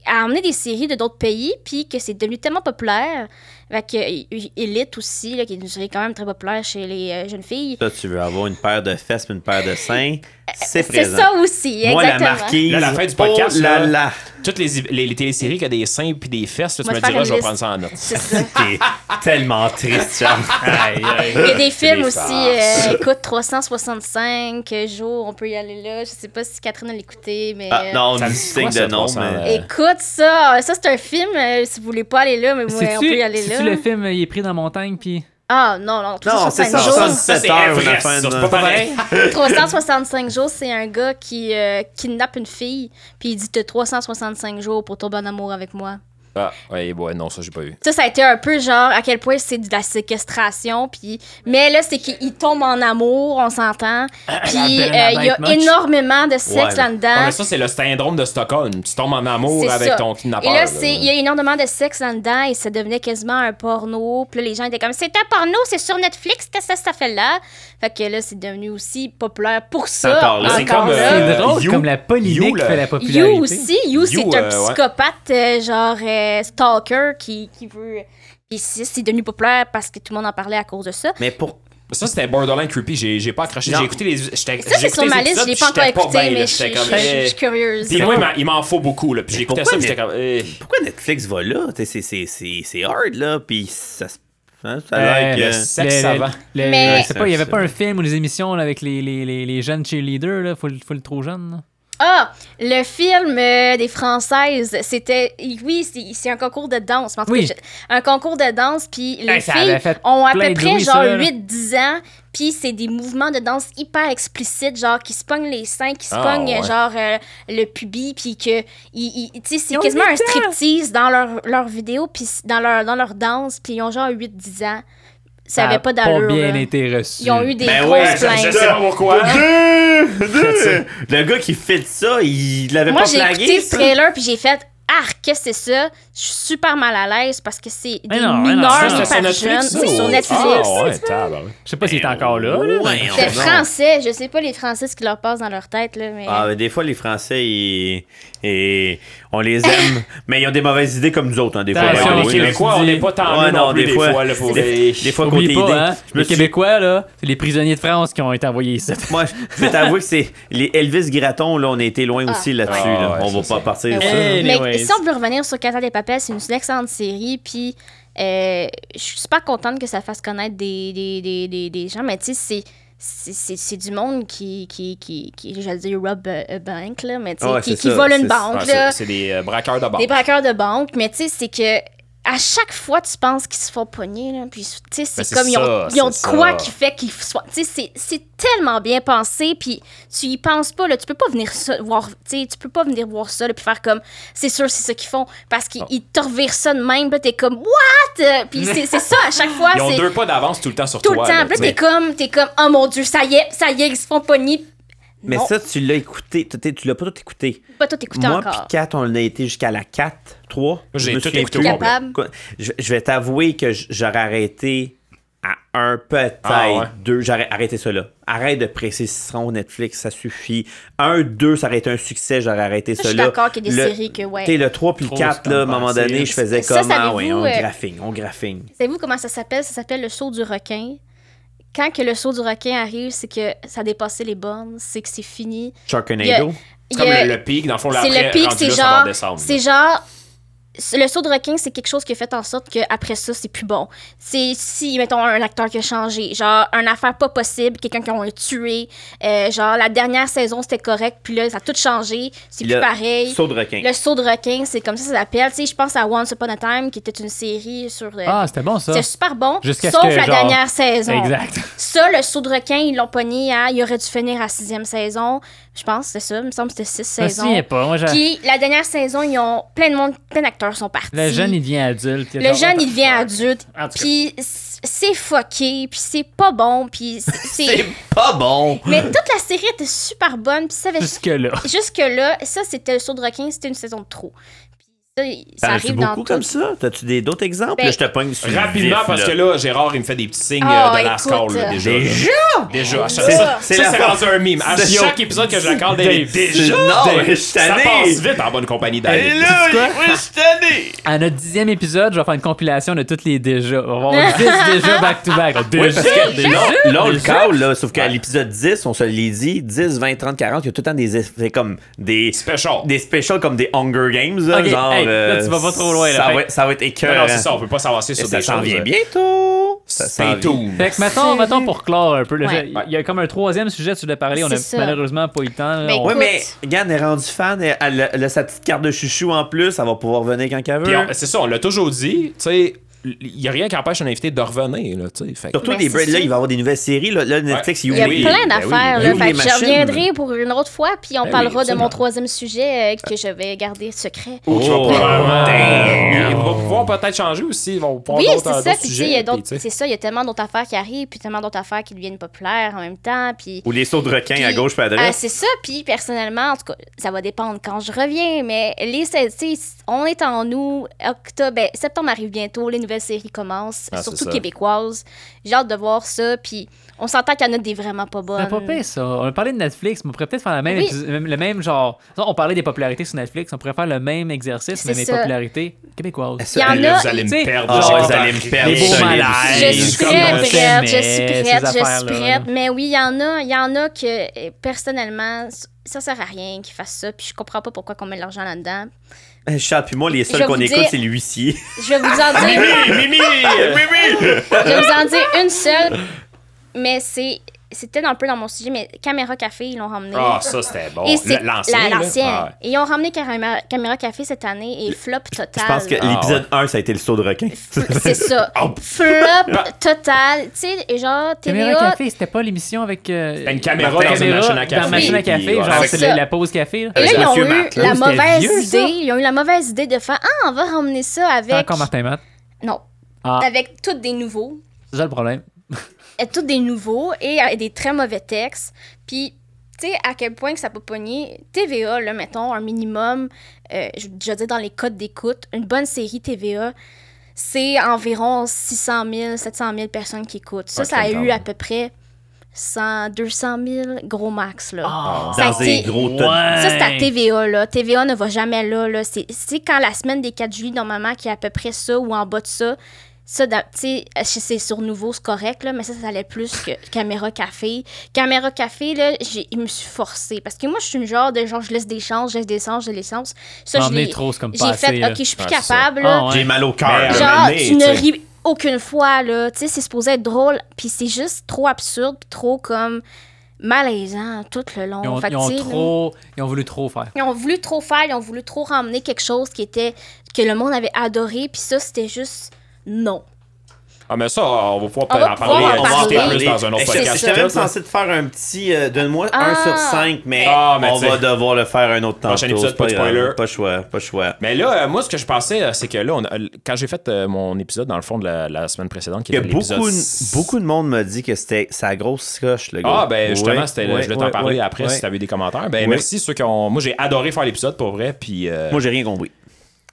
[SPEAKER 4] à emmener des séries de d'autres pays, puis que c'est devenu tellement populaire. Avec Elite aussi, là, qui est une série quand même très populaire chez les euh, jeunes filles.
[SPEAKER 1] Là, tu veux avoir une paire de fesses puis une paire de seins. C'est
[SPEAKER 4] C'est
[SPEAKER 1] présent.
[SPEAKER 4] ça aussi,
[SPEAKER 1] Moi, la
[SPEAKER 4] exactement.
[SPEAKER 1] marquise.
[SPEAKER 3] Là, la fin du podcast,
[SPEAKER 1] Oh là
[SPEAKER 3] là.
[SPEAKER 1] là.
[SPEAKER 3] Toutes les, les, les téléséries qui ont des seins puis des fesses, là, tu
[SPEAKER 4] Moi,
[SPEAKER 3] me
[SPEAKER 4] je vais
[SPEAKER 3] diras, je vais prendre
[SPEAKER 4] faire une
[SPEAKER 3] ça en note.
[SPEAKER 4] C'est ça.
[SPEAKER 1] T'es tellement triste, Charles.
[SPEAKER 3] Aïe, aïe.
[SPEAKER 4] Il y a des films
[SPEAKER 3] Des
[SPEAKER 4] aussi,
[SPEAKER 3] farces.
[SPEAKER 4] euh, écoute, 365 euh, jours, on peut y aller là. Je sais pas si Catherine a l'écouté, mais...
[SPEAKER 1] Ah,
[SPEAKER 4] euh,
[SPEAKER 1] non, on
[SPEAKER 3] Ça
[SPEAKER 1] dit
[SPEAKER 3] me dit
[SPEAKER 1] signe
[SPEAKER 3] quoi, ça,
[SPEAKER 1] de non,
[SPEAKER 3] 300,
[SPEAKER 1] mais.
[SPEAKER 3] euh,
[SPEAKER 4] Écoute ça, ça c'est un film, euh, si vous voulez pas aller là, mais ouais, on peut y aller là.
[SPEAKER 2] C'est-tu le film, euh, il est pris dans la montagne, puis...
[SPEAKER 4] Ah non, non,
[SPEAKER 1] Non, c'est
[SPEAKER 4] 365
[SPEAKER 1] ça,
[SPEAKER 4] jours.
[SPEAKER 1] ça,
[SPEAKER 3] Ça, c'est
[SPEAKER 1] 7 heures, on
[SPEAKER 3] Everest,
[SPEAKER 1] a fait
[SPEAKER 3] ça,
[SPEAKER 1] une-
[SPEAKER 3] c'est pas pareil.
[SPEAKER 4] 365 jours, c'est un gars qui euh, kidnappe une fille, puis il dit T'as 365 jours pour tomber en amour avec moi.
[SPEAKER 3] Ah, ouais, ouais, non, ça, j'ai pas eu.
[SPEAKER 4] Ça, ça a été un peu genre à quel point c'est de la séquestration, puis... Mais là, c'est qu'il tombe en amour, on s'entend, puis
[SPEAKER 2] Ah, belle,
[SPEAKER 4] euh,
[SPEAKER 2] la
[SPEAKER 4] il y a
[SPEAKER 2] bête moche.
[SPEAKER 4] énormément de sexe
[SPEAKER 1] Ouais.
[SPEAKER 3] Ah,
[SPEAKER 4] là-dedans.
[SPEAKER 3] mais ça, c'est le syndrome de Stockholm. Tu tombes en amour
[SPEAKER 4] C'est
[SPEAKER 3] avec
[SPEAKER 4] ça.
[SPEAKER 3] ton kidnappeur.
[SPEAKER 4] Et là,
[SPEAKER 3] là.
[SPEAKER 4] c'est- il y a énormément de sexe là-dedans et ça devenait quasiment un porno. Puis là, les gens étaient comme, c'est un porno, c'est sur Netflix, qu'est-ce que ça fait là? Fait que là, c'est devenu aussi populaire pour ça.
[SPEAKER 1] Encore là,
[SPEAKER 3] c'est comme,
[SPEAKER 4] là.
[SPEAKER 3] euh,
[SPEAKER 2] C'est drôle,
[SPEAKER 3] You-
[SPEAKER 2] comme la
[SPEAKER 3] You,
[SPEAKER 2] polémique
[SPEAKER 3] là.
[SPEAKER 2] fait la
[SPEAKER 4] You
[SPEAKER 2] popularité.
[SPEAKER 4] aussi, You, c'est
[SPEAKER 3] You,
[SPEAKER 4] un
[SPEAKER 3] euh, ouais.
[SPEAKER 4] psychopathe, euh, genre euh, stalker qui, qui veut. Puis c'est c'est devenu populaire parce que tout le monde en parlait à cause de ça.
[SPEAKER 1] Mais pour.
[SPEAKER 3] Ça, c'était borderline creepy. J'ai, j'ai pas accroché.
[SPEAKER 1] Non.
[SPEAKER 3] J'ai écouté les. j'étais-
[SPEAKER 4] Ça,
[SPEAKER 3] j'ai
[SPEAKER 4] c'est
[SPEAKER 3] écouté
[SPEAKER 4] sur
[SPEAKER 3] les
[SPEAKER 4] ma
[SPEAKER 3] épisodes,
[SPEAKER 4] liste, je l'ai
[SPEAKER 3] puis
[SPEAKER 4] pas encore
[SPEAKER 3] j'étais
[SPEAKER 4] écouté,
[SPEAKER 3] bien, là.
[SPEAKER 4] mais je
[SPEAKER 3] J'étais
[SPEAKER 4] suis-
[SPEAKER 3] comme,
[SPEAKER 4] je suis je
[SPEAKER 3] eh.
[SPEAKER 4] suis curieuse.
[SPEAKER 3] Puis moi, il m'en- il m'en faut beaucoup. Là. Puis j'ai écouté ça,
[SPEAKER 1] pourquoi
[SPEAKER 3] puis j'étais comme. eh.
[SPEAKER 1] Pourquoi Netflix va là? T'sais, c'est- c'est- C'est c'est hard, là. Puis ça se. hein, ça a
[SPEAKER 2] Euh,
[SPEAKER 1] l'air que-
[SPEAKER 3] le sexe
[SPEAKER 2] Le-
[SPEAKER 3] savant.
[SPEAKER 2] le- le-
[SPEAKER 4] Mais-
[SPEAKER 2] je sais pas, il y avait pas un film ou des émissions là, avec les, les, les, les jeunes cheerleaders, là, faut, le- faut le trop jeune. là.
[SPEAKER 4] Ah, le film euh, des Françaises, c'était. Oui, c'est- c'est un concours de danse. mais en tout
[SPEAKER 2] Oui.
[SPEAKER 4] cas, je- un concours de danse, puis les
[SPEAKER 2] Hey, ça avait
[SPEAKER 4] filles
[SPEAKER 2] fait
[SPEAKER 4] ont à
[SPEAKER 2] plein
[SPEAKER 4] peu
[SPEAKER 2] de
[SPEAKER 4] près
[SPEAKER 2] bruit,
[SPEAKER 4] genre
[SPEAKER 2] ça, là.
[SPEAKER 4] 8-10 ans, puis c'est des mouvements de danse hyper explicites, genre qui se pognent les seins, qui se
[SPEAKER 3] Ah,
[SPEAKER 4] pognent
[SPEAKER 3] ouais.
[SPEAKER 4] genre euh, le pubis, puis que. ils- ils- Tu sais, c'est
[SPEAKER 2] Ils ont
[SPEAKER 4] quasiment un
[SPEAKER 2] 8 ans.
[SPEAKER 4] striptease dans leur, leur vidéo, puis c- dans leur, dans leur danse, puis ils ont genre 8-10 ans. Ça
[SPEAKER 2] a
[SPEAKER 4] n'avait pas
[SPEAKER 2] Pas
[SPEAKER 4] d'allure.
[SPEAKER 2] bien
[SPEAKER 4] là.
[SPEAKER 2] été reçu.
[SPEAKER 4] Ils ont eu des
[SPEAKER 1] Ben
[SPEAKER 4] grosses
[SPEAKER 1] ouais, ça-
[SPEAKER 4] plaintes.
[SPEAKER 3] Je sais pas pourquoi.
[SPEAKER 1] Le gars qui fait ça, il l'avait
[SPEAKER 4] Moi,
[SPEAKER 1] pas
[SPEAKER 4] j'ai
[SPEAKER 1] flagué.
[SPEAKER 4] écouté le
[SPEAKER 1] ça?
[SPEAKER 4] trailer puis j'ai fait Arc, qu'est-ce que c'est ça? Je suis super mal à l'aise parce que c'est
[SPEAKER 2] Mais
[SPEAKER 4] des
[SPEAKER 2] non, mais non,
[SPEAKER 4] mineurs
[SPEAKER 2] ça,
[SPEAKER 4] c'est
[SPEAKER 2] c'est
[SPEAKER 4] hyper
[SPEAKER 2] Netflix,
[SPEAKER 4] jeunes.
[SPEAKER 2] ça.
[SPEAKER 4] C'est sur
[SPEAKER 2] Oh,
[SPEAKER 4] Netflix.
[SPEAKER 3] Ah, ouais, tabarnak.
[SPEAKER 2] Je sais pas s'il est
[SPEAKER 1] Ben,
[SPEAKER 2] encore là. là,
[SPEAKER 1] ouais,
[SPEAKER 2] mais-
[SPEAKER 1] on-
[SPEAKER 4] C'est
[SPEAKER 1] Non.
[SPEAKER 4] français. Je sais pas les Français ce qui leur passe dans leur tête. Là, mais...
[SPEAKER 1] Ah, mais des fois, les Français, ils- ils- on les aime, mais ils ont des mauvaises idées comme nous autres, hein, des fois.
[SPEAKER 2] Attention,
[SPEAKER 1] Ben
[SPEAKER 3] Ouais,
[SPEAKER 1] oui,
[SPEAKER 3] les
[SPEAKER 2] oui,
[SPEAKER 3] Québécois,
[SPEAKER 2] oui.
[SPEAKER 3] on n'est pas tant
[SPEAKER 1] Ouais,
[SPEAKER 3] mieux non
[SPEAKER 1] non,
[SPEAKER 3] plus
[SPEAKER 1] des
[SPEAKER 3] des
[SPEAKER 1] fois.
[SPEAKER 3] fois. là, faut-
[SPEAKER 1] Des, des fois, côté
[SPEAKER 2] Oublie
[SPEAKER 1] idée.
[SPEAKER 2] pas, hein,
[SPEAKER 1] Je me
[SPEAKER 2] les
[SPEAKER 1] suis-
[SPEAKER 2] Québécois, là, c'est les prisonniers de France qui ont été envoyés ici.
[SPEAKER 1] Moi, je vais t'avouer que c'est. Les Elvis Graton, là, on a été loin aussi là-dessus.
[SPEAKER 3] Ah,
[SPEAKER 1] là.
[SPEAKER 3] ouais,
[SPEAKER 1] on va
[SPEAKER 3] ça,
[SPEAKER 1] pas partir
[SPEAKER 4] Mais
[SPEAKER 1] de
[SPEAKER 4] ouais.
[SPEAKER 1] ça.
[SPEAKER 2] Hey,
[SPEAKER 4] Mais
[SPEAKER 2] anyways.
[SPEAKER 4] si on veut revenir sur Casa des Papels, c'est une excellente série. Puis euh, je suis super contente que ça fasse connaître des, des, des, des, des gens. Mais tu sais, c'est. c'est- C'est c'est du monde qui, qui, qui, qui j'allais dire rob a a bank, là, mais tu sais,
[SPEAKER 1] Ouais,
[SPEAKER 4] qui,
[SPEAKER 1] c'est
[SPEAKER 4] qui
[SPEAKER 1] ça,
[SPEAKER 4] vole
[SPEAKER 1] c'est-
[SPEAKER 4] une banque.
[SPEAKER 3] Ah,
[SPEAKER 4] là.
[SPEAKER 3] c'est- C'est des euh, braqueurs de banque.
[SPEAKER 4] Des braqueurs de banque, mais tu sais, c'est que à chaque fois, tu penses qu'ils se font pogner, là, puis tu sais, c'est
[SPEAKER 3] Ben, c'est
[SPEAKER 4] comme ils ont,
[SPEAKER 3] ça,
[SPEAKER 4] ils ont
[SPEAKER 3] c'est
[SPEAKER 4] de quoi
[SPEAKER 3] ça.
[SPEAKER 4] qui fait qu'ils soient... Tu sais, c'est- c'est tellement bien pensé, puis tu y penses pas, là, tu peux pas venir ça- voir, tu sais, tu peux pas venir voir ça, là, puis faire comme, c'est sûr, c'est ça qu'ils font, parce qu'ils ils te revirent ça de même, là, t'es comme, what? Puis c'est c'est ça, à chaque fois,
[SPEAKER 3] Ils ont
[SPEAKER 4] c'est
[SPEAKER 3] deux pas d'avance tout le temps sur
[SPEAKER 4] tout
[SPEAKER 3] toi.
[SPEAKER 4] le temps.
[SPEAKER 3] là,
[SPEAKER 4] Puis là,
[SPEAKER 3] tu sais.
[SPEAKER 4] t'es comme, t'es comme, oh mon Dieu, ça y est, ça y est, ils se font pogner.
[SPEAKER 1] Mais
[SPEAKER 4] Non,
[SPEAKER 1] ça, tu l'as écouté. t'as- t'es- Tu l'as pas tout écouté.
[SPEAKER 4] pas tout écouter
[SPEAKER 1] Moi,
[SPEAKER 4] encore.
[SPEAKER 1] puis 4, on a été jusqu'à la 4, 3.
[SPEAKER 3] J'ai
[SPEAKER 1] Je me
[SPEAKER 3] tout
[SPEAKER 1] souviens
[SPEAKER 3] écouté
[SPEAKER 1] plus.
[SPEAKER 3] au
[SPEAKER 4] complet. Capable.
[SPEAKER 1] Quoi- Je, je vais t'avouer que j- j'aurais arrêté à un, peut-être
[SPEAKER 3] Ah ouais.
[SPEAKER 1] deux. J'aurais arrêté ça là. Arrête de presser Citron, Netflix, ça suffit. Un, deux, ça aurait été un succès, j'aurais arrêté
[SPEAKER 4] Ça,
[SPEAKER 1] ça
[SPEAKER 4] je suis
[SPEAKER 1] là.
[SPEAKER 4] d'accord qu'il y a des
[SPEAKER 1] Le-
[SPEAKER 4] séries que, ouais.
[SPEAKER 1] T'sais, le 3 puis le
[SPEAKER 2] Trop
[SPEAKER 1] 4, là, à un moment
[SPEAKER 2] dispensé.
[SPEAKER 1] donné, je faisais
[SPEAKER 4] Ça,
[SPEAKER 1] comme, ah
[SPEAKER 4] savez-vous,
[SPEAKER 1] ouais, on
[SPEAKER 4] euh,
[SPEAKER 1] graphigne, on graphigne.
[SPEAKER 4] Savez-vous comment ça s'appelle? Ça s'appelle le saut du requin. Quand que le saut du requin arrive, c'est que ça a dépassé les bornes, c'est que c'est fini. Il y a-
[SPEAKER 1] Sharknado.
[SPEAKER 4] il
[SPEAKER 3] C'est
[SPEAKER 4] y
[SPEAKER 3] comme
[SPEAKER 4] a-
[SPEAKER 3] le, le pic, dans le fond,
[SPEAKER 4] C'est
[SPEAKER 3] l'après,
[SPEAKER 4] le pic,
[SPEAKER 3] rendu
[SPEAKER 4] c'est
[SPEAKER 3] là, ça va en
[SPEAKER 4] genre.
[SPEAKER 3] décembre,
[SPEAKER 4] C'est
[SPEAKER 3] là.
[SPEAKER 4] genre. Le saut de requin, c'est quelque chose qui a fait en sorte qu'après ça, c'est plus bon. C'est si, mettons, un acteur qui a changé, genre, un affaire pas possible, quelqu'un qu'on a tué, euh, genre, la dernière saison, c'était correct, puis là, ça a tout changé, c'est plus
[SPEAKER 1] Le
[SPEAKER 4] pareil.
[SPEAKER 1] Saut de requin.
[SPEAKER 4] Le saut de requin, c'est comme ça que ça s'appelle. Tu sais, je pense à Once Upon a Time, qui était une série sur. euh,
[SPEAKER 2] Ah, c'était bon, ça.
[SPEAKER 4] c'était super bon,
[SPEAKER 2] Jusqu'à ce
[SPEAKER 4] sauf
[SPEAKER 2] que,
[SPEAKER 4] la
[SPEAKER 2] genre,
[SPEAKER 4] dernière saison.
[SPEAKER 2] Exact.
[SPEAKER 4] Ça, le saut de requin, ils l'ont pogné à. Il aurait dû finir à sixième saison. Je pense, c'est ça. Il me semble que c'était six
[SPEAKER 2] Je me souviens
[SPEAKER 4] saisons.
[SPEAKER 2] pas. Moi, j'ai-
[SPEAKER 4] Puis la dernière saison, ils ont plein de monde, plein d'acteurs sont partis.
[SPEAKER 2] le jeune, il devient adulte.
[SPEAKER 4] Le jeune, il devient adulte.
[SPEAKER 2] En tout cas.
[SPEAKER 4] Puis c'est fucké, puis c'est pas bon, puis c'est- c'est.
[SPEAKER 1] Pas bon!
[SPEAKER 4] Mais toute la série était super bonne, puis ça avait
[SPEAKER 2] Jusque-là.
[SPEAKER 4] jusque-là, ça c'était le saut de requin, c'était une saison de trop. Puis ça, ça
[SPEAKER 1] T'en as-tu
[SPEAKER 4] arrive dans
[SPEAKER 1] beaucoup
[SPEAKER 4] tout.
[SPEAKER 1] comme ça? T'as-tu des- d'autres exemples?
[SPEAKER 4] Ben,
[SPEAKER 1] Là, je te pogne sur le
[SPEAKER 3] Rapidement,
[SPEAKER 1] vif,
[SPEAKER 3] parce
[SPEAKER 1] là.
[SPEAKER 3] que là, Gérard, il me fait des petits signes
[SPEAKER 4] Ah,
[SPEAKER 3] euh, de last
[SPEAKER 4] écoute,
[SPEAKER 3] call, là,
[SPEAKER 4] euh,
[SPEAKER 3] déjà. là.
[SPEAKER 1] Déjà!
[SPEAKER 3] Déjà, ça,
[SPEAKER 1] Oh, C'est-
[SPEAKER 3] ça,
[SPEAKER 1] c'est
[SPEAKER 3] ça,
[SPEAKER 1] la
[SPEAKER 3] c'est
[SPEAKER 1] fois-
[SPEAKER 3] rendu un mime. À
[SPEAKER 1] c'est-
[SPEAKER 3] chaque épisode que je l'accorde, des déjà.
[SPEAKER 1] Non,
[SPEAKER 3] des-
[SPEAKER 1] mais je suis
[SPEAKER 3] ça
[SPEAKER 1] tanné.
[SPEAKER 3] passe vite en bonne compagnie
[SPEAKER 1] Et
[SPEAKER 3] d'ailleurs.
[SPEAKER 1] là, oui, je t'en ai!
[SPEAKER 2] À notre dixième épisode, je vais faire une compilation de toutes les déjà. On va avoir dix déjà back-to-back. Déjà, déjà.
[SPEAKER 1] Non, là, on le
[SPEAKER 2] déjà.
[SPEAKER 1] call, là, sauf qu'à l'épisode 10, on se l'est dit, 10, 20, 30, 40, il y a tout le temps des effets comme des,
[SPEAKER 3] Special.
[SPEAKER 1] des specials comme des Hunger Games, là,
[SPEAKER 2] Ok,
[SPEAKER 1] genre.
[SPEAKER 2] hey, là,
[SPEAKER 1] euh,
[SPEAKER 2] tu vas pas trop loin, là,
[SPEAKER 1] Ça,
[SPEAKER 2] fait-
[SPEAKER 1] va, être- ça va être
[SPEAKER 3] Non,
[SPEAKER 1] écœurant.
[SPEAKER 3] non, c'est ça, on peut pas s'avancer
[SPEAKER 1] euh, Et
[SPEAKER 3] sur
[SPEAKER 1] ça
[SPEAKER 3] des
[SPEAKER 1] s'en
[SPEAKER 3] choses. euh,
[SPEAKER 1] vient bientôt! Ça s'en
[SPEAKER 3] C'est
[SPEAKER 1] vient.
[SPEAKER 3] tout.
[SPEAKER 2] Fait que mettons, mettons pour clore un peu, le
[SPEAKER 4] Ouais.
[SPEAKER 2] jeu, il y a comme un troisième sujet que tu voulais parler, on
[SPEAKER 4] C'est
[SPEAKER 2] a
[SPEAKER 4] ça.
[SPEAKER 2] malheureusement pas eu le temps. là,
[SPEAKER 4] Mais
[SPEAKER 2] on-
[SPEAKER 1] Ouais,
[SPEAKER 4] Écoute.
[SPEAKER 1] mais regarde, elle est rendue fan, elle, elle- elle a sa petite carte de chouchou en plus, elle va pouvoir venir quand qu'elle
[SPEAKER 3] Puis
[SPEAKER 1] veut.
[SPEAKER 3] on- c'est ça, on l'a toujours dit, tu sais, il y a rien qui empêche un invité de revenir, là, tu sais. Fait que-
[SPEAKER 1] Surtout
[SPEAKER 4] Ben,
[SPEAKER 1] des
[SPEAKER 4] c'est
[SPEAKER 1] bread, là,
[SPEAKER 4] sûr.
[SPEAKER 1] il va y avoir des nouvelles séries. Là, Là, Netflix,
[SPEAKER 4] Il y a
[SPEAKER 1] oublie.
[SPEAKER 4] plein
[SPEAKER 3] ben oui, Ben
[SPEAKER 4] d'affaires,
[SPEAKER 1] ben
[SPEAKER 4] là.
[SPEAKER 1] oui,
[SPEAKER 4] Fait
[SPEAKER 1] les
[SPEAKER 4] que je
[SPEAKER 1] machines.
[SPEAKER 4] reviendrai pour une autre fois, puis on
[SPEAKER 3] oui,
[SPEAKER 4] parlera de
[SPEAKER 3] absolument.
[SPEAKER 4] mon troisième sujet euh, que je vais garder secret.
[SPEAKER 3] Ou qui va
[SPEAKER 1] Oh,
[SPEAKER 3] probablement-
[SPEAKER 1] damn.
[SPEAKER 3] Il va pouvoir peut-être changer aussi. Ils vont pouvoir
[SPEAKER 4] Oui,
[SPEAKER 3] d'autres- euh,
[SPEAKER 4] c'est ça.
[SPEAKER 3] d'autres
[SPEAKER 4] Puis tu
[SPEAKER 3] sujets,
[SPEAKER 4] sais, il y a
[SPEAKER 3] puis,
[SPEAKER 4] d'autres-
[SPEAKER 3] tu sais.
[SPEAKER 4] c'est ça, il y a tellement d'autres affaires qui arrivent, puis tellement d'autres affaires qui deviennent populaires en même temps, puis.
[SPEAKER 1] Ou les sauts de requin à
[SPEAKER 4] Puis-
[SPEAKER 1] gauche puis à
[SPEAKER 4] Ah,
[SPEAKER 1] droite.
[SPEAKER 4] c'est ça. Puis personnellement, en tout cas, ça va dépendre quand je reviens. Mais les, sais- tu sais, on est en août, octobre, ben, septembre arrive bientôt, les nouvelles séries commencent,
[SPEAKER 3] Ah, c'est
[SPEAKER 4] surtout
[SPEAKER 3] ça.
[SPEAKER 4] québécoises. J'ai hâte de voir ça. Puis on s'entend qu'il y en a des vraiment pas bonnes.
[SPEAKER 2] C'est Ben, pas pire, ça. On parlait de Netflix, mais on pourrait peut-être faire la même
[SPEAKER 4] Oui.
[SPEAKER 2] épis- même- le même genre. On parlait des popularités sur Netflix, on pourrait faire le même exercice, mais
[SPEAKER 4] C'est
[SPEAKER 2] les
[SPEAKER 4] ça.
[SPEAKER 2] popularités québécoises.
[SPEAKER 4] Il y en
[SPEAKER 3] Là,
[SPEAKER 4] a-
[SPEAKER 3] vous allez
[SPEAKER 2] Tu sais,
[SPEAKER 3] me perdre.
[SPEAKER 1] Ah,
[SPEAKER 3] j'ai
[SPEAKER 1] ouais,
[SPEAKER 3] pas
[SPEAKER 1] vous allez
[SPEAKER 3] compris.
[SPEAKER 1] me perdre.
[SPEAKER 2] Les beaux
[SPEAKER 1] solide
[SPEAKER 2] malaises.
[SPEAKER 1] aussi.
[SPEAKER 4] Je suis
[SPEAKER 2] Comme
[SPEAKER 4] prête,
[SPEAKER 2] on
[SPEAKER 4] prête,
[SPEAKER 2] s'aimait,
[SPEAKER 4] je suis
[SPEAKER 2] ces
[SPEAKER 4] prête, je suis
[SPEAKER 2] affaires-là,
[SPEAKER 4] prête.
[SPEAKER 2] là.
[SPEAKER 4] Mais oui, il y en a, il y en a que euh, personnellement, ça sert à rien qu'ils fassent ça. Puis je comprends pas pourquoi qu'on met de l'argent là-dedans.
[SPEAKER 1] Hey, Eh, Charles, puis moi, les
[SPEAKER 4] ah, Je
[SPEAKER 1] seuls
[SPEAKER 4] vais
[SPEAKER 1] qu'on
[SPEAKER 4] vous
[SPEAKER 1] écoute,
[SPEAKER 4] dire-
[SPEAKER 1] c'est l'huissier.
[SPEAKER 4] Je vais vous en dire.
[SPEAKER 3] Mimi!
[SPEAKER 4] Je vais vous en dire une seule, mais c'est c'était un peu dans mon sujet, mais Caméra Café, ils l'ont ramené.
[SPEAKER 3] Ah, ça, c'était bon.
[SPEAKER 4] Et c'est
[SPEAKER 3] L- L'ancien.
[SPEAKER 4] la-
[SPEAKER 3] là?
[SPEAKER 4] l'ancienne.
[SPEAKER 3] Ah, ouais.
[SPEAKER 4] Et ils ont ramené Caméra, Caméra Café cette année et flop total.
[SPEAKER 1] Je pense que
[SPEAKER 3] Ah,
[SPEAKER 1] l'épisode 1, ça a été le saut de requin.
[SPEAKER 4] C'est ça. Flop total. Tu sais, et genre,
[SPEAKER 2] Caméra
[SPEAKER 4] TVA.
[SPEAKER 2] Café, c'était pas l'émission avec. euh,
[SPEAKER 3] C'était une caméra dans une
[SPEAKER 2] caméra
[SPEAKER 3] machine à
[SPEAKER 2] Dans
[SPEAKER 3] café.
[SPEAKER 2] la machine à
[SPEAKER 3] puis,
[SPEAKER 2] café,
[SPEAKER 3] ouais.
[SPEAKER 2] genre,
[SPEAKER 4] C'est
[SPEAKER 2] c'est
[SPEAKER 4] ça.
[SPEAKER 2] la, la pause café. là.
[SPEAKER 4] Et là,
[SPEAKER 1] Avec
[SPEAKER 4] ils ont
[SPEAKER 1] Monsieur
[SPEAKER 4] eu
[SPEAKER 1] Matt, là.
[SPEAKER 4] la
[SPEAKER 2] C'était
[SPEAKER 4] mauvaise
[SPEAKER 2] vieux, ça.
[SPEAKER 4] idée. Ils ont eu la mauvaise idée de faire Ah, on va ramener ça
[SPEAKER 2] C'est
[SPEAKER 4] avec.
[SPEAKER 2] encore Martin Matt.
[SPEAKER 4] Non,
[SPEAKER 2] Ah,
[SPEAKER 4] avec toutes des nouveaux.
[SPEAKER 2] c'est ça le problème.
[SPEAKER 4] Euh, Toutes des nouveaux et euh, des très mauvais textes. Puis, tu sais, à quel point que ça peut pogner. TVA, là, mettons, un minimum, euh, je, je veux dire, dans les codes d'écoute, une bonne série TVA, c'est environ 600 000, 700 000 personnes qui écoutent. Ça,
[SPEAKER 3] Ouais,
[SPEAKER 4] ça a
[SPEAKER 3] c'est
[SPEAKER 4] eu
[SPEAKER 3] énorme.
[SPEAKER 4] à peu près 100, 200 000 gros max, là.
[SPEAKER 2] Ah,
[SPEAKER 4] Ça,
[SPEAKER 1] Dans des
[SPEAKER 4] c'est-
[SPEAKER 1] gros tonnes.
[SPEAKER 4] Ça, c'est à TVA, là. TVA ne va jamais là, là. C'est c'est quand la semaine des 4 juillet, normalement, qui est à peu près ça ou en bas de ça. Ça, dans- tu sais, c'est c'est sur nouveau, c'est correct, là, mais ça, ça allait plus que Caméra Café. Caméra Café, là, j'ai- je me suis forcée. Parce que moi, je suis une genre de genre, je laisse des chances, je laisse des chances, je laisse des chances. Ça, je
[SPEAKER 2] J'en ai
[SPEAKER 4] l'ai.
[SPEAKER 2] trop, c'est comme
[SPEAKER 4] J'ai
[SPEAKER 2] pas
[SPEAKER 4] fait,
[SPEAKER 2] assez. là.
[SPEAKER 4] OK, je suis plus
[SPEAKER 3] Ah, c'est ça.
[SPEAKER 4] capable, là.
[SPEAKER 2] Ah, ouais.
[SPEAKER 1] J'ai mal au
[SPEAKER 3] Mais,
[SPEAKER 1] cœur.
[SPEAKER 3] euh,
[SPEAKER 4] Genre,
[SPEAKER 3] moment donné,
[SPEAKER 4] tu ne
[SPEAKER 3] tu sais.
[SPEAKER 4] ris aucune fois, là. Tu sais, c'est supposé être drôle, puis c'est juste trop absurde, puis trop comme malaisant tout le long.
[SPEAKER 2] Ils ont,
[SPEAKER 4] Fait que,
[SPEAKER 2] ils ont
[SPEAKER 4] tu sais, là,
[SPEAKER 2] trop, ils ont voulu trop faire.
[SPEAKER 4] ils ont voulu trop faire, ils ont voulu trop ramener quelque chose qui était que le monde avait adoré, puis ça c'était juste non.
[SPEAKER 3] Ah, mais ça, on va pouvoir
[SPEAKER 4] On
[SPEAKER 3] peut-être
[SPEAKER 4] va
[SPEAKER 3] en
[SPEAKER 4] pouvoir
[SPEAKER 3] parler.
[SPEAKER 4] en
[SPEAKER 3] On va en
[SPEAKER 4] parler.
[SPEAKER 3] parler plus dans un autre
[SPEAKER 4] C'est
[SPEAKER 3] podcast.
[SPEAKER 1] J'étais même censé te faire un petit. euh, Donne-moi 1
[SPEAKER 4] Ah.
[SPEAKER 1] sur 5, mais,
[SPEAKER 3] Ah, mais
[SPEAKER 1] on
[SPEAKER 3] tu sais.
[SPEAKER 1] va devoir le faire un autre temps.
[SPEAKER 3] Prochain épisode, pas de spoiler.
[SPEAKER 1] Pas choix, pas choix.
[SPEAKER 3] Mais là, euh, moi, ce que je pensais, euh, c'est que là, on a- quand j'ai fait euh, mon épisode, dans le fond, de la, la semaine précédente, qui
[SPEAKER 1] Il y a
[SPEAKER 3] était l'épisode...
[SPEAKER 1] beaucoup,
[SPEAKER 3] six-
[SPEAKER 1] beaucoup de monde m'a dit que c'était sa grosse coche, le gars.
[SPEAKER 3] Ah, ben justement, c'était,
[SPEAKER 1] Ouais,
[SPEAKER 3] je voulais
[SPEAKER 1] ouais,
[SPEAKER 3] t'en parler
[SPEAKER 1] ouais,
[SPEAKER 3] après
[SPEAKER 1] ouais.
[SPEAKER 3] si t'avais des commentaires. Ben
[SPEAKER 1] Ouais.
[SPEAKER 3] merci ceux qui ont. Moi, j'ai adoré faire l'épisode pour vrai. Puis. euh,
[SPEAKER 1] Moi, j'ai rien compris.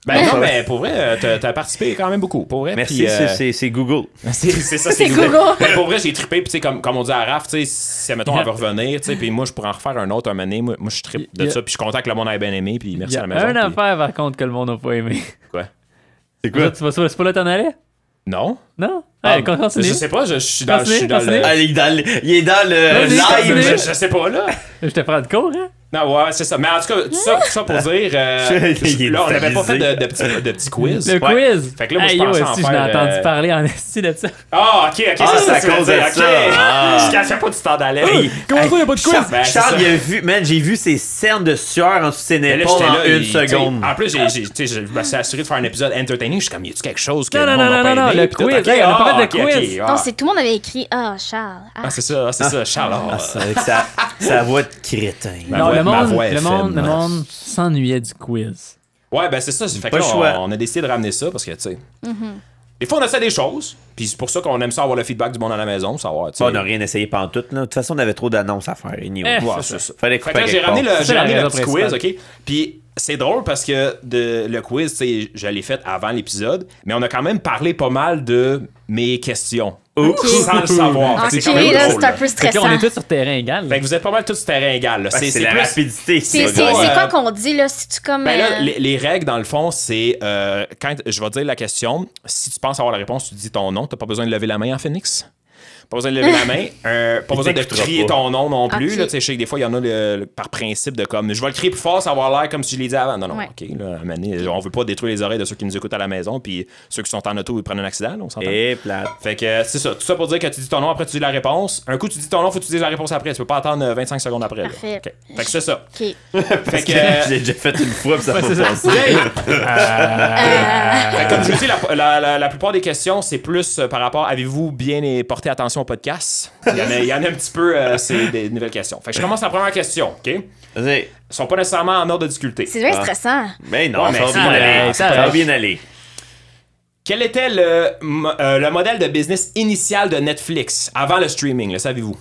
[SPEAKER 3] ben non,
[SPEAKER 1] Ouais.
[SPEAKER 3] mais pour vrai, euh, t'as, t'as participé quand même beaucoup. Pour vrai.
[SPEAKER 1] Merci,
[SPEAKER 3] puis, euh,
[SPEAKER 1] c'est- c'est- c'est Google.
[SPEAKER 3] c'est, c'est ça,
[SPEAKER 4] C'est Google.
[SPEAKER 3] Mais pour vrai, j'ai trippé. Puis, tu sais, comme, comme on dit à Raph, tu sais, si, mettons, elle va revenir, tu sais, puis moi, je pourrais en refaire un autre un moment donné. Moi, moi, je trippe de
[SPEAKER 2] Il y a-
[SPEAKER 3] ça. Puis, je suis content que le monde ait bien aimé. Puis,
[SPEAKER 2] Il
[SPEAKER 3] merci
[SPEAKER 2] y a
[SPEAKER 3] à la
[SPEAKER 2] un
[SPEAKER 3] maison. puis-
[SPEAKER 2] affaire, par contre, que le monde n'a pas aimé.
[SPEAKER 3] Quoi?
[SPEAKER 1] C'est
[SPEAKER 2] Ça, tu vas sur- C'est pas là t'en allais?
[SPEAKER 3] Non?
[SPEAKER 2] Non?
[SPEAKER 3] Ah,
[SPEAKER 2] Hey, con- continue.
[SPEAKER 3] Je sais pas, je, je suis dans, je suis dans
[SPEAKER 2] Continue,
[SPEAKER 3] le.
[SPEAKER 1] Ah, il, est dans le, il est dans le
[SPEAKER 2] Vas-y,
[SPEAKER 1] live.
[SPEAKER 2] continue.
[SPEAKER 3] Je, je sais pas, là.
[SPEAKER 2] Je te prends de cours, hein?
[SPEAKER 3] Non, ouais, c'est ça. Mais en tout cas, tout ça, tout ça pour dire. euh,
[SPEAKER 1] Il est
[SPEAKER 3] là, on n'avait pas fait
[SPEAKER 1] déstabilisé.
[SPEAKER 3] de, de petits, de petits quiz.
[SPEAKER 2] Le
[SPEAKER 1] Ouais.
[SPEAKER 2] quiz!
[SPEAKER 3] Fait que là, moi, je
[SPEAKER 2] Hey, yo,
[SPEAKER 3] pensais en
[SPEAKER 2] esti, je
[SPEAKER 3] faire,
[SPEAKER 2] l'ai entendu
[SPEAKER 3] euh,
[SPEAKER 2] parler en esti de ça.
[SPEAKER 3] Ah, ok, ok,
[SPEAKER 1] Ah,
[SPEAKER 3] ça, c'est
[SPEAKER 1] c'est
[SPEAKER 3] à cause de ça.
[SPEAKER 1] ça. Ah.
[SPEAKER 3] Je cachais pas du temps d'aller.
[SPEAKER 2] Comment ça, il n'y a pas de quiz?
[SPEAKER 3] Ben, c'est
[SPEAKER 1] Charles,
[SPEAKER 3] ça.
[SPEAKER 1] il a vu, man, j'ai vu ses cernes de sueur en dessous de ses
[SPEAKER 3] Mais là,
[SPEAKER 1] épaules
[SPEAKER 3] j'étais
[SPEAKER 1] en
[SPEAKER 3] là,
[SPEAKER 1] une
[SPEAKER 3] il- tu sais, ah,
[SPEAKER 1] seconde.
[SPEAKER 3] En plus, j'ai- j'ai- tu sais, je me suis assuré de faire un épisode entertaining. Je suis comme, y a-tu quelque chose que
[SPEAKER 2] Non,
[SPEAKER 3] le
[SPEAKER 2] non,
[SPEAKER 3] monde
[SPEAKER 2] non,
[SPEAKER 3] a pas
[SPEAKER 2] non, non,
[SPEAKER 3] aimé?
[SPEAKER 2] le
[SPEAKER 3] Puis tout,
[SPEAKER 2] quiz.
[SPEAKER 3] ok,
[SPEAKER 2] Hey, on a
[SPEAKER 3] ah,
[SPEAKER 2] pas fait de
[SPEAKER 3] ok, ok,
[SPEAKER 2] quiz.
[SPEAKER 3] ah.
[SPEAKER 4] Non, c'est tout le monde avait écrit ah Charles. ah.
[SPEAKER 3] Ah, c'est ça, c'est ça. Charles, ah,
[SPEAKER 1] Ah, ça, avec sa, sa voix de crétin.
[SPEAKER 3] Ma
[SPEAKER 2] Non,
[SPEAKER 3] voix-
[SPEAKER 2] le
[SPEAKER 3] ma
[SPEAKER 2] monde,
[SPEAKER 3] voix
[SPEAKER 2] le
[SPEAKER 3] FM,
[SPEAKER 2] monde, le
[SPEAKER 3] ouais.
[SPEAKER 2] monde s'ennuyait du quiz.
[SPEAKER 3] Ouais, ben c'est ça. Fait que
[SPEAKER 1] Pas
[SPEAKER 3] là,
[SPEAKER 1] le choix.
[SPEAKER 3] on, on a décidé de ramener ça parce que, tu sais.
[SPEAKER 4] Mm-hmm.
[SPEAKER 3] Des fois, on essaie des choses. Puis c'est pour ça qu'on aime ça avoir le feedback du monde à la maison. Savoir, tu sais.
[SPEAKER 1] on n'a rien essayé pantoute. Là. De toute façon, on avait trop d'annonces à faire. anyway.
[SPEAKER 2] Eh,
[SPEAKER 3] Ouais, c'est ça.
[SPEAKER 1] Fallait
[SPEAKER 3] Fait
[SPEAKER 1] couper
[SPEAKER 3] que là, j'ai
[SPEAKER 1] quelque
[SPEAKER 3] ramené
[SPEAKER 1] part.
[SPEAKER 3] le,
[SPEAKER 2] C'est
[SPEAKER 3] j'ai
[SPEAKER 2] la
[SPEAKER 3] ramené le
[SPEAKER 2] raison
[SPEAKER 3] petit quiz,
[SPEAKER 2] principale.
[SPEAKER 3] OK? Puis c'est drôle parce que de, le quiz, tu sais, je l'ai fait avant l'épisode, mais on a quand même parlé pas mal de mes questions. Sans le
[SPEAKER 2] Ah,
[SPEAKER 3] savoir. Fait que
[SPEAKER 4] Ok,
[SPEAKER 3] c'est quand même
[SPEAKER 4] là,
[SPEAKER 3] drôle,
[SPEAKER 4] Ah, c'est un
[SPEAKER 3] là.
[SPEAKER 4] peu
[SPEAKER 2] Fait que là, on
[SPEAKER 4] stressant.
[SPEAKER 2] est tous sur terrain égal.
[SPEAKER 3] Fait que Ben, vous êtes pas mal tous sur terrain égal. là.
[SPEAKER 1] Ouais, Ben, C'est la
[SPEAKER 3] plus-
[SPEAKER 1] rapidité.
[SPEAKER 4] C'est
[SPEAKER 1] C'est
[SPEAKER 4] c'est-
[SPEAKER 3] Ouais.
[SPEAKER 4] c'est quoi qu'on dit là si tu comme
[SPEAKER 3] euh, Ben là,
[SPEAKER 4] euh,
[SPEAKER 3] les, les règles, dans le fond, c'est euh, quand je vais dire la question, si tu penses avoir la réponse, tu dis ton nom. T'as pas besoin de lever la main en Phoenix. Pas besoin de lever la main. Euh, pas
[SPEAKER 1] Il
[SPEAKER 3] besoin de
[SPEAKER 1] t'écoutera
[SPEAKER 3] crier
[SPEAKER 1] pas.
[SPEAKER 3] ton nom non plus.
[SPEAKER 4] Ok.
[SPEAKER 3] là. Tu sais, je sais que des fois, il y en a le- le- par principe de comme je vais le crier plus fort, ça va avoir l'air comme si je l'ai dit avant. Non, non,
[SPEAKER 4] Ouais.
[SPEAKER 3] OK. Là, à un moment donné, on veut pas détruire les oreilles de ceux qui nous écoutent à la maison. Puis ceux qui sont en auto, ils prennent un accident. là, on s'entend.
[SPEAKER 1] Et plate.
[SPEAKER 3] Fait que euh, c'est ça. Tout ça pour dire que tu dis ton nom, après tu dis la réponse. Un coup, tu dis ton nom, faut que tu dises la réponse après. Tu peux pas attendre euh, 25 secondes après. là.
[SPEAKER 4] Parfait.
[SPEAKER 3] OK. Fait que c'est ça.
[SPEAKER 4] OK.
[SPEAKER 3] Fait que. euh,
[SPEAKER 1] J'ai déjà fait une fois, puis ça m'a passé.
[SPEAKER 4] Euh,
[SPEAKER 1] euh,
[SPEAKER 3] Fait que comme je vous dis, la, la- la- la plupart des questions, c'est plus euh, par rapport avez-vous bien et- porté attention au podcast Il y en a, il y en a un petit peu, euh, c'est des nouvelles questions. Fait que je commence la première question, OK Ils
[SPEAKER 1] Vas-y.
[SPEAKER 3] sont pas nécessairement en ordre de difficulté.
[SPEAKER 4] C'est vrai stressant.
[SPEAKER 1] Mais non,
[SPEAKER 3] Ouais, mais
[SPEAKER 1] ça va
[SPEAKER 3] ça,
[SPEAKER 1] bien aller.
[SPEAKER 2] euh, ça
[SPEAKER 1] Ça va
[SPEAKER 2] reste.
[SPEAKER 1] bien aller.
[SPEAKER 3] Quel était le, mo- euh, le modèle de business initial de Netflix avant le streaming, le savez-vous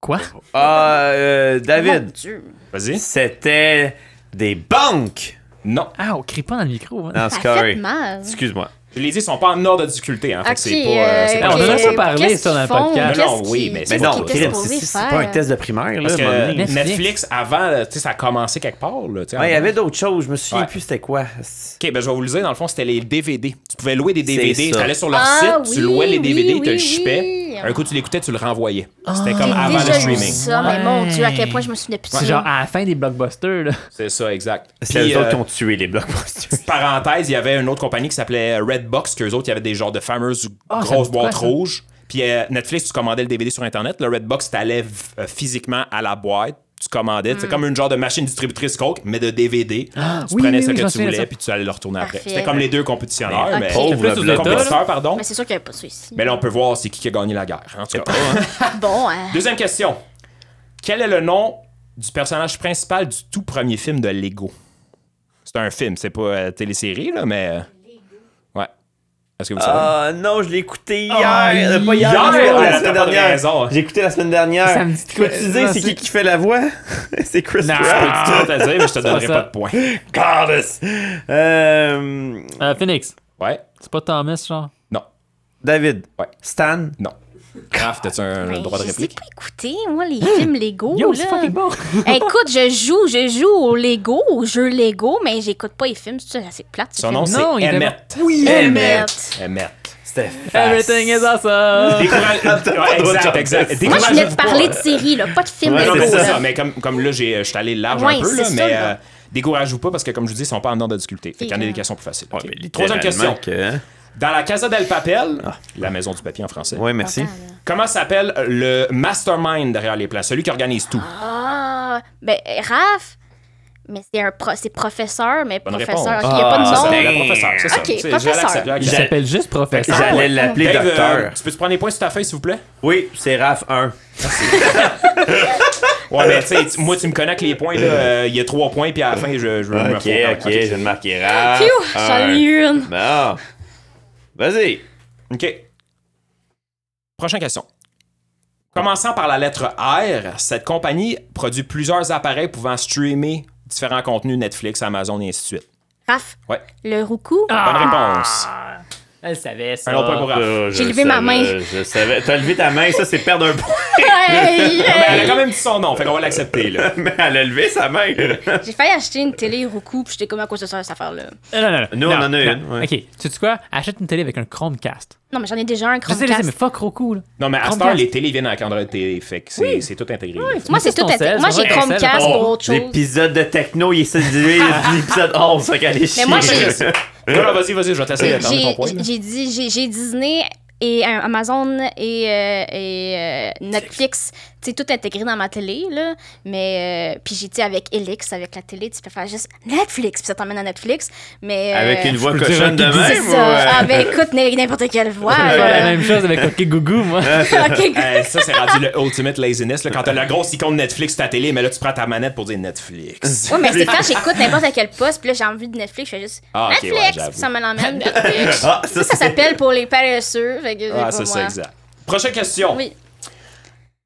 [SPEAKER 2] Quoi?
[SPEAKER 1] Ah, euh, David,
[SPEAKER 4] Mon Dieu.
[SPEAKER 3] Vas-y.
[SPEAKER 1] c'était des banques.
[SPEAKER 3] Non.
[SPEAKER 2] Ah, on crie pas dans le micro. hein.
[SPEAKER 1] Non,
[SPEAKER 4] Ça
[SPEAKER 1] c'est
[SPEAKER 4] fait
[SPEAKER 1] correct.
[SPEAKER 4] mal.
[SPEAKER 1] Excuse-moi.
[SPEAKER 3] Je les dis, ils sont pas en ordre de difficulté. Hein, fait
[SPEAKER 4] Ok,
[SPEAKER 3] que c'est pas, euh, c'est pas
[SPEAKER 2] on
[SPEAKER 4] ok.
[SPEAKER 2] en
[SPEAKER 4] Ah,
[SPEAKER 2] a ça parlé,
[SPEAKER 4] Qu'est-ce
[SPEAKER 2] ça, dans le
[SPEAKER 4] qu'ils font?
[SPEAKER 2] podcast.
[SPEAKER 3] Non, non,
[SPEAKER 4] Qu'est-ce
[SPEAKER 3] oui,
[SPEAKER 4] qu'ils-
[SPEAKER 3] mais c'est
[SPEAKER 1] Mais
[SPEAKER 4] qu'est-ce
[SPEAKER 3] pas
[SPEAKER 1] non,
[SPEAKER 4] qu'ils étaient
[SPEAKER 1] Chris,
[SPEAKER 4] supposés
[SPEAKER 1] c'est c'est
[SPEAKER 4] faire?
[SPEAKER 1] pas un test de primaire, là,
[SPEAKER 3] Parce
[SPEAKER 1] à un moment
[SPEAKER 3] que
[SPEAKER 1] donné.
[SPEAKER 2] Netflix.
[SPEAKER 3] Netflix, avant, euh, tu sais, ça a commencé quelque part. Là, tu sais,
[SPEAKER 1] Ouais, il y
[SPEAKER 3] avant.
[SPEAKER 1] avait d'autres choses, je me souviens
[SPEAKER 3] Ouais.
[SPEAKER 1] plus c'était quoi.
[SPEAKER 3] OK, ben je vais vous le dire, dans le fond, c'était les DVD. Tu pouvais louer des DVD.
[SPEAKER 1] C'est
[SPEAKER 3] Tu
[SPEAKER 1] ça.
[SPEAKER 3] allais sur leur
[SPEAKER 4] Ah,
[SPEAKER 3] site,
[SPEAKER 4] oui,
[SPEAKER 3] tu louais les DVD,
[SPEAKER 4] oui,
[SPEAKER 3] tu le
[SPEAKER 4] oui,
[SPEAKER 3] chipais.
[SPEAKER 4] oui.
[SPEAKER 3] Un coup, tu l'écoutais, tu le renvoyais.
[SPEAKER 2] Ah,
[SPEAKER 3] C'était
[SPEAKER 4] J'ai
[SPEAKER 3] comme avant
[SPEAKER 4] déjà
[SPEAKER 3] le
[SPEAKER 4] vu
[SPEAKER 3] streaming.
[SPEAKER 4] ça, mais mon Dieu, à quel point je me souviens plus de
[SPEAKER 2] C'est
[SPEAKER 4] ça.
[SPEAKER 2] genre à la fin des blockbusters, là.
[SPEAKER 3] C'est ça, exact.
[SPEAKER 1] C'est
[SPEAKER 3] Puis,
[SPEAKER 1] eux autres qui
[SPEAKER 3] euh,
[SPEAKER 1] ont tué les blockbusters.
[SPEAKER 3] parenthèse, il y avait une autre compagnie qui s'appelait Redbox, qu'eux autres, il y avait des genres de fameuses
[SPEAKER 2] Ah, ça me
[SPEAKER 3] grosses
[SPEAKER 2] dit quoi,
[SPEAKER 3] boîtes
[SPEAKER 2] ça?
[SPEAKER 3] rouges. Puis euh, Netflix, tu commandais le DVD sur Internet. Le Redbox, t'allais v- euh, physiquement à la boîte. Tu commandais. C'est comme une genre de machine distributrice Coke, mais de DVD. tu
[SPEAKER 2] Hmm. Ah, oui,
[SPEAKER 3] prenais
[SPEAKER 2] oui,
[SPEAKER 3] ce
[SPEAKER 2] oui, je me
[SPEAKER 3] que tu
[SPEAKER 2] souviens de
[SPEAKER 3] voulais,
[SPEAKER 2] ça.
[SPEAKER 3] puis tu allais le retourner après.
[SPEAKER 4] Parfait.
[SPEAKER 3] C'était comme les deux compétitionneurs.
[SPEAKER 1] Ah, Mais
[SPEAKER 3] Mais,
[SPEAKER 1] pauvre,
[SPEAKER 2] Le plus
[SPEAKER 1] le
[SPEAKER 2] de
[SPEAKER 1] pauvre.
[SPEAKER 3] compétiteurs, pardon.
[SPEAKER 4] Mais c'est sûr qu'il n'y a pas ça ici.
[SPEAKER 3] Mais là, on peut voir c'est qui qui a gagné la guerre. en tout cas.
[SPEAKER 4] Bon, hein.
[SPEAKER 3] Deuxième question. Quel est le nom du personnage principal du tout premier film de Lego? C'est un film, c'est pas euh, télésérie, là, mais. euh, Ouais. Est-ce que vous savez?
[SPEAKER 1] Ah non, je l'ai écouté hier.
[SPEAKER 2] Ah,
[SPEAKER 1] Euh, pas hein. hier,
[SPEAKER 3] hier,
[SPEAKER 1] mais la
[SPEAKER 3] ouais, t'as
[SPEAKER 1] semaine
[SPEAKER 3] pas de
[SPEAKER 1] dernière.
[SPEAKER 3] raison.
[SPEAKER 1] J'ai écouté la semaine dernière.
[SPEAKER 2] Ça me dit de quoi.
[SPEAKER 1] Peux-tu dire
[SPEAKER 2] Non,
[SPEAKER 1] c'est
[SPEAKER 2] c'est-
[SPEAKER 1] qui qui fait la voix? c'est Chris
[SPEAKER 2] Non.
[SPEAKER 1] Pratt.
[SPEAKER 3] Je te dire, mais je te donnerai
[SPEAKER 2] ça.
[SPEAKER 3] Ah! pas de points.
[SPEAKER 1] Goddess. Euh,
[SPEAKER 2] Euh, Phoenix,
[SPEAKER 3] Ouais?
[SPEAKER 2] c'est pas Thomas, genre.
[SPEAKER 3] Non.
[SPEAKER 1] David.
[SPEAKER 3] Ouais.
[SPEAKER 1] Stan.
[SPEAKER 3] Non. Raph, t'as-tu un
[SPEAKER 4] Ben,
[SPEAKER 3] droit de
[SPEAKER 4] je sais
[SPEAKER 3] réplique? Mmh.
[SPEAKER 4] pas écouter, moi, les films Lego.
[SPEAKER 2] Yo,
[SPEAKER 4] là.
[SPEAKER 2] c'est fucking bon.
[SPEAKER 4] Hey, écoute, je joue, je joue au Lego, au jeu Lego, mais j'écoute pas les films. C'est assez plate. ce
[SPEAKER 3] Son nom,
[SPEAKER 4] film.
[SPEAKER 2] Non,
[SPEAKER 3] c'est
[SPEAKER 2] il était-
[SPEAKER 3] Emmett.
[SPEAKER 1] Oui,
[SPEAKER 4] Emmett.
[SPEAKER 3] Emmett.
[SPEAKER 1] C'était
[SPEAKER 3] Ah,
[SPEAKER 2] Everything is awesome.
[SPEAKER 3] Décourage- Ouais,
[SPEAKER 1] d'autre chose.
[SPEAKER 3] exact, exact.
[SPEAKER 4] Moi, je venais
[SPEAKER 3] Découragez-vous
[SPEAKER 4] de
[SPEAKER 3] pas. hein.
[SPEAKER 4] parler de séries, là, pas de films
[SPEAKER 1] Ouais,
[SPEAKER 3] Ouais, Ah, non,
[SPEAKER 4] Lego.
[SPEAKER 3] mais c'est
[SPEAKER 4] là.
[SPEAKER 3] ça. Mais comme, comme là, j'ai- euh, je suis allé large
[SPEAKER 4] Ouais,
[SPEAKER 3] un peu, là,
[SPEAKER 4] c'est ça,
[SPEAKER 3] mais
[SPEAKER 4] là.
[SPEAKER 3] euh, découragez-vous pas parce que, comme je vous dis, ils sont pas en ordre de difficulté. Fait qu'il y en a des questions plus faciles. ok? Troisième question.
[SPEAKER 1] hein.
[SPEAKER 3] Dans la Casa del Papel,
[SPEAKER 1] Ah.
[SPEAKER 3] la maison du papier en français,
[SPEAKER 1] Oui, merci.
[SPEAKER 4] Attends, là.
[SPEAKER 3] comment s'appelle le mastermind derrière les plans, celui qui organise tout?
[SPEAKER 4] Ah, ben, Raph, mais c'est un pro, c'est professeur, mais
[SPEAKER 3] Bonne
[SPEAKER 4] professeur.
[SPEAKER 3] réponse.
[SPEAKER 4] ok, il y a pas de
[SPEAKER 1] Ah,
[SPEAKER 4] nom.
[SPEAKER 1] ça,
[SPEAKER 3] C'est
[SPEAKER 1] Ben,
[SPEAKER 3] la professeure, c'est ça.
[SPEAKER 4] ok,
[SPEAKER 3] C'est- je
[SPEAKER 4] professeur.
[SPEAKER 3] l'accepte, je
[SPEAKER 2] Il
[SPEAKER 3] l'accepte.
[SPEAKER 2] s'appelle juste professeur.
[SPEAKER 1] J'allais
[SPEAKER 4] ouais.
[SPEAKER 1] l'appeler
[SPEAKER 3] Dave, euh,
[SPEAKER 1] docteur.
[SPEAKER 3] tu peux-tu prendre les points sur ta feuille, s'il vous plaît?
[SPEAKER 1] Oui, c'est Raph 1.
[SPEAKER 3] Ouais, mais tu sais, tu- moi, tu me connectes les points, là. euh, Il y a trois points, puis à la fin, je, je veux me
[SPEAKER 1] Ok, ok,
[SPEAKER 3] foutre, ouais,
[SPEAKER 1] je ne marquer Raph.
[SPEAKER 4] Phew, j'en ai eu une.
[SPEAKER 1] Bon. Vas-y.
[SPEAKER 3] OK. Prochaine question. Commençant par la lettre R, cette compagnie produit plusieurs appareils pouvant streamer différents contenus Netflix, Amazon et ainsi de suite.
[SPEAKER 4] Raph,
[SPEAKER 3] Ouais. Ah.
[SPEAKER 4] le roucou.
[SPEAKER 3] Bonne réponse.
[SPEAKER 2] Ah! Elle savait ça.
[SPEAKER 3] Un autre point pour Raph.
[SPEAKER 1] Euh, je
[SPEAKER 4] J'ai
[SPEAKER 1] le
[SPEAKER 4] levé ma
[SPEAKER 1] savais,
[SPEAKER 4] main.
[SPEAKER 1] Je savais. T'as levé ta main, ça, c'est perdre un point.
[SPEAKER 4] Hey,
[SPEAKER 3] Ah, ben, elle a
[SPEAKER 4] hey.
[SPEAKER 3] quand même dit son nom, fait qu'on va l'accepter, là.
[SPEAKER 1] Mais elle a levé sa main.
[SPEAKER 4] J'ai failli acheter une télé roucou, puis j'étais comme à quoi ça sert cette affaire-là.
[SPEAKER 2] Non, non, non.
[SPEAKER 1] Nous, on en a
[SPEAKER 2] non.
[SPEAKER 1] une, ouais.
[SPEAKER 2] Ok, tu sais quoi? Achète une télé avec un Chromecast.
[SPEAKER 4] Non, mais j'en ai déjà un
[SPEAKER 2] Je sais, je sais, mais
[SPEAKER 4] Chromecast.
[SPEAKER 2] fuck Roku, là.
[SPEAKER 3] Non, mais à cette
[SPEAKER 2] Chromecast.
[SPEAKER 3] heure, les télés viennent avec Android TV, fait que c'est c'est tout intégré. là.
[SPEAKER 4] Moi, c'est
[SPEAKER 2] Mais ça,
[SPEAKER 4] tout
[SPEAKER 2] c'est
[SPEAKER 4] à
[SPEAKER 2] ton
[SPEAKER 4] fait.
[SPEAKER 2] sel,
[SPEAKER 4] Moi,
[SPEAKER 2] c'est
[SPEAKER 4] j'ai
[SPEAKER 2] ton sel.
[SPEAKER 4] Chromecast
[SPEAKER 2] Oh,
[SPEAKER 4] Ah, pour autre chose.
[SPEAKER 1] L'épisode de techno, il s'est divisé l'épisode 11, ça qu'elle est chier.
[SPEAKER 4] Mais moi, euh, j'ai-
[SPEAKER 3] Non, non, vas-y, vas-y, je vais t'essayer d'attendre ton
[SPEAKER 4] J'ai-
[SPEAKER 3] point. là.
[SPEAKER 4] j'ai- J'ai dit, j'ai- j'ai Disney et euh, Amazon et, euh, et, euh, Netflix, tu sais, tout intégré dans ma télé, là. Mais, euh, puis j'étais avec Elix, avec la télé, tu peux faire juste Netflix, puis ça t'emmène à Netflix. Mais, euh,
[SPEAKER 1] Avec une voix
[SPEAKER 2] peux le dire
[SPEAKER 1] cochonne de
[SPEAKER 2] avec une
[SPEAKER 4] C'est
[SPEAKER 1] même. ou,
[SPEAKER 4] ça.
[SPEAKER 1] euh,
[SPEAKER 4] Ah, ben écoute, n- n'importe quelle voix.
[SPEAKER 2] Je fais la
[SPEAKER 4] là.
[SPEAKER 2] même chose avec Fuck Gougou, moi.
[SPEAKER 4] Ok,
[SPEAKER 3] Euh, ça, c'est rendu le ultimate laziness, là, quand t'as la grosse icône Netflix sur ta télé, mais là, tu prends ta manette pour dire Netflix.
[SPEAKER 4] Ouais, mais c'est quand j'écoute n'importe quel poste, puis là, j'ai envie de Netflix, je fais juste
[SPEAKER 3] Ah, ok, ouais,
[SPEAKER 4] Netflix,
[SPEAKER 3] j'avoue.
[SPEAKER 4] puis ça me l'emmène Netflix.
[SPEAKER 1] Ah,
[SPEAKER 4] ça, ça s'appelle pour les paresseux. Fait que c'est
[SPEAKER 3] Ah,
[SPEAKER 4] pour
[SPEAKER 3] c'est ça,
[SPEAKER 4] moi.
[SPEAKER 3] exact. Prochaine question.
[SPEAKER 4] Oui.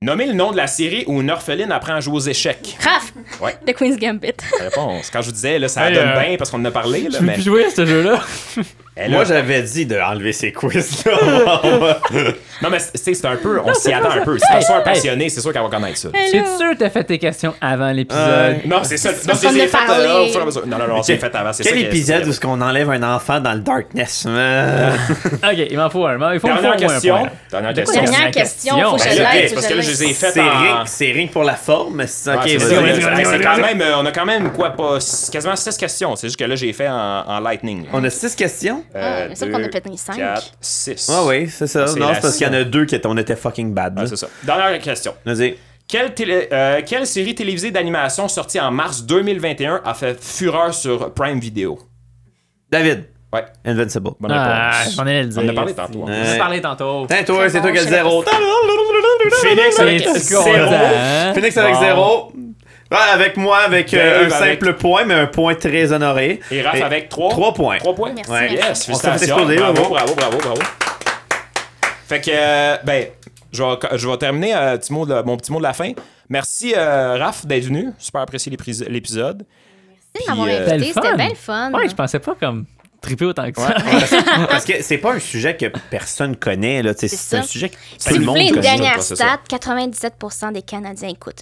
[SPEAKER 3] Nommez le nom de la série où une orpheline apprend à jouer aux échecs.
[SPEAKER 4] Raph,
[SPEAKER 3] Ouais.
[SPEAKER 4] The Queen's Gambit.
[SPEAKER 3] Réponse. Quand je vous disais, là, ça
[SPEAKER 2] Hey,
[SPEAKER 3] donne
[SPEAKER 2] euh,
[SPEAKER 3] bien parce qu'on en a parlé, là,
[SPEAKER 2] Je veux
[SPEAKER 3] mais.
[SPEAKER 2] plus jouer à ce jeu-là.
[SPEAKER 3] Eh, là,
[SPEAKER 1] Moi, j'avais dit d'enlever ces quiz-là.
[SPEAKER 3] non, mais c'est- c'est c'est un peu. On s'y attend un peu. Si t'as soit un passionné, c'est sûr qu'elle va connaître ça.
[SPEAKER 2] T'es sûr que t'as fait tes questions avant l'épisode?
[SPEAKER 1] Euh,
[SPEAKER 3] Non, c'est ça. Non,
[SPEAKER 4] parce
[SPEAKER 3] c'est
[SPEAKER 4] qu'on en
[SPEAKER 3] c'est
[SPEAKER 4] a
[SPEAKER 3] fait euh,
[SPEAKER 4] parlé.
[SPEAKER 3] au fur et à mesure. Non, non, non, c'est fait avant. c'est ça
[SPEAKER 1] Quel
[SPEAKER 3] qui est-
[SPEAKER 1] épisode où est-ce qu'on enlève un enfant dans le darkness? hein?
[SPEAKER 3] Euh,
[SPEAKER 1] man?
[SPEAKER 2] Ok, il m'en faut un. Il faut me
[SPEAKER 3] Dernière
[SPEAKER 2] faut au moins un
[SPEAKER 3] question.
[SPEAKER 2] point.
[SPEAKER 3] Dernière
[SPEAKER 4] quoi,
[SPEAKER 3] question.
[SPEAKER 4] dernière question? Faut que
[SPEAKER 3] Ben,
[SPEAKER 4] je
[SPEAKER 3] là,
[SPEAKER 4] l'aide,
[SPEAKER 3] ok,
[SPEAKER 4] faut
[SPEAKER 3] parce
[SPEAKER 4] je
[SPEAKER 3] que là, je
[SPEAKER 4] l'aide.
[SPEAKER 3] les ai faites
[SPEAKER 1] C'est
[SPEAKER 3] en.
[SPEAKER 1] ring, c'est ring pour la forme, mais c'est
[SPEAKER 3] Ah,
[SPEAKER 1] ok.
[SPEAKER 3] c'est ça,
[SPEAKER 1] vas-y.
[SPEAKER 3] ouais, c'est- c'est quand même, euh, on a quand même quoi pas six- quasiment 6 questions. C'est juste que là j'ai fait en, en lightning. Euh,
[SPEAKER 1] On a six questions?
[SPEAKER 4] Ah, mais ça, qu'on a pété cinq.
[SPEAKER 3] 6.
[SPEAKER 1] Ah oui, c'est ça.
[SPEAKER 3] C'est
[SPEAKER 1] Non,
[SPEAKER 3] la
[SPEAKER 1] c'est parce qu'il y en a deux qui étaient, on était fucking bad. là.
[SPEAKER 3] c'est ça. Dernière question.
[SPEAKER 1] Vas-y.
[SPEAKER 3] Quelle, télé- euh, quelle série télévisée d'animation sortie en mars 2021 a fait fureur sur Prime Video?
[SPEAKER 1] David,
[SPEAKER 3] Ouais,
[SPEAKER 1] Invincible.
[SPEAKER 3] bonne
[SPEAKER 2] Ah,
[SPEAKER 3] réponse.
[SPEAKER 2] j'en ai le dire.
[SPEAKER 3] On en a parlé tantôt.
[SPEAKER 1] Euh.
[SPEAKER 2] On en a parlé tantôt.
[SPEAKER 1] Tiens, toi, c'est toi qui as le zéro.
[SPEAKER 3] Phoenix
[SPEAKER 2] C'est
[SPEAKER 3] avec zéro.
[SPEAKER 2] content.
[SPEAKER 1] Phoenix avec
[SPEAKER 2] Bon.
[SPEAKER 1] zéro. Ouais, avec moi, avec euh,
[SPEAKER 3] Dave
[SPEAKER 1] un
[SPEAKER 3] avec-
[SPEAKER 1] simple point, mais un point très honoré.
[SPEAKER 3] Et Raph avec 3.
[SPEAKER 1] trois points.
[SPEAKER 3] Trois points.
[SPEAKER 4] Merci,
[SPEAKER 1] Ouais.
[SPEAKER 3] Yes,
[SPEAKER 4] merci.
[SPEAKER 1] On s'est fait
[SPEAKER 3] félicitations.
[SPEAKER 1] exploser,
[SPEAKER 3] bravo,
[SPEAKER 1] bravo.
[SPEAKER 3] bravo, bravo, bravo. Fait que, euh, ben, je vais, je vais terminer euh, petit mot de- mon petit mot de la fin. Merci, euh, Raph, d'être venu. Super apprécié l'épris- l'épisode.
[SPEAKER 4] Merci de m'avoir
[SPEAKER 3] Puis, euh,
[SPEAKER 4] invité,
[SPEAKER 2] C'était le
[SPEAKER 4] c'était
[SPEAKER 2] fun.
[SPEAKER 4] bien le fun.
[SPEAKER 2] Ouais, je pensais pas comme triper autant que ça.
[SPEAKER 1] Parce que c'est pas un sujet que personne connaît. là, tu sais, C'est
[SPEAKER 4] ça.
[SPEAKER 1] un sujet que tout
[SPEAKER 4] Si
[SPEAKER 1] le
[SPEAKER 4] vous
[SPEAKER 1] monde
[SPEAKER 4] voulez une
[SPEAKER 1] connaît.
[SPEAKER 4] dernière
[SPEAKER 3] c'est ça.
[SPEAKER 4] stat, 97 des Canadiens écoutent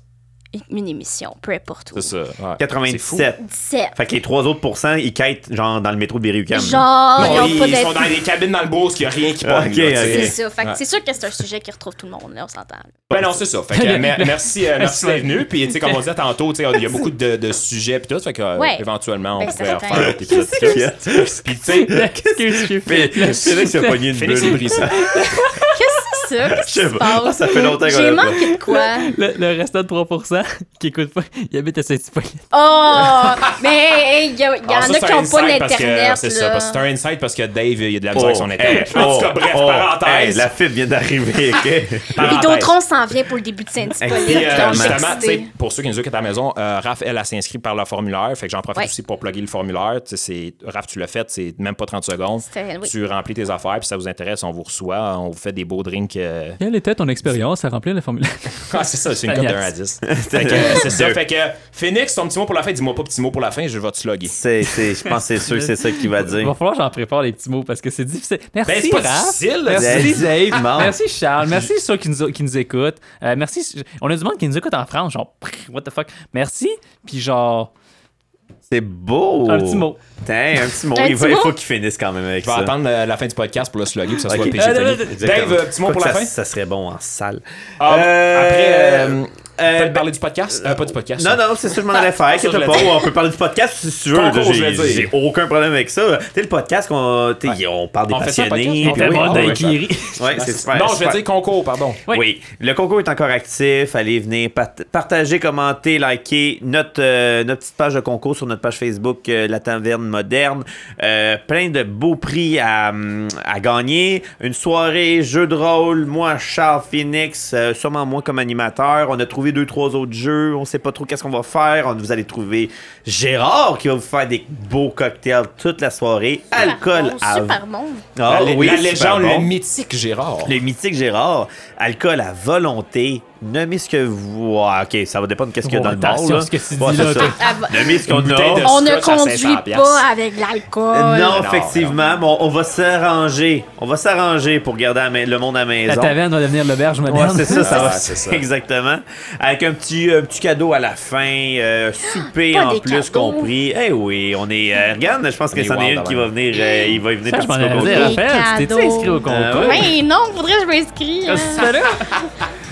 [SPEAKER 4] une- une émission, peu importe où.
[SPEAKER 3] C'est ça. ouais. C'est
[SPEAKER 1] 97.
[SPEAKER 3] fou.
[SPEAKER 4] 17.
[SPEAKER 1] Fait que les trois autres pourcents, ils quêtent genre dans le métro de berry
[SPEAKER 3] Non,
[SPEAKER 4] Genre, Oh, ils ont pas
[SPEAKER 3] ils sont dans
[SPEAKER 4] d'être.
[SPEAKER 3] des cabines dans le bourse, qu'il n'y a rien qui pogne.
[SPEAKER 1] Ok,
[SPEAKER 3] là, tu sais.
[SPEAKER 4] C'est ça. Fait que
[SPEAKER 3] Ouais.
[SPEAKER 4] c'est sûr que c'est un sujet qui retrouve tout le monde, là, on s'entend.
[SPEAKER 3] Ben non, c'est ça. Fait que, euh, mer- merci euh, merci d'être venu. Puis, tu sais, comme on disait tantôt, tu sais, il y a beaucoup de, de sujets. Puis tout. Fait que, euh,
[SPEAKER 4] Ouais.
[SPEAKER 3] éventuellement, on
[SPEAKER 4] Ben,
[SPEAKER 3] pourrait
[SPEAKER 4] certain.
[SPEAKER 3] refaire un autre épisode. plus tard. Puis, tu sais,
[SPEAKER 2] Qu'est-ce que je fais?
[SPEAKER 1] Félix a pogné une
[SPEAKER 3] Félix
[SPEAKER 1] bulle.
[SPEAKER 3] Brisson.
[SPEAKER 4] Qu'est-ce que ça? Qu'est-ce qui
[SPEAKER 1] Je sais
[SPEAKER 4] se
[SPEAKER 1] pas.
[SPEAKER 4] passe?
[SPEAKER 1] Ça fait longtemps qu'on
[SPEAKER 4] J'ai
[SPEAKER 1] l'a pas.
[SPEAKER 4] manqué de quoi?
[SPEAKER 2] Le, le restant de 3% qui écoute pas, il habite à Saint-Hippolyte.
[SPEAKER 4] Oh! Mais il y, a- y
[SPEAKER 3] Ah,
[SPEAKER 4] en
[SPEAKER 3] ça,
[SPEAKER 4] a
[SPEAKER 3] c'est
[SPEAKER 4] qui
[SPEAKER 3] un
[SPEAKER 4] n'ont pas
[SPEAKER 3] insight parce que-
[SPEAKER 4] d'Internet.
[SPEAKER 3] C'est ça,
[SPEAKER 4] là.
[SPEAKER 3] parce que c'est un insight parce que Dave, il y a de la misère
[SPEAKER 1] Oh,
[SPEAKER 3] avec son Internet.
[SPEAKER 1] hey,
[SPEAKER 3] en tout cas,
[SPEAKER 1] oh,
[SPEAKER 3] bref,
[SPEAKER 1] oh, hey,
[SPEAKER 3] parenthèse.
[SPEAKER 1] la fibre vient d'arriver, OK?
[SPEAKER 3] parenthèse.
[SPEAKER 4] Vidéotron s'en vient pour le début de Saint-Hippolyte.
[SPEAKER 3] Puis, euh,
[SPEAKER 1] Exactement.
[SPEAKER 4] donc j'ai
[SPEAKER 3] justement, tu
[SPEAKER 4] décidé.
[SPEAKER 3] sais, pour ceux qui nous écoutent à la maison, euh, Raph, elle, elle s'inscrit par le formulaire. Fait que j'en profite
[SPEAKER 4] Ouais.
[SPEAKER 3] aussi pour plugger le formulaire. Tu sais, c'est- Raph, tu l'as fait, c'est même pas 30 secondes.
[SPEAKER 4] C'était- oui.
[SPEAKER 3] Tu remplis tes affaires, puis si ça vous intéresse, on vous reçoit, on vous fait des beaux drinks. euh,
[SPEAKER 2] Quelle était ton expérience à remplir le formulaire?
[SPEAKER 3] Ah, c'est ça, c'est une cote d'un à 10. Fait que, euh, c'est ça. Fait que, Phoenix, ton petit mot pour la fin, dis-moi pas petit mot pour la fin, je vais te slugger.
[SPEAKER 1] C'est, c'est, je pense que c'est sûr que c'est ça qu'il va
[SPEAKER 2] Il va
[SPEAKER 1] dire.
[SPEAKER 2] falloir que j'en prépare les petits mots parce que c'est difficile. Merci,
[SPEAKER 3] Ben, c'est pas
[SPEAKER 2] Raph.
[SPEAKER 3] difficile, là.
[SPEAKER 2] Merci,
[SPEAKER 1] Ben,
[SPEAKER 2] Dave.
[SPEAKER 1] non.
[SPEAKER 2] Merci, Charles. Merci, ceux qui nous, qui nous écoutent. Euh, merci. On a du monde qui nous écoute en France. Genre, prrr, what the fuck. Merci. Puis, genre,
[SPEAKER 1] C'est beau.
[SPEAKER 2] Un petit mot.
[SPEAKER 1] Tiens, un petit mot.
[SPEAKER 4] Un
[SPEAKER 1] il, va-
[SPEAKER 4] petit
[SPEAKER 1] il
[SPEAKER 4] mot.
[SPEAKER 1] faut qu'il finisse quand même avec
[SPEAKER 3] Je vais
[SPEAKER 1] ça.
[SPEAKER 3] attendre euh, la fin du podcast pour le slugger, pour que ça soit
[SPEAKER 1] Ok.
[SPEAKER 3] PG.
[SPEAKER 2] Euh,
[SPEAKER 3] Tony.
[SPEAKER 1] Exactement.
[SPEAKER 3] Dave, euh, petit mot
[SPEAKER 1] Quoi
[SPEAKER 3] pour
[SPEAKER 1] que
[SPEAKER 3] la
[SPEAKER 1] ça-
[SPEAKER 3] fin?
[SPEAKER 1] Ça serait bon en salle.
[SPEAKER 3] Ah,
[SPEAKER 1] Euh,
[SPEAKER 3] après, euh,
[SPEAKER 1] euh,
[SPEAKER 3] peut-être parler du podcast? Euh, pas du podcast.
[SPEAKER 1] Non, non, c'est ça que je m'en allais faire.
[SPEAKER 3] ça, je
[SPEAKER 1] inquiète
[SPEAKER 3] l'ai
[SPEAKER 1] pas.
[SPEAKER 3] dit.
[SPEAKER 1] On peut parler du podcast si tu veux.
[SPEAKER 3] Concours,
[SPEAKER 1] là,
[SPEAKER 3] je l'ai
[SPEAKER 1] J'ai
[SPEAKER 3] dit.
[SPEAKER 1] j'ai aucun problème avec ça. Tu sais, le podcast, qu'on, t'sais, on parle des
[SPEAKER 3] On fait ça, le
[SPEAKER 1] passionnés. puis
[SPEAKER 3] podcast? On fait
[SPEAKER 1] oui,
[SPEAKER 3] pas
[SPEAKER 1] on
[SPEAKER 3] de-
[SPEAKER 1] fait ça.
[SPEAKER 2] Kiri.
[SPEAKER 1] Ouais, c'est super.
[SPEAKER 3] Ben, Non, je
[SPEAKER 1] super.
[SPEAKER 3] vais dire concours, pardon.
[SPEAKER 2] Oui.
[SPEAKER 1] Oui. le concours est encore actif. Allez venir pat- partager, commenter, liker notre, euh, notre petite page de concours sur notre page Facebook, euh, La Taverne Moderne. Euh, plein de beaux prix à, hum, à gagner. Une soirée, jeu de rôle, moi, Charles Phoenix, euh, sûrement moi comme animateur. On a trouvé deux, trois autres jeux. On sait pas trop qu'est-ce qu'on va faire. On, vous allez trouver Gérard qui va vous faire des beaux cocktails toute la soirée. Alcool
[SPEAKER 4] Super
[SPEAKER 1] à...
[SPEAKER 4] bon, Super bon.
[SPEAKER 1] Ah
[SPEAKER 3] la,
[SPEAKER 1] oui,
[SPEAKER 3] la
[SPEAKER 1] super
[SPEAKER 3] légende,
[SPEAKER 1] bon.
[SPEAKER 3] le mythique Gérard.
[SPEAKER 1] Le mythique Gérard, alcool à volonté, nommez ce que vous. Ah, ok, ça va dépendre de qu'est-ce qu'il y a
[SPEAKER 2] Oh,
[SPEAKER 1] dans le
[SPEAKER 2] attention
[SPEAKER 1] bar. Là.
[SPEAKER 2] à ce que tu dis,
[SPEAKER 1] c'est
[SPEAKER 2] là,
[SPEAKER 1] ça.
[SPEAKER 2] toi.
[SPEAKER 4] Ah, bah,
[SPEAKER 1] Nommez ce qu'on
[SPEAKER 3] bouteille de-
[SPEAKER 1] a.
[SPEAKER 4] On ne
[SPEAKER 3] scotch à 500
[SPEAKER 4] conduit
[SPEAKER 3] piastres.
[SPEAKER 4] pas avec de
[SPEAKER 3] Oh,
[SPEAKER 4] l'alcool.
[SPEAKER 1] Non,
[SPEAKER 3] non,
[SPEAKER 1] effectivement, mais on, on va s'arranger. On va s'arranger pour garder la ma- le monde à la
[SPEAKER 2] La
[SPEAKER 1] maison.
[SPEAKER 2] taverne va devenir l'auberge
[SPEAKER 1] Ouais,
[SPEAKER 2] moderne.
[SPEAKER 1] c'est ça, ça
[SPEAKER 3] Ah,
[SPEAKER 1] va.
[SPEAKER 3] c'est ça.
[SPEAKER 1] Exactement. Avec un petit, un petit cadeau à la fin, euh, souper
[SPEAKER 4] Pas
[SPEAKER 1] en
[SPEAKER 4] des
[SPEAKER 1] plus
[SPEAKER 4] cadeaux.
[SPEAKER 1] compris. Eh oui, on est. euh, regarde, je pense
[SPEAKER 3] On
[SPEAKER 1] que
[SPEAKER 3] est
[SPEAKER 1] c'en est
[SPEAKER 3] wild
[SPEAKER 1] une qui
[SPEAKER 3] avant.
[SPEAKER 1] va venir. euh, il va y venir
[SPEAKER 2] Ça, je m'en
[SPEAKER 1] participer au
[SPEAKER 2] allais
[SPEAKER 1] concours.
[SPEAKER 2] dire, hein.
[SPEAKER 4] Des
[SPEAKER 2] Raphaël, tu t'es
[SPEAKER 4] cadeaux.
[SPEAKER 2] inscrit au
[SPEAKER 1] Ah,
[SPEAKER 2] concours.
[SPEAKER 1] ouais.
[SPEAKER 4] Ben non, faudrait que je m'inscris. hein. là.
[SPEAKER 2] Qu'est-ce que tu fais là?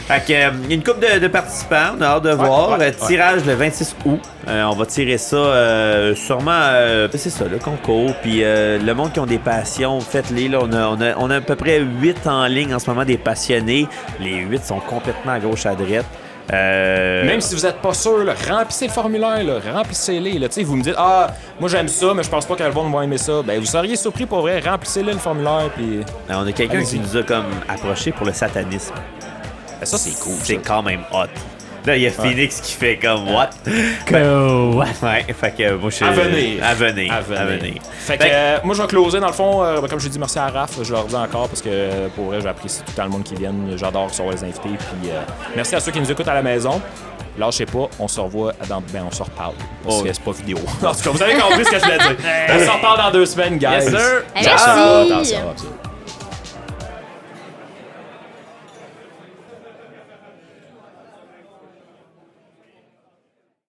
[SPEAKER 1] Fait que, euh, il y a une coupe de, de participants, on a hâte de voir.
[SPEAKER 3] ouais,
[SPEAKER 1] Euh, tirage le 26 août. Euh, on va tirer ça euh, sûrement. euh, c'est ça, le concours. Puis euh, le monde qui ont des passions, faites-les. là. On a, on, a, on a à peu près 8 en ligne en ce moment des passionnés. Les 8 sont complètement à gauche à droite. Euh,
[SPEAKER 3] Même si vous n'êtes pas sûr, là, remplissez le formulaire, là, remplissez-les. là. Tu sais, Vous me dites, ah, moi j'aime ça, mais je pense pas qu'elles vont me aimer ça. Ben, vous seriez surpris pour vrai, remplissez-le le formulaire. Puis...
[SPEAKER 1] euh, on a quelqu'un qui
[SPEAKER 3] Allez-y.
[SPEAKER 1] nous a comme approché pour le satanisme.
[SPEAKER 3] Ben, ça, c'est cool.
[SPEAKER 1] C'est quand même hot. Là, il y a Phoenix qui fait comme what?
[SPEAKER 2] Go.
[SPEAKER 1] Ouais, fait que euh, moi je suis.
[SPEAKER 3] À venir.
[SPEAKER 1] À venir.
[SPEAKER 3] À venir. Fait que, euh, moi, je vais closer. Dans le fond, euh, comme j'ai dit, merci à Raph. Je leur dis encore parce que, euh, pour vrai, j'apprécie tout le temps le monde qui vient. J'adore recevoir les invités. Puis, euh, merci à ceux qui nous écoutent à la maison. Lâchez pas, on se revoit dans. Ben, on se reparle. Parce
[SPEAKER 1] Oh.
[SPEAKER 3] que c'est pas vidéo. en tout cas, vous avez compris ce que je voulais dire. On se reparle dans deux semaines, guys.
[SPEAKER 1] Yes, sir.
[SPEAKER 4] Hey,
[SPEAKER 3] Ciao.
[SPEAKER 4] merci.
[SPEAKER 3] Ciao. Ciao.